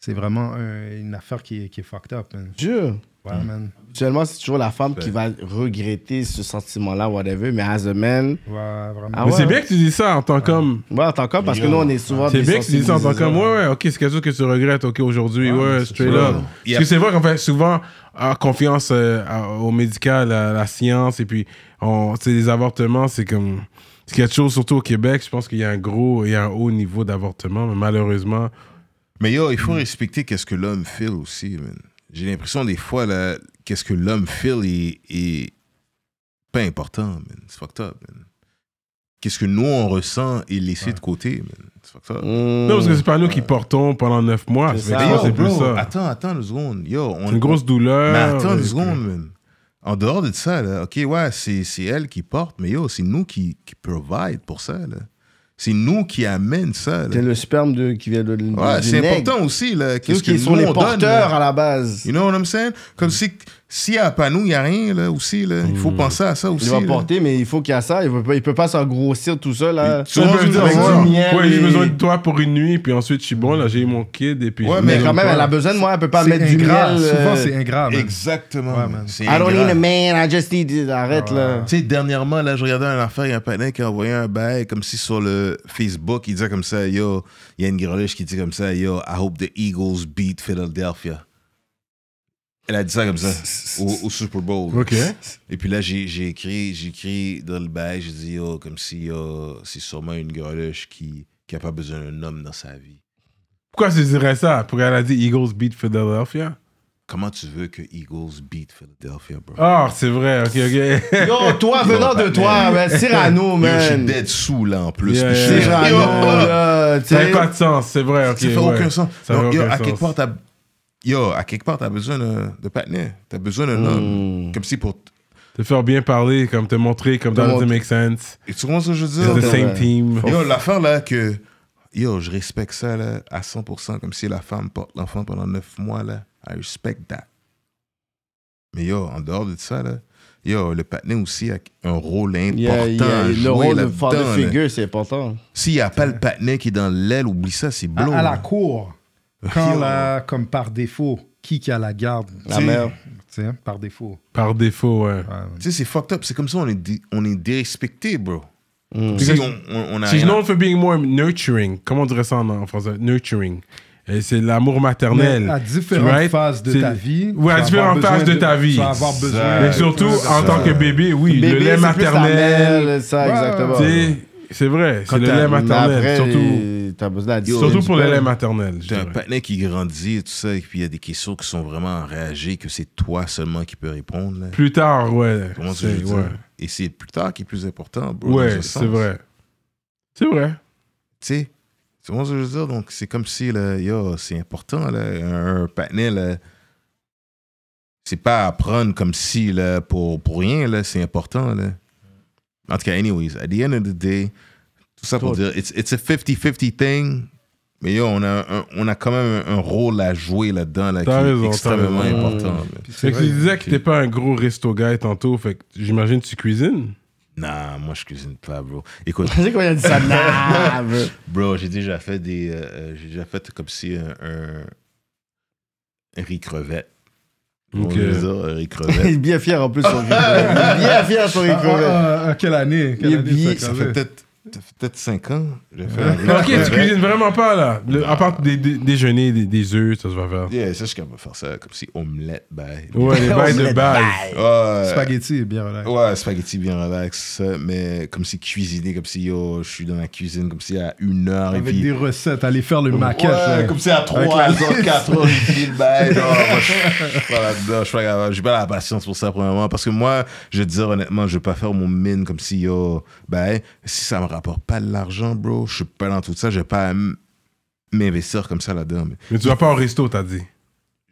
S4: c'est vraiment un- une affaire qui est, qui est fucked up, man.
S3: Dieu.
S4: Ouais, man.
S3: Actuellement, c'est toujours la femme qui va regretter ce sentiment-là, whatever, mais as a man.
S4: Ouais, vraiment.
S3: Ah
S1: Mais
S3: ouais?
S1: c'est bien que tu dis ça en tant qu'homme.
S3: Ouais, en tant qu'homme, parce que nous, on est souvent
S1: C'est
S3: des
S1: bien que tu dis ça en tant
S3: sensibilisés.
S1: qu'homme. Ouais, ouais, ok, c'est quelque chose que tu regrettes, ok, aujourd'hui, ouais, straight
S2: Ah, ça.
S1: up. Parce
S2: Yeah.
S1: que c'est vrai qu'on fait souvent ah, confiance euh, à- au médical, à la science, et puis, on, tu sais, les avortements, c'est comme. C'est quelque chose, surtout au Québec, je pense qu'il y a un gros, il y a un haut niveau d'avortement, mais malheureusement.
S2: Mais yo, il faut respecter qu'est-ce que l'homme feel aussi, man. J'ai l'impression des fois, là, qu'est-ce que l'homme feel est, est pas important, man. C'est fucked up, man. Qu'est-ce que nous, on ressent et laissé de côté, man. C'est fucked up.
S3: Mmh.
S1: Non, parce que c'est pas nous qui portons pendant neuf mois.
S3: C'est
S1: Fait que
S3: ça.
S2: Mais
S1: je pense que
S2: yo,
S1: Ah, C'est plus
S2: bro,
S1: ça.
S2: attends, attends une seconde. Yo, on
S1: C'est une grosse douleur. euh,
S2: Mais attends
S1: et
S2: une
S1: puis-
S2: seconde, man. En dehors de ça, là, OK, ouais, c'est c'est elle qui porte, mais yo, c'est nous qui, qui provide pour ça, là. C'est nous qui amène ça, là.
S3: C'est le sperme de, qui vient de. de-
S2: Ouais,
S3: du
S2: c'est
S3: nègre.
S2: important aussi, là.
S3: C'est eux
S2: Qu'est-ce que
S3: qui sont
S2: nous,
S3: les
S2: on donne,
S3: porteurs
S2: là.
S3: à la base.
S2: You know what I'm saying? Comme si S'il y a un panneau, il n'y a rien, là, aussi, là. Il faut penser à ça aussi.
S3: Mm. Il va
S2: là.
S3: porter, mais il faut qu'il y a ça. Il peut pas, il peut pas s'engrossir tout seul. Là.
S2: Tu vois,
S1: Ça,
S2: je veux
S1: je
S2: dire,
S1: veux
S2: avec
S1: dire,
S2: du
S1: ouais,
S4: miel
S1: ouais, j'ai
S4: et-
S1: besoin de toi pour une nuit, puis ensuite je suis bon, là j'ai mon kid, et puis.
S2: Ouais,
S1: je-
S3: Mais
S2: Mais
S3: quand même,
S2: quoi?
S3: elle a besoin de moi. Elle peut pas
S4: C'est
S3: mettre du miel.
S4: ingrat. Souvent,
S3: euh,
S4: c'est ingrat. man.
S2: Exactement.
S4: Ouais,
S2: Ah, man.
S4: man.
S2: C'est
S3: I don't need
S2: ingrat.
S3: a man, I just need... Arrête,
S2: [LAUGHS]
S3: là.
S2: Tu sais, dernièrement, là, je regardais un affaire, il y a un patin qui a envoyé un bail, comme si sur le Facebook, il disait comme ça, yo, il y a une girlish qui dit comme ça, yo, I hope the Eagles beat Philadelphia. Elle a dit ça comme ça, au, au Super Bowl.
S1: Ok.
S2: Et puis là, j'ai j'ai écrit, j'ai écrit dans le bail, j'ai dit, yo, comme si, yo, c'est sûrement une girlish qui qui a pas besoin d'un homme dans sa vie.
S1: Pourquoi tu dirais ça Pourquoi elle a dit Eagles beat Philadelphia
S2: Comment tu veux que Eagles beat Philadelphia, bro?
S1: Ah, c'est vrai, ok,
S4: [LAUGHS]
S1: ok.
S3: Yo, toi, venant de toi, man, Cyrano,
S2: Yo, je suis
S3: man.
S2: dead sous là en plus.
S1: Yeah,
S2: Puis je suis-
S1: yeah.
S3: Cyrano,
S2: Yo, oh,
S3: là, tu
S1: ça
S3: sais.
S1: n'a pas de sens, c'est vrai, ok.
S2: ça fait
S1: ouais.
S2: aucun sens.
S1: Ça
S2: Non,
S1: fait
S2: yo,
S1: aucun
S2: à
S1: sens.
S2: quelque part, t'as, yo, à quelque part, t'as besoin de, de partenaire. T'as besoin d'un
S1: Mm.
S2: homme. Comme si pour.
S1: Te faire bien parler, comme te montrer, comme
S3: Te
S1: that doesn't
S3: montrer.
S1: make sense.
S2: Et tu comprends ce que je
S1: It's
S2: veux
S1: the
S2: dire?
S1: same team.
S2: Yo, l'affaire là que. Yo, je respecte ça là, à 100%, comme si la femme porte l'enfant pendant 9 mois là. I respect that. Mais yo, en dehors de ça là, yo, le partenaire aussi a un rôle important.
S3: Yeah, yeah,
S2: à jouer
S3: le rôle de
S2: là-dedans,
S3: father
S2: là.
S3: figure, c'est important.
S2: S'il n'y a pas le partenaire qui est dans l'aile, oublie ça, c'est
S4: À,
S2: blond. [LAUGHS]
S4: à la
S2: là.
S4: cour, quand
S2: Yo.
S4: la, comme par défaut, qui qui a la garde
S3: La mère.
S4: Tu sais, hein, par défaut.
S1: Par défaut, ouais.
S4: Ouais, man.
S2: Tu sais, c'est fucked up. C'est comme ça, on est, dé- on est dérespecté, bro.
S3: Mm.
S2: Si on, on, on a
S1: She's
S2: rien à-
S1: known for being more nurturing. Comment on dirait ça en, en français Nurturing. Et c'est l'amour maternel.
S4: Mais à différentes
S1: Right?
S4: phases de
S1: C'est-
S4: ta vie.
S1: Ouais, à
S4: tu vas avoir
S1: différentes phases
S4: besoin
S1: de ta vie.
S4: Tu vas avoir besoin.
S1: Mais
S4: de-
S1: surtout,
S4: de-
S1: en tant que bébé, oui, le
S3: Bébé,
S1: lait
S3: c'est plus la
S1: maternel.
S3: mère, ça,
S4: Ouais,
S3: exactement.
S1: Tu sais, c'est vrai, c'est
S2: Quand
S1: le
S2: t'as-
S1: lait
S2: mais
S3: Mais
S1: maternel.
S3: après,
S1: surtout
S3: les- t'as besoin de la
S1: surtout
S3: du
S1: pour
S3: [LAUGHS]
S1: le
S3: père.
S1: lait maternel. je
S2: T'as un
S1: dirais.
S2: partenaire qui grandit et tout ça, et puis il y a des questions qui sont vraiment enragées, que c'est toi seulement qui peux répondre. là.
S1: Plus tard, ouais.
S2: Comment tu
S1: c'est-
S2: veux dire?
S1: ouais.
S2: Et c'est plus tard qui est plus important, bro. dans
S1: Ouais,
S2: ce
S1: c'est
S2: sens.
S1: vrai. C'est vrai.
S2: Tu sais, tu vois ce que je veux dire? Donc, c'est comme si, là, yo, c'est important, là, un, un partenaire, là, c'est pas à prendre comme si, là, pour, pour rien, là, c'est important, là. En tout cas, anyways, at the end of the day, tout ça pour dire, it's, it's a 50-50 thing, mais yo, on a, un- on a quand même un, un rôle à jouer là-dedans, là, qui
S1: T'as raison,
S2: est extrêmement
S1: t'as raison.
S2: important. là.
S4: Puis
S1: Fait
S4: c'est
S1: que tu
S4: vrai.
S1: disais que t'es pas un gros resto guy tantôt, fait que j'imagine que tu cuisines.
S2: Nah, moi, je cuisine pas, bro. Écoute, [LAUGHS]
S3: Tu sais quand il a dit ça, nah, bro.
S2: Bro, j'ai déjà fait des. euh, euh, j'ai déjà fait comme si un. un, un riz crevette.
S1: Ok.
S2: On dit
S1: euh,
S2: ça, un riz [LAUGHS]
S3: Il est
S2: crevette.
S3: bien fier en plus sur Rico. Il est bien fier sur
S4: Ah,
S3: Rico.
S4: ah, ah, quelle année, quelle
S3: Il est
S4: année
S3: bien-
S2: ça
S4: a
S2: fait
S4: crevé.
S2: peut-être. Ça fait peut-être 5 ans. J'ai fait un riz
S1: Ok, tu
S2: crevette.
S1: cuisines vraiment pas là. Le-
S2: Bah.
S1: à part des, des- déjeuners, des, des œufs, ça se va faire.
S2: Yeah, ça, je suis capable de faire ça comme si omelette, bye.
S1: Ouais, les [LAUGHS] bails de base.
S2: Ouais,
S4: Spaghetti, bien relax.
S2: Ouais, spaghetti bien relax, ça, mais comme si cuisiner, comme si yo, je suis dans la cuisine, comme si à une heure et
S4: Avec
S2: puis.
S4: des recettes, aller faire le
S2: Ouais,
S4: maquette. là.
S2: comme si à 3
S4: Avec la
S2: heures,
S4: liste.
S2: 4 heures, j'ai fini le
S4: [LAUGHS]
S2: bail. ben, Non, moi, je je suis pas là-dedans. Je suis pas capable. J'ai pas la patience pour ça, premièrement. Parce que moi, je vais te dire honnêtement, je vais pas faire mon mine comme si, yo, ben, si ça me rapporte pas de l'argent, bro, je suis pas dans tout ça, je vais pas à m- m'investir comme ça là-dedans. mais
S1: Mais tu vas pas au resto, t'as dit.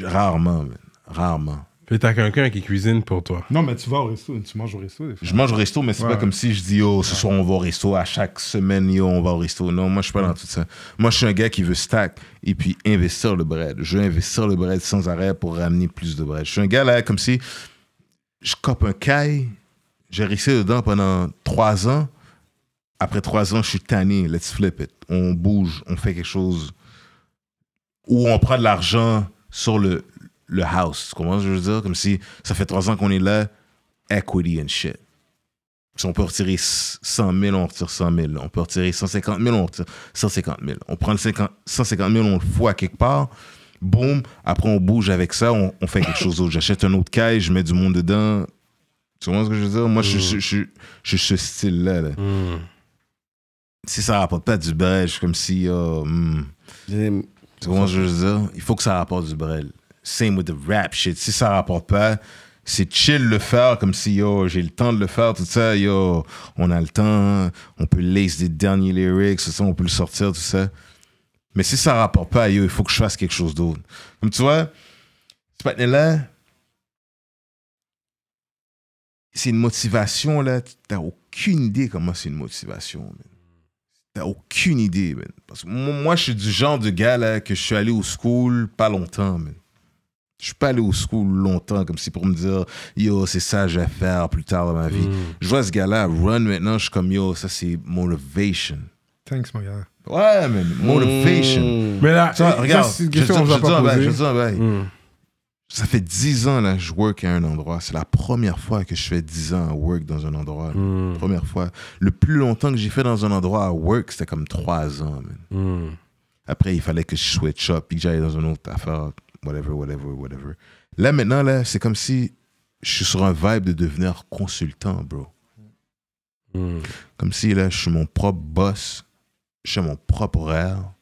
S2: Rarement, man. Rarement.
S1: Puis t'as quelqu'un qui cuisine pour toi.
S4: Non, mais tu vas au resto, tu manges au resto. des fois.
S2: Je mange au resto, mais c'est
S4: Ouais.
S2: pas comme si je dis, yo, ce soir on va au resto, à chaque semaine, yo, on va au resto. Non, moi, je suis pas dans tout ça. Moi, je suis un gars qui veut stack et puis investir le bread. Je veux investir le bread sans arrêt pour ramener plus de bread. Je suis un gars là, comme si je cope un caille, j'ai resté dedans pendant trois ans. Après trois ans, je suis tanné, let's flip it. On bouge, on fait quelque chose. Ou on prend de l'argent sur le, le house. Comment je veux dire? Comme si ça fait trois ans qu'on est là, equity and shit. Si on peut retirer 100 000, on retire 100 000. On peut retirer 150 000, on retire 150 000. On prend le 50 150 000, on le fout à quelque part. Boum. Après, on bouge avec ça, on, on fait quelque chose d'autre. J'achète un autre caille, je mets du monde dedans. Tu vois ce que je veux dire? Moi, je, suis- je, suis- je suis ce style-là. là. Si ça rapporte pas du bread, je suis comme si. euh, hmm.
S3: J'ai-
S2: Tu vois ce que je veux dire? Il faut que ça rapporte du brel. Same with the rap shit. Si ça rapporte pas, c'est chill le faire comme si yo, j'ai le temps de le faire, tout ça, yo, on a le temps, hein. on peut laisser des derniers lyrics, tout ça, on peut le sortir, tout ça. Mais si ça rapporte pas, yo, il faut que je fasse quelque chose d'autre. Comme tu vois, ce patin-là, c'est une motivation, là, t'as aucune idée comment c'est une motivation, man. T'as aucune idée, man. Parce que moi, moi, je suis du genre de gars là, que je suis allé au school pas longtemps, man. Je suis pas allé au school longtemps, comme si pour me dire, yo, c'est ça que je vais faire plus tard dans ma
S1: Mm.
S2: vie. Je vois ce gars-là run maintenant, je suis comme, yo, ça c'est motivation.
S4: Thanks, mon gars.
S2: Ouais, man, motivation.
S3: Mm.
S1: Mais là,
S2: Ça, regarde,
S1: c'est une
S2: je
S1: question
S2: te-
S1: qu'on vous a
S2: je te dis
S1: pas
S2: un bail,
S1: posée.
S2: je te dis un bail.
S1: Mm.
S2: Ça fait 10 ans là, je work à un endroit. C'est la première fois que je fais 10 ans à work dans un endroit.
S1: Mm.
S2: là.
S1: Hmm.
S2: Première fois. Le plus longtemps que j'ai fait dans un endroit à work, c'était comme 3 ans. man.
S1: Mm.
S2: Après, il fallait que je switch up, puis que j'aille dans une autre affaire, whatever, whatever, whatever. Là, maintenant, là, c'est comme si je suis sur un vibe de devenir consultant, bro.
S1: Mm.
S2: Comme si là, je suis mon propre boss, je suis mon propre horaire.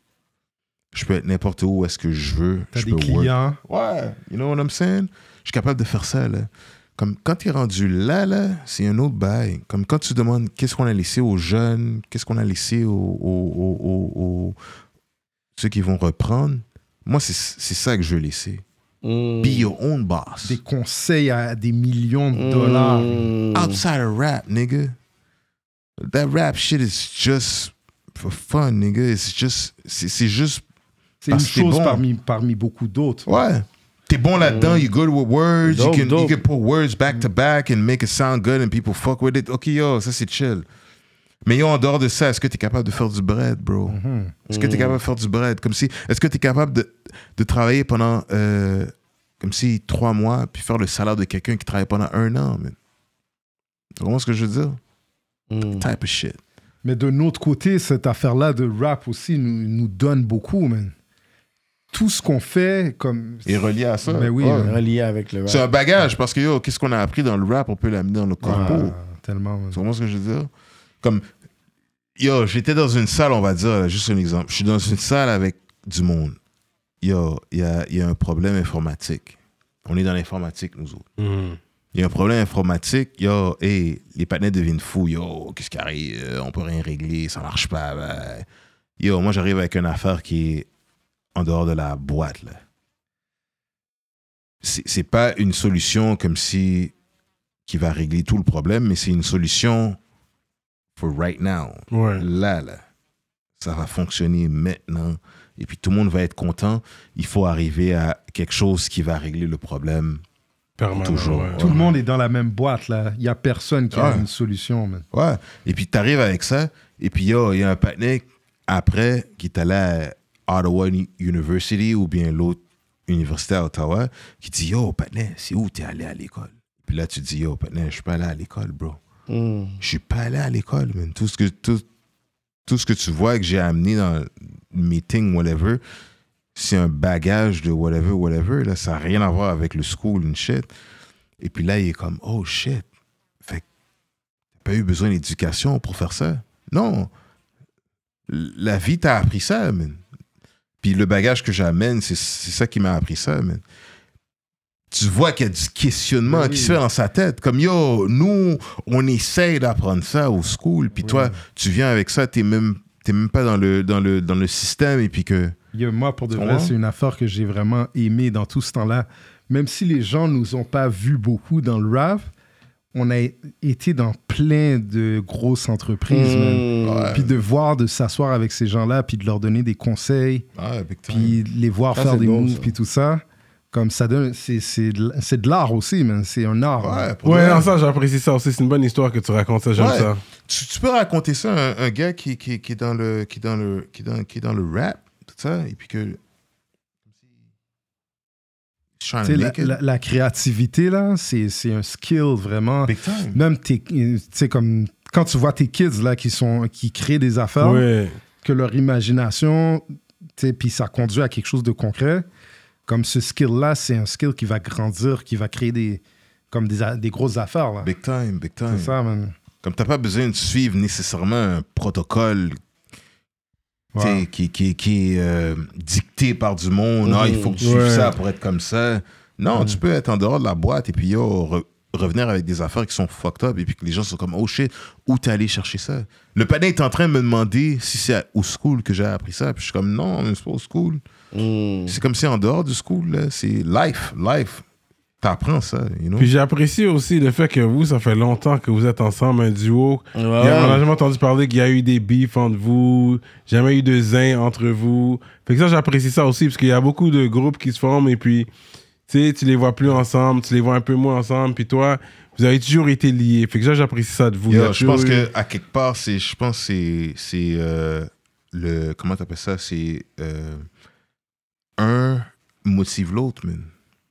S2: Je peux être n'importe où est-ce que je veux.
S4: T'as
S2: je
S4: des
S2: peux work.
S4: clients.
S2: Ouais, you know what I'm saying? Je suis capable de faire ça, là. Comme quand t'es rendu là, là, c'est un autre bail. Comme quand tu demandes qu'est-ce qu'on a laissé aux jeunes, qu'est-ce qu'on a laissé aux, aux- aux- aux- aux- ceux qui vont reprendre. Moi, c'est c'est ça que je veux laisser. Be your own boss.
S4: Des conseils à des millions
S2: Mmh.
S4: de dollars.
S2: Mm. Outside of rap, nigga. That rap shit is just for fun, nigga. It's just, c'est c'est juste
S4: C'est une
S2: Parce que t'es
S4: chose
S2: bon.
S4: parmi, parmi beaucoup d'autres.
S2: Ouais. T'es bon là-dedans, you good with words,
S3: Dope,
S2: you, can, you
S3: dope.
S2: can put words back to back and make it sound good and people fuck with it. Ok, yo, ça c'est chill. Mais yo, en dehors de ça, est-ce que t'es capable de faire du bread, bro? Est-ce que t'es capable de faire du bread? Comme si, est-ce que t'es capable de, de travailler pendant, euh, comme si, trois mois, puis faire le salaire de quelqu'un qui travaille pendant un an, man? Tu comprends ce que je veux dire? Type of shit.
S4: Mais de notre côté, cette affaire-là de rap aussi nous, nous donne beaucoup, man. Tout ce qu'on fait, comme.
S2: Et relié à ça.
S4: Mais oui,
S2: ouais.
S4: man.
S3: Relié avec le
S2: C'est un bagage parce que yo, qu'est-ce qu'on a appris dans le rap, on peut l'amener dans le corpo.
S4: Ah, tellement, man.
S2: Tu comprends ce que je veux dire? Comme, yo, j'étais dans une salle, on va dire, là, juste un exemple. Je suis dans une salle avec du monde. Yo, il y a, il y a un problème informatique. On est dans l'informatique, nous autres. Il y a un problème informatique, yo, hey, les patinets deviennent fous, yo, qu'est-ce qui arrive? Euh, On peut rien régler, ça marche pas. ben. Yo, moi, j'arrive avec une affaire qui est en dehors de la boîte, là. C'est c'est pas une solution comme si qui va régler tout le problème, mais c'est une solution for right now.
S1: Ouais.
S2: Là, là, ça va fonctionner maintenant. Et puis tout le monde va être content. Il faut arriver à quelque chose qui va régler le problème.
S1: Permanent,
S2: Toujours.
S1: ouais.
S4: Tout le monde est dans la même boîte, là. Il n'y a personne qui a
S2: Ouais.
S4: une solution, man.
S2: Ouais. Et puis tu arrives avec ça. Et puis yo, il y a un panic après qui est allé à Ottawa Uni- University ou bien l'autre université à Ottawa qui dit Yo, Patnais, c'est où t'es allé à l'école? Puis là, tu dis Yo, Patnais, je suis pas allé à l'école, bro.
S3: Mm.
S2: Je suis pas allé à l'école, man. Tout ce que, tout, tout ce que tu vois que j'ai amené dans le meeting, whatever, c'est un bagage de whatever, whatever. Là, ça n'a rien à voir avec le school and shit. Et puis là, il est comme, oh shit. Fait que t'as pas eu besoin d'éducation pour faire ça. Non. L- La vie t'a appris ça, man. Puis le bagage que j'amène, c'est c'est ça qui m'a appris ça, man. Tu vois qu'il y a du questionnement qui se fait dans sa tête. Comme, yo, nous, on essaye d'apprendre ça au school. Puis toi, tu viens avec ça, t'es même, t'es même pas dans le, dans, le, dans le système. Et puis que...
S4: Yo, moi, pour de
S2: Tu
S4: vrai,
S2: comprends?
S4: c'est une affaire que j'ai vraiment aimée dans tout ce temps-là. Même si les gens nous ont pas vus beaucoup dans le rap, on a été dans plein de grosses entreprises,
S3: Mmh. Mm.
S4: man.
S2: Ouais.
S4: Puis de voir, de s'asseoir avec ces gens-là, puis de leur donner des conseils, puis de les voir
S3: Ça,
S4: faire
S3: c'est
S4: des
S3: bon,
S4: moves,
S3: ça.
S4: puis tout ça. Comme ça donne, c'est c'est de l- c'est de l'art aussi, man. C'est un art.
S2: Ouais, pour
S1: Ouais,
S2: vrai.
S1: non, ça, j'apprécie ça aussi. C'est une bonne histoire que tu racontes, ça, j'aime
S2: Ouais.
S1: ça.
S2: Tu, tu peux raconter ça à un, un gars qui, qui, qui est dans le qui est dans le qui est dans, qui est dans le rap, tout ça, et puis que Sean
S4: Tu sais, la,
S2: Lincoln.
S4: la- la créativité, là, c'est c'est un skill vraiment.
S2: Big time.
S4: Même tes, euh, tu sais, comme quand tu vois tes kids là qui sont qui créent des affaires,
S1: Ouais.
S2: Hein?
S4: que leur imagination, tu sais, puis ça conduit à quelque chose de concret. Comme ce skill là, c'est un skill qui va grandir, qui va créer des comme des, a- des grosses affaires là.
S2: Big time, big time.
S4: C'est ça, man.
S2: Comme t'as pas besoin de suivre nécessairement un protocole tu sais,
S4: Ouais.
S2: qui, qui, qui est euh, dicté par du monde. Ah, il faut que tu
S1: Ouais.
S2: suives ça pour être comme ça. Non, tu peux être en dehors de la boîte et puis yo, re- revenir avec des affaires qui sont fucked up et puis que les gens sont comme, oh shit, où t'es allé chercher ça? Le panier est en train de me demander si c'est à- au school que j'ai appris ça. Puis je suis comme, non, mais c'est pas au school.
S3: Mm.
S2: C'est comme si en dehors du school, là, c'est life, life. T'apprends ça, you know?
S1: Puis j'apprécie aussi le fait que vous, ça fait longtemps que vous êtes ensemble, un duo. Il y
S2: Ah
S1: a- On n'a jamais entendu parler qu'il y a eu des beefs entre vous, jamais eu de zin entre vous. Fait que ça, j'apprécie ça aussi, parce qu'il y a beaucoup de groupes qui se forment, et puis Tu sais, tu les vois plus ensemble, tu les vois un peu moins ensemble, puis toi, vous avez toujours été liés. Fait que ça, j'apprécie ça de vous. Vous
S2: Yo,
S1: avez
S2: je pense
S1: toujours eu-
S2: que à quelque part, c'est, je pense, que c'est, c'est euh, le, comment t'appelles ça, c'est euh, un motive l'autre, man.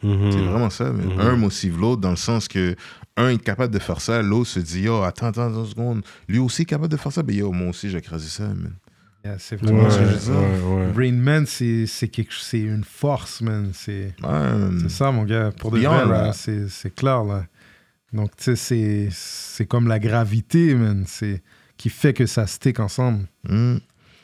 S1: Mhm.
S2: C'est vraiment ça, man. Un motive l'autre dans le sens que un est capable de faire ça, l'autre se dit, yo, attends, attends, deux secondes, lui aussi est capable de faire ça, mais yo, moi aussi, j'ai écrasé ça, man.
S4: Yeah, c'est
S1: Ouais,
S4: vraiment ce que je dis.
S1: ouais, ouais.
S4: Rain Man, c'est c'est quelque- c'est une force, man. C'est
S2: Ouais, man.
S4: c'est ça, mon gars. Pour de
S2: Mm. Beyond
S4: vrai, là,
S2: rap.
S4: c'est c'est clair, là. Donc, tu sais, c'est- c'est comme la gravité, man. C'est qui fait que ça stick ensemble.
S2: Mm.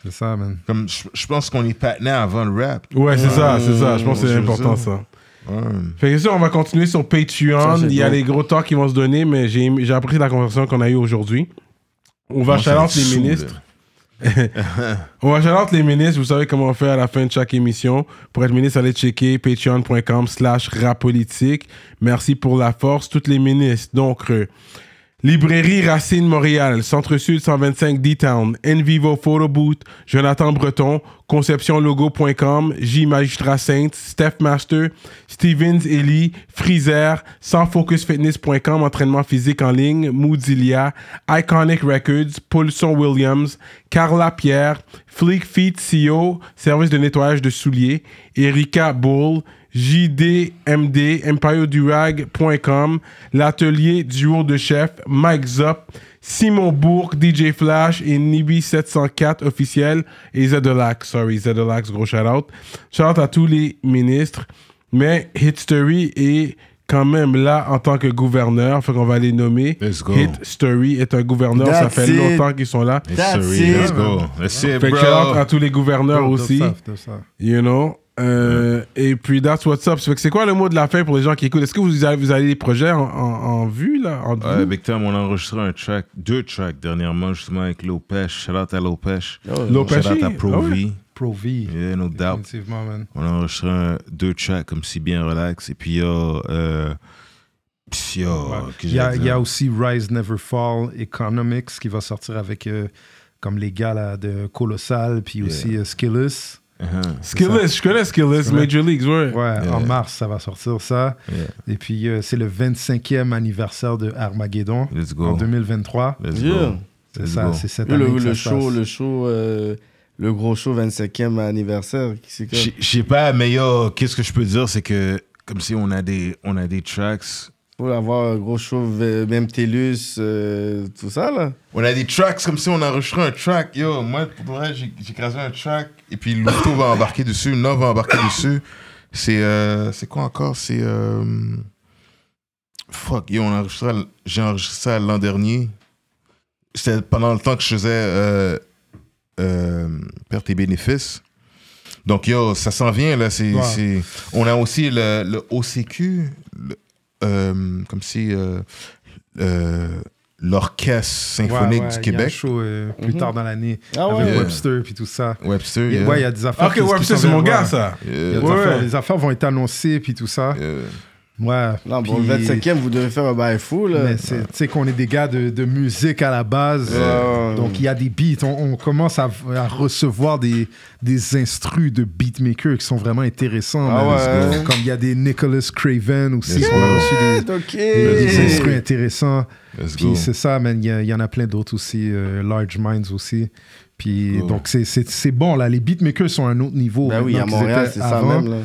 S4: C'est ça, man.
S2: Comme, je je pense qu'on est patinés avant le rap.
S1: Ouais, c'est ça, c'est ça. Je pense que c'est
S2: Ouais,
S1: important
S2: c'est
S1: ça.
S2: Ouais.
S1: Fait que sûr, on va continuer sur Patreon.
S3: Ça, c'est
S1: Il y a
S3: dope.
S1: les gros talks qui vont se donner, mais j'ai aimé- j'ai apprécié la conversation qu'on a eue aujourd'hui. On va
S2: Moi, ça va
S1: challenge
S2: être
S1: Bah, les
S2: saoul,
S1: ministres.
S2: là.
S1: On va challenge les ministres. Vous savez comment on fait à la fin de chaque émission. Pour être ministre, allez checker patreon.com slash rapolitique. Merci pour la force, toutes les ministres. Donc, euh, Librairie Racine Montréal, Centre-Sud 125 D-Town, Envivo Photo Booth, Jonathan Breton, ConceptionLogo.com, J Magistrat Saint, Steph Master, Stevens Ellie, Freezer, SansFocusFitness.com, entraînement physique en ligne, Moodilia, Iconic Records, Paulson Williams, Carla Pierre, Fleek Feet CEO, service de nettoyage de souliers, Erika Bull, JDMD, EmpireDurag.com, l'atelier du haut de chef, Mike Zop, Simon Bourque, DJ Flash et Nibi704 officiel et Zedelax. Sorry, Zedelax, gros shout-out. Shout-out à tous les ministres. Mais Hitstory est quand même là en tant que gouverneur. Fait qu'on va les nommer.
S2: Let's go.
S1: Hitstory est un gouverneur. ça
S3: That's
S1: fait
S3: it.
S1: longtemps qu'ils sont là.
S2: Yes,
S3: That's
S2: sir, Let's
S3: it.
S2: go. Let's see it,
S1: Fait que shout-out à
S2: bro.
S1: tous les gouverneurs
S4: Dope
S1: aussi.
S4: stuff, dope stuff.
S1: You know? Euh, Et puis, that's what's up. Fait que C'est quoi le mot de la fin pour les gens qui écoutent? Est-ce que vous avez, vous avez des projets en, en- en vue, là? En
S2: Ouais,
S1: vue?
S2: Big Tom, on a enregistré un track, deux tracks dernièrement, justement, avec Lopech. Shout out à Lopech.
S3: Oh,
S1: Lopechi?
S2: Shout out à Pro
S1: Ah ouais. Mm-hmm.
S2: V.
S4: Pro V.
S2: Yeah, no doubt.
S4: Définitivement, man.
S2: On a enregistré un- deux tracks comme si bien relax. Et puis, yo, euh, pss, yo, qu'est-ce que
S4: Il y, a,
S2: Euh, j'allais
S4: il y a
S2: dire?
S4: aussi Rise Never Fall Economics qui va sortir avec euh, comme les gars là, de Colossal, puis aussi euh, Skillus.
S2: Uh-huh.
S1: Skillis, je connais Skillis,
S4: Skillet.
S1: Major Leagues, ouais.
S4: Ouais, en mars, ça va sortir ça.
S2: Yeah.
S4: Et puis, euh, c'est le 25e anniversaire de Armageddon
S2: Let's go.
S4: en 2023.
S2: Let's
S3: Yeah.
S4: C'est
S2: Let's
S4: ça,
S2: go.
S4: c'est cette
S3: Le,
S4: année.
S3: le,
S4: que ça se
S3: show,
S4: passe.
S3: le show, euh, le gros show 25e anniversaire. qui c'est que-
S2: Je je sais pas, mais yo, qu'est-ce que je peux dire, c'est que comme si on a des, on a des tracks.
S3: Faut avoir un gros show, euh, même Télus, euh, tout ça là.
S2: On a des tracks comme si on enregistrait un track. Yo, moi, pour de vrai, j'ai j'ai crasé un track. Et puis Louto va embarquer dessus, Nov va embarquer dessus. C'est euh, c'est quoi encore C'est. euh, fuck, yo, on a enregistré à l- j'ai enregistré ça l'an dernier. C'était pendant le temps que je faisais euh, euh, Père tes bénéfices. Donc, yo, ça s'en vient, là. c'est
S4: Ouais.
S2: c'est- On a aussi le, le OCQ, le- euh, comme si. euh, euh, L'orchestre
S4: Ouais,
S2: symphonique
S4: ouais,
S2: du
S4: Il y a un
S2: Québec.
S4: show euh, plus
S3: Mhm.
S4: tard dans l'année
S3: Ah ouais.
S4: avec
S2: Yeah.
S4: Webster puis tout ça.
S2: Webster,
S4: Il y a-
S2: yeah.
S4: Ouais, il y a des affaires.
S1: Ah, Ok,
S4: qui- qui
S1: ouais, ça,
S4: s'en
S1: c'est mon
S4: viennent,
S1: gars,
S4: ouais.
S1: ça.
S4: Il y a des
S1: Ouais.
S4: affaires- Les affaires vont être annoncées puis tout ça.
S2: Yeah.
S4: Ouais.
S3: Non, bon, le
S4: puis-
S3: 25e, vous devez faire un bail fou là.
S4: Mais c'est- tu sais qu'on est des gars de, de musique à la base.
S3: Ouais.
S4: Donc il y a des beats. On, on commence à, à recevoir des, des instrus de beatmakers qui sont vraiment intéressants.
S3: Ah
S4: man.
S3: ouais.
S4: Comme il y a des Nicholas Craven aussi.
S2: Let's
S4: On a
S2: go.
S4: reçu des,
S3: Ok.
S4: des- des instrus intéressants.
S2: Let's go.
S4: Puis c'est ça, man. Il y, a- il y en a plein d'autres aussi. euh, Large Minds aussi. Puis
S2: Cool.
S4: donc c'est- c'est c'est bon là. Les beatmakers sont à un autre niveau.
S3: Ben oui,
S4: maintenant
S3: à
S4: qu'ils
S3: Montréal,
S4: étaient
S3: c'est ça
S4: avant.
S3: même là.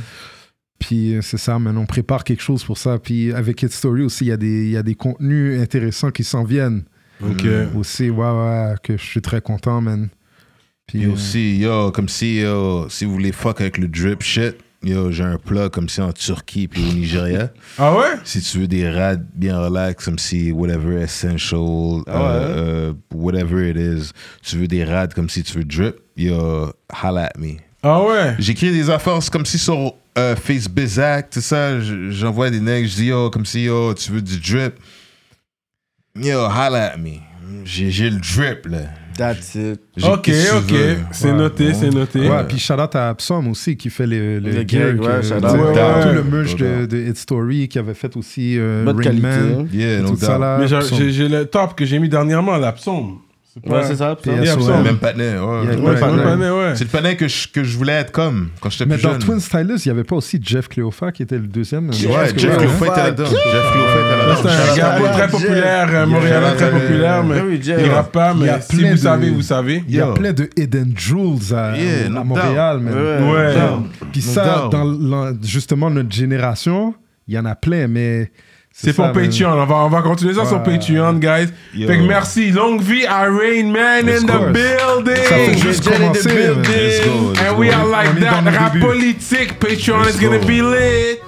S4: Puis euh, c'est ça, man, on prépare quelque chose pour ça. Puis avec Hit Story aussi, il y, a des- il y a des contenus intéressants qui s'en viennent. Euh,
S1: Ok.
S4: Aussi, ouais, ouais, que je suis très content, man. Puis
S2: Yo,
S4: euh,
S2: si, yo, comme si, yo, si vous voulez fuck avec le drip shit, yo, j'ai un plat comme si en Turquie puis au
S4: [LAUGHS]
S2: Nigeria.
S1: Ah ouais?
S2: si tu veux des rats bien relax, comme si whatever essential,
S4: Ah
S2: euh,
S4: hein?
S2: euh, whatever it is, tu veux des rats comme si tu veux drip, yo, holla at me.
S1: Ah ouais?
S2: J'écris des affaires c'est comme si sur euh, Facebook, tout ça, j- j'envoie des nègres, je dis yo, comme si yo, tu veux du drip. Yo, holla at me. J'ai j'ai le drip, là.
S3: That's it.
S2: J'ai-
S1: Ok,
S2: qu'est-ce que tu
S1: ok.
S2: veux?
S1: C'est
S4: Ouais.
S1: noté, c'est noté.
S4: ouais, puis shout out à Absom aussi qui fait le, le,
S3: Le
S4: gear
S3: gig,
S4: que-
S3: ouais, shout-out.
S4: tu sais,
S1: Ouais, ouais.
S4: tout le merch de, de Hit Story qui avait fait aussi euh,
S3: Bonne
S4: Rain
S3: qualité.
S4: Man,
S3: hein.
S2: Yeah,
S4: et
S2: no
S4: tout ça
S2: doubt.
S4: là.
S1: Mais j'ai-
S4: Absom.
S1: j'ai j'ai le top que j'ai mis dernièrement, la psaume.
S3: Ouais, c'est ça.
S4: Puis,
S3: ça.
S4: euh,
S2: C'est
S4: Ouais.
S2: le même patin. ouais.
S4: Yeah,
S2: C'est le
S4: ouais,
S2: même patin.
S1: Ouais,
S4: ouais.
S1: mais ouais.
S2: C'est le patin que je, que je voulais être comme quand j'étais
S4: Mais
S2: plus
S4: dans
S2: jeune.
S4: Twin Stylus, il n'y avait pas aussi Jeff Cleofa qui était le deuxième. Je pense
S2: Ouais,
S4: que
S2: Jeff
S4: ouais,
S2: Clofin était là-dedans. Jeff Clofin était là-dedans.
S1: C'est un
S2: Shout-out
S1: gars
S2: à lui.
S1: très populaire, euh, montréalais très
S2: Yeah.
S1: populaire, mais
S3: Oui, Jeff.
S1: il rappe pas,
S4: Il y
S1: mais
S4: a
S1: si
S4: plein
S1: vous
S4: de-
S1: savez, vous savez.
S4: Il y a
S2: Yo.
S4: plein de hidden jewels à,
S2: Yeah, no
S4: à Montréal, man.
S1: Ouais.
S4: Puis ça,
S2: doubt.
S4: dans la- justement notre génération, il y en a plein, mais
S1: C'est pour
S4: ça, man.
S1: Patreon. On va, on va continuer ça sur
S4: Ouais.
S1: Patreon, guys.
S2: Yo.
S1: Fait que merci. Longue vie à Rain Man in the
S4: course.
S1: building.
S4: Ça fait juste
S3: Jay in the
S4: commencer, man.
S2: Let's go, let's
S1: And
S2: go.
S1: we are like
S4: On est dans
S1: that.
S4: nos
S1: Rap
S4: débuts.
S1: politique. Patreon
S2: Let's
S1: is gonna
S2: go.
S1: be lit.